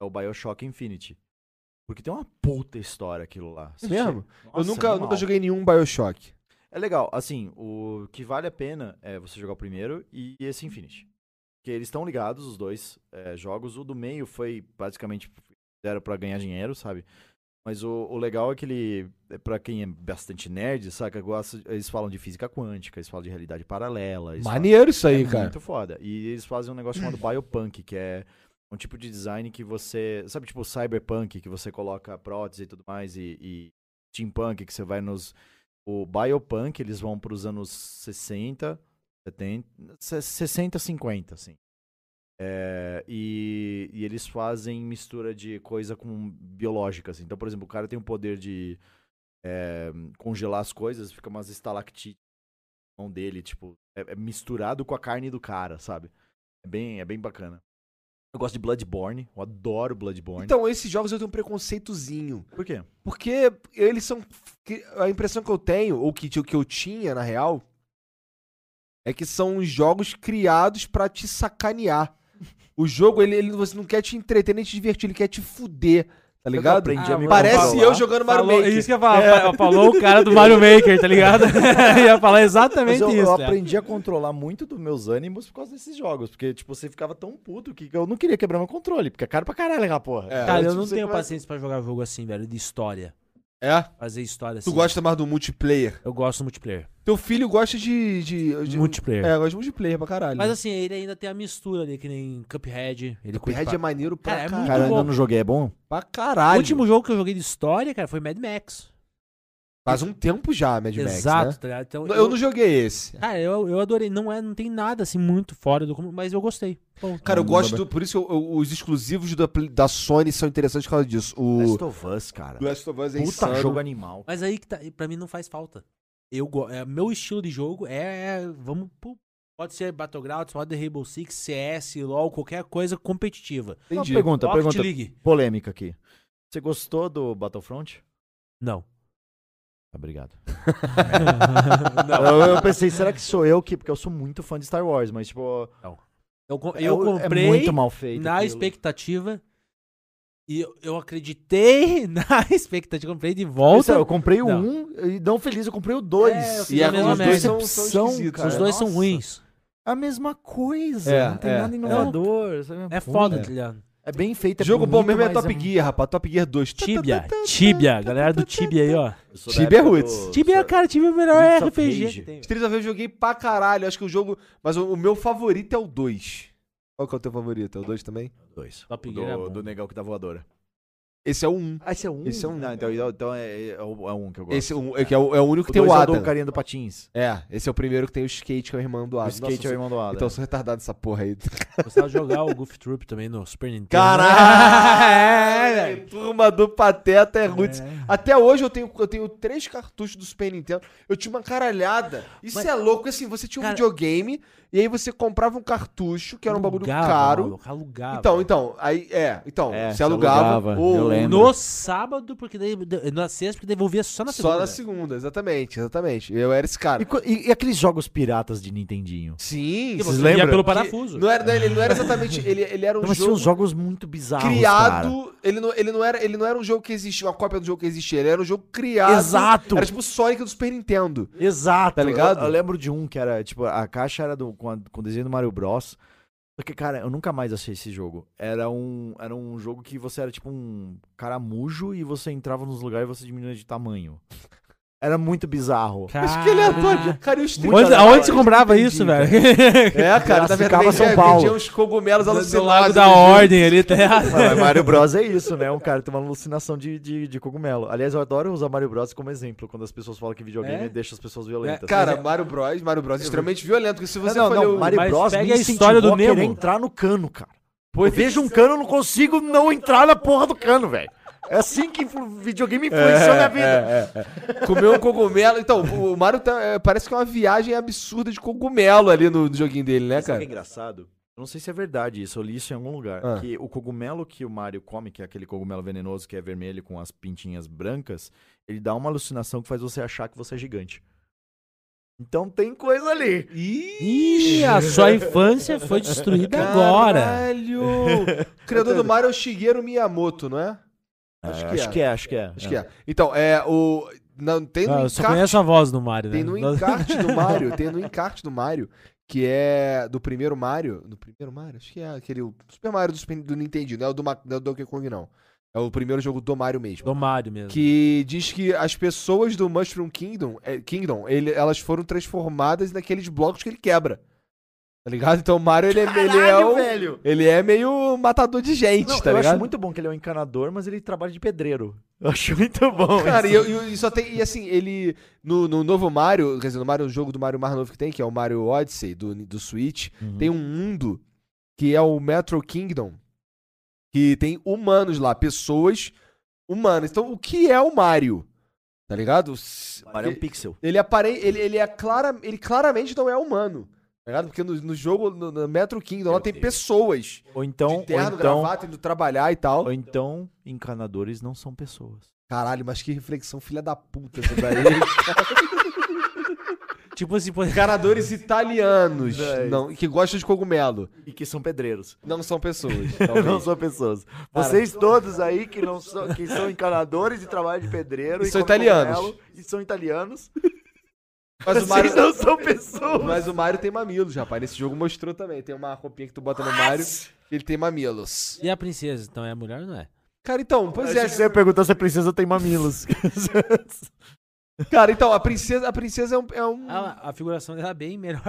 [SPEAKER 3] É o Bioshock Infinity. Porque tem uma puta história aquilo lá. Você
[SPEAKER 1] É mesmo?
[SPEAKER 3] chega-
[SPEAKER 1] eu
[SPEAKER 3] Nossa,
[SPEAKER 1] nunca,
[SPEAKER 3] animal.
[SPEAKER 1] nunca joguei nenhum Bioshock.
[SPEAKER 3] É legal, assim, o que vale a pena é você jogar o primeiro e esse Infinity. Porque eles estão ligados, os dois é, jogos. O do meio foi basicamente tipo, fizeram pra ganhar dinheiro, sabe? Mas o, o legal é que ele, é pra quem é bastante nerd, saca? Gosta, eles falam de física quântica, eles falam de realidade paralela. Eles falam-
[SPEAKER 1] Maneiro isso aí,
[SPEAKER 3] é
[SPEAKER 1] cara.
[SPEAKER 3] muito foda. E eles fazem um negócio chamado biopunk, que é um tipo de design que você. Sabe, tipo cyberpunk, que você coloca prótese e tudo mais, e, e steampunk, que você vai nos. O biopunk, eles vão para os anos 60, 70. se- 60, 50, assim. É, e, e eles fazem mistura de coisa com biológica, assim. Então, por exemplo, o cara tem o poder de é, congelar as coisas, fica umas estalactites na mão dele, tipo, é, é misturado com a carne do cara, sabe? É bem, é bem bacana. Eu gosto de Bloodborne, eu adoro Bloodborne.
[SPEAKER 1] Então, esses jogos eu tenho um preconceitozinho.
[SPEAKER 3] Por quê?
[SPEAKER 1] Porque eles são. que- A impressão que eu tenho, ou que, que eu tinha, na real, é que são uns jogos criados pra te sacanear. O jogo, ele, ele você não quer te entreter nem te divertir, ele quer te fuder, tá ligado?
[SPEAKER 3] aprendi
[SPEAKER 2] Ah,
[SPEAKER 3] a me
[SPEAKER 1] Parece
[SPEAKER 3] controlar.
[SPEAKER 1] eu jogando Mario
[SPEAKER 2] Falou, é
[SPEAKER 1] Maker.
[SPEAKER 2] isso que eu ia falar. fa- Falou o cara do Mario Maker,
[SPEAKER 1] [LAUGHS]
[SPEAKER 2] tá ligado? [LAUGHS] ia falar
[SPEAKER 3] Mas
[SPEAKER 2] exatamente
[SPEAKER 3] eu,
[SPEAKER 2] isso. né?
[SPEAKER 3] eu
[SPEAKER 2] cara.
[SPEAKER 3] aprendi a controlar muito dos meus ânimos por causa desses jogos. Porque, tipo, você ficava tão puto que eu não queria quebrar meu controle. Porque é caro pra caralho aquela porra.
[SPEAKER 1] É.
[SPEAKER 2] Cara,
[SPEAKER 3] Aí,
[SPEAKER 2] eu
[SPEAKER 3] tipo,
[SPEAKER 2] não
[SPEAKER 3] você
[SPEAKER 2] tenho
[SPEAKER 3] começa-
[SPEAKER 2] paciência pra jogar jogo assim, velho, de história.
[SPEAKER 1] É?
[SPEAKER 2] Fazer história assim.
[SPEAKER 1] Tu gosta mais do multiplayer?
[SPEAKER 2] Eu gosto do multiplayer.
[SPEAKER 1] Teu filho gosta de. de, de
[SPEAKER 2] Multiplayer.
[SPEAKER 1] É, gosta de multiplayer pra caralho.
[SPEAKER 2] Mas assim, ele ainda tem a mistura ali, que nem Cuphead. Ele curte
[SPEAKER 1] Cuphead
[SPEAKER 2] pra-
[SPEAKER 1] é maneiro pra
[SPEAKER 2] Cara, é
[SPEAKER 1] caralho.
[SPEAKER 2] muito
[SPEAKER 3] Cara, eu ainda
[SPEAKER 2] bom.
[SPEAKER 3] não joguei, é bom?
[SPEAKER 1] Pra
[SPEAKER 2] O
[SPEAKER 1] caralho.
[SPEAKER 2] último jogo que eu joguei de história, cara, foi Mad Max.
[SPEAKER 1] Faz um tempo já, Mad Max,
[SPEAKER 2] Exato,
[SPEAKER 1] né?
[SPEAKER 2] tá ligado? Então,
[SPEAKER 1] Eu não joguei esse.
[SPEAKER 2] Cara, eu, eu adorei. Não, é, não tem nada assim muito fora do comum, mas eu gostei. Bom,
[SPEAKER 1] Cara, eu
[SPEAKER 3] Não,
[SPEAKER 1] gosto
[SPEAKER 3] não
[SPEAKER 1] do. Por isso que eu- eu- os exclusivos da, Play- da Sony são interessantes por causa disso. O
[SPEAKER 3] Last of Us, é cara.
[SPEAKER 1] Last of Us é
[SPEAKER 3] Puta jogo animal.
[SPEAKER 2] Mas aí que tá, pra mim não faz falta. Eu go- é, meu estilo de jogo é, é- vamos pro- pode ser Battlegrounds, pode ser Rainbow Six, CS, LoL, qualquer coisa competitiva.
[SPEAKER 3] Uma pergunta,
[SPEAKER 2] Rocket
[SPEAKER 3] pergunta
[SPEAKER 2] League.
[SPEAKER 3] polêmica aqui. Você gostou do Battlefront? [LAUGHS] Tá,
[SPEAKER 2] Não.
[SPEAKER 3] Obrigado.
[SPEAKER 2] não.
[SPEAKER 3] Ah, Eu, eu pensei, será que sou eu que... Porque eu sou muito fã de Star Wars, mas tipo...
[SPEAKER 2] Eu, com-
[SPEAKER 3] é
[SPEAKER 2] eu
[SPEAKER 3] o-
[SPEAKER 2] comprei
[SPEAKER 3] É muito mal feito
[SPEAKER 2] na
[SPEAKER 3] aquilo.
[SPEAKER 2] expectativa e eu, eu acreditei [LAUGHS] na expectativa, comprei de
[SPEAKER 3] Mas,
[SPEAKER 2] volta.
[SPEAKER 3] sério, eu comprei o
[SPEAKER 2] Não.
[SPEAKER 3] 1 e não feliz, eu comprei o 2.
[SPEAKER 2] É, eu fiz
[SPEAKER 1] E
[SPEAKER 2] a
[SPEAKER 1] é,
[SPEAKER 2] mesma
[SPEAKER 1] os dois
[SPEAKER 2] merda.
[SPEAKER 1] são, são
[SPEAKER 3] São,
[SPEAKER 1] esquisitos,
[SPEAKER 3] cara.
[SPEAKER 2] Os
[SPEAKER 1] né?
[SPEAKER 2] dois são
[SPEAKER 3] Nossa.
[SPEAKER 2] ruins.
[SPEAKER 3] a mesma coisa.
[SPEAKER 1] É,
[SPEAKER 3] não tem
[SPEAKER 1] é,
[SPEAKER 3] nada
[SPEAKER 1] é.
[SPEAKER 3] inovador. sabe?
[SPEAKER 2] É foda,
[SPEAKER 3] Bunda.
[SPEAKER 2] tá ligado?
[SPEAKER 3] É bem feito. É
[SPEAKER 1] Jogo bom
[SPEAKER 3] bonito,
[SPEAKER 1] mesmo é
[SPEAKER 3] mas
[SPEAKER 1] Top Gear, rapaz. Top Gear 2.
[SPEAKER 3] [LAUGHS]
[SPEAKER 2] Tibia, Tibia, galera do Tibia aí, ó.
[SPEAKER 3] Eu sou da
[SPEAKER 1] Tibia
[SPEAKER 3] época
[SPEAKER 1] Roots.
[SPEAKER 3] do-
[SPEAKER 2] Tibia,
[SPEAKER 3] sou-
[SPEAKER 2] cara, Tibia é o melhor
[SPEAKER 3] Streets of
[SPEAKER 2] RPG
[SPEAKER 3] Rage.
[SPEAKER 2] que tem.
[SPEAKER 1] Streets of Rage eu joguei pra caralho. Acho que o jogo. Mas o, o meu favorito é o 2. Qual que é o teu favorito? É o 2 também?
[SPEAKER 3] Dois.
[SPEAKER 2] Top Gear é
[SPEAKER 3] Do,
[SPEAKER 2] bom.
[SPEAKER 3] do negão que dá voadora.
[SPEAKER 1] Esse é o 1. Um.
[SPEAKER 3] Ah, esse é um?
[SPEAKER 1] Esse é um.
[SPEAKER 3] Não, então, então é, é o é um que eu gosto.
[SPEAKER 1] Esse é um- é, que é o, é o único que tem
[SPEAKER 3] dois
[SPEAKER 1] o
[SPEAKER 3] é
[SPEAKER 1] Adam.
[SPEAKER 3] do carinha do patins.
[SPEAKER 1] É, esse é o primeiro que tem o skate, que é o irmão do
[SPEAKER 3] O
[SPEAKER 1] Adam.
[SPEAKER 3] skate é o irmão do Adam.
[SPEAKER 1] Então eu sou retardado nessa porra
[SPEAKER 3] [LAUGHS]
[SPEAKER 1] aí.
[SPEAKER 2] Gostava de jogar o Goof Troop também no Super Nintendo. É,
[SPEAKER 3] É.
[SPEAKER 1] Caralho! [LAUGHS] Turma do Pateta é roots. Até hoje eu tenho, eu tenho três cartuchos do Super Nintendo. Eu tinha uma caralhada. Isso é louco, assim, você tinha um
[SPEAKER 2] Cara-
[SPEAKER 1] videogame e aí você comprava um cartucho, que era um bagulho
[SPEAKER 2] Alugava,
[SPEAKER 1] caro.
[SPEAKER 2] maluco, alugava.
[SPEAKER 1] Então, então, aí, é, então,
[SPEAKER 3] É,
[SPEAKER 1] se
[SPEAKER 3] se
[SPEAKER 1] alugava, um
[SPEAKER 3] alugava,
[SPEAKER 1] ou
[SPEAKER 3] eu lembro.
[SPEAKER 2] No sábado, porque daí, de- na sexta, porque devolvia só na segunda.
[SPEAKER 1] só na segunda, exatamente, exatamente. Eu era esse cara.
[SPEAKER 3] E, co- e- e aqueles jogos piratas de Nintendinho?
[SPEAKER 1] Sim,
[SPEAKER 2] E
[SPEAKER 1] vocês
[SPEAKER 2] você
[SPEAKER 1] lembram?
[SPEAKER 2] ia pelo
[SPEAKER 1] Que
[SPEAKER 2] parafuso.
[SPEAKER 1] Não era, não, ele não era
[SPEAKER 3] [LAUGHS]
[SPEAKER 1] exatamente, ele, ele era um
[SPEAKER 3] Não, Então, mas tinha
[SPEAKER 1] jogo
[SPEAKER 3] uns jogos muito bizarros, cara.
[SPEAKER 1] criado, ele não, ele, não era, ele não era um jogo que existia, uma cópia do jogo que existia, ele era um jogo criado.
[SPEAKER 3] Exato.
[SPEAKER 1] Era tipo o Sonic do Super Nintendo.
[SPEAKER 3] Exato.
[SPEAKER 1] Tá ligado?
[SPEAKER 3] Eu, eu lembro de um que era, tipo, a caixa era do, com, a- com o desenho do Mario Bros. Porque, cara, eu nunca mais achei esse jogo. Era um, era um jogo que você era tipo um caramujo e você entrava nos lugares e você diminuía de tamanho. Era muito [LAUGHS] bizarro.
[SPEAKER 1] Acho que ele é
[SPEAKER 2] Caralho.
[SPEAKER 1] ator. Cara, e os trinta
[SPEAKER 2] Onde,
[SPEAKER 1] dólares?
[SPEAKER 2] aonde você comprava isso, velho? [LAUGHS]
[SPEAKER 1] É, cara, na
[SPEAKER 3] Piracicaba,
[SPEAKER 1] verdade,
[SPEAKER 3] São
[SPEAKER 1] vendia-
[SPEAKER 3] Paulo.
[SPEAKER 1] vendia uns cogumelos
[SPEAKER 2] Do
[SPEAKER 1] alucinados.
[SPEAKER 2] lado da
[SPEAKER 1] no jogo.
[SPEAKER 2] ordem ali,
[SPEAKER 1] [LAUGHS]
[SPEAKER 2] tá
[SPEAKER 3] Mas mas
[SPEAKER 2] ligado?
[SPEAKER 3] Mario Bros é isso, né? Um cara tem uma alucinação de, de, de cogumelo. Aliás, eu adoro usar Mario Bros como exemplo quando as pessoas falam que videogame
[SPEAKER 2] É?
[SPEAKER 3] deixa as pessoas violentas.
[SPEAKER 1] Cara, Mario Bros, Mario Bros é extremamente violento, porque se
[SPEAKER 3] Mas
[SPEAKER 1] você
[SPEAKER 3] não,
[SPEAKER 1] for
[SPEAKER 3] não,
[SPEAKER 1] ler o-
[SPEAKER 3] Mario
[SPEAKER 2] Mas
[SPEAKER 3] Bros
[SPEAKER 2] pega
[SPEAKER 3] me
[SPEAKER 2] a história do
[SPEAKER 3] incentivou a querer
[SPEAKER 2] Nemo.
[SPEAKER 3] entrar no cano, cara. eu vejo um cano, eu não consigo não entrar na porra do cano, velho. É assim que influ- videogame influenciou minha vida.
[SPEAKER 1] Comer um cogumelo. Então, o Mario tá- é, parece que é uma viagem absurda de cogumelo ali no, no joguinho dele, né,
[SPEAKER 3] Sabe o que é
[SPEAKER 1] cara?
[SPEAKER 3] engraçado? Eu não sei se é verdade isso, eu li isso em algum lugar.
[SPEAKER 1] Ah.
[SPEAKER 3] Que o cogumelo que o Mario come, que é aquele cogumelo venenoso que é vermelho com as pintinhas brancas, ele dá uma alucinação que faz você achar que você é gigante. Então tem coisa ali.
[SPEAKER 2] Ih, a sua infância foi destruída agora.
[SPEAKER 1] Caralho! O criador
[SPEAKER 3] [LAUGHS]
[SPEAKER 1] do Mario é o Shigeru Miyamoto, não é? Acho que é.
[SPEAKER 3] é, acho que é.
[SPEAKER 1] Acho que é. Então, é o. Não, tem um no
[SPEAKER 2] Ah, eu só
[SPEAKER 1] encarte,
[SPEAKER 2] conheço a voz [LAUGHS] do Mario, né?
[SPEAKER 1] tem no encarte
[SPEAKER 3] [LAUGHS]
[SPEAKER 1] do Mario, tem no encarte do Mario, que é do primeiro Mario. Do primeiro Mario? Acho que é aquele. O Super Mario do, Super- do Nintendo, não é o do, Ma- não é o Donkey Kong, não. É o primeiro jogo do Mario mesmo.
[SPEAKER 2] Do Mario mesmo.
[SPEAKER 1] Que diz que as pessoas do Mushroom Kingdom, eh, Kingdom ele- elas foram transformadas naqueles blocos que ele quebra. Tá ligado? Então o Mario, ele, é- ele é
[SPEAKER 3] Caralho,
[SPEAKER 1] o-
[SPEAKER 3] velho!
[SPEAKER 1] ele é meio matador de gente,
[SPEAKER 3] Não,
[SPEAKER 1] tá
[SPEAKER 3] eu
[SPEAKER 1] ligado?
[SPEAKER 3] acho muito bom que ele é um encanador, mas ele trabalha de pedreiro. Eu acho muito bom.
[SPEAKER 1] Cara, e,
[SPEAKER 3] isso.
[SPEAKER 1] eu- e eu- e só tem. E assim, ele. No, no novo Mario, quer dizer, no Mario, o jogo do Mario mais novo que tem, que é o Mario Odyssey do, do Switch,
[SPEAKER 3] Uhum.
[SPEAKER 1] tem um mundo que é o Metro Kingdom. Que tem humanos lá, pessoas humanas. Então, o que é o Mario? Tá ligado? S-
[SPEAKER 3] Mario é um
[SPEAKER 1] ele-
[SPEAKER 3] pixel.
[SPEAKER 1] Ele, apare... ele, ele é clara... ele claramente não é humano. Tá ligado? Porque no, no jogo, no, no Metro Kingdom, lá
[SPEAKER 3] Meu
[SPEAKER 1] tem
[SPEAKER 3] Deus.
[SPEAKER 1] pessoas.
[SPEAKER 3] Ou então,
[SPEAKER 1] de terno,
[SPEAKER 3] ou então,
[SPEAKER 1] gravata, indo trabalhar e tal.
[SPEAKER 3] ou então, encanadores não são pessoas.
[SPEAKER 1] Caralho, mas que reflexão filha da
[SPEAKER 3] [LAUGHS]
[SPEAKER 1] puta essa daí.
[SPEAKER 2] Tipo assim, pô,
[SPEAKER 1] Encanadores italianos
[SPEAKER 3] Véi.
[SPEAKER 1] não, que gostam de cogumelo.
[SPEAKER 3] E que são pedreiros.
[SPEAKER 1] Não são pessoas.
[SPEAKER 3] [LAUGHS] não
[SPEAKER 1] talvez.
[SPEAKER 3] são pessoas. Vocês todos aí que não são, que são encanadores e trabalham de pedreiro
[SPEAKER 1] E são
[SPEAKER 3] comem
[SPEAKER 1] italianos.
[SPEAKER 3] cogumelo, E são italianos.
[SPEAKER 1] Mas, o
[SPEAKER 3] Vocês
[SPEAKER 1] Mario,
[SPEAKER 3] não são pessoas.
[SPEAKER 1] mas o Mario tem mamilos, rapaz. Nesse jogo mostrou também. Tem uma roupinha que tu bota no Mario que ele tem mamilos.
[SPEAKER 2] e a princesa? Então é a mulher ou não é?
[SPEAKER 1] Cara, então, pois é.
[SPEAKER 3] você perguntou se a princesa tem mamilos.
[SPEAKER 1] Cara, então, a princesa, a princesa é um. é
[SPEAKER 3] Ah.
[SPEAKER 1] um-
[SPEAKER 2] A, a figuração dela é bem melhor.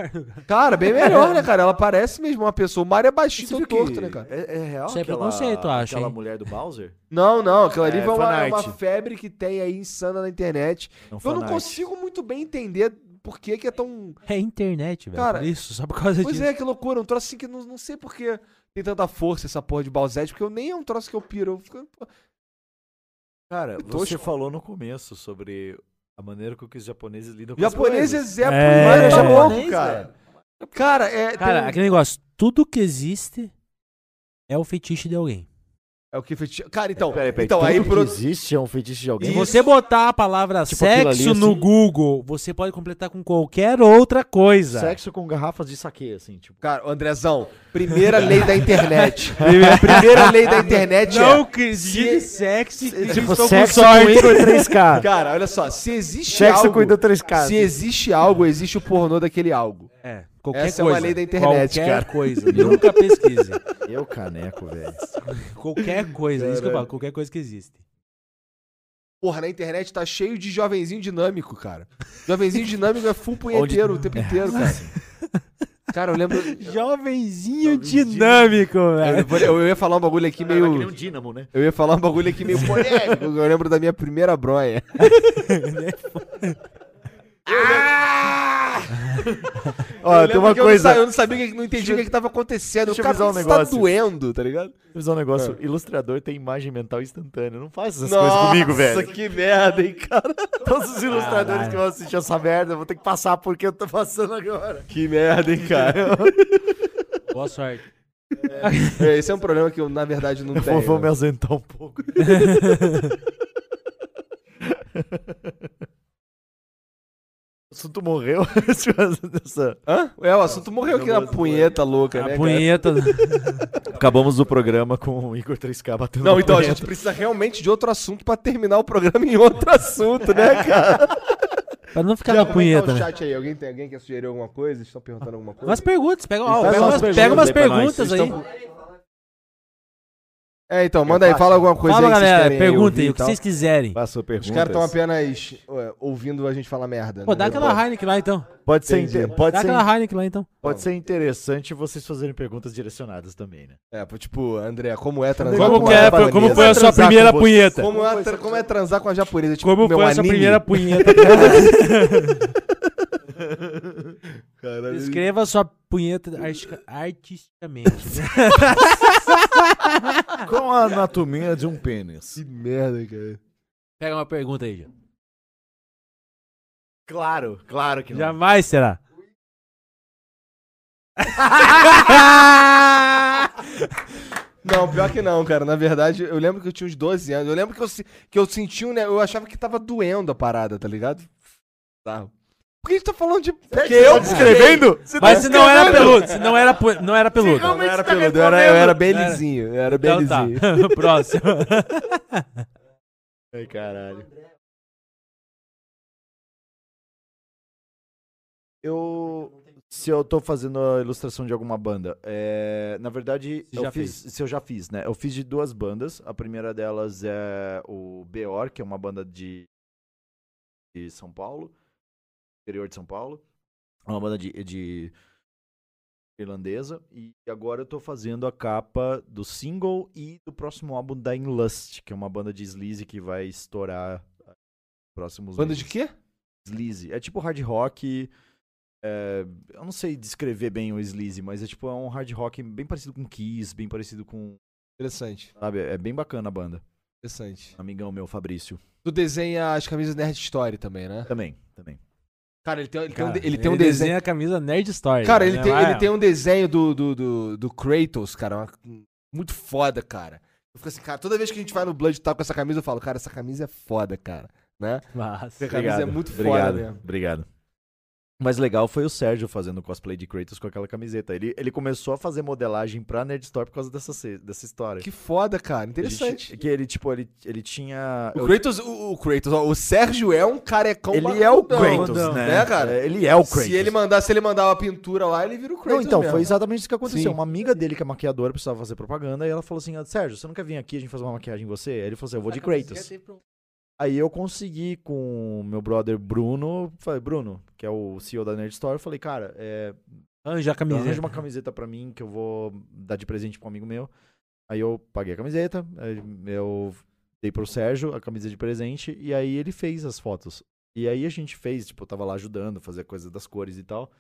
[SPEAKER 1] Cara, bem melhor, né, cara? Ela parece mesmo uma pessoa. O Mario é baixinho,
[SPEAKER 3] Você
[SPEAKER 1] todo
[SPEAKER 3] viu
[SPEAKER 1] torto,
[SPEAKER 3] que
[SPEAKER 1] né, cara?
[SPEAKER 3] É, é real
[SPEAKER 2] Isso é
[SPEAKER 3] aquela-
[SPEAKER 2] preconceito, eu acho,
[SPEAKER 3] Aquela
[SPEAKER 2] hein?
[SPEAKER 3] mulher do Bowser?
[SPEAKER 1] Não, não, aquilo ali
[SPEAKER 3] É,
[SPEAKER 1] é, uma, é uma
[SPEAKER 3] fanart. É um
[SPEAKER 1] febre que tem aí insana na internet. Eu não consigo muito bem entender por que, que é tão.
[SPEAKER 2] É internet, velho.
[SPEAKER 1] Cara,
[SPEAKER 2] por isso, só por causa
[SPEAKER 1] Pois
[SPEAKER 2] disso.
[SPEAKER 1] é, que loucura. Um troço assim que não, não sei por que tem tanta força essa porra de Balzete, porque eu nem é um troço que eu piro. Eu fico-
[SPEAKER 3] Cara, você
[SPEAKER 1] É tosco.
[SPEAKER 3] falou no começo sobre a maneira com que os japoneses lidam com
[SPEAKER 1] Japonês é
[SPEAKER 3] as coisas.
[SPEAKER 1] Zé
[SPEAKER 2] É.
[SPEAKER 1] Mano, tá louco,
[SPEAKER 2] Japonês,
[SPEAKER 1] cara. Cara, é.
[SPEAKER 2] Cara,
[SPEAKER 1] tem um-
[SPEAKER 2] aquele negócio, tudo que existe é o fetiche de alguém.
[SPEAKER 1] É o que fetiche. Cara, então.
[SPEAKER 3] Peraí, peraí,
[SPEAKER 1] então,
[SPEAKER 3] tudo
[SPEAKER 1] aí
[SPEAKER 3] que
[SPEAKER 1] por outro.
[SPEAKER 3] existe é um feitiço de
[SPEAKER 2] Se
[SPEAKER 3] alguém?
[SPEAKER 2] você botar a palavra
[SPEAKER 3] Tipo aquilo ali,
[SPEAKER 2] sexo no
[SPEAKER 3] assim.
[SPEAKER 2] Google, você pode completar com qualquer outra coisa. [LAUGHS]
[SPEAKER 3] Sexo com garrafas de saque, assim, tipo.
[SPEAKER 1] Cara, Andrezão, primeira lei da internet.
[SPEAKER 2] é
[SPEAKER 1] Primeira- [LAUGHS] primeira lei da internet é.
[SPEAKER 2] Não, Cris, diga sexo e
[SPEAKER 3] Tipo,
[SPEAKER 2] estou com
[SPEAKER 3] sexo
[SPEAKER 2] sorte.
[SPEAKER 3] com Igor
[SPEAKER 1] [LAUGHS]
[SPEAKER 3] 3K.
[SPEAKER 1] é, Cara, olha só, se existe
[SPEAKER 3] Sexo
[SPEAKER 1] algo.
[SPEAKER 3] com Igor 3K.
[SPEAKER 1] Se existe algo, existe o pornô daquele algo.
[SPEAKER 2] É, qualquer
[SPEAKER 1] Essa é uma
[SPEAKER 2] coisa.
[SPEAKER 1] lei da internet,
[SPEAKER 2] qualquer
[SPEAKER 1] cara.
[SPEAKER 2] coisa. Nunca pesquise.
[SPEAKER 3] Eu caneco, velho.
[SPEAKER 2] Qualquer coisa. Isso que eu falo, qualquer coisa que existe.
[SPEAKER 1] Porra, na internet tá cheio de jovenzinho dinâmico, cara. Jovenzinho dinâmico é full punheteiro o tempo inteiro, cara. Cara, É. eu lembro.
[SPEAKER 2] Jovenzinho dinâmico, velho.
[SPEAKER 1] Eu, eu ia falar um bagulho aqui
[SPEAKER 3] Caralho, que nem
[SPEAKER 1] meio.
[SPEAKER 3] um dínamo, né?
[SPEAKER 1] Eu ia falar um bagulho aqui [LAUGHS] meio polêmico. Eu lembro da minha primeira broia. [LAUGHS] Ó, Ah, tem
[SPEAKER 3] lembro
[SPEAKER 1] uma
[SPEAKER 3] que eu não
[SPEAKER 1] coisa.
[SPEAKER 3] sa-
[SPEAKER 1] eu não sabia, que, não entendi o que, que tava acontecendo.
[SPEAKER 3] Deixa eu
[SPEAKER 1] eu cara,
[SPEAKER 3] avisar um
[SPEAKER 1] isso
[SPEAKER 3] negócio.
[SPEAKER 1] tá doendo, tá ligado?
[SPEAKER 3] Vou dizer um negócio. Ilustrador tem imagem mental instantânea. Não faz essas coisas comigo, velho.
[SPEAKER 1] que merda, hein, cara?
[SPEAKER 3] Todos os ilustradores que vão assistir essa merda vão ter que passar porque eu tô passando agora.
[SPEAKER 1] Que merda, hein, [LAUGHS] cara?
[SPEAKER 2] Boa sorte.
[SPEAKER 1] É, Esse é um problema que eu, na verdade, não
[SPEAKER 3] Vou,
[SPEAKER 1] tenho.
[SPEAKER 3] vou me ausentar um pouco. [LAUGHS] O assunto morreu. [LAUGHS] Deixa eu fazer essa-
[SPEAKER 1] Hã? É, o assunto morreu aqui na punheta louca, né,
[SPEAKER 2] A
[SPEAKER 1] cara?
[SPEAKER 2] punheta.
[SPEAKER 3] Acabamos o programa com o Igor 3K batendo
[SPEAKER 1] Não,
[SPEAKER 3] na
[SPEAKER 1] então a
[SPEAKER 3] punheta.
[SPEAKER 1] gente precisa realmente de outro assunto pra terminar o programa em outro [LAUGHS] assunto, né, cara?
[SPEAKER 2] pra não ficar
[SPEAKER 1] Já
[SPEAKER 2] na
[SPEAKER 1] aproveitar
[SPEAKER 2] punheta,
[SPEAKER 3] então,
[SPEAKER 1] o
[SPEAKER 2] né?
[SPEAKER 1] chat aí. Alguém, tem, alguém quer sugerir alguma coisa? Estão perguntando alguma coisa?
[SPEAKER 2] Umas perguntas, pega, ó,
[SPEAKER 3] Faz
[SPEAKER 2] pega
[SPEAKER 3] umas
[SPEAKER 2] umas,
[SPEAKER 3] perguntas
[SPEAKER 2] pega umas
[SPEAKER 3] aí pra nós,
[SPEAKER 2] perguntas
[SPEAKER 3] vocês
[SPEAKER 2] aí.
[SPEAKER 3] estão-
[SPEAKER 1] É, então, manda aí, fala alguma coisa
[SPEAKER 2] Fala,
[SPEAKER 1] aí que vocês
[SPEAKER 2] galera,
[SPEAKER 1] querem aí
[SPEAKER 2] perguntem
[SPEAKER 1] ouvir e
[SPEAKER 2] o que
[SPEAKER 1] tal.
[SPEAKER 2] vocês quiserem.
[SPEAKER 3] Faça perguntas.
[SPEAKER 1] Os caras estão apenas ué, ouvindo a gente falar merda.
[SPEAKER 2] Pô,
[SPEAKER 1] né?
[SPEAKER 2] dá aquela Heineken lá então.
[SPEAKER 3] Pode ser,
[SPEAKER 1] Entendi.
[SPEAKER 3] inte- pode
[SPEAKER 2] Dá
[SPEAKER 3] ser,
[SPEAKER 2] aquela Heineken lá então.
[SPEAKER 3] pode ser interessante vocês fazerem perguntas direcionadas também, né?
[SPEAKER 1] É, pô, tipo, André, como é transar
[SPEAKER 2] Como
[SPEAKER 1] com
[SPEAKER 2] que
[SPEAKER 1] uma
[SPEAKER 2] é,
[SPEAKER 1] japonesa?
[SPEAKER 2] como foi a sua
[SPEAKER 3] transar com
[SPEAKER 2] primeira
[SPEAKER 3] você.
[SPEAKER 2] punheta?
[SPEAKER 1] Como é, tra- como é transar com a japonesa? Tipo,
[SPEAKER 2] Como
[SPEAKER 1] meu
[SPEAKER 2] foi a sua
[SPEAKER 1] anime?
[SPEAKER 3] [LAUGHS]
[SPEAKER 2] primeira punheta?
[SPEAKER 1] Caralho.
[SPEAKER 2] Escreva a sua punheta artistica- artisticamente.
[SPEAKER 4] Qual a anatomia de um pênis?
[SPEAKER 1] Que merda, cara.
[SPEAKER 2] Pega uma pergunta aí, já.
[SPEAKER 3] Claro, claro que não.
[SPEAKER 2] Jamais será.
[SPEAKER 1] Não, pior que não, cara. Na verdade, eu lembro que eu tinha uns 12 anos. Eu lembro que eu, se- que eu senti um. ne- Eu achava que tava doendo a parada, tá ligado? Tá. Por que a gente tá falando de. Porque eu
[SPEAKER 3] Escrevendo? Você
[SPEAKER 2] Mas se não era peludo, se não era, pu- não era peludo.
[SPEAKER 1] Não, tá eu era peludo, eu era, eu era bem lisinho. Eu era bem
[SPEAKER 2] Então tá,
[SPEAKER 1] lisinho.
[SPEAKER 2] [LAUGHS] próximo.
[SPEAKER 3] Ai, caralho. Eu. Se eu tô fazendo a ilustração de alguma banda, é, na verdade,
[SPEAKER 2] Se
[SPEAKER 3] eu
[SPEAKER 2] já
[SPEAKER 3] fiz, se eu já fiz, né? Eu fiz de duas bandas. A primeira delas é o Beor, que é uma banda de, de São Paulo, interior de São Paulo. É uma banda de, de irlandesa. E agora eu tô fazendo a capa do single e do próximo álbum da In Lust, que é uma banda de sleaze que vai estourar nos próximos
[SPEAKER 1] Banda
[SPEAKER 3] meses.
[SPEAKER 1] de quê?
[SPEAKER 3] Sleaze. É tipo hard rock. é, eu não sei descrever bem o Sleaze, mas é tipo é um hard rock bem parecido com Kiss, bem parecido com.
[SPEAKER 1] Interessante,
[SPEAKER 3] Sabe? É bem bacana a banda.
[SPEAKER 1] interessante.
[SPEAKER 3] Amigão meu, Fabrício.
[SPEAKER 1] Tu desenha as camisas Nerd Story também, né?
[SPEAKER 3] Também, também.
[SPEAKER 1] Cara, ele tem, ele tem um,
[SPEAKER 2] Cara,
[SPEAKER 1] de- ele tem um desenho.
[SPEAKER 2] a camisa Nerd Story.
[SPEAKER 1] Cara,
[SPEAKER 2] né?
[SPEAKER 1] ele tem,
[SPEAKER 2] Vai,
[SPEAKER 1] ele
[SPEAKER 2] ó.
[SPEAKER 1] tem um desenho do, do, do, do Kratos, cara. uma- muito foda, cara. Eu fico assim, cara, toda vez que a gente vai no Blood e tal com essa camisa, eu falo, cara, essa camisa é foda, cara. Né?
[SPEAKER 3] tá
[SPEAKER 2] Massa.
[SPEAKER 1] Essa camisa é muito
[SPEAKER 3] obrigado,
[SPEAKER 1] foda mesmo.
[SPEAKER 3] Obrigado. Mas legal foi o Sérgio fazendo cosplay de Kratos com aquela camiseta. Ele, ele começou a fazer modelagem pra Nerd Store por causa dessa, ce- dessa história.
[SPEAKER 1] Que foda, cara.
[SPEAKER 3] Ele ti-
[SPEAKER 1] Interessante.
[SPEAKER 3] que ele, tipo, ele, ele tinha.
[SPEAKER 1] O
[SPEAKER 3] eu-
[SPEAKER 1] Kratos, o, o Kratos, ó, o Sérgio é um carecão
[SPEAKER 3] ele é o
[SPEAKER 1] barrudão,
[SPEAKER 3] Kratos, né?
[SPEAKER 1] cara?
[SPEAKER 3] É, Ele é o Kratos.
[SPEAKER 1] Se ele mandar, se ele mandar uma pintura lá, ele vira o Kratos.
[SPEAKER 3] Não, então,
[SPEAKER 1] mesmo.
[SPEAKER 3] foi exatamente isso que aconteceu.
[SPEAKER 1] Sim.
[SPEAKER 3] Uma amiga dele, que é maquiadora, precisava fazer propaganda, e ela falou assim: "Ah, Sérgio, você não quer vir aqui a gente fazer uma maquiagem em você? Aí ele falou assim: eu vou de Kratos. Aí eu consegui com o meu brother Bruno, falei, Bruno, que é o CEO da Nerd Store, eu falei, cara, é,
[SPEAKER 2] Anja a camisa.
[SPEAKER 3] arranja uma camiseta pra mim que eu vou dar de presente pra um amigo meu. Aí eu paguei a camiseta, aí eu dei pro Sérgio a camisa de presente, e aí ele fez as fotos. E aí a gente fez, tipo, eu tava lá ajudando, fazer coisa das cores e tal.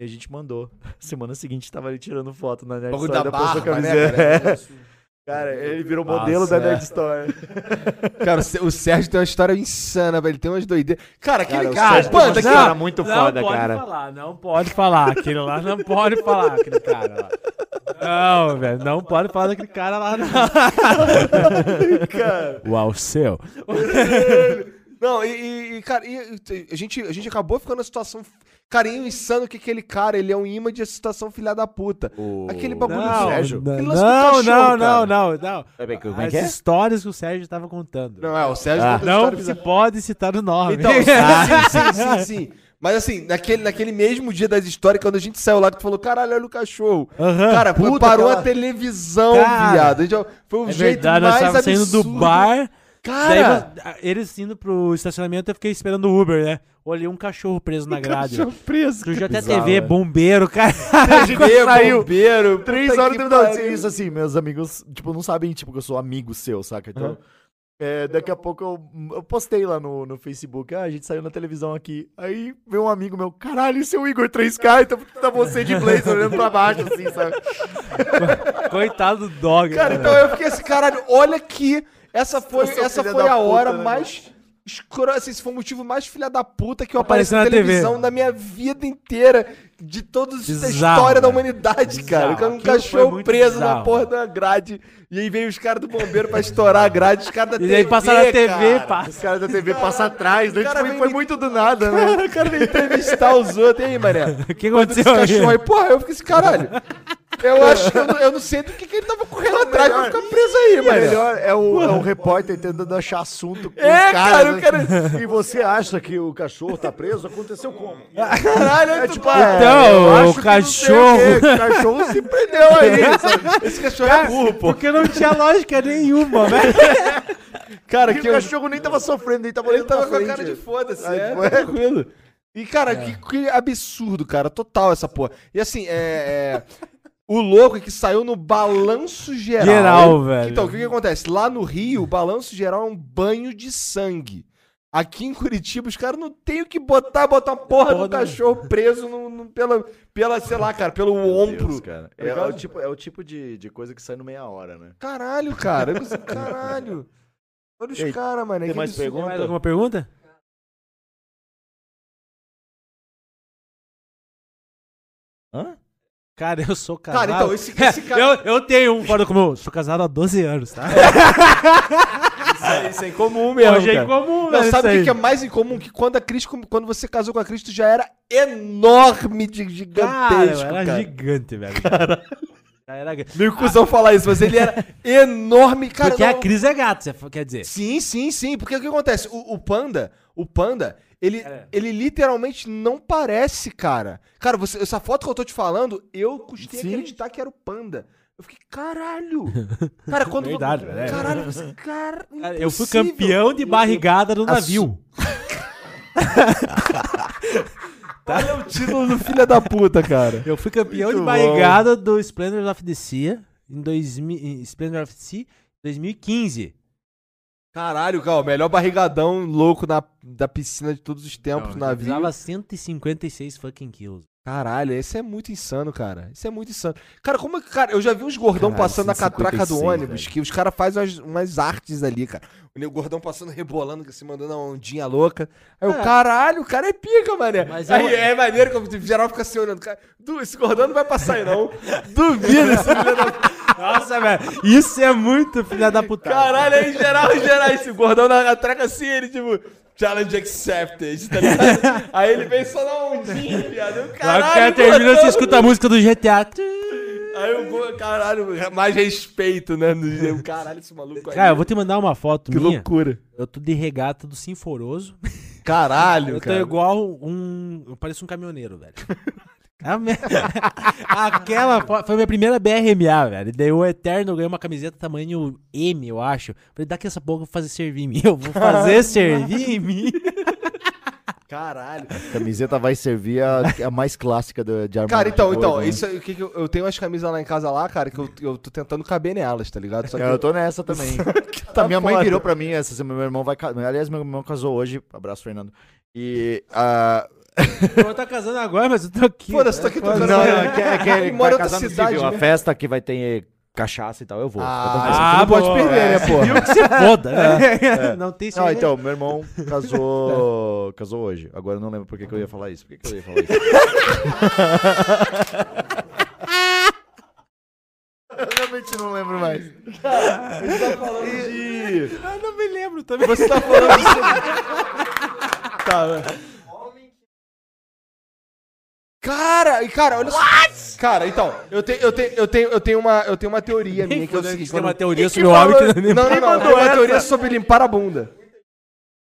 [SPEAKER 3] E a gente mandou. [LAUGHS] Semana seguinte tava ali tirando foto na Nerd
[SPEAKER 1] Bagulho da
[SPEAKER 3] Store da pessoa
[SPEAKER 1] barba, né,
[SPEAKER 3] camiseta. [LAUGHS]
[SPEAKER 1] cara?
[SPEAKER 3] Cara, ele virou
[SPEAKER 1] Nossa,
[SPEAKER 3] modelo da
[SPEAKER 1] é. [LAUGHS]
[SPEAKER 3] Nerd Store.
[SPEAKER 1] Cara, o Sé- o Sérgio tem uma história insana, velho. Ele tem umas doideiras. Cara, aquele
[SPEAKER 3] o
[SPEAKER 1] cara,
[SPEAKER 3] Sérgio tem
[SPEAKER 1] panda,
[SPEAKER 3] umas
[SPEAKER 1] aquele-
[SPEAKER 3] cara muito foda,
[SPEAKER 2] pode
[SPEAKER 3] cara.
[SPEAKER 2] falar, não pode falar. Aquele lá [LAUGHS] não pode falar, aquele cara lá. Não, velho, não pode falar daquele cara lá, não. Uau, seu.
[SPEAKER 1] [LAUGHS] Não, e, e- e, cara, e- e- a, gente, a gente acabou ficando na situação. Cara, e o insano que aquele cara, ele é um imã de situação filha da puta. Aquele bagulho
[SPEAKER 2] Não,
[SPEAKER 1] do Sérgio.
[SPEAKER 2] não,
[SPEAKER 1] Aquele lance do
[SPEAKER 2] não,
[SPEAKER 1] cachorro,
[SPEAKER 2] não,
[SPEAKER 1] cara.
[SPEAKER 2] não, não, não.
[SPEAKER 3] Como é
[SPEAKER 2] As
[SPEAKER 3] que é?
[SPEAKER 2] histórias que o Sérgio tava contando.
[SPEAKER 1] Não, é, o Sérgio
[SPEAKER 3] Ah,
[SPEAKER 1] conta
[SPEAKER 2] Não
[SPEAKER 1] história
[SPEAKER 2] se
[SPEAKER 1] bizarra.
[SPEAKER 2] pode citar o nome. [LAUGHS]
[SPEAKER 1] Então,
[SPEAKER 2] ah.
[SPEAKER 1] sim, sim, sim, sim. Mas assim, naquele, naquele mesmo dia das histórias, quando a gente saiu lá, que tu falou, caralho, olha o cachorro.
[SPEAKER 2] Aham.
[SPEAKER 1] cara, foi-
[SPEAKER 3] puta,
[SPEAKER 1] parou
[SPEAKER 3] aquela-
[SPEAKER 1] a televisão,
[SPEAKER 2] Cara.
[SPEAKER 1] viado. A gente, foi o
[SPEAKER 2] É
[SPEAKER 1] Um jeito
[SPEAKER 2] verdade, nós
[SPEAKER 1] mais
[SPEAKER 2] estávamos
[SPEAKER 1] absurdo.
[SPEAKER 2] saindo do bar, Daí,
[SPEAKER 1] Cara!
[SPEAKER 2] vo- a- eles indo pro estacionamento, eu fiquei esperando o Uber, né? Olhei um cachorro preso na grade.
[SPEAKER 1] Surpreso,
[SPEAKER 2] Tu já até
[SPEAKER 1] bizarro,
[SPEAKER 2] TV,
[SPEAKER 1] né?
[SPEAKER 2] bombeiro, cara. [LAUGHS]
[SPEAKER 1] Meu
[SPEAKER 3] saiu.
[SPEAKER 1] bombeiro,
[SPEAKER 3] Três
[SPEAKER 1] puta
[SPEAKER 3] horas
[SPEAKER 1] que
[SPEAKER 3] da tarde.
[SPEAKER 1] pariu.
[SPEAKER 3] Isso assim, meus amigos, tipo, não sabem, tipo, que eu sou amigo seu, saca? Então. é, daqui a pouco eu, eu postei lá no, no Facebook, ah, a gente saiu na televisão aqui. Aí veio um amigo meu, caralho, esse é o Igor 3K, então tá você de blazer olhando pra baixo, assim, sabe?
[SPEAKER 2] Coitado do dog. né?
[SPEAKER 1] Cara, então eu fiquei assim, caralho, olha que essa foi,
[SPEAKER 3] Eu sou
[SPEAKER 1] essa
[SPEAKER 3] filha
[SPEAKER 1] foi
[SPEAKER 3] da
[SPEAKER 1] a
[SPEAKER 3] puta,
[SPEAKER 1] hora
[SPEAKER 3] né,
[SPEAKER 1] mais escro... assim, esse foi o motivo mais filha da puta que eu apareci
[SPEAKER 2] Apareceu
[SPEAKER 1] na
[SPEAKER 2] na TV.
[SPEAKER 1] televisão da minha vida inteira, de toda a
[SPEAKER 2] Bizarro,
[SPEAKER 1] história da
[SPEAKER 2] né?
[SPEAKER 1] humanidade, cara.
[SPEAKER 2] Bizarro.
[SPEAKER 1] Um
[SPEAKER 2] Aquilo foi
[SPEAKER 1] cachorro
[SPEAKER 2] muito
[SPEAKER 1] preso na
[SPEAKER 2] bizarro.
[SPEAKER 1] porra da grade, e aí veio os caras do bombeiro pra estourar a grade, os caras da
[SPEAKER 2] E aí passaram na TV,
[SPEAKER 1] cara.
[SPEAKER 2] pá.
[SPEAKER 3] Os caras da TV passam atrás, né?
[SPEAKER 1] cara
[SPEAKER 3] Tipo,
[SPEAKER 1] vem
[SPEAKER 3] foi
[SPEAKER 1] me-
[SPEAKER 3] muito do nada, né?
[SPEAKER 1] O cara veio entrevistar os outros, e aí, mané?
[SPEAKER 2] O que
[SPEAKER 1] Esse
[SPEAKER 2] aconteceu aí?
[SPEAKER 3] é.
[SPEAKER 1] cachorro aí, porra, eu fiquei assim, caralho.
[SPEAKER 3] [LAUGHS]
[SPEAKER 1] Eu acho que eu não, eu não sei do que, que ele tava correndo atrás pra
[SPEAKER 3] melhor-
[SPEAKER 1] ficar preso aí,
[SPEAKER 3] O
[SPEAKER 1] mano.
[SPEAKER 3] melhor é o, é o repórter tentando achar assunto com
[SPEAKER 1] É,
[SPEAKER 3] os
[SPEAKER 1] cara,
[SPEAKER 3] caras. né?
[SPEAKER 1] o cara-
[SPEAKER 3] E você acha que o cachorro tá preso? Aconteceu como?
[SPEAKER 1] [LAUGHS] Caralho, é, tipo, ah,
[SPEAKER 2] então,
[SPEAKER 1] eu
[SPEAKER 2] o
[SPEAKER 1] acho que não sei o quê, que o cachorro se prendeu aí.
[SPEAKER 3] [LAUGHS]
[SPEAKER 1] sabe? Esse cachorro é burro, pô.
[SPEAKER 2] Porque não tinha lógica nenhuma, né?
[SPEAKER 1] Cara,
[SPEAKER 3] E
[SPEAKER 1] que
[SPEAKER 3] o
[SPEAKER 1] eu-
[SPEAKER 3] cachorro nem tava sofrendo, ele tava
[SPEAKER 1] um ele
[SPEAKER 3] olhando
[SPEAKER 1] tava
[SPEAKER 3] pra
[SPEAKER 1] com a
[SPEAKER 3] frente.
[SPEAKER 1] cara de foda-se,
[SPEAKER 3] Aí,
[SPEAKER 1] é,
[SPEAKER 3] foi.
[SPEAKER 1] tranquilo. É. E, cara, que, que absurdo, cara. Total essa porra. E assim, é. é, O louco é que saiu no balanço geral.
[SPEAKER 2] Geral, velho.
[SPEAKER 1] Então, o que, que acontece? Lá no Rio, o balanço geral é um banho de sangue. Aqui em Curitiba, os caras não tem o que botar, botar a porra do
[SPEAKER 2] Porra.
[SPEAKER 1] cachorro preso no, no- pela, pela, sei lá, cara, pelo ombro.
[SPEAKER 3] Deus, cara. É, é o tipo, é o tipo de, de coisa que sai no meia hora, né?
[SPEAKER 1] Caralho, cara. eu pensei, Caralho. Olha os
[SPEAKER 3] Ei,
[SPEAKER 1] caras, mano. é
[SPEAKER 3] tem
[SPEAKER 1] que
[SPEAKER 3] mais
[SPEAKER 1] absurdo.
[SPEAKER 3] perguntas?
[SPEAKER 2] Mais alguma pergunta?
[SPEAKER 3] Hã?
[SPEAKER 2] Cara, eu sou casado.
[SPEAKER 1] Cara, então, esse, esse cara...
[SPEAKER 2] [LAUGHS] eu, eu tenho um fora do comum. Sou casado há 12 anos, tá?
[SPEAKER 1] Isso é incomum mesmo,
[SPEAKER 2] Hoje é
[SPEAKER 1] cara.
[SPEAKER 2] incomum,
[SPEAKER 1] Não,
[SPEAKER 2] velho.
[SPEAKER 1] sabe o
[SPEAKER 2] isso
[SPEAKER 1] que, que é
[SPEAKER 2] aí.
[SPEAKER 1] mais incomum? Que quando a Cris, quando você casou com a Cris, tu já era enorme, de
[SPEAKER 2] Cara, eu
[SPEAKER 1] é gigantesco,
[SPEAKER 2] era
[SPEAKER 1] cara.
[SPEAKER 2] gigante, velho. Já era grande.
[SPEAKER 1] Meio cuzão falar isso, mas ele era enorme, cara.
[SPEAKER 2] Porque
[SPEAKER 1] não-
[SPEAKER 2] a Cris é gato, você f- quer dizer.
[SPEAKER 1] Sim, sim, sim. Porque o que acontece? O, o panda, o panda, ele,
[SPEAKER 2] É.
[SPEAKER 1] ele literalmente não parece, cara. Cara, você, essa foto que eu tô te falando, eu custei
[SPEAKER 3] Sim.
[SPEAKER 1] acreditar que era o panda. Eu fiquei,
[SPEAKER 2] [LAUGHS]
[SPEAKER 1] caralho! Cara, quando.
[SPEAKER 2] Verdade, velho, é.
[SPEAKER 1] Caralho, você, cara,
[SPEAKER 2] Cara, eu fui
[SPEAKER 1] impossível.
[SPEAKER 2] campeão de barrigada
[SPEAKER 1] [LAUGHS]
[SPEAKER 2] no navio.
[SPEAKER 1] Olha o título do filho da puta, cara.
[SPEAKER 2] Eu fui campeão
[SPEAKER 3] Muito
[SPEAKER 2] de barrigada do Splendor of the Sea em, 2000, em Splendor of the Sea 2015.
[SPEAKER 1] Caralho, cara, o melhor barrigadão louco na, da piscina de todos os tempos,
[SPEAKER 2] Eu
[SPEAKER 1] no navio.
[SPEAKER 2] pesava 156 fucking quilos.
[SPEAKER 1] Caralho, esse é muito insano, cara. Isso é muito insano. Cara, como é que. Cara, eu já vi uns gordão
[SPEAKER 3] Caralho,
[SPEAKER 1] passando na catraca do
[SPEAKER 3] 156,
[SPEAKER 1] ônibus,
[SPEAKER 3] velho.
[SPEAKER 1] que os caras fazem umas, umas artes ali, cara. O nego gordão passando, [LAUGHS] rebolando, se mandando uma ondinha louca. Aí o caralho, o cara é pica, mané.
[SPEAKER 2] Mas
[SPEAKER 1] aí
[SPEAKER 2] eu-
[SPEAKER 1] é maneiro que o geral fica se olhando. Cara, du, esse gordão não vai passar aí, [LAUGHS] não. Duvido esse filho da
[SPEAKER 2] Nossa, velho. Isso é muito filha da puta.
[SPEAKER 1] Caralho, aí geral, geral, esse gordão na catraca assim, ele tipo, challenge accepted, tá ligado? aí ele vem só na ondinha, viado. Caralho,
[SPEAKER 2] Lá que o cara termina,
[SPEAKER 1] gordão.
[SPEAKER 2] você escuta a música do GTA.
[SPEAKER 1] Aí eu vou, caralho, mais respeito, né? No, caralho, esse maluco aí.
[SPEAKER 2] Cara, eu vou te mandar uma foto
[SPEAKER 1] que
[SPEAKER 2] minha.
[SPEAKER 1] loucura.
[SPEAKER 2] Eu tô de regata do Sinforoso.
[SPEAKER 1] Caralho,
[SPEAKER 2] Eu tô
[SPEAKER 1] cara.
[SPEAKER 2] igual um. Eu pareço um caminhoneiro, velho. [LAUGHS] A me- [LAUGHS] Aquela fo- foi minha primeira BRMA, velho. Daí o Eterno ganhou uma camiseta tamanho M, eu acho. Falei, daqui essa pouco eu vou fazer servir em mim. [LAUGHS] Eu
[SPEAKER 1] [LAUGHS]
[SPEAKER 2] vou fazer servir em mim.
[SPEAKER 1] Caralho.
[SPEAKER 3] Camiseta vai servir a, a mais clássica do, de armário.
[SPEAKER 1] Cara, então,
[SPEAKER 3] de
[SPEAKER 1] então,
[SPEAKER 3] gordo, né?
[SPEAKER 1] isso é o que que eu, eu tenho umas camisas lá em casa lá, cara, que eu, eu tô tentando caber nelas, tá ligado? Só que
[SPEAKER 3] É, Eu tô nessa também.
[SPEAKER 1] [LAUGHS] tá
[SPEAKER 3] minha mãe
[SPEAKER 1] foda.
[SPEAKER 3] virou pra mim essa semana. Meu irmão vai. ca- Aliás, meu irmão casou hoje. Abraço, Fernando. E. ah,
[SPEAKER 2] Eu tá casando agora, mas eu tô aqui.
[SPEAKER 1] Foda-se, tô aqui
[SPEAKER 3] não,
[SPEAKER 1] tocando.
[SPEAKER 3] não, [LAUGHS] é que, é que ele
[SPEAKER 1] mora
[SPEAKER 3] vai
[SPEAKER 1] em outra
[SPEAKER 3] casar no
[SPEAKER 1] cidade.
[SPEAKER 3] civil. A
[SPEAKER 1] né?
[SPEAKER 3] festa que vai ter cachaça e tal, eu vou. Eu tô-
[SPEAKER 1] Ah, você não pode perder, né, pô?
[SPEAKER 2] Viu que se Tá foda,
[SPEAKER 1] É,
[SPEAKER 2] [LAUGHS] né? Não
[SPEAKER 1] Ah,
[SPEAKER 2] tem
[SPEAKER 3] Não,
[SPEAKER 2] cerveja.
[SPEAKER 3] então, meu irmão casou. [LAUGHS] casou hoje. Agora eu não lembro por que, que eu ia falar isso. Por que, que eu ia falar isso? eu realmente não lembro mais.
[SPEAKER 2] Eu não me lembro também.
[SPEAKER 1] Você tá falando isso. tá, né? Cara, e cara, olha só. Cara, então, eu tenho, eu tenho, eu tenho, eu tenho uma, eu tenho uma teoria minha que é o seguinte,
[SPEAKER 2] tem uma
[SPEAKER 1] quando-
[SPEAKER 2] teoria sobre o né? homem que
[SPEAKER 1] Não,
[SPEAKER 2] não
[SPEAKER 1] não, não, eu tenho uma
[SPEAKER 3] essa?
[SPEAKER 1] teoria sobre limpar a bunda.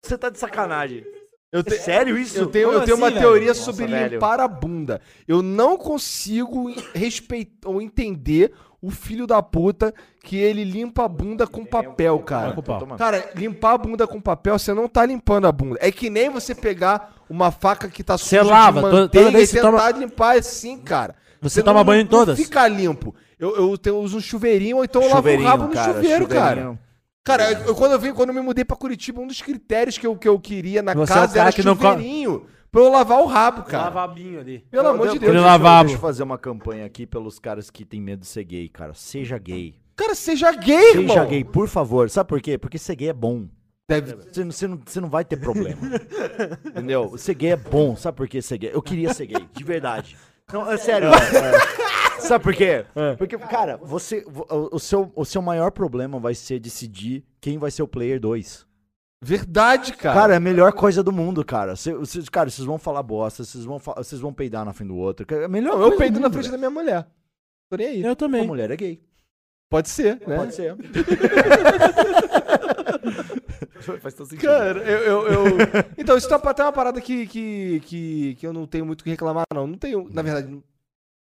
[SPEAKER 3] Você tá de sacanagem.
[SPEAKER 1] Eu te-
[SPEAKER 3] Sério isso?
[SPEAKER 1] Eu tenho,
[SPEAKER 2] É Como
[SPEAKER 1] eu tenho uma
[SPEAKER 2] assim, velho?
[SPEAKER 1] teoria
[SPEAKER 3] Nossa,
[SPEAKER 1] sobre
[SPEAKER 3] velho.
[SPEAKER 1] limpar a bunda. Eu não consigo respeitar ou entender o filho da puta que ele limpa a bunda com papel, cara.
[SPEAKER 2] com pau.
[SPEAKER 3] Toma.
[SPEAKER 1] Cara, limpar a bunda com papel, você não tá limpando a bunda. É que nem você pegar uma faca que tá
[SPEAKER 2] Você
[SPEAKER 1] suja
[SPEAKER 2] lava,
[SPEAKER 1] de
[SPEAKER 2] toda- toda
[SPEAKER 1] manteiga
[SPEAKER 2] vez
[SPEAKER 1] e
[SPEAKER 2] você
[SPEAKER 1] tentar
[SPEAKER 2] toma-
[SPEAKER 1] limpar assim, cara.
[SPEAKER 2] Você toma banho em todas?
[SPEAKER 1] Não fica limpo. Eu, eu tenho- uso um chuveirinho ou então eu lavo o rabo no chuveiro, cara. Cara, eu, eu- quando eu vim, quando eu me mudei pra Curitiba, um dos critérios que eu, que eu queria na
[SPEAKER 2] Você é o
[SPEAKER 1] casa
[SPEAKER 2] cara
[SPEAKER 1] era
[SPEAKER 2] que não co-
[SPEAKER 1] chuveirinho pra eu lavar o rabo, cara.
[SPEAKER 2] Lavabinho ali.
[SPEAKER 1] Pelo amor de Deus.
[SPEAKER 2] Ele
[SPEAKER 3] Deixa,
[SPEAKER 1] gente.
[SPEAKER 2] lavava.
[SPEAKER 3] deixa eu fazer uma campanha aqui pelos caras que têm medo de ser gay, cara. Seja gay.
[SPEAKER 1] Cara, seja gay, irmão.
[SPEAKER 3] Seja gay, por favor. Sabe por quê? Porque ser gay é bom.
[SPEAKER 1] Deve-
[SPEAKER 3] Você não, você não, você não vai ter problema. Entendeu? Ser gay é bom. Sabe por que ser gay? Eu queria ser gay, de verdade. Não, é sério. é, é. Sabe por quê? Porque, cara, você, vo- o, o seu, o seu maior problema vai ser decidir quem vai ser o player 2.
[SPEAKER 1] Verdade, cara.
[SPEAKER 3] Cara, é a melhor coisa do mundo, cara. Cê, cê- cara, vocês vão falar bosta, vocês vão, fa- vocês vão peidar na frente do outro. cara, É a melhor
[SPEAKER 1] Não,
[SPEAKER 3] coisa
[SPEAKER 1] eu
[SPEAKER 3] do
[SPEAKER 1] peido na
[SPEAKER 3] mundo,
[SPEAKER 1] frente
[SPEAKER 3] velho.
[SPEAKER 1] da minha mulher. Tô nem aí.
[SPEAKER 2] Eu
[SPEAKER 3] A
[SPEAKER 2] também.
[SPEAKER 3] mulher é gay.
[SPEAKER 1] Pode ser, né? [LAUGHS]
[SPEAKER 3] Pode ser. Faz todo sentido.
[SPEAKER 1] Cara, eu. eu, eu... então, isso tá até uma parada que, que, que, que eu não tenho muito o que reclamar, não. Não tenho, na verdade. Não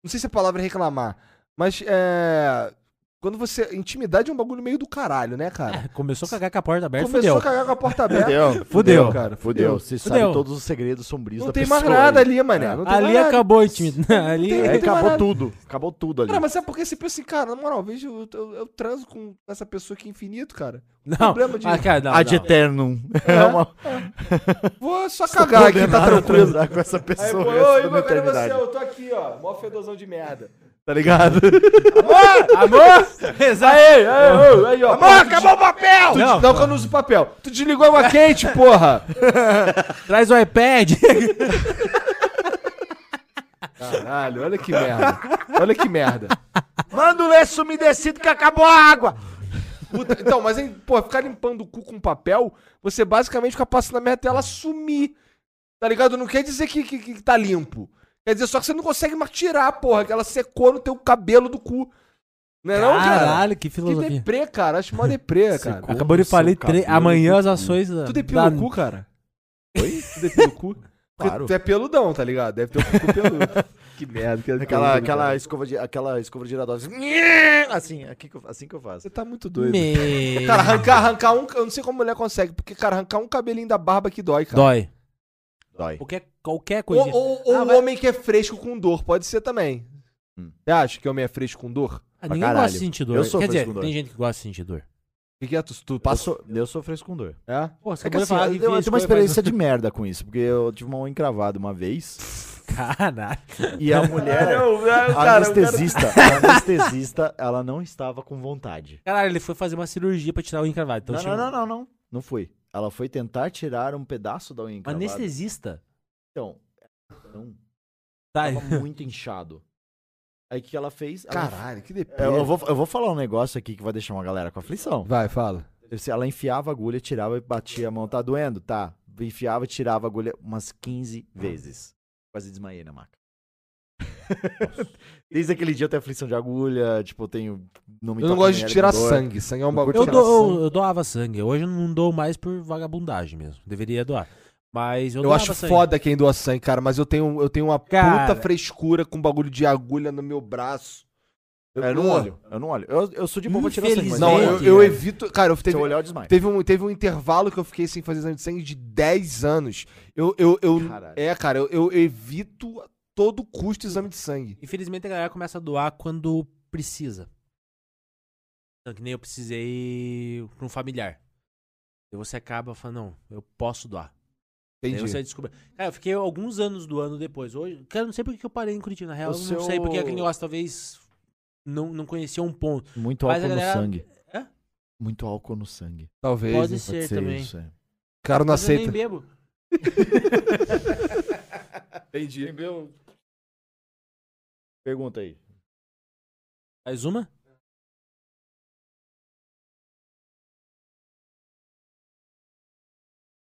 [SPEAKER 1] não sei se a palavra é reclamar. Mas é. Quando você. Intimidade é um bagulho meio do caralho, né, cara?
[SPEAKER 2] Começou a cagar com a porta aberta,
[SPEAKER 1] Começou
[SPEAKER 2] fudeu.
[SPEAKER 1] a cagar com a porta aberta.
[SPEAKER 3] [LAUGHS] Fudeu.
[SPEAKER 2] Fudeu.
[SPEAKER 1] cara.
[SPEAKER 3] Fudeu. Você sabe
[SPEAKER 2] Fudeu.
[SPEAKER 3] todos os segredos sombrios
[SPEAKER 1] Não
[SPEAKER 3] da
[SPEAKER 1] tem
[SPEAKER 3] pessoa.
[SPEAKER 1] mais nada
[SPEAKER 3] aí.
[SPEAKER 1] ali, mané. Não tem
[SPEAKER 2] é Ali
[SPEAKER 1] mais nada.
[SPEAKER 2] acabou a intimidade. [LAUGHS] Ali...
[SPEAKER 1] tem-
[SPEAKER 3] É,
[SPEAKER 1] tem mais
[SPEAKER 3] acabou
[SPEAKER 1] nada.
[SPEAKER 3] tudo. Acabou tudo ali.
[SPEAKER 1] Cara, mas é porque você pensa assim, cara, na moral, veja, eu, eu, eu transo com essa pessoa aqui infinito, cara.
[SPEAKER 2] Não.
[SPEAKER 1] problema de-
[SPEAKER 2] Ah, cara, não,
[SPEAKER 3] Ad
[SPEAKER 2] não.
[SPEAKER 3] eternum. É [LAUGHS] uma
[SPEAKER 1] Vou só cagar aqui, tá tranquilo.
[SPEAKER 3] transar com essa pessoa.
[SPEAKER 1] Aí, pô,
[SPEAKER 3] essa
[SPEAKER 1] oi,
[SPEAKER 3] na
[SPEAKER 1] meu cara, você, é
[SPEAKER 3] eternidade.
[SPEAKER 1] eu tô aqui, ó. Mó fedozão de merda.
[SPEAKER 3] Tá ligado?
[SPEAKER 2] Amor! Exato.
[SPEAKER 1] É, Aí, aí, ó. Amor, acabou o papel! Tu, não,
[SPEAKER 2] Não.
[SPEAKER 1] que eu não uso papel. Tu desligou a
[SPEAKER 2] [LAUGHS]
[SPEAKER 1] água quente, porra!
[SPEAKER 2] Traz o iPad.
[SPEAKER 1] Caralho, olha que merda. Olha que merda.
[SPEAKER 3] Manda o lenço umedecido que acabou a água.
[SPEAKER 1] Puta, então, mas, hein, porra, ficar limpando o cu com papel, você basicamente fica passando a merda até ela sumir. Tá ligado? Não quer dizer que, que, que tá limpo. Quer dizer só que você não consegue mais tirar, porra, que ela secou no teu cabelo do cu. Não é não, cara?
[SPEAKER 2] [LAUGHS] Caralho, que
[SPEAKER 1] Que
[SPEAKER 2] filosofia.
[SPEAKER 1] deprê, cara. Acho mó deprê, cara.
[SPEAKER 2] Acabou de
[SPEAKER 3] Seu
[SPEAKER 2] falar tre...
[SPEAKER 3] cabelo
[SPEAKER 2] amanhã
[SPEAKER 3] do
[SPEAKER 2] as
[SPEAKER 3] cu.
[SPEAKER 2] ações da...
[SPEAKER 1] Tu depila
[SPEAKER 2] da-
[SPEAKER 1] o cu, cara? Oi? Tu depila o cu? Porque
[SPEAKER 3] Claro.
[SPEAKER 1] Tu é peludão, tá ligado? Deve ter o cu peludo. que merda. Que
[SPEAKER 3] Aquela,
[SPEAKER 1] peludo,
[SPEAKER 3] aquela
[SPEAKER 1] cara.
[SPEAKER 3] escova de aquela escova de giratória. assim, Assim, aqui que eu- assim que eu faço.
[SPEAKER 1] Você tá muito doido.
[SPEAKER 2] [LAUGHS] Me...
[SPEAKER 1] Cara, arrancar, arrancar um... Eu não sei como mulher consegue, porque, cara, arrancar um cabelinho da barba que dói, cara.
[SPEAKER 2] Dói.
[SPEAKER 3] Dói.
[SPEAKER 2] Qualquer, qualquer
[SPEAKER 1] Ou,
[SPEAKER 2] coisinha.
[SPEAKER 1] ou, ou
[SPEAKER 2] Ah,
[SPEAKER 1] um
[SPEAKER 2] vai-
[SPEAKER 1] homem que é fresco com dor, pode ser também.
[SPEAKER 3] Hum.
[SPEAKER 1] Você acha que homem é fresco com dor?
[SPEAKER 2] Ah, ninguém
[SPEAKER 3] caralho.
[SPEAKER 2] gosta de sentir dor.
[SPEAKER 3] Eu sou
[SPEAKER 2] Quer dizer,
[SPEAKER 3] fresco com dor.
[SPEAKER 2] tem gente que gosta de sentir dor.
[SPEAKER 1] O que é? Tu, tu
[SPEAKER 3] Eu,
[SPEAKER 1] passou?
[SPEAKER 3] sou, eu sofro isso com dor.
[SPEAKER 1] É?
[SPEAKER 2] Pô, você
[SPEAKER 3] É que
[SPEAKER 2] acabou de
[SPEAKER 3] assim,
[SPEAKER 2] falar
[SPEAKER 3] eu,
[SPEAKER 2] que
[SPEAKER 3] eu
[SPEAKER 2] fez
[SPEAKER 3] tenho uma
[SPEAKER 2] coisa-
[SPEAKER 3] experiência de merda com isso, porque eu tive uma unha encravada uma vez
[SPEAKER 2] Caralho.
[SPEAKER 3] e a mulher, a anestesista, a anestesista, ela não estava com vontade.
[SPEAKER 2] [LAUGHS] Caralho, ele foi fazer uma cirurgia pra tirar o encravado. Então
[SPEAKER 3] não,
[SPEAKER 2] tinha-
[SPEAKER 3] não, não, não, não. Não foi. Ela foi tentar tirar um pedaço da unha encravada.
[SPEAKER 2] Anestesista?
[SPEAKER 3] Então, não,
[SPEAKER 2] Tá.
[SPEAKER 3] tava muito inchado. Aí o que ela fez? Ela-
[SPEAKER 1] Caralho, que deprê.
[SPEAKER 3] Eu, eu vou, eu vou falar um negócio aqui que vai deixar uma galera com aflição.
[SPEAKER 1] Vai, fala.
[SPEAKER 3] Se Ela enfiava a agulha, tirava e batia a mão. Tá doendo? Tá. Enfiava, tirava a agulha umas 15
[SPEAKER 1] Ah.
[SPEAKER 3] vezes. Quase desmaiei na maca. [LAUGHS] Desde aquele dia eu tenho aflição de agulha, tipo, eu tenho. me
[SPEAKER 1] Eu não
[SPEAKER 3] toco
[SPEAKER 1] gosto de
[SPEAKER 3] nele com
[SPEAKER 1] tirar
[SPEAKER 3] dor.
[SPEAKER 1] sangue. Sangue é um
[SPEAKER 3] Eu
[SPEAKER 1] bagulho.
[SPEAKER 2] [LAUGHS] Eu,
[SPEAKER 3] curto
[SPEAKER 1] que
[SPEAKER 2] dou-
[SPEAKER 1] tira sangue.
[SPEAKER 2] eu- eu doava sangue. Hoje eu não dou mais por vagabundagem mesmo. Deveria doar. Mas eu,
[SPEAKER 1] Eu,
[SPEAKER 2] doava
[SPEAKER 1] acho
[SPEAKER 2] sangue.
[SPEAKER 1] foda quem doa sangue, cara, mas eu tenho, eu tenho uma
[SPEAKER 2] Cara.
[SPEAKER 1] puta frescura com um bagulho de agulha no meu braço.
[SPEAKER 3] É, Eu não olho, eu não olho. Eu, eu sou de boa pra tirar sangue. mas
[SPEAKER 1] Não,
[SPEAKER 2] é
[SPEAKER 1] eu, eu
[SPEAKER 2] Gente,
[SPEAKER 1] evito. Cara, eu
[SPEAKER 3] Se
[SPEAKER 1] teve,
[SPEAKER 3] eu olhar, eu desmaio.
[SPEAKER 1] teve, um, teve um intervalo que eu fiquei sem fazer exame de sangue de 10 anos. Eu. eu, eu
[SPEAKER 3] Caralho.
[SPEAKER 1] é, cara, eu, eu evito a todo custo exame de sangue.
[SPEAKER 2] Infelizmente a galera começa a doar quando precisa. Então, que nem eu precisei pra um familiar. E você acaba falando, não, eu posso doar. Aí
[SPEAKER 1] Entendi.
[SPEAKER 2] você descobre. Cara, eu fiquei alguns anos doando depois. Hoje, cara, eu não sei porque que eu parei em Curitiba. Na real,
[SPEAKER 3] O
[SPEAKER 2] eu não sei
[SPEAKER 3] seu-
[SPEAKER 2] porque aquele negócio talvez não, não conhecia um ponto.
[SPEAKER 3] Muito
[SPEAKER 2] Mas
[SPEAKER 3] álcool
[SPEAKER 2] a galera-
[SPEAKER 3] no sangue.
[SPEAKER 2] Hã?
[SPEAKER 3] Muito álcool no sangue.
[SPEAKER 1] Talvez.
[SPEAKER 2] Pode
[SPEAKER 1] né?
[SPEAKER 2] ser também.
[SPEAKER 3] isso, é.
[SPEAKER 1] O cara não
[SPEAKER 2] Mas eu
[SPEAKER 1] aceita.
[SPEAKER 2] nem bebo.
[SPEAKER 1] Entendi.
[SPEAKER 3] Pergunta aí.
[SPEAKER 2] Mais uma?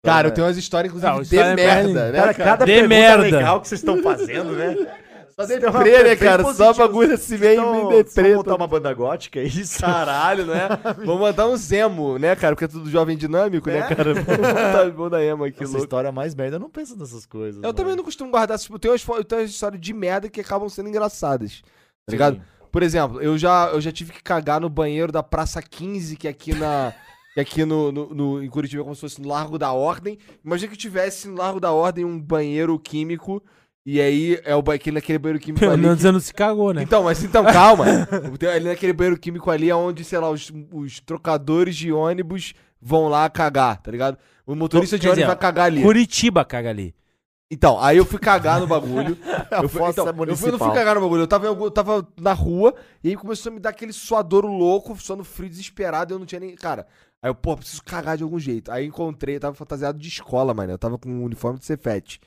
[SPEAKER 1] Cara, eu tenho umas histórias, inclusive,
[SPEAKER 2] Não,
[SPEAKER 1] de
[SPEAKER 2] história é
[SPEAKER 1] merda,
[SPEAKER 2] merda.
[SPEAKER 1] né?
[SPEAKER 3] Cara, cada
[SPEAKER 2] De [LAUGHS]
[SPEAKER 3] pergunta
[SPEAKER 2] merda.
[SPEAKER 3] legal que vocês estão fazendo, né?
[SPEAKER 1] [LAUGHS] Só dei
[SPEAKER 3] Então,
[SPEAKER 1] prê, né,
[SPEAKER 3] bem
[SPEAKER 1] cara? Só
[SPEAKER 3] positivo.
[SPEAKER 1] bagulho assim, bem,
[SPEAKER 3] Então,
[SPEAKER 1] bem
[SPEAKER 3] se for
[SPEAKER 1] deprê.
[SPEAKER 3] montar uma banda gótica, é isso.
[SPEAKER 1] Caralho, [LAUGHS] né? Vou mandar um Zemo, né, cara? Porque é tudo jovem dinâmico, né, [LAUGHS] cara? Vou montar vou da Emo aqui,
[SPEAKER 3] Essa
[SPEAKER 1] louco.
[SPEAKER 3] história é mais merda, eu não penso nessas coisas.
[SPEAKER 1] Eu também não costumo guardar. Tipo, tem umas, fo- tem umas histórias de merda que acabam sendo engraçadas. Tá ligado? Por exemplo, eu já, eu já tive que cagar no banheiro da Praça 15, que é aqui na. [LAUGHS] que é aqui no, no, no- em Curitiba é como se fosse no Largo da Ordem. Imagina que tivesse no Largo da Ordem um banheiro químico. E aí é o ba- aquele, aquele banheiro químico
[SPEAKER 2] Pelo
[SPEAKER 1] ali.
[SPEAKER 2] menos
[SPEAKER 1] que-
[SPEAKER 2] não se cagou, né?
[SPEAKER 1] Então, mas então, calma. Tem ali naquele banheiro químico ali é onde, sei lá, os, os trocadores de ônibus vão lá cagar, tá ligado? O motorista de
[SPEAKER 2] Quer dizer,
[SPEAKER 1] ônibus vai cagar ali.
[SPEAKER 2] Curitiba caga ali.
[SPEAKER 1] Então, aí eu fui cagar no bagulho. [LAUGHS] eu, fui,
[SPEAKER 3] fossa
[SPEAKER 1] então, eu fui- eu não
[SPEAKER 3] municipal.
[SPEAKER 1] fui cagar no bagulho. Eu tava, em algum- eu tava na rua e aí começou a me dar aquele suadouro louco, suando frio, desesperado. E eu não tinha nem. Cara, aí eu, pô, preciso cagar de algum jeito. Aí encontrei, eu tava fantasiado de escola, mano. Eu tava com um uniforme de Cefete.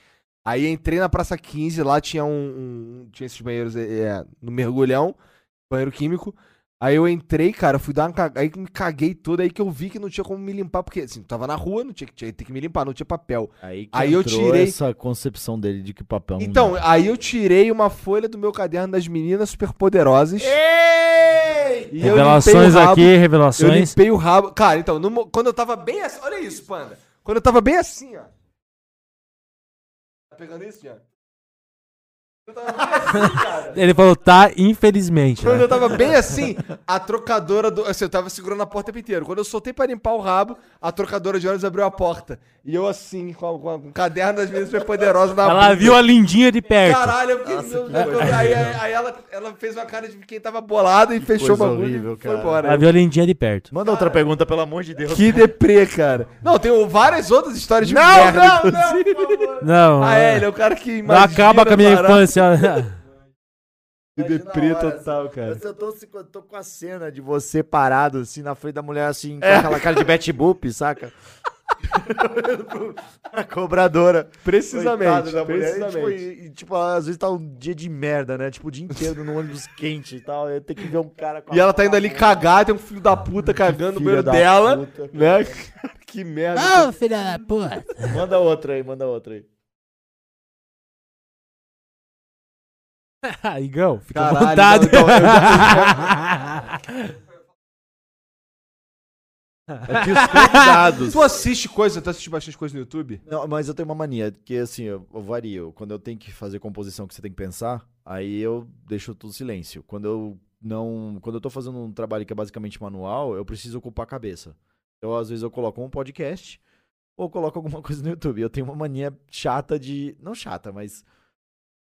[SPEAKER 1] Aí entrei na Praça 15, lá tinha um. um- tinha esses banheiros é, é, no mergulhão, banheiro químico. Aí eu entrei, cara, fui dar uma cagada, aí que me caguei todo, aí que eu vi que não tinha como me limpar, porque assim, tava na rua, não tinha, tinha, tinha que me limpar, não tinha papel.
[SPEAKER 3] Aí, que
[SPEAKER 1] Aí eu
[SPEAKER 3] entrou
[SPEAKER 1] tirei-
[SPEAKER 3] essa concepção dele de que papel não
[SPEAKER 1] Então,
[SPEAKER 2] né?
[SPEAKER 3] dá.
[SPEAKER 1] aí eu tirei uma folha do meu caderno das meninas superpoderosas. E eu
[SPEAKER 2] Revelações
[SPEAKER 1] limpei o rabo,
[SPEAKER 2] aqui,
[SPEAKER 1] Eu
[SPEAKER 2] revelações.
[SPEAKER 1] limpei o rabo. Cara, então, no mo- quando eu tava bem assim. Olha isso, panda. Quando eu tava bem assim, ó. Tá pegando isso, Jean? Eu tava bem assim, cara.
[SPEAKER 2] Ele falou, tá, infelizmente.
[SPEAKER 1] Quando
[SPEAKER 2] né?
[SPEAKER 1] eu tava bem assim, a trocadora do. Assim, eu tava segurando a porta o tempo inteiro. Quando eu soltei pra limpar o rabo, a trocadora de ônibus abriu a porta. E eu assim, com, a- com, a- com o caderno das meninas superpoderosas na
[SPEAKER 2] Ela
[SPEAKER 1] bunda.
[SPEAKER 2] viu a lindinha de perto.
[SPEAKER 1] Tá Caralho, eu fiquei. eu- eu- aí aí ela, ela fez uma cara de quem tava bolada e fechou o
[SPEAKER 3] coisa
[SPEAKER 1] bagulho
[SPEAKER 3] horrível,
[SPEAKER 1] e foi
[SPEAKER 3] cara.
[SPEAKER 2] Ela
[SPEAKER 1] embora.
[SPEAKER 2] viu a lindinha de perto.
[SPEAKER 3] Manda outra pergunta, pelo amor de Deus.
[SPEAKER 1] Que deprê, cara. Não, tem várias outras histórias de merda. Não, não, não, por favor.
[SPEAKER 2] Não,
[SPEAKER 1] Ah, é, ele
[SPEAKER 2] não
[SPEAKER 1] é o cara que
[SPEAKER 2] acaba com a minha
[SPEAKER 1] parar. [LAUGHS]
[SPEAKER 2] infância.
[SPEAKER 1] Que deprê total, cara.
[SPEAKER 3] assim. Eu tô, se- eu tô com a cena de você parado, assim, na frente da mulher, assim, com aquela cara de Betty Boop, saca? [LAUGHS] a cobradora.
[SPEAKER 1] Precisamente,
[SPEAKER 3] Coitada da mulher. E,
[SPEAKER 1] precisamente.
[SPEAKER 3] tipo, e- e, tipo, às vezes tá um dia de merda, né? Tipo, o dia inteiro no ônibus [LAUGHS] quente e tal. Eu tenho que ver um cara com a
[SPEAKER 1] E ela tá
[SPEAKER 3] mão
[SPEAKER 1] indo
[SPEAKER 3] na
[SPEAKER 1] ali
[SPEAKER 3] mão.
[SPEAKER 1] cagar, tem um filho da puta cagando no
[SPEAKER 3] Filha
[SPEAKER 1] banheiro
[SPEAKER 3] da
[SPEAKER 1] dela.
[SPEAKER 3] puta.
[SPEAKER 1] Né? Que merda.
[SPEAKER 6] Ô, filha da porra.
[SPEAKER 3] Manda outra aí, manda outra aí.
[SPEAKER 2] Ah, Igão, fica à
[SPEAKER 1] Caralho,
[SPEAKER 2] vontade.
[SPEAKER 1] não, então, eu É,
[SPEAKER 3] Aqui os [LAUGHS]
[SPEAKER 1] [LAUGHS]
[SPEAKER 3] convidados.
[SPEAKER 1] Tu assiste coisa, tu assiste bastante coisa no YouTube?
[SPEAKER 3] Não, mas eu tenho uma mania, que assim, eu, eu vario. Quando eu tenho que fazer composição que você tem que pensar, aí eu deixo tudo silêncio. Quando eu não. Quando eu tô fazendo um trabalho que é basicamente manual, eu preciso ocupar a cabeça. Então, às vezes, eu coloco um podcast ou coloco alguma coisa no YouTube. Eu tenho uma mania chata de. Não chata, mas.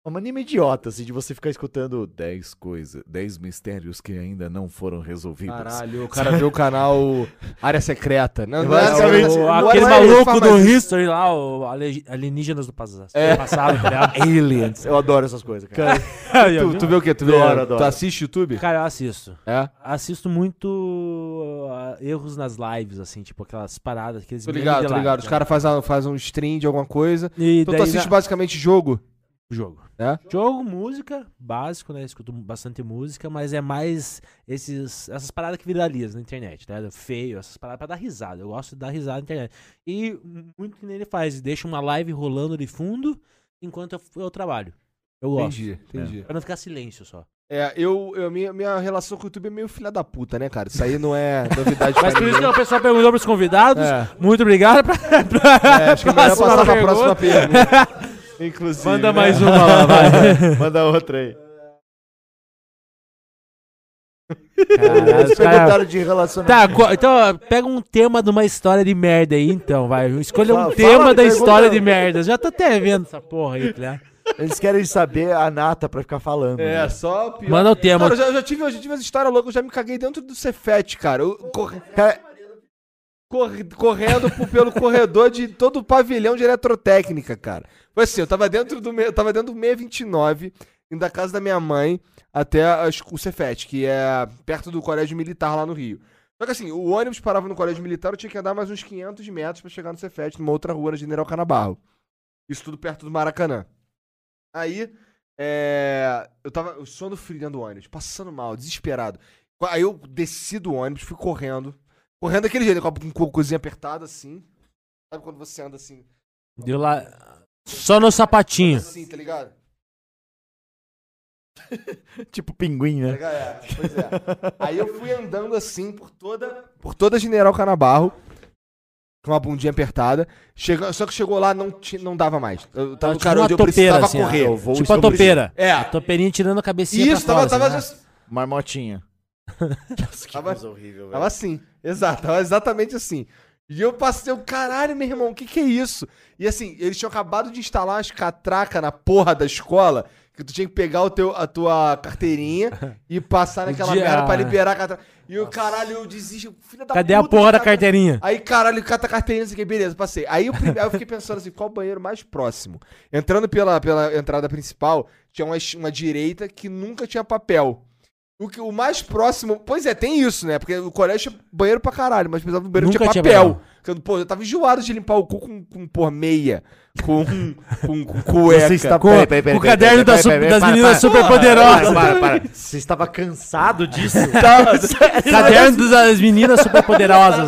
[SPEAKER 3] Uma mania meio idiota, assim, de você ficar escutando 10 coisas, 10 mistérios que ainda não foram resolvidos.
[SPEAKER 1] Caralho, o cara vê o canal Área Secreta. Não, não, é
[SPEAKER 3] Basicamente,
[SPEAKER 1] não,
[SPEAKER 2] O-
[SPEAKER 1] não,
[SPEAKER 2] aquele
[SPEAKER 1] não É. é ele que
[SPEAKER 2] maluco
[SPEAKER 1] fala,
[SPEAKER 2] do
[SPEAKER 1] mas-
[SPEAKER 2] History lá, o ale- Alienígenas do Passado. Passado,
[SPEAKER 1] [LAUGHS]
[SPEAKER 2] tá ligado? Aliens.
[SPEAKER 3] Eu adoro essas coisas, cara.
[SPEAKER 2] Já
[SPEAKER 1] Tu,
[SPEAKER 2] viu?
[SPEAKER 1] tu vê o quê? Tu, vê,
[SPEAKER 3] Adoro,
[SPEAKER 1] tu
[SPEAKER 3] adoro.
[SPEAKER 1] assiste YouTube?
[SPEAKER 2] um Cara, eu assisto.
[SPEAKER 1] É?
[SPEAKER 2] Assisto muito ah, erros nas lives, assim, tipo aquelas paradas, aqueles
[SPEAKER 1] Tô ligado,
[SPEAKER 2] meme de
[SPEAKER 1] tô ligado.
[SPEAKER 2] live,
[SPEAKER 1] Os
[SPEAKER 2] né?
[SPEAKER 1] caras fazem faz um stream de alguma coisa.
[SPEAKER 2] E
[SPEAKER 1] Então tu
[SPEAKER 2] daí né,
[SPEAKER 1] assiste
[SPEAKER 2] na-
[SPEAKER 1] basicamente jogo.
[SPEAKER 2] jogo.
[SPEAKER 1] É?
[SPEAKER 2] Jogo, música, básico, né? Escuto bastante música, mas é mais esses, essas paradas que viralizam na internet, né? Feio, essas paradas pra dar risada. Eu gosto de dar risada na internet. E muito que nem ele faz, deixa uma live rolando de fundo enquanto eu, eu trabalho. Eu gosto. É.
[SPEAKER 1] Entendi, entendi.
[SPEAKER 2] Pra não ficar silêncio só.
[SPEAKER 1] É, eu, eu minha, minha relação com o YouTube é meio filha da puta, né, cara? Isso aí não
[SPEAKER 2] [LAUGHS]
[SPEAKER 1] é novidade pra
[SPEAKER 2] Mas por isso que
[SPEAKER 1] ninguém.
[SPEAKER 2] o pessoal perguntou pros convidados.
[SPEAKER 1] É.
[SPEAKER 2] Muito obrigado. Pra,
[SPEAKER 1] É, acho que é
[SPEAKER 2] [LAUGHS]
[SPEAKER 1] melhor passar pra próxima pergunta. Inclusive. né?
[SPEAKER 2] Manda [LAUGHS] mais uma lá, vai.
[SPEAKER 3] Manda outra aí.
[SPEAKER 2] Caralho, os
[SPEAKER 3] Eles
[SPEAKER 2] cara-
[SPEAKER 3] perguntaram de relacionamento.
[SPEAKER 2] Tá, co- então ó, pega um tema de uma história de merda aí, então, vai. Escolha um
[SPEAKER 3] Fala-
[SPEAKER 2] tema
[SPEAKER 3] fala,
[SPEAKER 2] da
[SPEAKER 3] pergunta.
[SPEAKER 2] história de merda. Já tô até vendo essa porra aí, né?
[SPEAKER 3] Eles querem saber a nata pra ficar falando.
[SPEAKER 1] É,
[SPEAKER 3] né?
[SPEAKER 1] só pior.
[SPEAKER 2] Manda o tema.
[SPEAKER 1] Cara, eu já, eu já tive, eu já tive essa história louca, eu já me caguei dentro do Cefete, cara. Eu corri-
[SPEAKER 3] Cara,
[SPEAKER 1] corri- correndo por- pelo corredor de todo o pavilhão de eletrotécnica, cara. Foi assim, eu tava dentro do, me- eu tava dentro do 629, indo da casa da minha mãe até a es- o Cefete, que é perto do colégio militar lá no Rio. Só que assim, o ônibus parava no colégio militar, eu tinha que andar mais uns 500 metros pra chegar no Cefete, numa outra rua, na General Canabarro. Isso tudo perto do Maracanã. Aí, é, eu tava eu suando frio dentro do ônibus, passando mal, desesperado. Aí eu desci do ônibus, fui correndo. Correndo daquele jeito, com a com a cozinha apertada assim. Sabe quando você anda assim?
[SPEAKER 2] Deu lá. Só no sapatinho. [LAUGHS]
[SPEAKER 1] Assim, tá ligado?
[SPEAKER 3] tipo pinguim, né?
[SPEAKER 1] É, pois é. Aí eu fui andando assim por toda, por toda General Canabarro, com a bundinha apertada. Chega, só que chegou lá, não, ti- não dava mais. Eu tava,
[SPEAKER 2] tipo
[SPEAKER 1] Tá, cara,
[SPEAKER 2] uma
[SPEAKER 1] onde eu
[SPEAKER 2] topeira,
[SPEAKER 1] precisava
[SPEAKER 2] assim, ó.
[SPEAKER 1] correr.
[SPEAKER 2] Eu
[SPEAKER 3] vou
[SPEAKER 2] tipo a
[SPEAKER 3] sobre-
[SPEAKER 2] topeira.
[SPEAKER 1] É.
[SPEAKER 2] A topeirinha tirando a cabecinha
[SPEAKER 1] Isso,
[SPEAKER 2] pra
[SPEAKER 1] tava,
[SPEAKER 2] fora,
[SPEAKER 1] tava,
[SPEAKER 2] assim, né?
[SPEAKER 1] assim,
[SPEAKER 3] Marmotinha.
[SPEAKER 1] tava,
[SPEAKER 3] horrível,
[SPEAKER 1] tava assim. Exato, tava exatamente assim. E eu passei, eu, caralho, meu irmão, o que que é isso? E assim, eles tinham acabado de instalar as catracas na porra da escola, que tu tinha que pegar o teu, a tua
[SPEAKER 2] [LAUGHS]
[SPEAKER 1] carteirinha e passar naquela
[SPEAKER 2] dia-
[SPEAKER 1] merda pra liberar a catraca. E eu, caralho, eu desisto. Filho da
[SPEAKER 2] né? Cadê a
[SPEAKER 1] puta Ah, de
[SPEAKER 2] porra da
[SPEAKER 1] catraca?
[SPEAKER 2] carteirinha?
[SPEAKER 1] Aí, caralho, cata a carteirinha, não sei o que, beleza, passei. Aí, o prime- aí eu fiquei pensando assim, qual o banheiro mais próximo? Entrando pela, pela entrada principal, tinha uma, es- uma direita que nunca tinha papel. O, que, o mais próximo. Pois é, tem isso, né? Porque o colégio tinha banheiro pra caralho, mas precisava do banheiro que
[SPEAKER 2] Nunca
[SPEAKER 1] tinha
[SPEAKER 2] tinha
[SPEAKER 1] papel.
[SPEAKER 2] banheiro.
[SPEAKER 1] Porque, pô, eu tava enjoado de limpar o cu com, com porra, meia. Com, com, com
[SPEAKER 2] [LAUGHS]
[SPEAKER 1] cueca.
[SPEAKER 3] Você está-
[SPEAKER 2] Com,
[SPEAKER 3] Peraí, peraí, peraí,
[SPEAKER 2] o caderno
[SPEAKER 3] peraí, peraí,
[SPEAKER 2] da su-
[SPEAKER 3] peraí,
[SPEAKER 2] das
[SPEAKER 3] para,
[SPEAKER 2] meninas
[SPEAKER 3] para. Para,
[SPEAKER 2] superpoderosas.
[SPEAKER 3] para, [LAUGHS] para. Você estava cansado [LAUGHS] disso?
[SPEAKER 2] [LAUGHS] Caderno das meninas superpoderosas,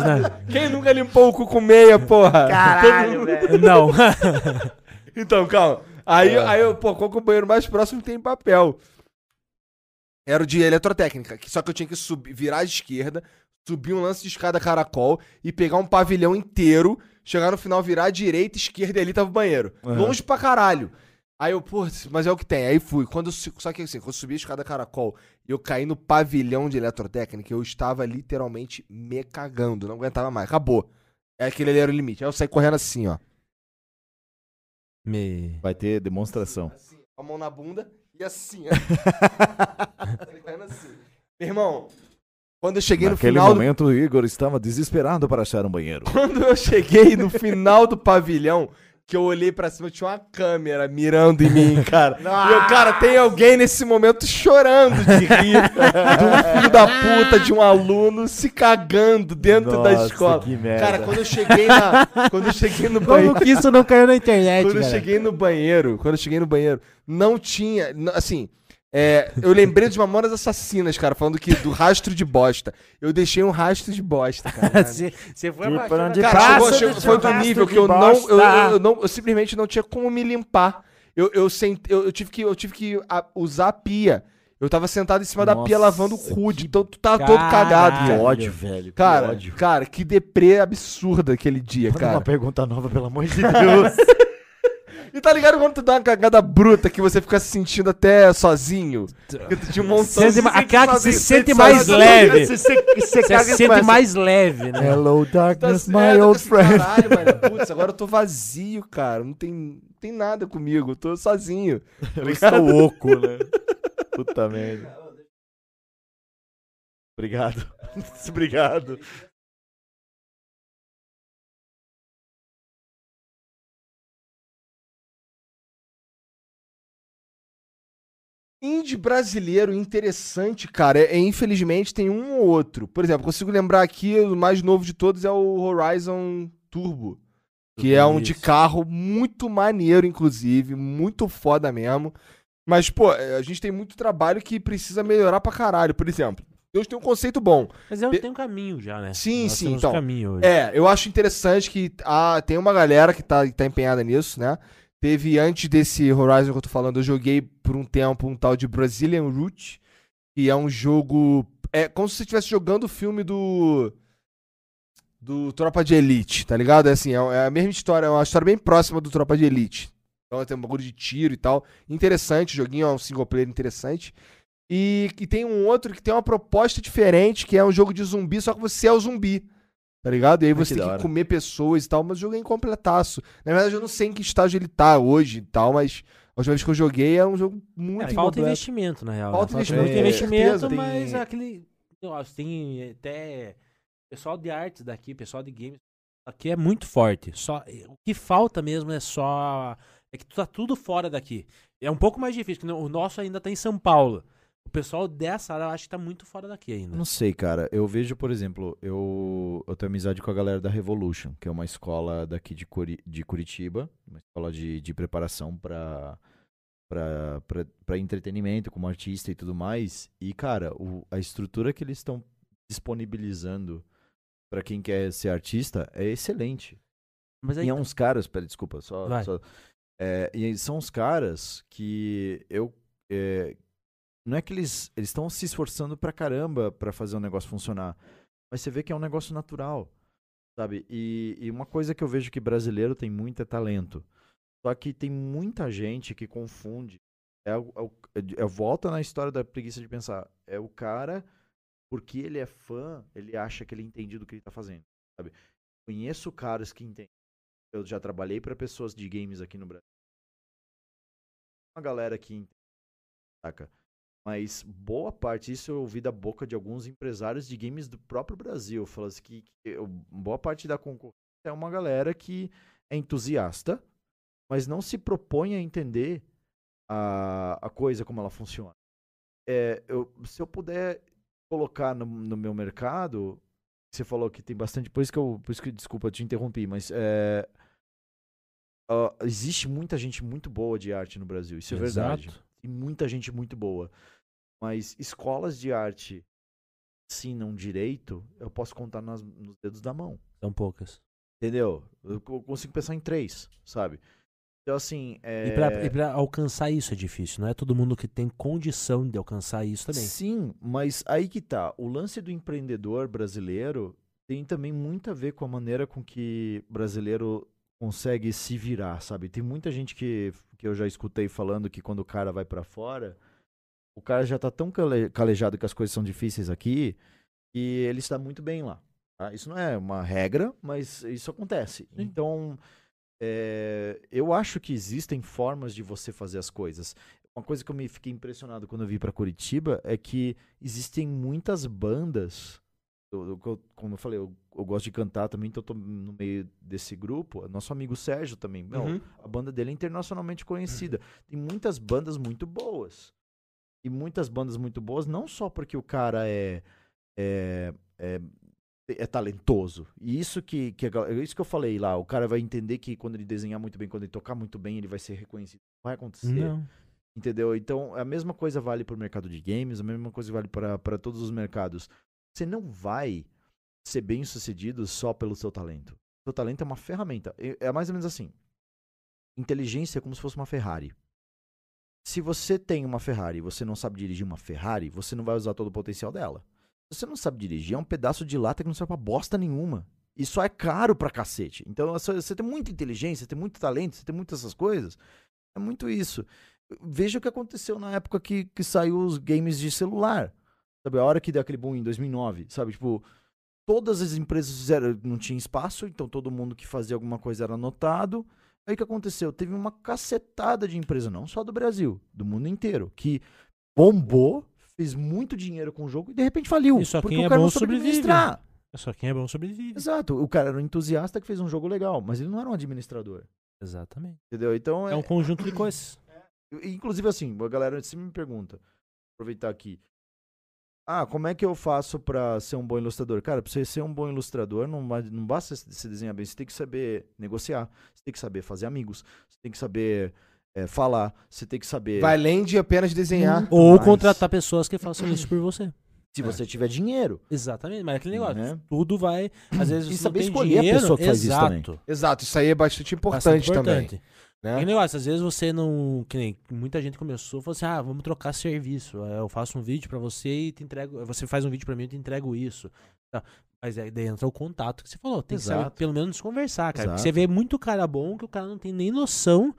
[SPEAKER 1] [LAUGHS]
[SPEAKER 2] né?
[SPEAKER 1] Quem nunca limpou o cu com meia, porra? Todo mundo-
[SPEAKER 2] Não.
[SPEAKER 1] Então, calma. Aí, aí eu, pô, qual que é o banheiro mais próximo que tem papel? Era o de eletrotécnica, que- só que eu tinha que subir, virar à esquerda, subir um lance de escada caracol e pegar um pavilhão inteiro, chegar no final, virar à direita, esquerda e ali tava o banheiro. Longe pra caralho. Aí eu, pô, mas é o que tem. Aí fui. Quando eu su- só que assim, quando eu subi a escada caracol e eu caí no pavilhão de eletrotécnica, eu estava literalmente me cagando, não aguentava mais. Acabou. É aquele ali era o limite. Aí eu saí correndo assim, ó.
[SPEAKER 2] Me...
[SPEAKER 3] Vai ter demonstração.
[SPEAKER 1] assim, com a mão na bunda e assim,
[SPEAKER 3] [LAUGHS]
[SPEAKER 1] ó. Ele correndo assim. Meu irmão, quando eu cheguei
[SPEAKER 3] Naquele
[SPEAKER 1] no final. do-
[SPEAKER 3] momento, o Igor estava desesperado para achar um banheiro.
[SPEAKER 1] [LAUGHS] Quando eu cheguei no final do pavilhão, que eu olhei pra cima, tinha uma câmera mirando em mim, cara. E
[SPEAKER 3] [LAUGHS]
[SPEAKER 1] eu, cara, tem alguém nesse momento chorando de rir de
[SPEAKER 3] [LAUGHS]
[SPEAKER 1] um filho da puta de um aluno se cagando dentro da
[SPEAKER 3] Nossa,
[SPEAKER 1] escola.
[SPEAKER 3] que merda.
[SPEAKER 1] Cara, quando eu cheguei na. Quando eu cheguei no banheiro.
[SPEAKER 2] Como que isso não [LAUGHS] caiu na internet,
[SPEAKER 1] Quando eu
[SPEAKER 2] cara?
[SPEAKER 1] cheguei no banheiro, quando eu cheguei no banheiro, não tinha. n- Assim, é, eu lembrei de Mamonas Assassinas, cara, falando que do rastro de bosta. Eu deixei um rastro de bosta, cara.
[SPEAKER 2] [LAUGHS] Você você foi
[SPEAKER 3] Tipo,
[SPEAKER 2] abaixando
[SPEAKER 3] de
[SPEAKER 2] a
[SPEAKER 1] Cara,
[SPEAKER 3] Passa
[SPEAKER 1] chegou-
[SPEAKER 2] cabeça
[SPEAKER 1] chegou-
[SPEAKER 2] do
[SPEAKER 1] foi
[SPEAKER 2] seu
[SPEAKER 1] do nível
[SPEAKER 2] rastro
[SPEAKER 1] que
[SPEAKER 2] de
[SPEAKER 1] eu não, eu, eu- eu
[SPEAKER 2] bosta.
[SPEAKER 1] não. Eu simplesmente não tinha como me limpar. Eu, eu, sent- eu, eu tive que, eu tive que a- usar a pia. Eu tava sentado em cima da pia
[SPEAKER 3] Nossa,
[SPEAKER 1] lavando o cu, de tanto tava todo cagado,
[SPEAKER 2] caralho.
[SPEAKER 1] cara.
[SPEAKER 3] ódio, velho.
[SPEAKER 1] Cara, cara, que deprê absurda aquele dia, cara.
[SPEAKER 3] pergunta nova, pelo amor [LAUGHS] de Deus.
[SPEAKER 1] E tá ligado quando tu dá uma cagada bruta que você fica se sentindo até sozinho? Que tu tinha um montão
[SPEAKER 2] Tá. Sente ma-
[SPEAKER 1] você
[SPEAKER 2] a cara que
[SPEAKER 1] sozinho,
[SPEAKER 2] se sente
[SPEAKER 1] sozinho,
[SPEAKER 2] mais
[SPEAKER 1] sozinho. assim,
[SPEAKER 2] leve.
[SPEAKER 1] Você
[SPEAKER 2] Você
[SPEAKER 3] Você
[SPEAKER 2] se sente mais leve, né?
[SPEAKER 3] Hello,
[SPEAKER 1] tá- é,
[SPEAKER 3] darkness, my
[SPEAKER 1] tá
[SPEAKER 3] old
[SPEAKER 1] assim,
[SPEAKER 3] friend.
[SPEAKER 1] Caralho, mano, putz, agora eu tô vazio, cara. Não tem, não tem nada comigo, eu tô sozinho.
[SPEAKER 3] Eu estou oco, né? Puta merda. Obrigado. [LAUGHS] Obrigado.
[SPEAKER 1] Indie brasileiro interessante, cara, é, é, infelizmente tem um ou outro. Por exemplo, consigo lembrar aqui, o mais novo de todos é o Horizon Turbo. Que é um de
[SPEAKER 2] Isso.
[SPEAKER 1] carro muito maneiro, inclusive, muito foda mesmo. Mas, pô, é, a gente tem muito trabalho que precisa melhorar pra caralho. Por exemplo, Deus tem um conceito bom.
[SPEAKER 2] Mas eu
[SPEAKER 1] Pe-
[SPEAKER 2] tenho um caminho já, né?
[SPEAKER 1] Sim,
[SPEAKER 2] Nós
[SPEAKER 1] sim,
[SPEAKER 2] temos um
[SPEAKER 1] então.
[SPEAKER 2] caminho hoje.
[SPEAKER 1] É, eu acho interessante que ah, tem uma galera que tá, que tá empenhada nisso, né? Teve antes desse Horizon que eu tô falando, eu joguei por um tempo um tal de Brazilian Root, que é um jogo. É como se você estivesse jogando o filme do. Do Tropa de Elite, tá ligado? É assim, é, é a mesma história, é uma história bem próxima do Tropa de Elite. Então tem um bagulho de tiro e tal. Interessante, o joguinho é um single player interessante. E, e tem um outro que tem uma proposta diferente, que é um jogo de zumbi, só que você é o zumbi. Tá ligado? E aí
[SPEAKER 3] Ah,
[SPEAKER 1] você
[SPEAKER 3] que
[SPEAKER 1] tem
[SPEAKER 3] da
[SPEAKER 1] que
[SPEAKER 3] hora.
[SPEAKER 1] comer pessoas e tal, mas o jogo é incompletaço. Na verdade, eu não sei em que estágio ele tá hoje e tal, mas a última vez que eu joguei é um jogo muito
[SPEAKER 2] É, falta
[SPEAKER 1] incompleto.
[SPEAKER 2] investimento, na real. né?
[SPEAKER 1] Falta
[SPEAKER 3] investimento,
[SPEAKER 2] muito
[SPEAKER 3] com
[SPEAKER 1] certeza.
[SPEAKER 2] investimento,
[SPEAKER 1] Tem-
[SPEAKER 2] mas aquele. Eu acho, tem até. Pessoal de artes daqui, pessoal de games. Aqui é muito forte. Só, eh, o que falta mesmo é só. É que tá tudo fora daqui. É um pouco mais difícil, que o nosso ainda tá em São Paulo. O pessoal dessa área eu acho que tá muito fora daqui ainda.
[SPEAKER 3] Não sei, cara. Eu vejo, por exemplo, eu, eu tenho amizade com a galera da Revolution, que é uma escola daqui de, Curi- de Curitiba, uma escola de, de preparação pra pra- pra- pra entretenimento como artista e tudo mais. E, cara, o- a estrutura que eles estão disponibilizando pra quem quer ser artista é excelente.
[SPEAKER 2] Mas aí. tá.
[SPEAKER 1] um
[SPEAKER 3] E é uns caras, pera, desculpa, só.
[SPEAKER 2] Vai.
[SPEAKER 3] só- é, e aí são uns caras que eu. é, Não é que eles eles estão se esforçando pra caramba pra fazer o negócio funcionar. Mas você vê que é um negócio natural, sabe? E, e uma coisa que eu vejo que brasileiro tem muito é talento. Só que tem muita gente que confunde. É, o- é, o- é- é- volta na história da preguiça de pensar. É o cara, porque ele é fã, ele acha que ele entende do que ele tá fazendo, sabe? Conheço caras que entendem. Eu já trabalhei pra pessoas de games aqui no Brasil. Uma galera que entende, saca? Mas boa parte, isso eu ouvi da boca de alguns empresários de games do próprio Brasil. Falando assim que, que eu- boa parte da concorrência é uma galera que é entusiasta, mas não se propõe a entender a, a coisa como ela funciona. É, eu, se eu puder colocar no, no meu mercado, você falou que tem bastante, por isso que eu, por isso que desculpa te interrompi, mas é, ah, existe muita gente muito boa de arte no Brasil, isso é verdade.
[SPEAKER 2] Exato.
[SPEAKER 3] Tem muita gente muito boa, mas escolas de arte ensinam direito, eu posso contar nas- nos dedos da mão.
[SPEAKER 2] São poucas.
[SPEAKER 3] Entendeu? Eu co- consigo pensar em três, sabe? Então, assim. É...
[SPEAKER 2] E, pra, e pra alcançar isso é difícil. Não é todo mundo que tem condição de alcançar isso também.
[SPEAKER 3] Sim, mas aí que tá. O lance do empreendedor brasileiro tem também muito a ver com a maneira com que brasileiro consegue se virar, sabe? Tem muita gente que, que eu já escutei falando que quando o cara vai pra fora, o cara já tá tão cale- calejado que as coisas são difíceis aqui que ele está muito bem lá. tá? Isso não é uma regra, mas isso acontece. Então, é, eu acho que existem formas de você fazer as coisas. Uma coisa que eu me fiquei impressionado quando eu vim pra Curitiba é que existem muitas bandas. Eu- eu- eu- como eu falei, eu, eu gosto de cantar também, então eu tô no meio desse grupo. Nosso amigo Sérgio também. Não,
[SPEAKER 2] Uhum.
[SPEAKER 3] A banda dele é internacionalmente conhecida. Tem muitas bandas muito boas. E muitas bandas muito boas, não só porque o cara é. é, é é talentoso. E isso que, que a gal- é isso que eu falei lá, o cara vai entender que quando ele desenhar muito bem, quando ele tocar muito bem, ele vai ser reconhecido. Vai acontecer.
[SPEAKER 2] Não.
[SPEAKER 3] Entendeu? Então, a mesma coisa vale para o mercado de games, a mesma coisa vale para todos os mercados. Você não vai ser bem sucedido só pelo seu talento. Seu talento é uma ferramenta. É é mais ou menos assim. Inteligência é como se fosse uma Ferrari. Se você tem uma Ferrari e você não sabe dirigir uma Ferrari, você não vai usar todo o potencial dela. Se você não sabe dirigir, é um pedaço de lata que não serve pra bosta nenhuma. Isso é caro pra cacete. Então, essa- você tem muita inteligência, você tem muito talento, você tem muitas essas coisas. É muito isso. Veja o que aconteceu na época que, que saiu os games de celular. Sabe, a hora que deu aquele boom em 2009, sabe? Tipo, todas as empresas fizeram, não tinha espaço, então todo mundo que fazia alguma coisa era anotado. Aí o que aconteceu? Teve uma cacetada de empresa, não só do Brasil, do mundo inteiro, que bombou, fez muito dinheiro com o jogo e de repente faliu.
[SPEAKER 2] E só
[SPEAKER 3] porque
[SPEAKER 2] quem
[SPEAKER 3] o
[SPEAKER 2] é
[SPEAKER 3] cara não
[SPEAKER 2] bom
[SPEAKER 3] soube
[SPEAKER 2] sobrevive.
[SPEAKER 3] administrar.
[SPEAKER 2] Só quem é bom sobrevive.
[SPEAKER 3] Exato, o cara era um entusiasta que fez um jogo legal, mas ele não era um administrador,
[SPEAKER 2] Exatamente.
[SPEAKER 3] entendeu? Então
[SPEAKER 2] É um conjunto de coisas.
[SPEAKER 3] Inclusive, assim, a galera sempre me pergunta, aproveitar aqui. Ah, como é que eu faço pra ser um bom ilustrador? Cara, pra você ser um bom ilustrador, não, ba- não basta se desenhar bem, você tem que saber negociar, você tem que saber fazer amigos, você tem que saber eh, falar, você tem que saber.
[SPEAKER 1] Vai além de apenas desenhar.
[SPEAKER 2] [COUGHS] Ou
[SPEAKER 3] mais.
[SPEAKER 2] contratar pessoas que façam isso por você.
[SPEAKER 3] se
[SPEAKER 2] né?
[SPEAKER 3] você tiver dinheiro.
[SPEAKER 2] Exatamente, mas é aquele negócio.
[SPEAKER 3] Né?
[SPEAKER 2] Tudo vai. Às vezes
[SPEAKER 3] E
[SPEAKER 2] você
[SPEAKER 3] saber
[SPEAKER 2] não tem
[SPEAKER 3] escolher a
[SPEAKER 2] dinheiro,
[SPEAKER 3] pessoa que faz isso
[SPEAKER 2] exato.
[SPEAKER 3] também.
[SPEAKER 1] Exato, isso aí é bastante importante,
[SPEAKER 2] Bastante
[SPEAKER 1] também. né?
[SPEAKER 2] É aquele negócio, às vezes você não. Que nem muita gente começou, falou assim: ah, vamos trocar serviço. eh, Eu faço um vídeo pra você e te entrego. Você faz um vídeo pra mim e eu te entrego isso. Tá. Mas aí daí entra o contato que você falou. Tem que saber
[SPEAKER 3] Exato.
[SPEAKER 2] pelo menos conversar, cara.
[SPEAKER 3] Exato.
[SPEAKER 2] Porque você vê muito cara bom que o cara não tem nem noção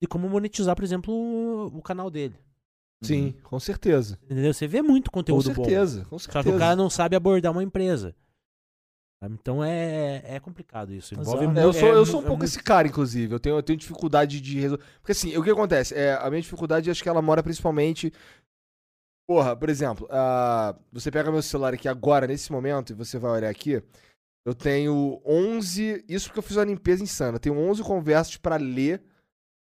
[SPEAKER 2] de como monetizar, por exemplo, o- o canal dele.
[SPEAKER 1] Sim,
[SPEAKER 2] Uhum.
[SPEAKER 1] com certeza.
[SPEAKER 2] Entendeu? Você vê muito
[SPEAKER 1] Com
[SPEAKER 2] conteúdo bom.
[SPEAKER 1] certeza, com
[SPEAKER 2] Só
[SPEAKER 1] certeza.
[SPEAKER 2] que o cara não sabe abordar uma empresa. sabe? Então é, é complicado isso. Envolve
[SPEAKER 3] Exato.
[SPEAKER 2] mu-
[SPEAKER 1] É, eu, sou,
[SPEAKER 2] é
[SPEAKER 1] eu
[SPEAKER 2] mu-
[SPEAKER 1] sou um
[SPEAKER 2] é
[SPEAKER 1] pouco
[SPEAKER 2] muito-
[SPEAKER 1] esse cara, inclusive. Eu tenho, eu tenho dificuldade de resolver. Porque assim, o que acontece? É, a minha dificuldade, acho que ela mora principalmente. Porra, por exemplo, ah, você pega meu celular aqui agora, nesse momento, e você vai olhar aqui. Eu tenho 11. Isso porque eu fiz uma limpeza insana. Eu tenho 11 conversas pra ler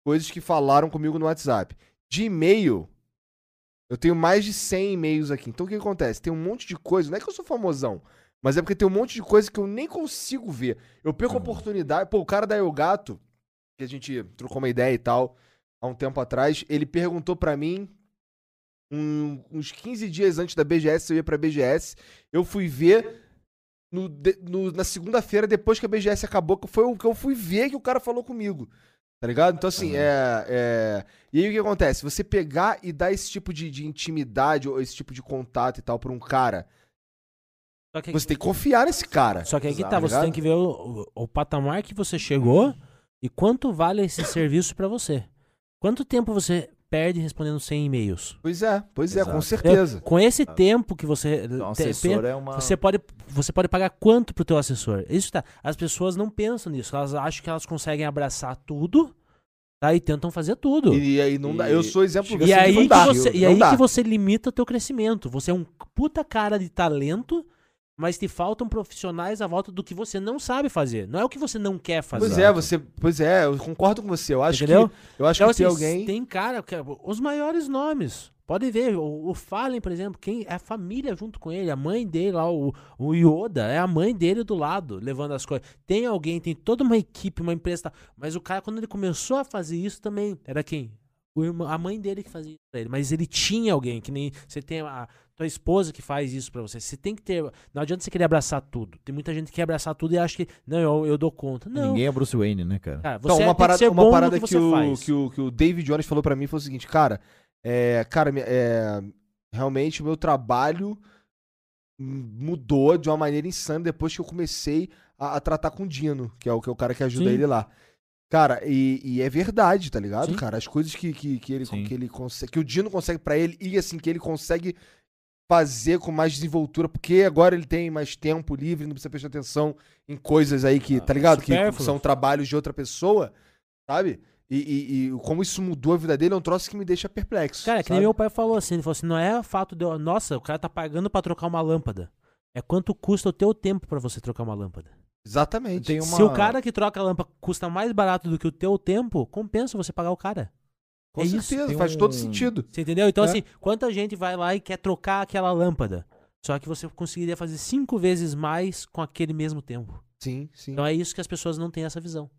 [SPEAKER 1] coisas que falaram comigo no WhatsApp. De e-mail, eu tenho mais de 100 e-mails aqui. Então o que acontece? Tem um monte de coisa. Não é que eu sou famosão, mas é porque tem um monte de coisa que eu nem consigo ver. Eu perco a oportunidade. Pô, o cara da Eu Gato, que a gente trocou uma ideia e tal, há um tempo atrás, ele perguntou pra mim um- uns 15 dias antes da BGS, se eu ia pra BGS. Eu fui ver no de- no- na segunda-feira, depois que a BGS acabou, que foi o que eu fui ver que o cara falou comigo. Tá ligado? Então, assim, é, é- E aí o que acontece? Você pegar e dar esse tipo de, de intimidade ou esse tipo de contato e tal pra um cara,
[SPEAKER 2] Só que,
[SPEAKER 1] você tem que confiar nesse cara.
[SPEAKER 2] só que aí que tá, você tem que ver o, o- o patamar que você chegou e quanto vale esse serviço pra você. Quanto tempo você perde respondendo 100 e-mails?
[SPEAKER 1] Pois é, pois é, com
[SPEAKER 3] Exato.
[SPEAKER 1] certeza.
[SPEAKER 2] Com esse tempo que você
[SPEAKER 3] Um
[SPEAKER 2] te-
[SPEAKER 3] assessor é uma.
[SPEAKER 2] Você pode, você pode pagar quanto pro teu assessor? Isso tá. As pessoas não pensam nisso. Elas acham que elas conseguem abraçar tudo, tá? E tentam fazer tudo. E,
[SPEAKER 1] E, aí não dá. Eu sou exemplo disso,
[SPEAKER 2] aí,
[SPEAKER 1] não
[SPEAKER 2] que
[SPEAKER 1] dá.
[SPEAKER 2] você, e
[SPEAKER 1] Não
[SPEAKER 2] aí
[SPEAKER 1] dá.
[SPEAKER 2] que você limita o teu crescimento. Você é um puta cara de talento, mas te faltam profissionais à volta do que você não sabe fazer. Não é o que você não quer fazer.
[SPEAKER 1] Pois é, você. Pois é, eu concordo com você. Eu acho
[SPEAKER 2] Entendeu?
[SPEAKER 1] que. Eu acho
[SPEAKER 2] Então,
[SPEAKER 1] que tem
[SPEAKER 2] assim,
[SPEAKER 1] alguém.
[SPEAKER 2] Tem cara, que- os maiores nomes. Pode ver, o, o Fallen, por exemplo, quem é a família junto com ele, a mãe dele lá, o, o Yoda, é a mãe dele do lado, levando as coisas. Tem alguém, tem toda uma equipe, uma empresa. e tal. Mas o cara, quando ele começou a fazer isso também, era quem? O irmão, a mãe dele que fazia isso pra ele. Mas ele tinha alguém, que nem você tem a tua esposa que faz isso pra você. Você tem que ter. Não adianta você querer abraçar tudo. Tem muita gente que quer abraçar tudo e acha que, não, eu, eu dou conta. Não.
[SPEAKER 3] Ninguém é Bruce Wayne, né, cara?
[SPEAKER 2] Cara, você
[SPEAKER 1] Então,
[SPEAKER 2] tem
[SPEAKER 1] uma
[SPEAKER 2] que
[SPEAKER 1] parada,
[SPEAKER 2] ser
[SPEAKER 1] uma
[SPEAKER 2] bom no
[SPEAKER 1] parada que,
[SPEAKER 2] você
[SPEAKER 1] o,
[SPEAKER 2] faz.
[SPEAKER 1] que, o, que o David Jones falou pra mim foi o seguinte, cara, é, cara, me- é, realmente o meu trabalho mudou de uma maneira insana depois que eu comecei a, a tratar com o Dino, que é o, que é o cara que ajuda
[SPEAKER 2] Sim.
[SPEAKER 1] ele lá. Cara, e, e é verdade, tá ligado,
[SPEAKER 2] Sim.
[SPEAKER 1] cara? As coisas que, que, que ele,
[SPEAKER 3] Sim.
[SPEAKER 1] que ele consegue, que o Dino consegue pra ele e assim, que ele consegue fazer com mais desenvoltura, porque agora ele tem mais tempo livre, não precisa prestar atenção em coisas aí que,
[SPEAKER 2] Ah,
[SPEAKER 1] tá ligado? Que
[SPEAKER 2] supérfluo.
[SPEAKER 1] são trabalhos de outra pessoa, sabe? E, e- e como isso mudou a vida dele é um troço que me deixa perplexo.
[SPEAKER 2] Cara, que
[SPEAKER 1] sabe?
[SPEAKER 2] nem meu pai falou assim, ele falou assim, não é o fato de eu, nossa, o cara tá pagando pra trocar uma lâmpada. É quanto custa o teu tempo pra você trocar uma lâmpada.
[SPEAKER 1] Exatamente.
[SPEAKER 3] Tem uma-
[SPEAKER 2] Se o cara que troca a lâmpada custa mais barato do que o teu tempo, compensa você pagar o cara.
[SPEAKER 1] Com
[SPEAKER 2] é isso,
[SPEAKER 1] certeza,
[SPEAKER 3] tem
[SPEAKER 1] faz todo
[SPEAKER 3] um-
[SPEAKER 1] sentido.
[SPEAKER 2] Você entendeu? Então
[SPEAKER 1] É.
[SPEAKER 2] assim, quanta gente vai lá e quer trocar aquela lâmpada? Só que você conseguiria fazer cinco vezes mais com aquele mesmo tempo.
[SPEAKER 1] Sim, sim.
[SPEAKER 2] Então é isso que as pessoas não têm essa visão.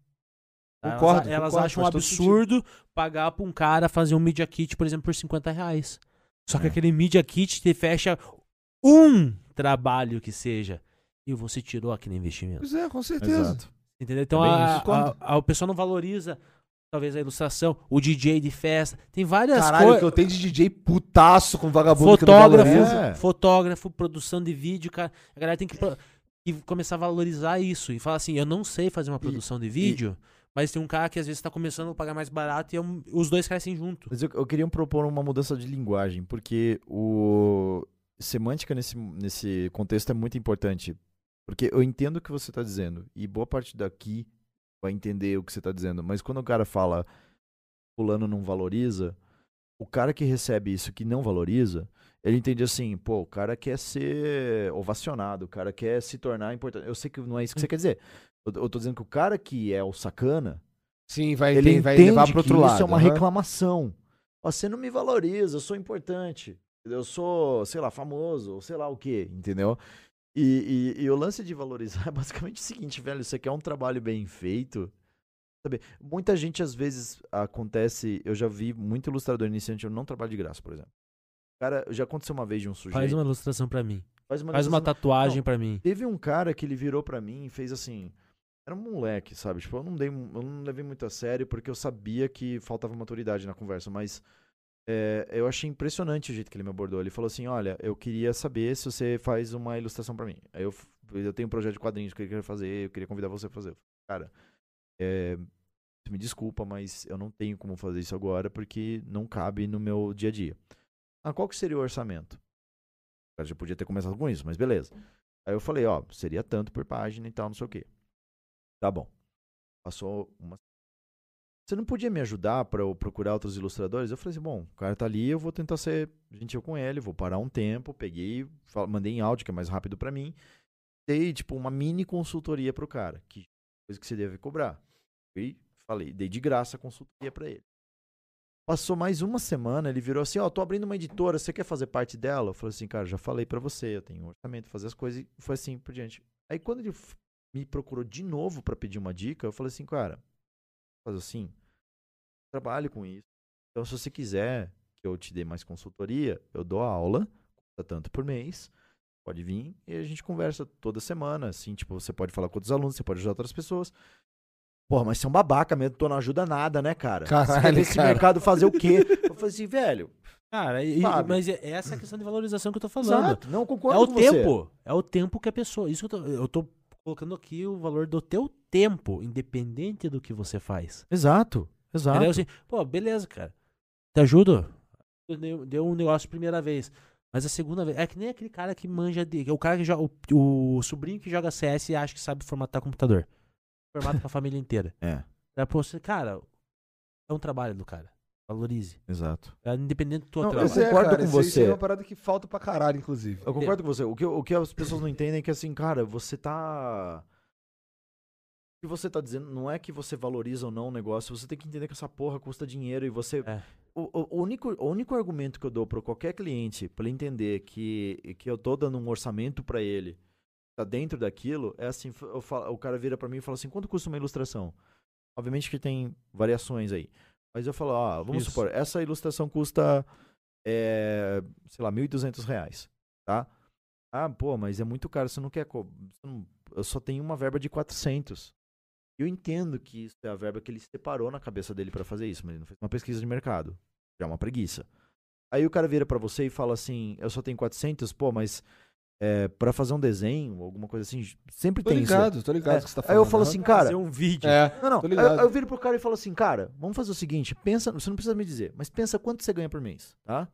[SPEAKER 2] Ah, Elas-
[SPEAKER 1] Concordo,
[SPEAKER 2] Elas,
[SPEAKER 1] concordo,
[SPEAKER 2] acham um
[SPEAKER 1] faz todo
[SPEAKER 2] absurdo pagar pra um cara fazer um Media Kit, por exemplo, por 50 reais. Só que
[SPEAKER 3] É.
[SPEAKER 2] aquele Media Kit te fecha um trabalho que seja. E você tirou aquele investimento.
[SPEAKER 1] Pois é, com certeza.
[SPEAKER 2] Entendeu? Então
[SPEAKER 3] É bem
[SPEAKER 2] a,
[SPEAKER 3] isso.
[SPEAKER 2] a, a, o pessoal não valoriza, talvez, a ilustração, o DJ de festa. Tem várias
[SPEAKER 1] Caralho, o que eu
[SPEAKER 2] coisas.
[SPEAKER 1] tenho de DJ putaço com vagabundo que não
[SPEAKER 2] Fotógrafo,
[SPEAKER 1] valoriza.
[SPEAKER 3] valoriza.
[SPEAKER 2] fotógrafo, produção de vídeo, cara. A galera tem que, pro- que começar a valorizar isso e falar assim: eu não sei fazer uma produção de vídeo, mas tem um cara que às vezes tá começando a pagar mais barato e é um- os dois crescem junto.
[SPEAKER 3] Mas eu, eu queria propor uma mudança de linguagem, porque o semântica nesse, nesse contexto é muito importante. Porque eu entendo o que você está dizendo, e boa parte daqui vai entender o que você está dizendo, mas quando o cara fala fulano não valoriza, o cara que recebe isso que não valoriza, ele entende assim, pô, o cara quer ser ovacionado, o cara quer se tornar importante. Eu sei que não é isso que você quer dizer. Eu, eu tô dizendo que o cara que é o sacana,
[SPEAKER 1] Sim, vai,
[SPEAKER 3] ele
[SPEAKER 1] tem-
[SPEAKER 3] entende
[SPEAKER 1] vai levar pro outro
[SPEAKER 3] que
[SPEAKER 1] lado.
[SPEAKER 3] isso é uma
[SPEAKER 1] aham.
[SPEAKER 3] reclamação. Ó, Você não me valoriza, eu sou importante. Eu sou, sei lá, famoso, ou sei lá o quê, entendeu? E, e- e o lance de valorizar é basicamente o seguinte, velho, você quer um trabalho bem feito, sabe? Muita gente, às vezes, acontece... Eu já vi muito ilustrador iniciante, eu não trabalho de graça, por exemplo. Cara, já aconteceu uma vez de um sujeito...
[SPEAKER 2] Faz uma ilustração pra mim.
[SPEAKER 3] faz uma
[SPEAKER 2] Faz uma
[SPEAKER 3] ilustração-
[SPEAKER 2] tatuagem pra mim.
[SPEAKER 3] Teve um cara que ele virou pra mim e fez assim. Era um moleque, sabe? Tipo, eu não, dei, mu- eu não levei muito a sério porque eu sabia que faltava maturidade na conversa, mas é, eu achei impressionante o jeito que ele me abordou. Ele falou assim: Olha, eu queria saber se você faz uma ilustração pra mim. Aí eu, f- eu tenho um projeto de quadrinhos que eu queria fazer, eu queria convidar você pra fazer. Eu falei, Cara, é, você me desculpa, mas eu não tenho como fazer isso agora porque não cabe no meu dia a dia. Ah, qual que seria o orçamento? O cara já podia ter começado com isso, mas beleza. Aí eu falei, ó, seria tanto por página e tal, não sei o quê. Tá bom. Passou uma. Você não podia me ajudar pra eu procurar outros ilustradores? Eu falei assim, bom, o cara tá ali, eu vou tentar ser gentil com ele, vou parar um tempo, peguei, fal- mandei em áudio, que é mais rápido pra mim. Dei, tipo, uma mini consultoria pro cara, que é coisa que você deve cobrar. E falei, dei de graça a consultoria pra ele. Passou mais uma semana, ele virou assim, ó, tô abrindo uma editora, você quer fazer parte dela? Eu falei assim, cara, já falei pra você, eu tenho um orçamento, fazer as coisas, e foi assim por diante. Aí quando ele f- me procurou de novo pra pedir uma dica, eu falei assim, cara, faz assim, trabalho com isso. Então se você quiser que eu te dê mais consultoria, eu dou aula, custa tanto por mês, pode vir e a gente conversa toda semana, assim, tipo, você pode falar com outros alunos, você pode ajudar outras pessoas. Porra, mas você é um babaca mesmo, tu não ajuda nada, né, cara?
[SPEAKER 1] Caralho,
[SPEAKER 3] você quer ver esse
[SPEAKER 1] cara.
[SPEAKER 3] mercado fazer o
[SPEAKER 2] [LAUGHS]
[SPEAKER 3] quê? Eu falei assim, velho,
[SPEAKER 2] Cara, e-
[SPEAKER 3] Sabe?
[SPEAKER 2] mas é- essa é a questão de valorização que eu tô falando.
[SPEAKER 3] exato, não concordo
[SPEAKER 2] É o
[SPEAKER 3] com você.
[SPEAKER 2] tempo. É o tempo que a pessoa. Isso que eu tô, eu tô colocando aqui o valor do teu tempo, independente do que você faz.
[SPEAKER 3] Exato, exato.
[SPEAKER 2] Entendeu? Assim, pô, beleza, cara. Te ajudo. Deu deu um negócio a primeira vez. Mas a segunda vez. É que nem aquele cara que manja de. O cara que joga. O, o sobrinho que joga CS e acha que sabe formatar computador. Formata com a família inteira. [LAUGHS]
[SPEAKER 3] É,
[SPEAKER 2] Daí, pô, você- cara, é um trabalho do cara. Valorize.
[SPEAKER 3] exato.
[SPEAKER 2] É Independente do teu
[SPEAKER 3] Não,
[SPEAKER 2] trabalho.
[SPEAKER 3] mas é- concordo com
[SPEAKER 1] isso- Isso
[SPEAKER 3] você.
[SPEAKER 1] é uma parada que falta pra caralho, inclusive.
[SPEAKER 3] Eu concordo com você. O que, o que as pessoas não entendem é que assim, cara, você tá. O que você tá dizendo não é que você valoriza ou não o negócio, você tem que entender que essa porra custa dinheiro e você.
[SPEAKER 2] É.
[SPEAKER 3] O, o- o único, o único argumento que eu dou pra qualquer cliente pra ele entender que, que eu tô dando um orçamento pra ele, tá dentro daquilo, é assim: eu falo- o cara vira pra mim e fala assim: quanto custa uma ilustração? Obviamente que tem variações aí. Mas eu falo, ó, vamos
[SPEAKER 2] Isso.
[SPEAKER 3] supor, essa ilustração custa, é, sei lá, 1.200 reais, tá? Ah, pô, mas é muito caro, você não quer... co- você não- eu só tenho uma verba de 400. Eu entendo que isso é a verba que ele separou na cabeça dele pra fazer isso, mas ele não fez uma pesquisa de mercado. Já é uma preguiça. Aí o cara vira pra você e fala assim, eu só tenho 400, pô, mas é, para fazer um desenho, alguma coisa assim, sempre
[SPEAKER 1] Tô
[SPEAKER 3] tem isso.
[SPEAKER 1] ligado, tô ligado
[SPEAKER 3] É,
[SPEAKER 1] que você tá
[SPEAKER 3] aí
[SPEAKER 1] falando.
[SPEAKER 3] eu falo
[SPEAKER 1] aham.
[SPEAKER 3] assim, cara...
[SPEAKER 2] Fazer um vídeo.
[SPEAKER 1] É,
[SPEAKER 3] Não, não.
[SPEAKER 1] Tô
[SPEAKER 3] Aí
[SPEAKER 1] ligado.
[SPEAKER 3] Eu, eu viro pro cara e falo assim, cara, vamos fazer o seguinte, pensa, você não precisa me dizer, mas pensa quanto você ganha por mês, tá?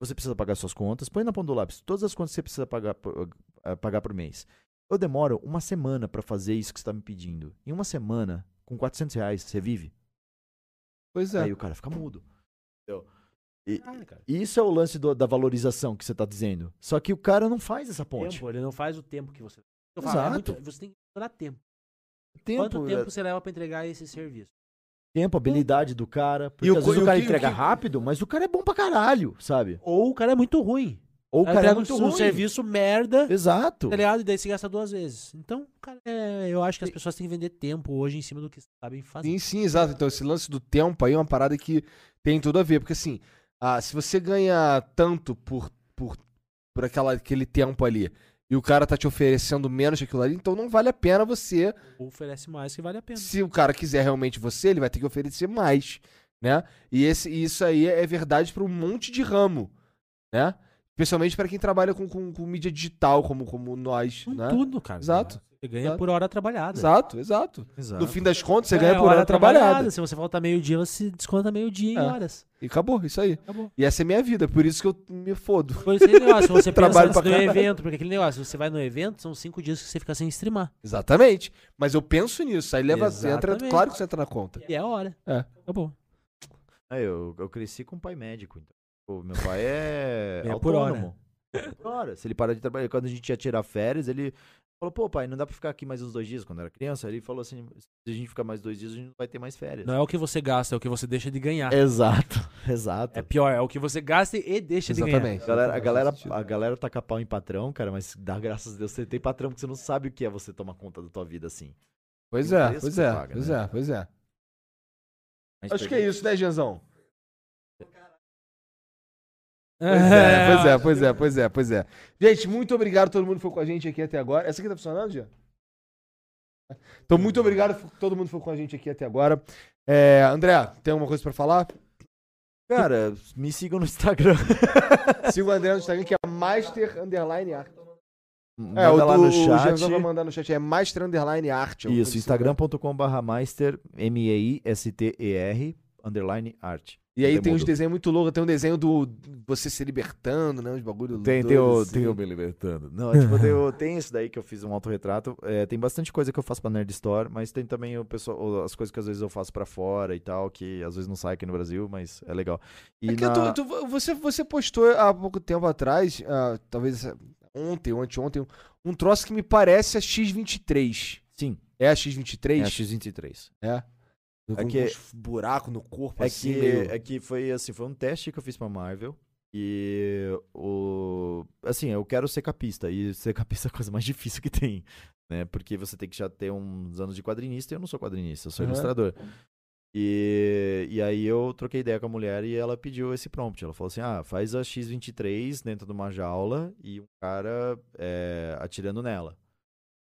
[SPEAKER 3] Você precisa pagar suas contas, põe na ponta do lápis todas as contas que você precisa pagar por, eh, pagar por mês. Eu demoro uma semana pra fazer isso que você tá me pedindo. Em uma semana, com 400 reais, você vive?
[SPEAKER 1] pois é.
[SPEAKER 3] Aí o cara fica mudo. Entendeu? E, e isso é o lance do- da valorização que você tá dizendo. Só que o cara não faz essa ponte.
[SPEAKER 2] Tempo, ele não faz o tempo que você. Eu falo, é
[SPEAKER 3] Exato.
[SPEAKER 2] muito- você tem que dar tempo.
[SPEAKER 3] Tempo,
[SPEAKER 2] né? Quanto
[SPEAKER 3] eh,
[SPEAKER 2] tempo você leva pra entregar esse serviço?
[SPEAKER 3] tempo, habilidade do cara. Porque
[SPEAKER 1] o
[SPEAKER 3] às
[SPEAKER 1] co-
[SPEAKER 3] vezes
[SPEAKER 1] e
[SPEAKER 3] o
[SPEAKER 1] o
[SPEAKER 3] cara
[SPEAKER 1] que- o
[SPEAKER 3] entrega
[SPEAKER 1] que-
[SPEAKER 3] rápido, mas o cara é bom pra caralho, sabe?
[SPEAKER 2] Ou o cara é muito ruim.
[SPEAKER 3] Ou o
[SPEAKER 2] Aí
[SPEAKER 3] cara é
[SPEAKER 2] entrega
[SPEAKER 3] muito
[SPEAKER 2] um
[SPEAKER 3] ruim.
[SPEAKER 2] serviço merda,
[SPEAKER 3] Exato.
[SPEAKER 2] tá ligado? E daí se gasta duas vezes. Então, cara, é, eu acho que as pessoas têm que vender tempo hoje em cima do que sabem fazer.
[SPEAKER 1] Sim, sim, exato. Então, esse lance do tempo aí é uma parada que tem tudo a ver. Porque, assim, ah, se você ganha tanto por, por, por aquela, aquele tempo ali e o cara tá te oferecendo menos que aquilo ali, então não vale a pena você.
[SPEAKER 2] Ou oferece mais que vale a pena.
[SPEAKER 1] Se o cara quiser realmente você, ele vai ter que oferecer mais, né? E esse, e isso aí é verdade para um monte de ramo, né? Especialmente para quem trabalha com, com, com mídia digital, como, como nós,
[SPEAKER 2] Com
[SPEAKER 1] né?
[SPEAKER 2] tudo, cara.
[SPEAKER 1] Exato.
[SPEAKER 2] Você ganha
[SPEAKER 1] Exato.
[SPEAKER 2] por hora trabalhada.
[SPEAKER 1] Exato, exato.
[SPEAKER 3] Exato.
[SPEAKER 1] No fim das contas, você
[SPEAKER 2] É,
[SPEAKER 1] ganha por
[SPEAKER 2] hora
[SPEAKER 1] hora trabalhada.
[SPEAKER 2] Se você faltar meio-dia, você desconta meio-dia em
[SPEAKER 1] É.
[SPEAKER 2] horas.
[SPEAKER 1] E acabou, isso aí.
[SPEAKER 2] Acabou.
[SPEAKER 1] E essa é minha vida, por isso que eu me fodo.
[SPEAKER 2] Por esse negócio, você [LAUGHS] pensa
[SPEAKER 1] Trabalho
[SPEAKER 2] no
[SPEAKER 1] pra caralho.
[SPEAKER 2] evento, porque aquele negócio, você vai no evento, são cinco dias que você fica sem streamar.
[SPEAKER 1] Exatamente. Mas eu penso nisso. Aí leva. Entra,
[SPEAKER 2] Exatamente.
[SPEAKER 1] claro que você entra na conta.
[SPEAKER 2] E é a hora.
[SPEAKER 1] É.
[SPEAKER 2] Acabou.
[SPEAKER 3] É, eu, eu cresci com um pai médico, então. O meu pai é
[SPEAKER 2] Ganha por
[SPEAKER 3] autônomo. Ganha Por hora. Se ele parar de trabalhar, quando a gente ia tirar férias, ele falou, pô, pai, não dá pra ficar aqui mais uns dois dias, quando eu era criança. Ele falou assim, se a gente ficar mais dois dias, a gente não vai ter mais férias.
[SPEAKER 2] Não é o que você gasta, é o que você deixa de ganhar. É,
[SPEAKER 3] Exato, [LAUGHS] exato.
[SPEAKER 2] pior, é o que você gasta e deixa de ganhar.
[SPEAKER 1] Exatamente.
[SPEAKER 3] A galera, a,
[SPEAKER 1] Faz
[SPEAKER 3] galera,
[SPEAKER 1] sentido.
[SPEAKER 3] a galera taca pau em patrão, cara, mas dá graças a Deus você tem patrão, porque você não sabe o que é você tomar conta da tua vida assim.
[SPEAKER 1] Pois
[SPEAKER 3] o
[SPEAKER 1] é,
[SPEAKER 3] preço
[SPEAKER 1] pois
[SPEAKER 3] que
[SPEAKER 1] é,
[SPEAKER 3] paga,
[SPEAKER 1] pois
[SPEAKER 3] né?
[SPEAKER 1] é, pois é.
[SPEAKER 3] A gente
[SPEAKER 1] Acho que
[SPEAKER 3] pegou-
[SPEAKER 1] é isso, né, Genzão? Pois é, pois
[SPEAKER 2] É,
[SPEAKER 1] é, pois é, pois é, pois é. Gente, muito obrigado a todo mundo que foi com a gente aqui até agora. Essa aqui tá funcionando, Jean? Então, muito obrigado a todo mundo que foi com a gente aqui até agora. É, André, tem alguma coisa pra falar?
[SPEAKER 3] Cara, me sigam no Instagram.
[SPEAKER 1] Siga o André no Instagram, que é Master Underline Art.
[SPEAKER 3] Manda
[SPEAKER 1] É, o,
[SPEAKER 3] lá
[SPEAKER 1] do,
[SPEAKER 3] no
[SPEAKER 1] o
[SPEAKER 3] chat.
[SPEAKER 1] Genzão vai mandar no chat, é Master Underline Art. alguma coisa
[SPEAKER 3] Isso,
[SPEAKER 1] assim.
[SPEAKER 3] instagram.com.br meister, M-E-I-S-T-E-R, underline art.
[SPEAKER 1] E aí tem uns
[SPEAKER 3] Demudo.
[SPEAKER 1] desenhos muito loucos, tem um desenho do você se libertando, né? Uns bagulho
[SPEAKER 3] Tem,
[SPEAKER 1] doido
[SPEAKER 3] tem, o,
[SPEAKER 1] assim.
[SPEAKER 3] tem o Me Libertando. Não, é tipo, tem, o- tem esse daí que eu fiz um autorretrato. É, tem bastante coisa que eu faço pra Nerd Store, mas tem também o pessoal, o- as coisas que às vezes eu faço pra fora e tal, que às vezes não sai aqui no Brasil, mas é legal. E
[SPEAKER 1] É que eu
[SPEAKER 3] na-
[SPEAKER 1] tô- eu tô- você, você postou há pouco tempo atrás, ah, talvez ah, ontem, ontem, ontem, um troço que me parece a X23.
[SPEAKER 3] Sim,
[SPEAKER 1] É a
[SPEAKER 3] é
[SPEAKER 1] X23?
[SPEAKER 3] a X23.
[SPEAKER 1] Com
[SPEAKER 3] é que-
[SPEAKER 1] uns buraco no corpo
[SPEAKER 3] É
[SPEAKER 1] assim,
[SPEAKER 3] que,
[SPEAKER 1] meio-
[SPEAKER 3] é que foi assim, foi um teste que eu fiz pra Marvel. E o. Assim, eu quero ser capista. E ser [LAUGHS] capista é a coisa mais difícil que tem. Né? Porque você tem que já ter uns anos de quadrinista e eu não sou quadrinista, eu sou
[SPEAKER 1] Aham.
[SPEAKER 3] ilustrador. E, e aí eu troquei ideia com a mulher e ela pediu esse prompt. Ela falou assim: ah, faz a X23 dentro de uma jaula e um cara é, atirando nela.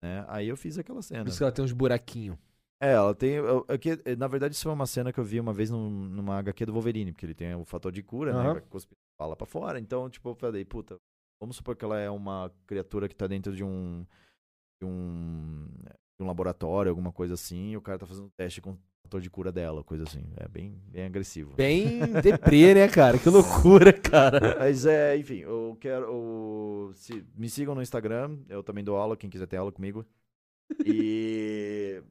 [SPEAKER 3] Né? Aí eu fiz aquela cena.
[SPEAKER 1] Por isso que ela tem uns buraquinhos.
[SPEAKER 3] É, ela tem. eu- é que, é, na verdade, isso foi uma cena que eu vi uma vez num- numa HQ do Wolverine, porque ele tem o fator de cura, né?
[SPEAKER 1] Aham.
[SPEAKER 3] Vai cuspir fala pra fora. Então, tipo, eu falei, puta, vamos supor que ela é uma criatura que tá dentro de um. de um. de um laboratório, alguma coisa assim, e o cara tá fazendo um teste com o fator de cura dela, coisa assim. É bem, bem agressivo.
[SPEAKER 1] Bem deprê, né, cara?
[SPEAKER 3] [LAUGHS]
[SPEAKER 1] Que loucura, cara.
[SPEAKER 3] Mas é, enfim, eu quero. eu- se- me sigam no Instagram, eu também dou aula, quem quiser ter aula comigo. E.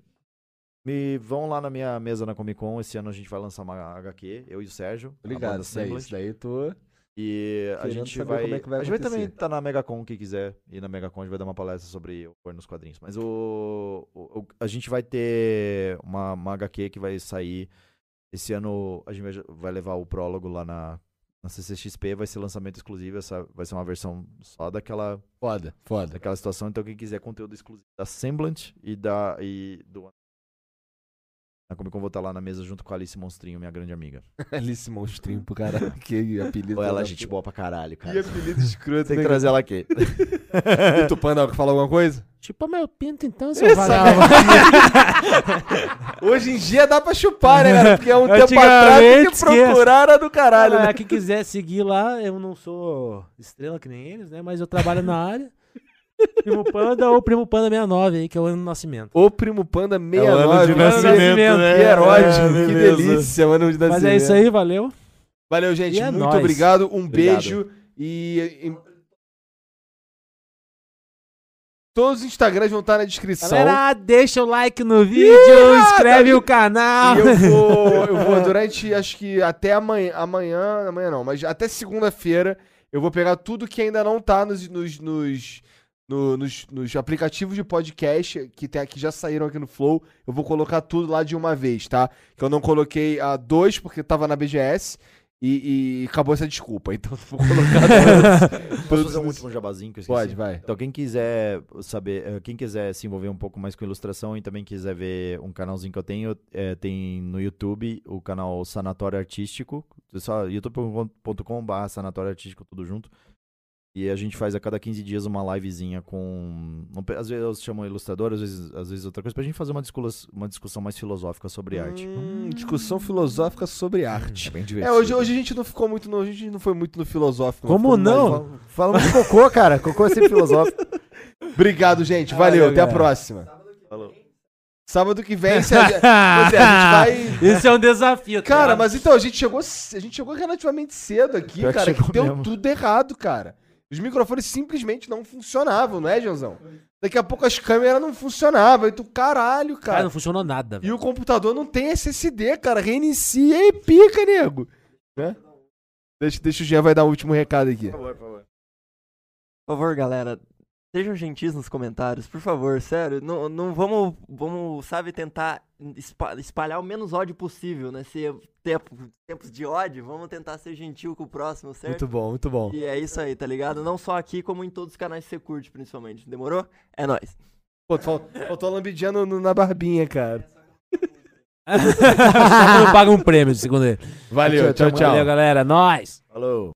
[SPEAKER 3] Me vão lá na minha mesa na Comic Con. Esse ano a gente vai lançar uma HQ, eu e o Sérgio. a
[SPEAKER 1] Obrigado,
[SPEAKER 3] banda
[SPEAKER 1] Tá isso daí,
[SPEAKER 3] Semblance.
[SPEAKER 1] isso daí tô...
[SPEAKER 3] E a
[SPEAKER 1] Querendo
[SPEAKER 3] gente
[SPEAKER 1] saber
[SPEAKER 3] vai.
[SPEAKER 1] como é que vai
[SPEAKER 3] a gente vai também
[SPEAKER 1] acontecer.
[SPEAKER 3] estar na Megacon, quem quiser. E na Megacon a gente vai dar uma palestra sobre horror nos quadrinhos. Mas o, o- o- a gente vai ter uma, uma HQ que vai sair. Esse ano a gente vai- vai levar o prólogo lá na, na CCXP, vai ser lançamento exclusivo. Essa vai ser uma versão só daquela,
[SPEAKER 1] Foda, foda.
[SPEAKER 3] daquela situação. Então, quem quiser conteúdo exclusivo da Semblant e da. E do na Comic Con vou estar lá na mesa junto com a Alice Monstrinho, minha grande amiga.
[SPEAKER 1] [LAUGHS] Alice Monstrinho pro caralho. [LAUGHS] Que apelido.
[SPEAKER 3] Ou ela é
[SPEAKER 1] da-
[SPEAKER 3] gente boa pra caralho,
[SPEAKER 1] Que
[SPEAKER 3] cara.
[SPEAKER 1] apelido escroto.
[SPEAKER 3] Tem que
[SPEAKER 1] né,
[SPEAKER 3] trazer ela aqui.
[SPEAKER 1] cara? E tu, Panda, que fala alguma coisa?
[SPEAKER 2] Tipo, meu pinto então, seu vagabundo.
[SPEAKER 1] Hoje em dia dá pra [LAUGHS] chupar, né, cara? Porque há um tempo
[SPEAKER 2] Antigamente,
[SPEAKER 1] atrás tem que
[SPEAKER 2] esquece.
[SPEAKER 1] procurar era do caralho,
[SPEAKER 2] Ah,
[SPEAKER 1] né?
[SPEAKER 2] Quem quiser seguir lá, eu não sou estrela que nem eles, né? Mas eu trabalho na área. Primo Panda ou Primo Panda 69 aí, que é o ano do nascimento.
[SPEAKER 1] O Primo Panda
[SPEAKER 4] É o
[SPEAKER 1] 69.
[SPEAKER 4] ano de
[SPEAKER 1] que
[SPEAKER 4] nascimento,
[SPEAKER 2] nascimento,
[SPEAKER 4] né?
[SPEAKER 1] Que erótico,
[SPEAKER 4] É,
[SPEAKER 1] que
[SPEAKER 4] beleza.
[SPEAKER 1] delícia, mano. de
[SPEAKER 2] Mas é
[SPEAKER 1] nascimento.
[SPEAKER 2] isso aí, valeu.
[SPEAKER 1] Valeu, gente.
[SPEAKER 2] E é
[SPEAKER 1] muito
[SPEAKER 2] nóis.
[SPEAKER 1] obrigado. Um
[SPEAKER 3] Obrigado.
[SPEAKER 1] beijo. E, e- Todos os Instagrams vão estar na descrição.
[SPEAKER 2] Galera, deixa o like no vídeo, inscreve o canal.
[SPEAKER 1] E eu
[SPEAKER 2] [LAUGHS]
[SPEAKER 1] vou, eu [LAUGHS] vou durante, acho que até amanhã, amanhã, amanhã não, mas até segunda-feira, eu vou pegar tudo que ainda não tá nos, nos, nos, no- nos, nos aplicativos de podcast que, tem, que já saíram aqui no Flow, eu vou colocar tudo lá de uma vez, tá? Que eu não coloquei a dois porque tava na BGS e, e acabou essa desculpa, [LAUGHS] então eu vou colocar todos.
[SPEAKER 3] Posso fazer um último jabazinho que eu esqueci?
[SPEAKER 1] Pode, vai.
[SPEAKER 3] Então, quem quiser saber, eh, quem quiser se envolver um pouco mais com ilustração e também quiser ver um canalzinho que eu tenho, eh, tem no YouTube o canal Sanatório Artístico, é só youtube.com.br Sanatório Artístico, tudo junto. E a gente faz a cada 15 dias uma livezinha com. não pe- Às vezes eu chamo ilustrador, às vezes, às vezes outra coisa, pra gente fazer uma, disculas- uma discussão mais filosófica sobre arte.
[SPEAKER 1] Hum, discussão filosófica sobre arte.
[SPEAKER 3] É bem
[SPEAKER 1] É,
[SPEAKER 3] divertido.
[SPEAKER 1] hoje, hoje a gente não ficou muito no, a gente não foi muito no filosófico.
[SPEAKER 2] Como
[SPEAKER 1] ficou mais-
[SPEAKER 2] não?
[SPEAKER 3] Falamos de cocô, cara. Cocô é sempre filosófico.
[SPEAKER 1] [LAUGHS] Obrigado, gente. Valeu,
[SPEAKER 2] Valeu,
[SPEAKER 1] até a
[SPEAKER 2] galera.
[SPEAKER 1] próxima.
[SPEAKER 3] Falou.
[SPEAKER 1] Sábado que vem, se
[SPEAKER 3] [LAUGHS]
[SPEAKER 1] a, gente- pois é, a gente vai.
[SPEAKER 2] Isso é um desafio. tá
[SPEAKER 1] Cara,
[SPEAKER 2] ligado?
[SPEAKER 1] mas então, a gente chegou, c- a gente chegou relativamente cedo aqui,
[SPEAKER 3] Pior que
[SPEAKER 1] cara, que,
[SPEAKER 3] chegou
[SPEAKER 1] deu
[SPEAKER 3] mesmo.
[SPEAKER 1] tudo errado, cara. Os microfones simplesmente não funcionavam, não é, Joãozão? Daqui a pouco as câmeras não funcionavam. E tu, caralho,
[SPEAKER 2] Cara,
[SPEAKER 1] cara.
[SPEAKER 2] não funcionou nada,
[SPEAKER 1] E
[SPEAKER 2] [LAUGHS] velho.
[SPEAKER 1] o computador não tem SSD, cara. Reinicia e pica, nego. Né? Deixa, deixa o Jean vai dar o último recado aqui.
[SPEAKER 5] Por favor, galera, sejam gentis nos comentários, por favor, sério. Não, não vamos, vamos, sabe, tentar espa- espalhar o menos ódio possível nesse tempo, tempos de ódio. Vamos tentar ser gentil com o próximo, certo?
[SPEAKER 1] Muito bom, muito bom.
[SPEAKER 5] E é isso aí, tá ligado? Não só aqui, como em todos os canais que você curte, principalmente. Demorou? É nóis.
[SPEAKER 1] Pô, fal- faltou a lambidinha no- no- na barbinha, cara.
[SPEAKER 2] Só quando paga um prêmio, segundo ele.
[SPEAKER 1] Valeu, tchau, tchau.
[SPEAKER 2] Valeu, galera. Nós.
[SPEAKER 3] Falou.